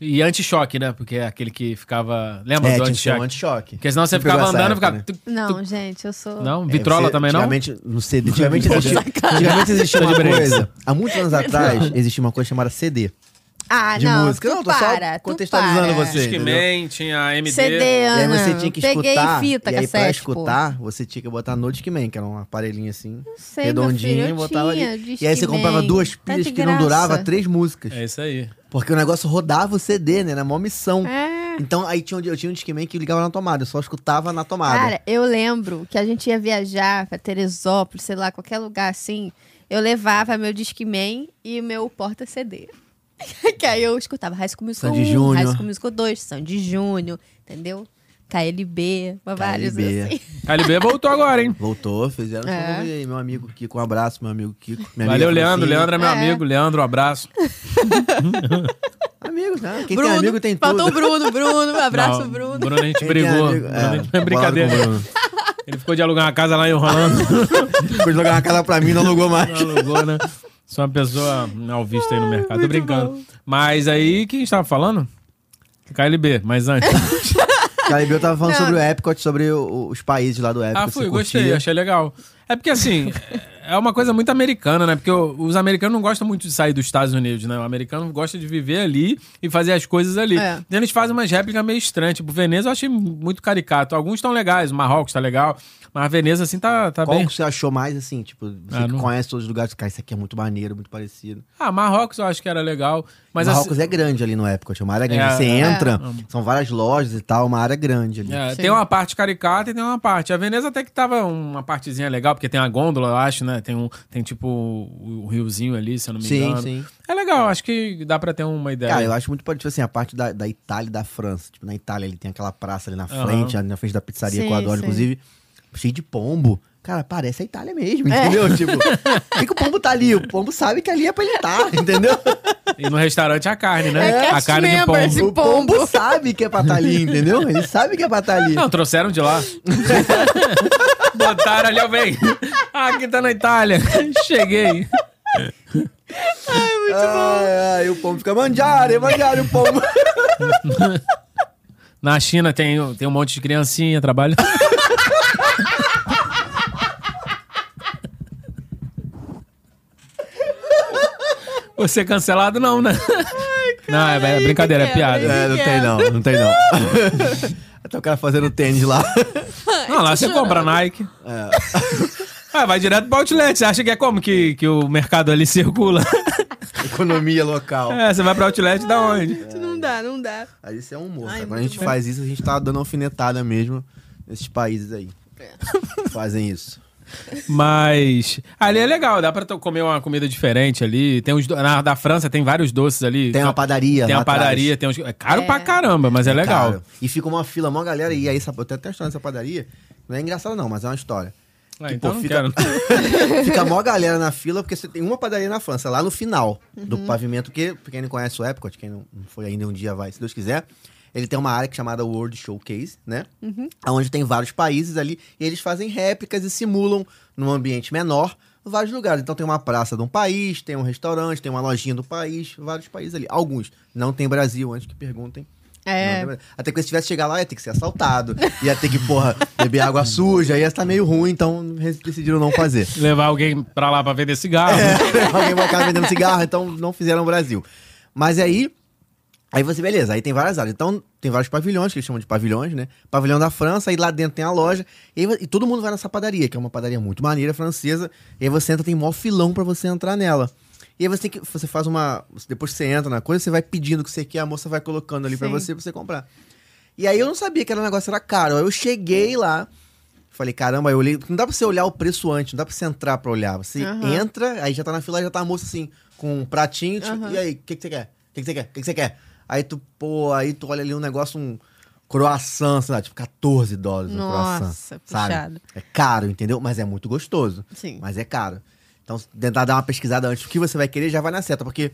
Speaker 3: E anti-choque, né? Porque é aquele que ficava. Lembra
Speaker 2: É,
Speaker 3: do
Speaker 2: tinha que ser um
Speaker 3: anti-choque?
Speaker 2: anti-choque.
Speaker 3: Porque senão você
Speaker 2: Você pegou
Speaker 3: ficava
Speaker 2: essa
Speaker 3: andando e
Speaker 2: época,
Speaker 3: ficava.
Speaker 2: né?
Speaker 3: tuc, tuc.
Speaker 1: Não, gente, eu sou.
Speaker 3: Não,
Speaker 2: É,
Speaker 3: vitrola
Speaker 2: você-
Speaker 3: também não?
Speaker 2: Antigamente, não
Speaker 3: [laughs]
Speaker 2: sei, antigamente existia, antigamente existia uma
Speaker 3: Sacanagem.
Speaker 2: coisa. Há muitos anos
Speaker 3: [laughs]
Speaker 2: atrás, existia uma coisa chamada CD.
Speaker 1: Ah,
Speaker 2: de
Speaker 1: não,
Speaker 2: música.
Speaker 1: tu
Speaker 2: Não, tô só
Speaker 1: para, tu
Speaker 2: contextualizando
Speaker 1: para.
Speaker 2: você.
Speaker 3: Discman, tinha MD.
Speaker 1: CD,
Speaker 2: E aí
Speaker 1: Ana.
Speaker 2: você tinha que
Speaker 1: Peguei
Speaker 2: escutar.
Speaker 1: fita
Speaker 2: e aí pra
Speaker 1: cassete, pô.
Speaker 2: escutar, você tinha que botar no Discman, que era um aparelhinho assim,
Speaker 1: Sei, meu
Speaker 2: redondinho,
Speaker 1: filho, eu
Speaker 2: botava
Speaker 1: tinha
Speaker 2: ali. E aí você
Speaker 1: Discman.
Speaker 2: comprava duas
Speaker 1: Tá
Speaker 2: pilhas
Speaker 1: de
Speaker 2: que não
Speaker 1: graça.
Speaker 2: durava três músicas.
Speaker 3: É isso aí.
Speaker 2: Porque o negócio rodava o CD, né? Era uma missão.
Speaker 1: É.
Speaker 2: Então aí tinha, um- eu tinha um Discman que ligava na tomada, eu só escutava na tomada.
Speaker 1: Cara, eu lembro que a gente ia viajar pra Teresópolis, sei lá, qualquer lugar assim. Eu levava meu Discman e meu porta CD. [laughs] que aí eu escutava High School Musical
Speaker 2: Sandy
Speaker 1: 1, High
Speaker 2: Júnior.
Speaker 1: School Musical 2, Sandy Júnior, entendeu? KLB, vários
Speaker 2: KLB.
Speaker 1: assim.
Speaker 3: KLB voltou agora, hein?
Speaker 2: Voltou, fizeram
Speaker 1: É.
Speaker 2: é. e aí, meu amigo Kiko, um abraço, meu amigo Kiko. minha amiga
Speaker 3: Valeu, Leandro.
Speaker 2: Francine.
Speaker 3: Leandro é meu
Speaker 1: É.
Speaker 3: amigo. Leandro, um abraço.
Speaker 2: Amigo, né? Quem
Speaker 1: Bruno,
Speaker 2: tem amigo tem
Speaker 1: faltou o
Speaker 2: tudo.
Speaker 1: Bruno, Bruno, um abraço
Speaker 3: Não,
Speaker 1: Bruno.
Speaker 3: Bruno, a gente
Speaker 2: Quem tem
Speaker 3: brigou.
Speaker 2: amigo-
Speaker 3: Bruno,
Speaker 2: é,
Speaker 3: a gente-
Speaker 2: bolado
Speaker 3: brincadeira.
Speaker 2: com o Bruno.
Speaker 3: Ele ficou de alugar uma casa lá
Speaker 2: [laughs]
Speaker 3: em Orlando. [laughs]
Speaker 2: Depois jogar uma casa pra mim, não alugou mais.
Speaker 3: Não alugou, né? Sou uma pessoa mal vista aí no mercado. Tô brincando. Mas aí, quem estava falando? KLB, mas antes.
Speaker 2: [laughs] Caribe, eu tava falando
Speaker 1: Não.
Speaker 2: sobre o Epcot, sobre o- os países lá do Epcot.
Speaker 3: Ah, fui,
Speaker 2: É você
Speaker 3: gostei,
Speaker 2: curtia.
Speaker 3: achei legal. É
Speaker 2: [laughs]
Speaker 3: porque assim, é uma coisa muito americana, né? Porque o- os americanos não gostam muito de sair dos Estados Unidos, né? O americano gosta de viver ali e fazer as coisas ali.
Speaker 1: É.
Speaker 3: E Eles fazem umas réplicas meio estranhas. Tipo, Veneza eu achei muito caricato. Alguns estão legais, o Marrocos tá legal, mas a Veneza, assim, tá, tá
Speaker 2: Qual
Speaker 3: bem.
Speaker 2: que você achou mais, assim, tipo, você
Speaker 3: Ah,
Speaker 2: que
Speaker 3: não-
Speaker 2: conhece todos os lugares, cara, isso aqui é muito maneiro, muito parecido.
Speaker 3: Ah, Marrocos eu acho que era legal. Mas
Speaker 2: Marrocos
Speaker 3: assim,
Speaker 2: é grande ali no Epcot, é uma área grande.
Speaker 3: É,
Speaker 2: você
Speaker 3: é.
Speaker 2: entra, são várias lojas e tal, uma área grande ali.
Speaker 3: É,
Speaker 1: Sim.
Speaker 3: tem uma parte caricata e tem uma parte. A Veneza até que tava uma partezinha legal, porque tem a gôndola, eu acho, né? Tem, um, tem tipo o, o riozinho ali, se eu não me
Speaker 2: Sim,
Speaker 3: engano.
Speaker 2: sim.
Speaker 3: É legal, acho que dá pra ter uma ideia.
Speaker 2: Cara, eu acho muito parecido, assim, a parte da, da Itália e da França. Tipo, na Itália ele tem aquela praça ali na
Speaker 3: Aham.
Speaker 2: frente, ali na frente da pizzaria que
Speaker 1: Sim,
Speaker 2: eu adoro,
Speaker 1: sim.
Speaker 2: inclusive. Cheio de pombo. Cara, parece a Itália mesmo, entendeu? Tipo, por que, que o pombo tá ali? O pombo sabe que ali é pra ele estar, entendeu?
Speaker 3: E no restaurante a carne, né?
Speaker 1: É cast
Speaker 3: a carne de
Speaker 1: member,
Speaker 3: pombo.
Speaker 1: esse-
Speaker 2: O pombo. sabe que é pra estar ali, entendeu? Ele sabe que é pra estar
Speaker 3: [laughs]
Speaker 2: ali.
Speaker 3: Não, trouxeram de lá. Botaram ali, ó, vem. Ah, aqui tá na Itália. [laughs] Cheguei.
Speaker 2: Ah, ah, e o pombo fica mandiare, mandiare o pombo.
Speaker 3: Na China tem, tem um monte de criancinha, trabalho. [laughs] Você cancelado não, né? não, é, é brincadeira, é
Speaker 1: que quebra,
Speaker 3: piada.
Speaker 1: hein?
Speaker 2: É, não tem não, não tem [laughs] não. Até o cara fazendo tênis lá. [laughs]
Speaker 3: Não, lá você compra Nike.
Speaker 2: É.
Speaker 3: Ah, vai direto pro outlet. Você acha que é como que, que o mercado ali circula?
Speaker 2: Economia local.
Speaker 3: É, você vai pro outlet da onde?
Speaker 1: Não dá, não dá.
Speaker 2: Aí isso é um humor.
Speaker 1: Ai,
Speaker 2: Quando a
Speaker 1: muito
Speaker 2: gente faz isso, a gente tá dando alfinetada mesmo nesses países aí.
Speaker 1: É.
Speaker 2: [laughs] Fazem isso.
Speaker 3: Mas ali é legal, dá pra to- comer uma comida diferente ali. Tem uns do- na da França tem vários doces ali.
Speaker 2: Tem uma padaria
Speaker 3: Tem
Speaker 2: lá
Speaker 3: uma padaria, tem uns é caro pra caramba, mas é,
Speaker 2: atrás.
Speaker 3: legal.
Speaker 2: Cara, E fica uma fila, mó galera. E aí, essa- eu tenho até uma história dessa padaria. Não é engraçado não, mas é uma história.
Speaker 3: Ah,
Speaker 2: Que,
Speaker 3: então
Speaker 2: pô,
Speaker 3: não
Speaker 2: fica- [laughs]
Speaker 3: quero.
Speaker 2: Fica a maior galera na fila, porque você tem uma padaria na França, lá no final do pavimento, que, pra quem não conhece o Epcot, quem não não foi ainda um dia vai, se Deus quiser, ele tem uma área que é chamada World Showcase, né? Onde tem vários países ali, e eles fazem réplicas e simulam, num ambiente menor, vários lugares. Então tem uma praça de um país, tem um restaurante, tem uma lojinha do país, vários países ali. Alguns. Não tem Brasil, antes que perguntem.
Speaker 1: É.
Speaker 2: Não, tem- Até porque se tivesse chegar lá, ia ter que ser assaltado, ia ter que, porra, beber água suja, ia estar meio ruim, então eles decidiram
Speaker 1: [laughs]
Speaker 2: não fazer.
Speaker 3: Levar alguém pra lá pra vender cigarro.
Speaker 1: É.
Speaker 2: [laughs] É. Alguém vai ficar vendendo cigarro, então não fizeram no Brasil. Mas aí, aí você, beleza, aí tem várias áreas. Então, tem vários pavilhões, que eles chamam de pavilhões, né? Pavilhão da França, e lá dentro tem a loja. E, aí- e todo mundo vai nessa padaria, que é uma padaria muito maneira, francesa. E aí você entra, tem mó filão pra você entrar nela. E aí você tem que, você faz uma, depois que você entra na coisa, você vai pedindo o que você quer, a moça vai colocando ali pra
Speaker 1: Sim.
Speaker 2: você, pra você comprar. E aí eu não sabia que era um negócio era caro. Aí eu
Speaker 1: É.
Speaker 2: cheguei lá, falei, caramba, eu olhei. Não dá pra você olhar o preço antes, não dá pra você entrar pra olhar. Você
Speaker 1: Aham.
Speaker 2: entra, aí já tá na fila, já tá a moça assim, com um pratinho, tipo,
Speaker 1: Aham.
Speaker 2: e aí, o que, que você quer? O que, que você quer? O que, que você quer? Aí tu, pô, aí tu olha ali um negócio, um croissant, sei lá, tipo 14 dólares um
Speaker 1: Nossa,
Speaker 2: croissant. sabe?
Speaker 1: puxado.
Speaker 2: É caro, entendeu? Mas é muito gostoso.
Speaker 1: Sim.
Speaker 2: Mas é caro. Então, se tentar dar uma pesquisada antes do que você vai querer, já vai na seta. Porque,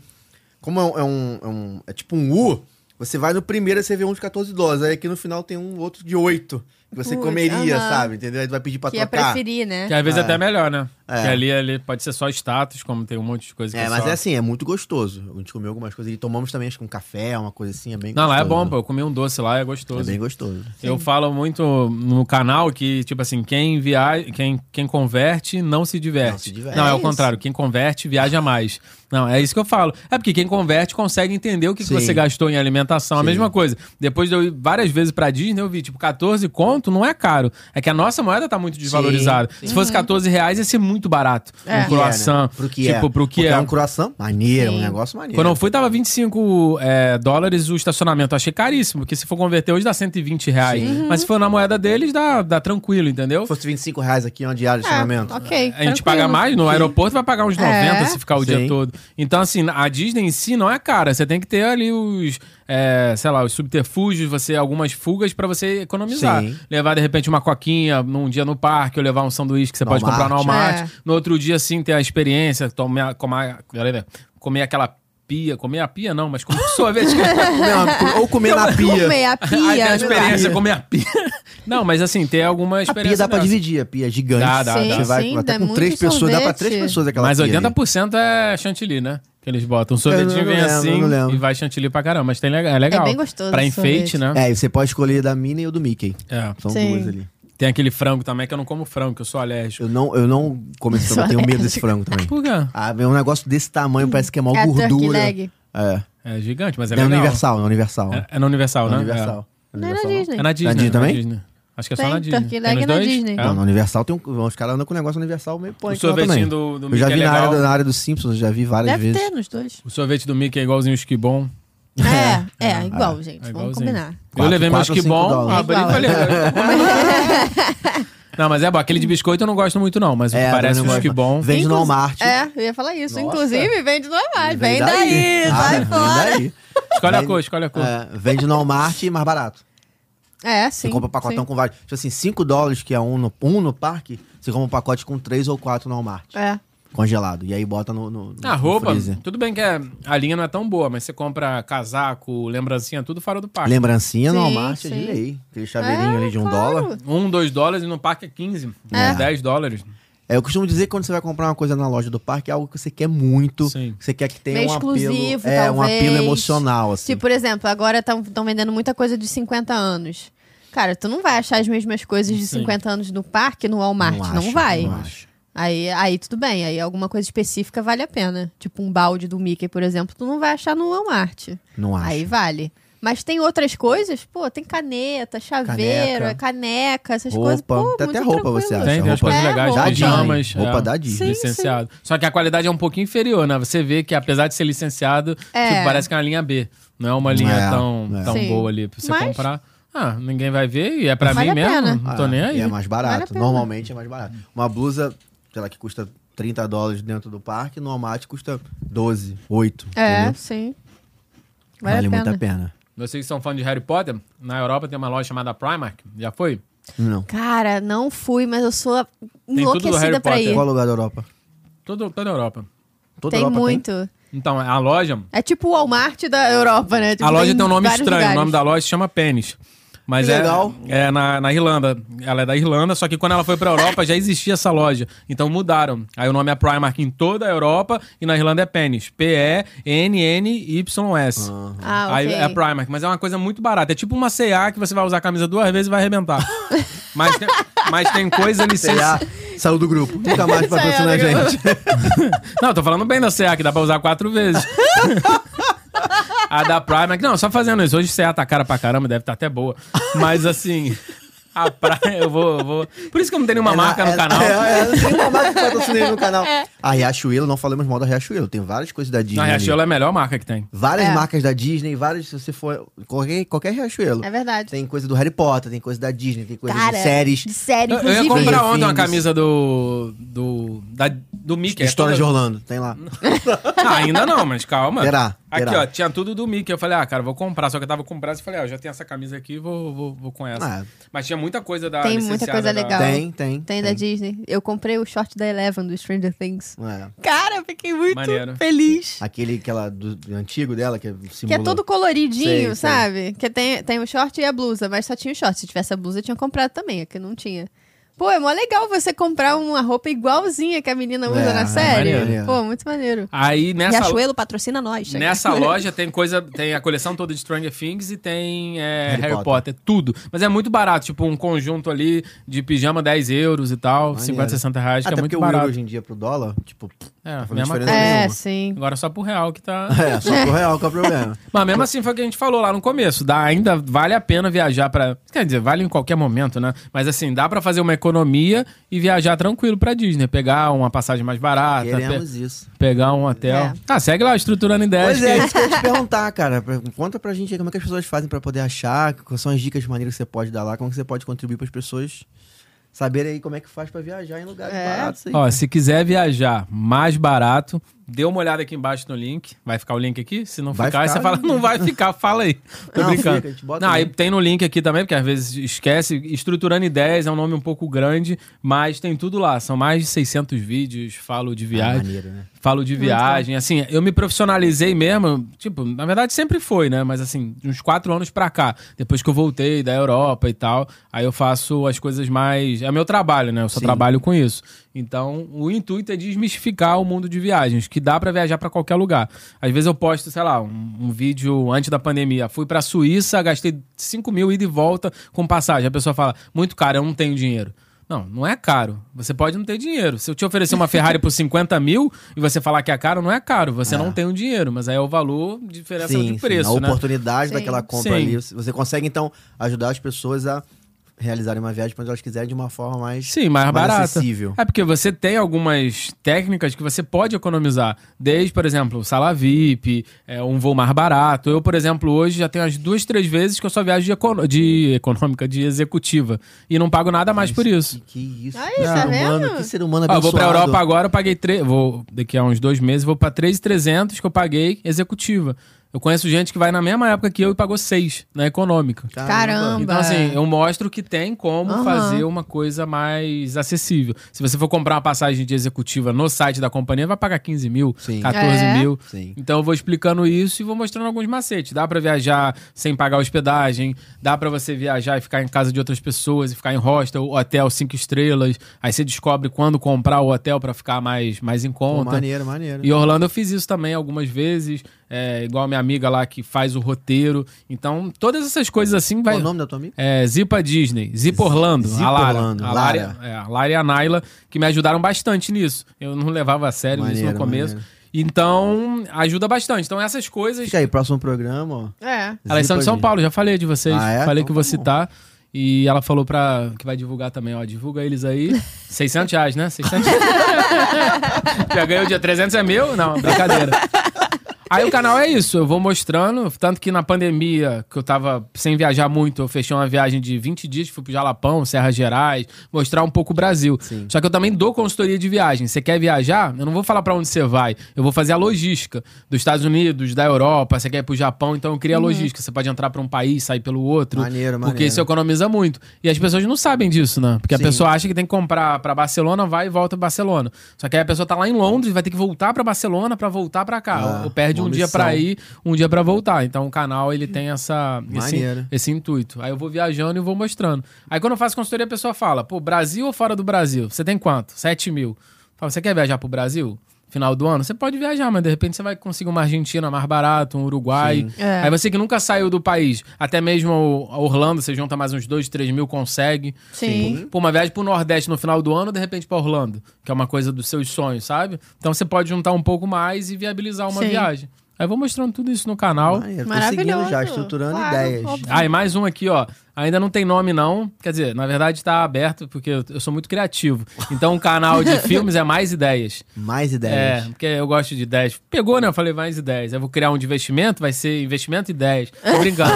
Speaker 2: como é um. É, um- é um- é tipo um U, você vai no primeiro e você vê um de 14 dólares. Aí aqui no final tem um outro de 8. você
Speaker 1: Putz,
Speaker 2: comeria,
Speaker 1: aham.
Speaker 2: sabe? Entendeu? Aí tu vai pedir pra
Speaker 1: Que é
Speaker 2: trocar.
Speaker 1: preferir, né?
Speaker 3: Que às vezes
Speaker 2: É.
Speaker 3: até é melhor, né?
Speaker 2: É.
Speaker 3: Que ali, ali pode ser só status, como tem um monte de coisa que
Speaker 2: É, mas
Speaker 3: só...
Speaker 2: é assim, é muito gostoso. A gente comeu algumas coisas e tomamos também, acho que um café, uma coisa assim, é bem
Speaker 3: Não,
Speaker 2: gostoso.
Speaker 3: lá é bom, pô. Eu comi um doce lá, é
Speaker 2: É
Speaker 3: gostoso.
Speaker 2: bem gostoso.
Speaker 3: Eu falo muito no canal que, tipo assim, quem viaja, quem, quem converte não se diverte.
Speaker 2: Não
Speaker 3: Não,
Speaker 2: se diverte.
Speaker 3: é,
Speaker 1: É
Speaker 3: o
Speaker 1: isso.
Speaker 3: contrário, quem converte viaja mais. Não, é isso que eu falo. É porque quem converte consegue entender o que, que
Speaker 2: Sim.
Speaker 3: você gastou em alimentação. A
Speaker 2: Sim.
Speaker 3: mesma coisa. Depois de eu ir várias vezes pra Disney, eu vi, tipo, 14 conto não é caro. É que a nossa moeda tá muito desvalorizada.
Speaker 2: sim.
Speaker 3: Se fosse 14 reais, ia ser muito barato.
Speaker 1: É.
Speaker 3: Um croissant.
Speaker 2: É, né? Pro que
Speaker 3: tipo,
Speaker 2: é.
Speaker 3: pro que
Speaker 2: Porque
Speaker 3: é.
Speaker 2: um croissant maneiro,
Speaker 1: Sim.
Speaker 2: um negócio maneiro.
Speaker 3: Quando eu fui, tava 25 é, dólares o estacionamento. Eu achei caríssimo, porque se for converter hoje dá 120 reais. Mas se for na moeda deles, dá, dá tranquilo, entendeu?
Speaker 2: Se fosse 25 reais aqui, uma diária de estacionamento.
Speaker 1: Ah, ok.
Speaker 3: A gente
Speaker 1: tranquilo.
Speaker 3: paga mais, no aeroporto vai pagar uns 90
Speaker 1: É.
Speaker 3: se ficar o
Speaker 2: Sim.
Speaker 3: dia todo. Então, assim, a Disney em si não é cara. Você tem que ter ali os, é, sei lá, os subterfúgios, você algumas fugas pra você economizar.
Speaker 2: Sim.
Speaker 3: Levar, de repente, uma coquinha num dia no parque, ou levar um sanduíche que você
Speaker 2: No
Speaker 3: pode comprar no
Speaker 1: Walmart.
Speaker 3: Walmart.
Speaker 1: É.
Speaker 3: No outro dia, sim, ter a experiência, tomar, comer, comer aquela pia, comer a pia não, mas comer um
Speaker 1: [laughs]
Speaker 3: sorvete.
Speaker 2: Comer uma- ou comer na pia.
Speaker 1: Comer a
Speaker 3: Aí tem a
Speaker 1: pia.
Speaker 3: experiência, comer a
Speaker 1: [laughs]
Speaker 3: pia. Não, mas assim, ter alguma
Speaker 2: A pia
Speaker 3: experiência.
Speaker 2: dá pra
Speaker 3: nessa.
Speaker 2: dividir, a pia é gigante.
Speaker 3: Dá, dá,
Speaker 2: Você
Speaker 3: dá.
Speaker 2: vai
Speaker 1: Sim,
Speaker 2: até
Speaker 1: dá
Speaker 2: com
Speaker 1: muito
Speaker 2: três pessoas, dá pra
Speaker 1: sorvete.
Speaker 2: três pessoas aquela
Speaker 3: Mas
Speaker 2: pia ali.
Speaker 3: 80% é chantilly, né? Que eles botam um
Speaker 2: Eu
Speaker 3: sorvetinho
Speaker 2: não
Speaker 3: vem
Speaker 2: lembro,
Speaker 3: assim
Speaker 2: eu não lembro.
Speaker 3: e vai chantilly pra caramba. Mas tem, le- é legal.
Speaker 1: É bem gostoso
Speaker 3: Pra
Speaker 1: esse
Speaker 3: enfeite, né?
Speaker 2: É, e você pode escolher da Minnie ou do Mickey.
Speaker 3: É.
Speaker 2: São
Speaker 1: Sim.
Speaker 2: duas ali.
Speaker 3: Tem aquele frango também, que eu não como frango, que eu sou alérgico.
Speaker 2: Eu não, eu não como esse
Speaker 1: Sou
Speaker 2: frango, eu tenho medo desse frango também.
Speaker 3: Por quê?
Speaker 2: Ah, é um negócio desse tamanho, parece que é mó
Speaker 1: É a turkey
Speaker 2: gordura.
Speaker 1: leg.
Speaker 2: É.
Speaker 3: É gigante, mas é
Speaker 2: É,
Speaker 3: legal.
Speaker 2: universal, é universal.
Speaker 3: É, é na Universal,
Speaker 2: É
Speaker 3: né?
Speaker 2: universal.
Speaker 1: Não é na
Speaker 2: Universal,
Speaker 1: Disney.
Speaker 3: É. É na Disney.
Speaker 2: Disney
Speaker 3: é
Speaker 2: também?
Speaker 3: Disney. Acho que é só
Speaker 1: Tem
Speaker 3: na Disney.
Speaker 1: turkey
Speaker 3: Tem
Speaker 1: leg
Speaker 3: nos
Speaker 1: na
Speaker 3: dois?
Speaker 1: Disney.
Speaker 3: É.
Speaker 2: Não, na Universal tem um. Os caras andam com um negócio universal meio
Speaker 3: O
Speaker 2: punk. lá
Speaker 3: sorvetinho
Speaker 2: também.
Speaker 3: do, do
Speaker 2: Eu já
Speaker 3: Mickey
Speaker 2: vi
Speaker 3: é
Speaker 2: na área,
Speaker 3: legal.
Speaker 2: do- na área dos Simpsons, eu já vi várias
Speaker 1: Deve
Speaker 2: vezes.
Speaker 1: ter nos dois.
Speaker 3: O sorvete do Mickey é igualzinho o Esquibom.
Speaker 1: É, é, igual, gente.
Speaker 3: É
Speaker 1: Vamos
Speaker 3: igualzinho.
Speaker 1: combinar. [laughs]
Speaker 3: eu
Speaker 2: Quatro,
Speaker 3: levei
Speaker 2: quatro
Speaker 3: meu
Speaker 2: ou cinco
Speaker 3: esquibom,
Speaker 2: dólares.
Speaker 3: abri e
Speaker 1: Igual,
Speaker 3: falei.
Speaker 2: [laughs]
Speaker 3: Não, mas é bom. Aquele de biscoito eu não gosto muito, não. Mas
Speaker 2: É,
Speaker 3: parece
Speaker 2: eu
Speaker 3: um
Speaker 2: não gosto.
Speaker 3: esquibom.
Speaker 2: Vende no
Speaker 1: Inclusi-
Speaker 2: Walmart.
Speaker 1: É, eu ia falar isso.
Speaker 2: Nossa.
Speaker 1: Inclusive, vende no Walmart. Vem
Speaker 2: Vem Ah,
Speaker 1: daí, vai fora.
Speaker 2: Vem daí.
Speaker 3: Escolhe a
Speaker 2: Vende-
Speaker 3: cor, escolhe a cor.
Speaker 2: É, vende no Walmart e mais barato.
Speaker 1: É, sim.
Speaker 2: Você compra um pacotão
Speaker 1: sim.
Speaker 2: com vários. Tipo assim, 5 dólares, que é um no, um no parque, você compra um pacote com 3 ou 4 no Walmart.
Speaker 1: É.
Speaker 2: Congelado. E aí bota no. no, no
Speaker 3: A roupa,
Speaker 2: freezer.
Speaker 3: tudo bem que é- a linha não é tão boa, mas você compra casaco, lembrancinha, tudo fora do parque.
Speaker 2: Lembrancinha no
Speaker 1: Sim,
Speaker 2: Walmart
Speaker 1: sim.
Speaker 2: é
Speaker 1: É,
Speaker 2: de lei. Aquele chaveirinho ali de um dólar.
Speaker 3: Um, dois dólares e no parque é 15,
Speaker 2: É.
Speaker 3: 10 dólares.
Speaker 2: É, eu costumo dizer que quando você vai comprar uma coisa na loja do parque, é algo que você quer muito.
Speaker 3: Sim.
Speaker 2: Que você quer que tenha
Speaker 1: Meio
Speaker 2: um apelo.
Speaker 1: exclusivo,
Speaker 2: é, um
Speaker 1: talvez.
Speaker 2: apelo emocional, assim.
Speaker 1: Tipo, por exemplo, agora estão vendendo muita coisa de 50 anos. Cara, tu não vai achar as mesmas coisas de
Speaker 3: Sim.
Speaker 1: 50 anos no parque, no Walmart. Não,
Speaker 2: acho,
Speaker 1: vai.
Speaker 2: Não acho.
Speaker 1: Aí, aí tudo bem. Aí alguma coisa específica vale a pena. Tipo um balde do Mickey, por exemplo, tu não vai achar no Walmart.
Speaker 2: Não acho.
Speaker 1: Aí vale. Mas tem outras coisas, pô, tem caneta, chaveiro,
Speaker 2: Caneca.
Speaker 1: caneca, essas coisas.
Speaker 2: Roupa.
Speaker 1: Pô,
Speaker 2: Tem
Speaker 1: muito
Speaker 2: até roupa,
Speaker 1: tranquilo.
Speaker 2: você acha?
Speaker 3: Tem, tem as
Speaker 2: roupa
Speaker 3: coisas
Speaker 1: da
Speaker 3: legais,
Speaker 1: Disney.
Speaker 3: pijamas.
Speaker 2: Roupa da Disney.
Speaker 1: Sim,
Speaker 3: licenciado. Só que a qualidade é um pouquinho inferior, né? Você vê que apesar de ser licenciado,
Speaker 1: É.
Speaker 3: tipo, parece que é uma linha B. Não é uma linha
Speaker 2: É,
Speaker 3: tão,
Speaker 2: é.
Speaker 3: tão
Speaker 1: Sim.
Speaker 3: boa ali pra você
Speaker 1: Mas-
Speaker 3: comprar. Ah, ninguém vai ver e é pra
Speaker 1: Vale
Speaker 3: mim
Speaker 1: a
Speaker 3: mesmo.
Speaker 1: pena.
Speaker 3: Não tô
Speaker 2: Ah,
Speaker 3: nem
Speaker 2: E
Speaker 3: aí.
Speaker 2: é mais
Speaker 1: Vale a
Speaker 2: barato.
Speaker 1: pena.
Speaker 2: Normalmente é mais barato. Uma blusa, sei lá, que custa 30 dólares dentro do parque, no Walmart custa 12, 8.
Speaker 1: É,
Speaker 2: entendeu?
Speaker 1: sim. Vale,
Speaker 2: Vale
Speaker 1: a
Speaker 2: muito
Speaker 1: pena.
Speaker 2: a pena.
Speaker 3: Vocês que são fãs de Harry Potter, na Europa tem uma loja chamada Primark. Já foi?
Speaker 2: Não.
Speaker 1: Cara, não fui, mas eu sou
Speaker 3: do Harry
Speaker 1: enlouquecida pra
Speaker 3: Potter.
Speaker 1: ir.
Speaker 2: Qual é lugar da Europa?
Speaker 3: Todo, toda a Europa.
Speaker 2: Toda
Speaker 1: Tem
Speaker 2: Europa
Speaker 1: muito.
Speaker 3: Então, a loja
Speaker 1: É tipo o Walmart da Europa, né? Tipo,
Speaker 3: A loja tem um
Speaker 1: em
Speaker 3: nome
Speaker 1: vários
Speaker 3: estranho.
Speaker 1: lugares.
Speaker 3: O nome da loja se chama Pênis. Mas
Speaker 2: Que
Speaker 3: é,
Speaker 2: legal.
Speaker 3: é na, na Irlanda. Ela é da Irlanda, só que quando ela foi pra Europa já existia essa loja. Então mudaram. Aí o nome é Primark em toda a Europa e na Irlanda é Pênis. P-E-N-N-Y-S.
Speaker 1: Ah,
Speaker 3: Aí
Speaker 1: ok.
Speaker 3: é Primark, mas é uma coisa muito barata. É tipo uma CA que você vai usar a camisa duas vezes e vai arrebentar.
Speaker 1: [laughs]
Speaker 3: mas, tem, mas tem coisa
Speaker 2: Sei lá,
Speaker 3: licenciada.
Speaker 2: saiu do
Speaker 1: [laughs]
Speaker 2: grupo. Nunca mais patrocina a
Speaker 1: Saiu do
Speaker 2: gente.
Speaker 3: Não, tô falando bem da CA, que dá pra usar
Speaker 1: [laughs]
Speaker 3: quatro vezes. a da Primark. Não, só fazendo isso. Hoje CA tá cara pra caramba, deve estar até boa. Mas assim. A praia, eu vou, eu vou. Por isso que eu não tenho nenhuma
Speaker 2: É na-
Speaker 3: marca no
Speaker 2: é-
Speaker 3: canal.
Speaker 2: É, é, não tem uma marca que patrocina ele
Speaker 1: [laughs]
Speaker 2: no canal.
Speaker 1: É.
Speaker 2: A Riachuelo, não falamos mal da Riachuelo. Tem várias coisas da Disney.
Speaker 3: Na
Speaker 2: ali.
Speaker 3: Riachuelo é a melhor marca que tem.
Speaker 2: Várias
Speaker 1: É.
Speaker 2: marcas da Disney, várias, se você for. Qualquer, qualquer Riachuelo.
Speaker 1: É verdade.
Speaker 2: Tem coisa do Harry Potter, tem coisa da Disney, tem coisa
Speaker 1: Cara,
Speaker 2: de séries.
Speaker 1: De série,
Speaker 3: Eu, eu ia
Speaker 1: inclusive.
Speaker 3: comprar ontem uma
Speaker 2: Refins.
Speaker 3: camisa do. do. Da, do Mickey.
Speaker 2: História
Speaker 3: É
Speaker 2: de
Speaker 3: toda-
Speaker 2: Orlando, tem lá.
Speaker 3: Ah, ainda não, mas calma.
Speaker 2: Será?
Speaker 3: Aqui,
Speaker 2: Terá.
Speaker 3: ó, tinha tudo do Mickey. Eu falei, ah, cara, vou comprar. Só que eu tava com prazo e falei, ah, eu já tenho essa camisa aqui, vou, vou, vou com essa.
Speaker 2: Ah.
Speaker 3: Mas tinha muita coisa da
Speaker 1: Tem muita
Speaker 3: licenciada
Speaker 1: coisa
Speaker 3: da-
Speaker 1: legal.
Speaker 2: Tem, tem.
Speaker 1: Tem da Disney. Eu comprei o short da Eleven do Stranger Things.
Speaker 2: É.
Speaker 1: Cara, eu fiquei muito
Speaker 3: Maneiro.
Speaker 1: feliz.
Speaker 2: Aquele aquela do, do antigo dela, que é
Speaker 1: Que é
Speaker 2: simula...
Speaker 1: todo coloridinho,
Speaker 2: Sei, sei.
Speaker 1: sabe? Que tem, tem o short e a blusa, mas só tinha o short. Se tivesse a blusa, eu tinha comprado também, é que não tinha. Pô, é mó legal você comprar uma roupa igualzinha que a menina usa
Speaker 2: É,
Speaker 1: na
Speaker 2: é
Speaker 1: série.
Speaker 2: maneiro.
Speaker 1: Pô, muito maneiro.
Speaker 3: Aí
Speaker 1: E
Speaker 3: nessa,
Speaker 1: a Chuelo patrocina nós. chega. [laughs]
Speaker 3: nessa loja tem coisa, tem a coleção toda de Stranger Things e tem é,
Speaker 2: Harry
Speaker 3: Harry, Potter. tudo. Mas é muito barato, tipo um conjunto ali de pijama 10 euros e tal,
Speaker 2: Maneiro.
Speaker 3: 50, 60 reais, que
Speaker 2: Até
Speaker 3: é
Speaker 2: porque
Speaker 3: muito
Speaker 2: o euro
Speaker 3: barato.
Speaker 2: hoje em dia pro dólar, tipo, [laughs]
Speaker 3: É,
Speaker 2: fazendo
Speaker 3: mesma
Speaker 2: diferença
Speaker 3: coisa.
Speaker 1: É,
Speaker 2: nenhuma.
Speaker 1: sim.
Speaker 3: Agora só pro real que tá.
Speaker 2: é, só pro real que é o
Speaker 3: [laughs]
Speaker 2: problema.
Speaker 3: Mas mesmo assim foi o que a gente falou lá no começo, dá ainda vale a pena viajar pra. quer dizer, vale em qualquer momento, né? Mas assim, dá pra fazer uma economia e viajar tranquilo pra Disney, pegar uma passagem mais barata, pe-
Speaker 2: Queremos isso.
Speaker 3: pegar um hotel.
Speaker 1: É.
Speaker 3: Ah, segue lá estruturando ideias.
Speaker 2: Pois é,
Speaker 3: que-
Speaker 2: isso que eu ia te perguntar, cara. Pra- Conta pra gente aí como é que as pessoas fazem pra poder achar, quais são as dicas de maneira que você pode dar lá, como é que você pode contribuir pras pessoas saberem aí como é que faz pra viajar em lugares
Speaker 1: É.
Speaker 2: baratos aí.
Speaker 3: Ó, se quiser viajar mais barato, dê uma olhada aqui embaixo no link. Vai ficar o link aqui? Se não
Speaker 2: Vai
Speaker 3: ficar, aí você
Speaker 2: ficar,
Speaker 3: fala,
Speaker 2: né?
Speaker 3: não vai ficar,
Speaker 2: [laughs]
Speaker 3: fala aí. Tô
Speaker 2: Não,
Speaker 3: brincando.
Speaker 2: fica, a gente bota
Speaker 3: não,
Speaker 2: o
Speaker 3: aí
Speaker 2: link.
Speaker 3: tem no link aqui também, porque às vezes esquece. Estruturando Ideias é um nome um pouco grande, mas tem tudo lá. São mais de 600 vídeos, falo de
Speaker 2: Ah,
Speaker 3: viagem.
Speaker 2: maneiro, né?
Speaker 3: Falo de viagem, assim, eu me profissionalizei mesmo, tipo, na verdade sempre foi, né? Mas assim, de uns quatro anos pra cá, depois que eu voltei da Europa e tal, aí eu faço as coisas mais. É meu trabalho, né? Eu só
Speaker 2: Sim.
Speaker 3: trabalho com isso. Então, o intuito é desmistificar o mundo de viagens, que dá pra viajar pra qualquer lugar. Às vezes eu posto, sei lá, um, um vídeo antes da pandemia. Fui pra Suíça, gastei 5 mil ida e volta com passagem. A pessoa fala, muito caro, eu não tenho dinheiro. Não, não é caro. Você pode não ter dinheiro. Se eu te oferecer uma Ferrari por 50 mil e você falar que é caro, não é caro. Você não tem o dinheiro, mas aí é o valor, diferença de preço,
Speaker 2: a
Speaker 3: né?
Speaker 2: oportunidade
Speaker 1: Sim.
Speaker 2: daquela compra
Speaker 3: Sim.
Speaker 2: ali. Você consegue, então, ajudar as pessoas a realizarem uma viagem quando elas quiserem de uma forma mais,
Speaker 3: Sim, mais, barata.
Speaker 2: acessível.
Speaker 3: É porque você tem algumas técnicas que você pode economizar. Desde, por exemplo, sala VIP, é, um voo mais barato. Eu, por exemplo, hoje já tenho as duas, três vezes que eu só viajo de, econo- de econômica, de executiva. E não pago nada mais por isso.
Speaker 2: Que, que isso?
Speaker 1: Aí,
Speaker 2: que,
Speaker 1: tá
Speaker 2: ser humano,
Speaker 1: vendo?
Speaker 2: que ser humano
Speaker 3: Ó, Ah, eu
Speaker 2: abençoado.
Speaker 3: vou pra Europa agora, eu paguei... Tre... Vou, daqui a uns dois meses, vou pra 3,300 que eu paguei executiva. Eu conheço gente que vai na mesma época que eu e pagou 6 na econômica.
Speaker 1: Caramba.
Speaker 3: Então, assim, eu mostro que tem como
Speaker 1: Aham.
Speaker 3: fazer uma coisa mais acessível. Se você for comprar uma passagem de executiva no site da companhia, vai pagar 15 mil,
Speaker 2: Sim.
Speaker 3: 14
Speaker 1: É.
Speaker 3: mil.
Speaker 2: Sim.
Speaker 3: Então eu vou explicando isso e vou mostrando alguns macetes. Dá pra viajar sem pagar hospedagem, dá pra você viajar e ficar em casa de outras pessoas, e ficar em hostel, hotel cinco estrelas. Aí você descobre quando comprar o hotel pra ficar mais, mais em
Speaker 2: Pô,
Speaker 3: conta.
Speaker 2: maneiro, maneiro.
Speaker 3: E Orlando eu fiz isso também algumas vezes, é, igual a minha amiga lá que faz o roteiro. Então, todas essas coisas assim vai.
Speaker 2: Qual o nome da tua amiga?
Speaker 3: É, Zipa Disney, Zipa Orlando,
Speaker 2: Zipa
Speaker 3: a Lara,
Speaker 2: Orlando,
Speaker 3: a Lara,
Speaker 2: Lara.
Speaker 3: é, a Lara e a Naila, que me ajudaram bastante nisso. Eu não levava a sério isso no
Speaker 2: Maneiro,
Speaker 3: começo.
Speaker 2: maneiro.
Speaker 3: Então, ajuda bastante. Então, essas coisas.
Speaker 2: Fica aí, próximo programa, ó.
Speaker 1: É.
Speaker 3: Elas são de São
Speaker 2: Zipa,
Speaker 3: Paulo, já falei de vocês.
Speaker 2: Ah, é?
Speaker 3: Falei
Speaker 2: Então
Speaker 3: que vou
Speaker 2: tá bom.
Speaker 3: citar. E ela falou pra. que vai divulgar também, ó. Divulga eles aí.
Speaker 2: [laughs]
Speaker 3: 600 reais, [laughs] né? 600 Já ganhou dia 300 é meu? Não, brincadeira. Aí o canal é isso, eu vou mostrando. Tanto que na pandemia, que eu tava sem viajar muito, eu fechei uma viagem de 20 dias, fui pro Jalapão, Serra Gerais, mostrar um pouco o Brasil. Só que eu também dou consultoria de viagem. Você quer viajar? Eu não vou falar pra onde você vai. Eu vou fazer a logística dos Estados Unidos, da Europa, você quer ir pro Japão, então eu crio a logística. Você pode entrar pra um país, sair pelo outro.
Speaker 2: Uhum. Maneiro,
Speaker 3: Porque
Speaker 2: maneiro.
Speaker 3: isso economiza muito. E as pessoas não sabem disso, né? Porque a
Speaker 2: Sim.
Speaker 3: pessoa acha que tem que comprar pra Barcelona, vai e volta pra Barcelona. Só que aí a pessoa tá lá em Londres, vai ter que voltar pra Barcelona pra voltar pra cá.
Speaker 2: Ah,
Speaker 3: Ou perde um
Speaker 2: uma
Speaker 3: dia
Speaker 2: missão.
Speaker 3: pra ir, um dia pra voltar. Então o canal ele tem essa esse,
Speaker 2: Maneiro.
Speaker 3: esse intuito. Aí eu vou viajando e vou mostrando. Aí quando eu faço consultoria, a pessoa fala: "Pô, Brasil ou fora do Brasil? Você tem quanto? 7 mil. Fala: "Você quer viajar pro Brasil?" Final do ano, você pode viajar, mas de repente você vai conseguir uma Argentina mais barato, um Uruguai.
Speaker 1: É.
Speaker 3: Aí você que nunca saiu do país, até mesmo o- a Orlando, você junta mais uns 2, 3 mil, consegue.
Speaker 1: Sim.
Speaker 3: Pô, uma viagem pro Nordeste no final do ano, de repente pra Orlando, que é uma coisa dos seus sonhos, sabe? Então você pode juntar um pouco mais e viabilizar uma
Speaker 1: Sim.
Speaker 3: viagem. Aí eu vou mostrando tudo isso no canal.
Speaker 2: Maneiro, tô seguindo
Speaker 1: Maravilhoso.
Speaker 2: já, estruturando
Speaker 1: Claro,
Speaker 2: ideias.
Speaker 1: óbvio.
Speaker 3: Ah, e mais um aqui, ó. Ainda não tem nome, não. Quer dizer, na verdade tá aberto, porque eu eu sou muito criativo. Então o canal de filmes é mais ideias.
Speaker 2: Mais
Speaker 3: É,
Speaker 2: ideias.
Speaker 3: porque eu gosto de
Speaker 2: [laughs]
Speaker 3: 10. Pegou, né? Eu falei mais ideias. Eu vou criar um de investimento, vai ser investimento e 10. Tô brincando.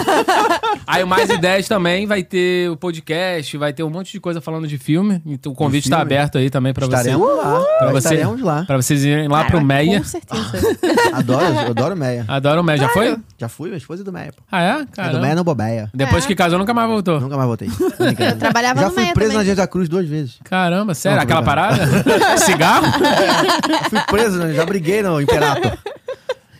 Speaker 3: Aí o Mais de 10 também vai ter o podcast, vai ter um monte de coisa falando de filme. Então o convite tá
Speaker 2: filme?
Speaker 3: aberto aí também pra você.
Speaker 2: Estaremos lá.
Speaker 3: Pra você-
Speaker 2: Estaremos
Speaker 3: [laughs]
Speaker 2: lá.
Speaker 3: Pra vocês irem lá
Speaker 1: Caraca,
Speaker 3: pro
Speaker 1: Ah,
Speaker 3: Meia.
Speaker 1: Com
Speaker 2: [laughs]
Speaker 1: certeza.
Speaker 2: Adoro, eu adoro Meia.
Speaker 3: Adoro o Meia. Já foi?
Speaker 2: Já fui, minha esposa é do Meia, pô.
Speaker 3: Ah, é?
Speaker 2: É do
Speaker 3: Caramba.
Speaker 2: Meia não bobeia.
Speaker 3: Depois
Speaker 1: É.
Speaker 3: que casou, nunca mais voltou.
Speaker 2: Nunca mais
Speaker 3: [laughs]
Speaker 2: voltei. Eu
Speaker 1: trabalhava
Speaker 2: Já
Speaker 1: no
Speaker 2: fui
Speaker 1: Meia
Speaker 2: preso
Speaker 1: também.
Speaker 2: na Janja Cruz duas vezes.
Speaker 3: Caramba, sério?
Speaker 2: Não, tô
Speaker 3: Aquela
Speaker 2: [laughs]
Speaker 3: parada? Cigarro?
Speaker 2: Eu fui preso, né? já briguei no
Speaker 3: [laughs]
Speaker 2: Imperato.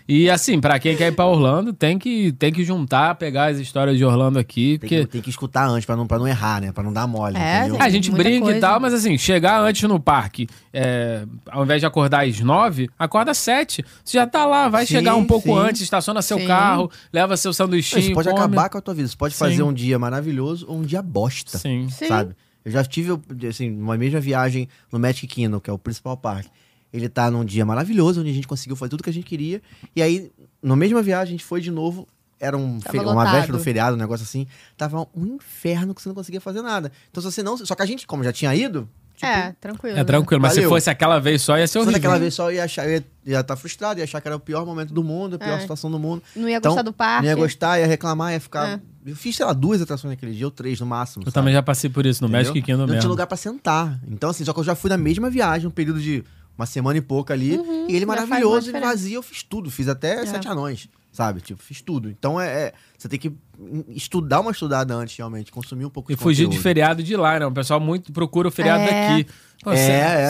Speaker 3: E assim, pra quem quer ir pra Orlando, tem que, tem que juntar, pegar as histórias de Orlando aqui,
Speaker 2: Tem que,
Speaker 3: porque
Speaker 2: tem que escutar antes pra não, pra não errar, né? Pra não dar mole,
Speaker 1: É,
Speaker 2: entendeu?
Speaker 1: gente.
Speaker 3: a gente
Speaker 1: muita
Speaker 3: brinca
Speaker 1: coisa.
Speaker 3: e tal, mas assim, chegar antes no parque, é, ao invés de acordar às nove, acorda às sete. Você já tá lá, vai
Speaker 2: Sim,
Speaker 3: chegar um pouco
Speaker 2: sim.
Speaker 3: antes, estaciona seu
Speaker 1: Sim.
Speaker 3: carro, leva seu sanduichinho.
Speaker 2: Isso pode
Speaker 3: come.
Speaker 2: acabar com a tua vida. Você pode
Speaker 3: Sim.
Speaker 2: fazer um dia maravilhoso ou um dia bosta.
Speaker 3: Sim.
Speaker 1: Sim.
Speaker 2: Sabe? Eu já tive, assim, uma mesma viagem no Magic Kingdom, que é o principal parque. Ele tá num dia maravilhoso, onde a gente conseguiu fazer tudo que a gente queria. E aí, na mesma viagem, a gente foi de novo. Era um
Speaker 1: Tava
Speaker 2: fe- uma
Speaker 1: lotado.
Speaker 2: véspera do feriado, um negócio assim. Tava um inferno que você não conseguia fazer nada. Então, se você não. Só que a gente, como já tinha ido, tipo,
Speaker 1: é, tranquilo.
Speaker 3: É tranquilo, mas se
Speaker 2: Valeu.
Speaker 3: fosse aquela vez só, ia ser
Speaker 2: só
Speaker 3: horrível.
Speaker 2: daquela vez só ia achar, ia, ia tá frustrado, ia achar que era o pior momento do mundo, a pior
Speaker 1: É.
Speaker 2: situação do mundo.
Speaker 1: Né? Não ia
Speaker 2: Então,
Speaker 1: gostar do parque.
Speaker 2: Não ia gostar, ia reclamar, ia ficar.
Speaker 1: É.
Speaker 2: Eu fiz, sei lá, duas atrações naquele dia, ou três no máximo.
Speaker 3: Eu
Speaker 2: sabe?
Speaker 3: também já passei por isso no
Speaker 2: Entendeu?
Speaker 3: México e Kingdom
Speaker 2: Não tinha
Speaker 3: mesmo.
Speaker 2: lugar pra sentar. Então, assim, só que eu já fui na mesma viagem, um período de uma semana e pouco ali. e ele
Speaker 1: Uhum.
Speaker 2: é
Speaker 1: já faz uma
Speaker 2: maravilhoso, ele
Speaker 1: diferença.
Speaker 2: vazio, eu fiz tudo. Fiz até
Speaker 1: É.
Speaker 2: sete anões, sabe? Tipo, fiz tudo. Então, é, é- você tem que estudar uma estudada antes, realmente. Consumir um pouco
Speaker 3: E
Speaker 2: de
Speaker 3: fugir de
Speaker 2: conteúdo.
Speaker 3: feriado de lá, né? O pessoal muito procura o feriado
Speaker 1: É.
Speaker 3: daqui.
Speaker 2: É, é, tem
Speaker 3: se-
Speaker 2: que ser um feriado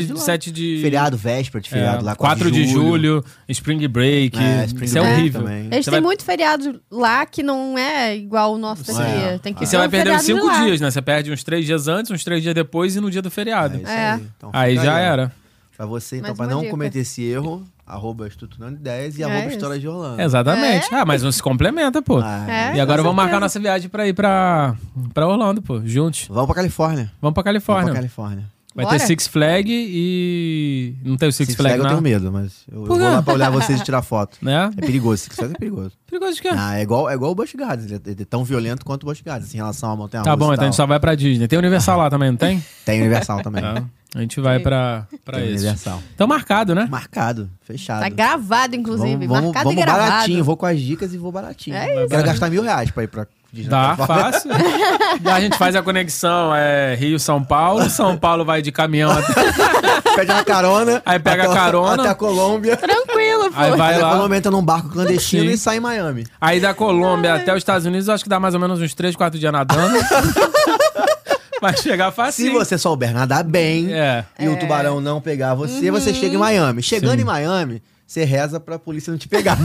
Speaker 2: de
Speaker 3: sete,
Speaker 2: lá.
Speaker 3: sete de...
Speaker 2: Feriado, véspera de feriado
Speaker 3: É,
Speaker 2: lá.
Speaker 3: 4 de julho, Spring Break.
Speaker 2: É, Spring
Speaker 3: isso é
Speaker 2: Break
Speaker 3: horrível.
Speaker 2: também.
Speaker 1: Eles têm
Speaker 3: Você vai-
Speaker 1: muito feriado lá que não é igual o nosso
Speaker 2: Não
Speaker 1: daqui.
Speaker 2: é.
Speaker 1: Tem que
Speaker 3: E
Speaker 1: ser
Speaker 3: você
Speaker 1: um
Speaker 3: vai perder uns
Speaker 1: feriado de
Speaker 3: 5
Speaker 1: lá.
Speaker 3: dias, né? Você perde uns 3 dias antes, uns 3 dias depois e no dia do feriado.
Speaker 2: isso
Speaker 1: É.
Speaker 2: aí. Então,
Speaker 3: Aí
Speaker 2: fica
Speaker 3: já
Speaker 2: ó.
Speaker 3: era.
Speaker 2: Pra você, então,
Speaker 1: Mais
Speaker 2: pra
Speaker 1: uma
Speaker 2: não
Speaker 1: dica.
Speaker 2: cometer esse erro, arroba Estutulando 10 e
Speaker 1: É
Speaker 2: arroba
Speaker 1: isso.
Speaker 2: História de Orlando.
Speaker 3: Exatamente. Ah, mas não se complementa, pô.
Speaker 2: É? Ah,
Speaker 1: É,
Speaker 3: e
Speaker 1: com
Speaker 3: agora vamos marcar
Speaker 1: certeza.
Speaker 3: nossa viagem pra ir pra, pra Orlando, pô. Juntos.
Speaker 2: Vamos pra Califórnia.
Speaker 3: Vamos pra
Speaker 2: Vamos
Speaker 3: Califórnia.
Speaker 2: pra Califórnia.
Speaker 3: Vai
Speaker 1: Bora.
Speaker 3: ter Six Flag e. Não tem o Six,
Speaker 2: Six
Speaker 3: Flag,
Speaker 2: Flag eu tenho
Speaker 3: não.
Speaker 2: medo, mas eu, eu
Speaker 3: Por
Speaker 2: vou
Speaker 3: quê?
Speaker 2: lá pra olhar vocês e tirar foto.
Speaker 3: Né?
Speaker 2: É perigoso, Six Flag é
Speaker 3: [laughs]
Speaker 2: perigoso.
Speaker 3: Perigoso de quê?
Speaker 2: Ah, é igual, é igual o Busch Gardens, ele é- ele é tão violento quanto o Busch Gardens, assim, em relação à montanha
Speaker 3: tá bom, então a
Speaker 2: tem,
Speaker 3: gente só vai pra Disney. Tem Universal lá também, não
Speaker 2: [laughs]
Speaker 3: tem?
Speaker 2: tem Universal também.
Speaker 3: [laughs] Tá. A gente vai pra, pra
Speaker 2: Tem
Speaker 3: isso.
Speaker 2: Universal.
Speaker 3: Então marcado, né?
Speaker 2: Marcado, fechado.
Speaker 1: Tá gravado, inclusive.
Speaker 2: vamos, vamos,
Speaker 1: marcado
Speaker 2: vamos
Speaker 1: e gravado.
Speaker 2: baratinho, vou com as dicas e vou baratinho.
Speaker 1: É
Speaker 2: Quero gastar mil reais pra ir pra Disney.
Speaker 3: Dá, Tá, fácil. a gente faz a conexão é, Rio-São Paulo. São Paulo vai de caminhão
Speaker 2: [laughs]
Speaker 3: até.
Speaker 2: [laughs] Pede uma carona.
Speaker 3: Aí pega
Speaker 2: até-
Speaker 3: a carona.
Speaker 2: Até a Colômbia.
Speaker 1: Tranquilo, pô.
Speaker 3: [laughs] Aí vai
Speaker 2: Aí a
Speaker 3: lá.
Speaker 2: Colômbia entra num barco clandestino
Speaker 3: Sim.
Speaker 2: e sai em Miami.
Speaker 3: Aí da Colômbia até os Estados Unidos, eu acho que dá mais ou menos uns 3, 4
Speaker 2: [laughs]
Speaker 3: dias nadando. vai chegar fácil.
Speaker 2: Se você souber nadar bem
Speaker 3: É.
Speaker 2: e o tubarão não pegar você, você
Speaker 1: Uhum.
Speaker 2: chega em Miami. Chegando em Miami, você reza pra polícia não te
Speaker 3: [laughs]
Speaker 2: pegar.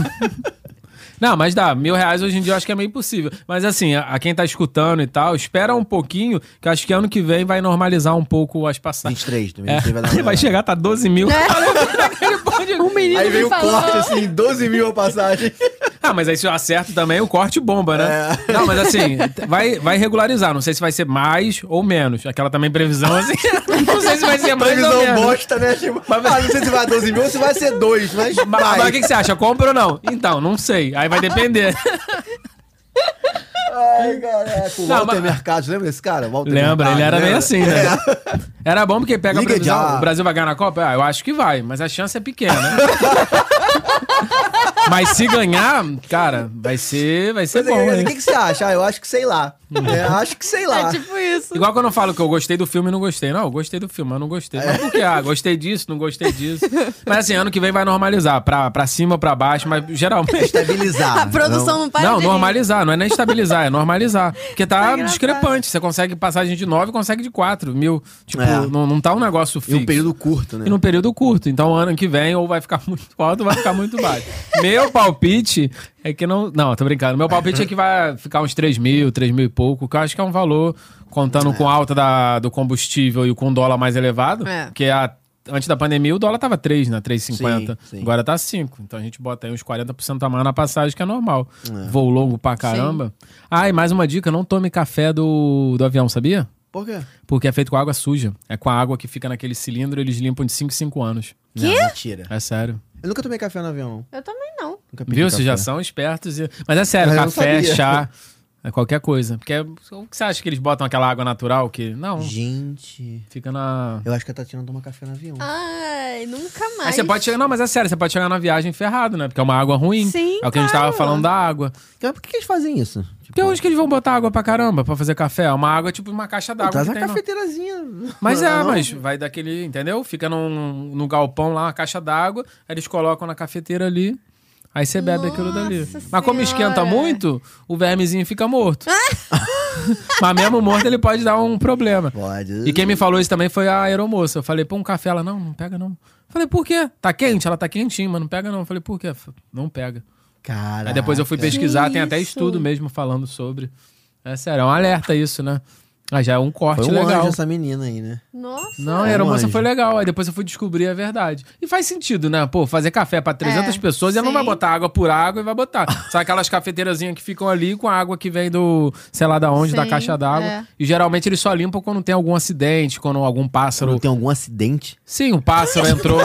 Speaker 3: Não, mas dá. Mil reais hoje em dia eu acho que é meio possível. Mas assim, a, a quem tá escutando e tal, espera um pouquinho, que eu acho que ano que vem vai normalizar um pouco as passagens.
Speaker 2: 23, do
Speaker 3: É. [laughs] Vai chegar, tá
Speaker 2: [laughs]
Speaker 3: 12 mil.
Speaker 2: É.
Speaker 3: Ele pode-
Speaker 2: Aí veio o
Speaker 1: falou.
Speaker 2: corte, assim, 12 mil a
Speaker 3: [laughs]
Speaker 2: passagem.
Speaker 3: Ah, mas aí se eu acerto também, o corte bomba, né?
Speaker 2: É.
Speaker 3: Não,
Speaker 2: [laughs]
Speaker 3: mas assim, vai, vai regularizar. Não sei se vai ser mais ou menos. Aquela também previsão, assim. [laughs] Não sei se vai ser É mais ou
Speaker 2: Previsão
Speaker 3: menos.
Speaker 2: bosta, né? Tipo, ah, não sei se vai 12 mil ou se vai ser 2, mas
Speaker 3: Ma- Mas, o
Speaker 2: vai.
Speaker 3: que, que você acha? Compra ou não? Então, não sei. Aí vai depender.
Speaker 2: Ai, caraca. O
Speaker 3: Não,
Speaker 2: Walter
Speaker 3: mas-
Speaker 2: Mercado, lembra desse cara? Walter
Speaker 3: [laughs]
Speaker 2: Mercado,
Speaker 3: Lembra, ele era meio
Speaker 2: lembra? É.
Speaker 3: assim, né? [laughs] Era bom porque pega a
Speaker 2: Liga
Speaker 3: previsão.
Speaker 2: já.
Speaker 3: O Brasil vai ganhar na Copa? Ah, eu acho que vai, mas a chance é pequena. [laughs] mas se ganhar, cara, vai ser, vai ser
Speaker 2: Mas,
Speaker 3: bom.
Speaker 2: mas,
Speaker 3: hein? Uhum.
Speaker 2: O que, que você acha? Ah, eu acho que sei lá. É, acho que sei
Speaker 1: É
Speaker 2: lá.
Speaker 1: tipo isso.
Speaker 3: Igual quando eu falo que eu gostei do filme e não gostei. Não, eu gostei do filme, mas não gostei. Mas por que? Ah, gostei disso, não gostei disso. Mas assim, ano que vem vai normalizar. Pra, pra cima, pra baixo, mas
Speaker 2: [laughs]
Speaker 3: geralmente...
Speaker 2: Estabilizar.
Speaker 1: [laughs] a produção ah, não, para
Speaker 3: Não,
Speaker 1: de
Speaker 3: normalizar, não é nem estabilizar, é normalizar. Porque tá
Speaker 1: engraçado.
Speaker 3: discrepante. Você consegue passagem de 9, consegue de 4 mil. Tipo,
Speaker 2: É.
Speaker 3: não, não tá um negócio
Speaker 2: E
Speaker 3: fixo.
Speaker 2: um período curto, né?
Speaker 3: E num período curto. Então, ano que vem, ou vai ficar [laughs] muito alto ou vai ficar muito baixo. Meu palpite é que não. Não, tô brincando. Meu palpite é que vai ficar uns 3 mil, 3 mil e pouco, que eu acho que é um valor, contando
Speaker 2: É.
Speaker 3: com a alta da, do combustível e com o dólar mais elevado,
Speaker 1: É.
Speaker 3: que a. Antes da pandemia, o dólar tava 3, né? 3,50.
Speaker 2: Sim, sim.
Speaker 3: Agora tá 5. Então a gente bota aí uns 40% a mais na passagem, que é normal. Voo longo pra caramba. Ah, e mais uma dica: não tome café do, do avião, sabia?
Speaker 2: Por quê?
Speaker 3: Porque é feito com água suja. É com a água que fica naquele cilindro, eles limpam de 5 em 5 anos.
Speaker 2: Não, mentira.
Speaker 3: É sério.
Speaker 2: Eu nunca tomei café no avião.
Speaker 1: Eu também não.
Speaker 2: Nunca pedi
Speaker 3: Viu? Vocês já
Speaker 2: café.
Speaker 3: são espertos. e- Mas é sério,
Speaker 2: Mas [laughs] eu não
Speaker 3: café,
Speaker 2: sabia.
Speaker 3: chá. É qualquer coisa. Porque é- o que você acha que eles botam aquela água natural que. Não,
Speaker 2: Gente.
Speaker 3: fica na.
Speaker 2: Eu acho que a Tatiana toma café no avião.
Speaker 1: Ai, nunca mais.
Speaker 3: Aí você pode chegar. Não, mas é sério, você pode chegar na viagem ferrado, né? Porque é uma água ruim.
Speaker 1: Sim,
Speaker 3: É o que a gente
Speaker 1: claro.
Speaker 3: tava falando da água.
Speaker 2: Mas Então, por que que eles fazem isso? Tipo,
Speaker 3: Porque onde que eles vão botar água pra caramba pra fazer café? É uma água tipo uma caixa d'água.
Speaker 2: traz
Speaker 3: que
Speaker 2: uma
Speaker 3: tem, não.
Speaker 2: cafeteirazinha.
Speaker 3: Mas
Speaker 2: Não,
Speaker 3: é,
Speaker 2: não.
Speaker 3: mas vai daquele, entendeu? Fica num, num galpão lá, uma caixa d'água, aí eles colocam na cafeteira ali, aí você bebe aquilo
Speaker 1: Nossa
Speaker 3: dali. Mas como esquenta
Speaker 1: Senhora.
Speaker 3: muito, o vermezinho
Speaker 1: [laughs]
Speaker 3: fica morto. mas mesmo morto, ele pode dar um problema.
Speaker 2: Pode.
Speaker 3: E quem me falou isso também foi a aeromoça. Eu falei, pô, um café. Ela, não, não pega não. Eu falei, por quê? Tá quente? Ela tá quentinha, mas não pega não. Eu falei, por quê? Ela falou, Não pega.
Speaker 2: Cara.
Speaker 3: Aí depois eu fui pesquisar,
Speaker 1: Que
Speaker 3: tem até
Speaker 1: isso?
Speaker 3: estudo mesmo falando sobre. É sério, é um alerta isso, né? Ah, já é um corte
Speaker 2: Foi um
Speaker 3: legal.
Speaker 2: anjo essa menina aí, né?
Speaker 1: Nossa.
Speaker 2: É
Speaker 3: Não, a
Speaker 2: um
Speaker 3: aeromoça
Speaker 2: anjo.
Speaker 3: foi legal. Aí depois eu fui descobrir a verdade. E faz sentido, né? Pô, fazer café pra 300
Speaker 1: É,
Speaker 3: pessoas e ela não
Speaker 1: sim.
Speaker 3: vai botar água por água e vai botar. Só aquelas cafeteirazinhas que ficam ali com a água que vem do, sei lá da onde, da
Speaker 1: Sim,
Speaker 3: caixa d'água.
Speaker 1: é.
Speaker 3: E geralmente eles só limpam quando tem algum acidente, quando algum pássaro.
Speaker 2: Não tem algum acidente?
Speaker 3: Sim, um pássaro entrou.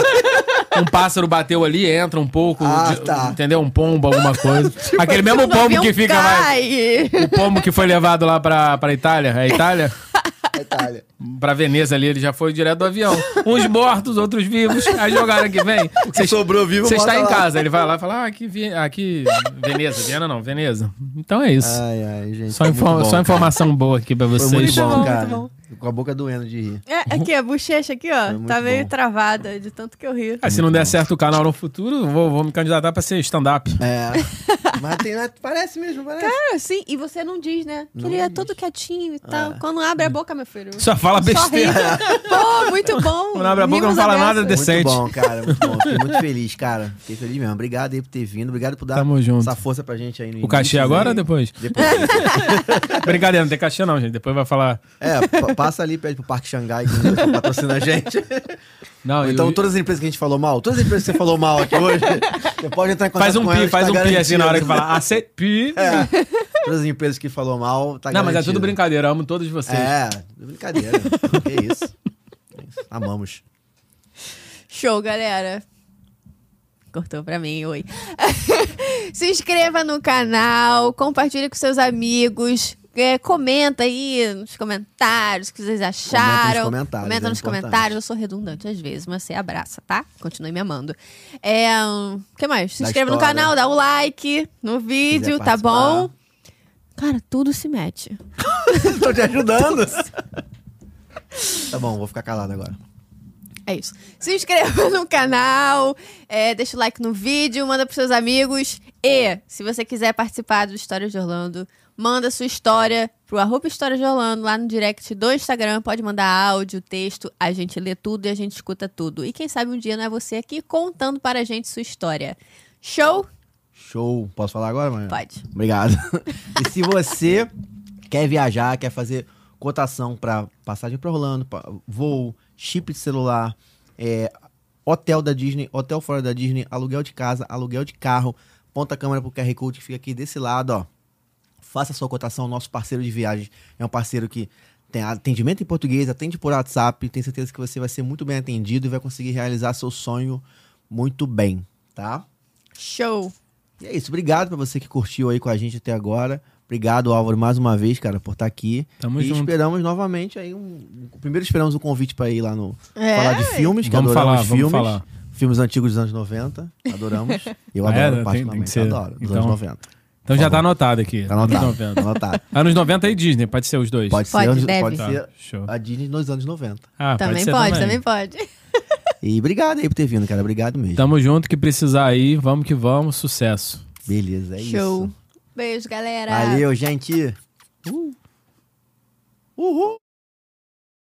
Speaker 3: Um pássaro bateu ali, entra um pouco,
Speaker 2: Ah,
Speaker 3: de-
Speaker 2: tá.
Speaker 3: entendeu? Um pombo, alguma coisa. Aquele mesmo
Speaker 1: Quando o
Speaker 3: pombo
Speaker 1: avião
Speaker 3: que fica lá.
Speaker 1: cai.
Speaker 3: O pombo que foi levado lá pra, pra Itália. É Itália? [laughs]
Speaker 2: Itália.
Speaker 3: Pra Veneza ali, ele já foi direto do avião. Uns mortos, outros vivos. Aí jogaram que vem. Você
Speaker 2: sobrou vivo,
Speaker 3: Você
Speaker 2: bota
Speaker 3: está tá em
Speaker 2: lá.
Speaker 3: casa. Ele vai lá e fala: Ah, aqui, Vi- aqui Veneza. Viena não, Veneza. Então é isso.
Speaker 2: Ai, ai, gente.
Speaker 3: só
Speaker 2: foi
Speaker 3: infor-
Speaker 2: Ah, é muito bom,
Speaker 3: só
Speaker 2: cara.
Speaker 3: informação boa aqui pra
Speaker 2: Foi
Speaker 3: vocês. é
Speaker 2: muito bom,
Speaker 1: bom,
Speaker 2: cara.
Speaker 1: muito
Speaker 2: Com a boca doendo de rir.
Speaker 1: É, aqui, a bochecha aqui,
Speaker 2: Foi
Speaker 1: ó,
Speaker 2: muito
Speaker 1: tá meio
Speaker 2: bom.
Speaker 1: travada de tanto que eu rio.
Speaker 3: Ah, se não der certo o canal no futuro, vou, vou me candidatar pra ser stand-up. [laughs]
Speaker 2: É. Mas tem nada. Parece mesmo, parece.
Speaker 1: Cara, É, sim, e você não diz, né? Que ele é todo quietinho e tal. Quando abre a boca, meu filho.
Speaker 3: Só fala
Speaker 1: Só ri.
Speaker 3: besteira.
Speaker 1: Pô, muito bom.
Speaker 3: Quando abre a boca,
Speaker 1: Rimos
Speaker 3: não fala
Speaker 1: à
Speaker 3: nada
Speaker 1: beça.
Speaker 3: desse- decente.
Speaker 2: Muito bom, cara. Muito bom. Fiquei muito feliz, cara. Fiquei feliz mesmo. Obrigado aí por ter vindo. Obrigado por dar
Speaker 3: Tamo junto.
Speaker 2: essa força pra gente aí no
Speaker 3: O cachê
Speaker 2: início,
Speaker 3: agora
Speaker 2: né?
Speaker 3: ou depois?
Speaker 2: Depois.
Speaker 3: [laughs] Brincadeira, não tem cachê não, gente. Depois vai falar.
Speaker 2: É, pa- passa ali, pede pro Parque Xangai que patrocina a gente.
Speaker 3: [laughs] Não,
Speaker 2: Ou
Speaker 3: eu-
Speaker 2: então todas as empresas que a gente falou mal, todas as empresas que você falou mal aqui hoje, você pode entrar em contato
Speaker 3: faz um
Speaker 2: com
Speaker 3: pi,
Speaker 2: elas,
Speaker 3: faz
Speaker 2: tá
Speaker 3: um pi assim na hora que
Speaker 2: garantido.
Speaker 3: falar. Aceito. Pi.
Speaker 2: É, todas as empresas que falou mal, tá
Speaker 3: não, mas é
Speaker 2: garantido.
Speaker 3: tudo brincadeira. eu Amo todos vocês.
Speaker 2: É, brincadeira. que isso. Que isso. Amamos.
Speaker 1: Show, galera. Cortou pra mim, oi. [laughs] Se inscreva no canal, compartilhe com seus amigos. é, comenta aí nos comentários o que vocês acharam.
Speaker 2: comentários,
Speaker 1: Comenta
Speaker 2: é
Speaker 1: nos
Speaker 2: importante.
Speaker 1: comentários. Eu sou redundante às vezes, mas você abraça, tá? Continue me amando. É, hum, o que mais? Se
Speaker 2: Da
Speaker 1: inscreva no
Speaker 2: história.
Speaker 1: canal, dá o like no vídeo,
Speaker 2: Quiser
Speaker 1: tá bom?
Speaker 2: participar.
Speaker 1: Cara, tudo se mete.
Speaker 2: Tô te ajudando. tá bom, vou ficar calado agora.
Speaker 1: É isso. Se inscreva [laughs] no canal, é, deixa o like no vídeo, manda pros seus amigos. E, se você quiser participar do História de Orlando, manda sua história pro arroba História de Orlando lá no direct do Instagram. Pode mandar áudio, texto, a gente lê tudo e a gente escuta tudo. E quem sabe um dia não é você aqui contando para a gente sua história. Show?
Speaker 2: Show. Posso falar agora, mano?
Speaker 1: Pode.
Speaker 2: Obrigado. [laughs] e se você quer viajar, quer fazer cotação para passagem para Orlando, pra voo, chip de celular, é, hotel da Disney, hotel fora da Disney, aluguel de casa, aluguel de carro, ponta a câmera pro QR Code que fica aqui desse lado, ó. Faça sua cotação, nosso parceiro de viagens é um parceiro que tem atendimento em português, atende por WhatsApp, tenho certeza que você vai ser muito bem atendido e vai conseguir realizar seu sonho muito bem, tá?
Speaker 1: Show.
Speaker 2: E é isso, obrigado pra você que curtiu aí com a gente até agora. Obrigado, Álvaro, mais uma vez, cara, por estar aqui.
Speaker 3: Tamo
Speaker 2: e
Speaker 3: junto.
Speaker 2: esperamos novamente aí um. Primeiro esperamos um convite pra ir lá no
Speaker 1: É,
Speaker 2: falar de filmes, que
Speaker 3: Vamos
Speaker 2: adoramos
Speaker 3: falar, vamos
Speaker 2: filmes.
Speaker 3: falar.
Speaker 2: Filmes antigos dos anos 90,
Speaker 3: [laughs]
Speaker 2: adoramos. Eu
Speaker 3: Ah, é? Tem-
Speaker 2: adoro,
Speaker 3: tem que
Speaker 2: particularmente,
Speaker 3: ser.
Speaker 2: adoro, dos
Speaker 3: Então,
Speaker 2: anos 90.
Speaker 3: Então já
Speaker 2: Por
Speaker 3: tá
Speaker 2: favor.
Speaker 3: anotado aqui.
Speaker 2: Tá anotado,
Speaker 3: Anos 90.
Speaker 2: tá anotado.
Speaker 3: Anos 90 e Disney, pode ser os dois.
Speaker 2: Pode,
Speaker 1: Pode,
Speaker 2: ser,
Speaker 1: deve.
Speaker 2: pode
Speaker 3: Tá,
Speaker 2: ser
Speaker 3: show.
Speaker 2: a Disney nos anos 90.
Speaker 3: Ah,
Speaker 1: também
Speaker 3: ser
Speaker 1: pode, também pode.
Speaker 2: E obrigado aí por ter vindo, cara, obrigado mesmo.
Speaker 3: Tamo junto, que precisar aí, vamos que vamos, sucesso.
Speaker 2: Beleza, é
Speaker 1: Show.
Speaker 2: isso.
Speaker 1: Beijo, galera.
Speaker 2: Valeu, gente. Uh. Uhul.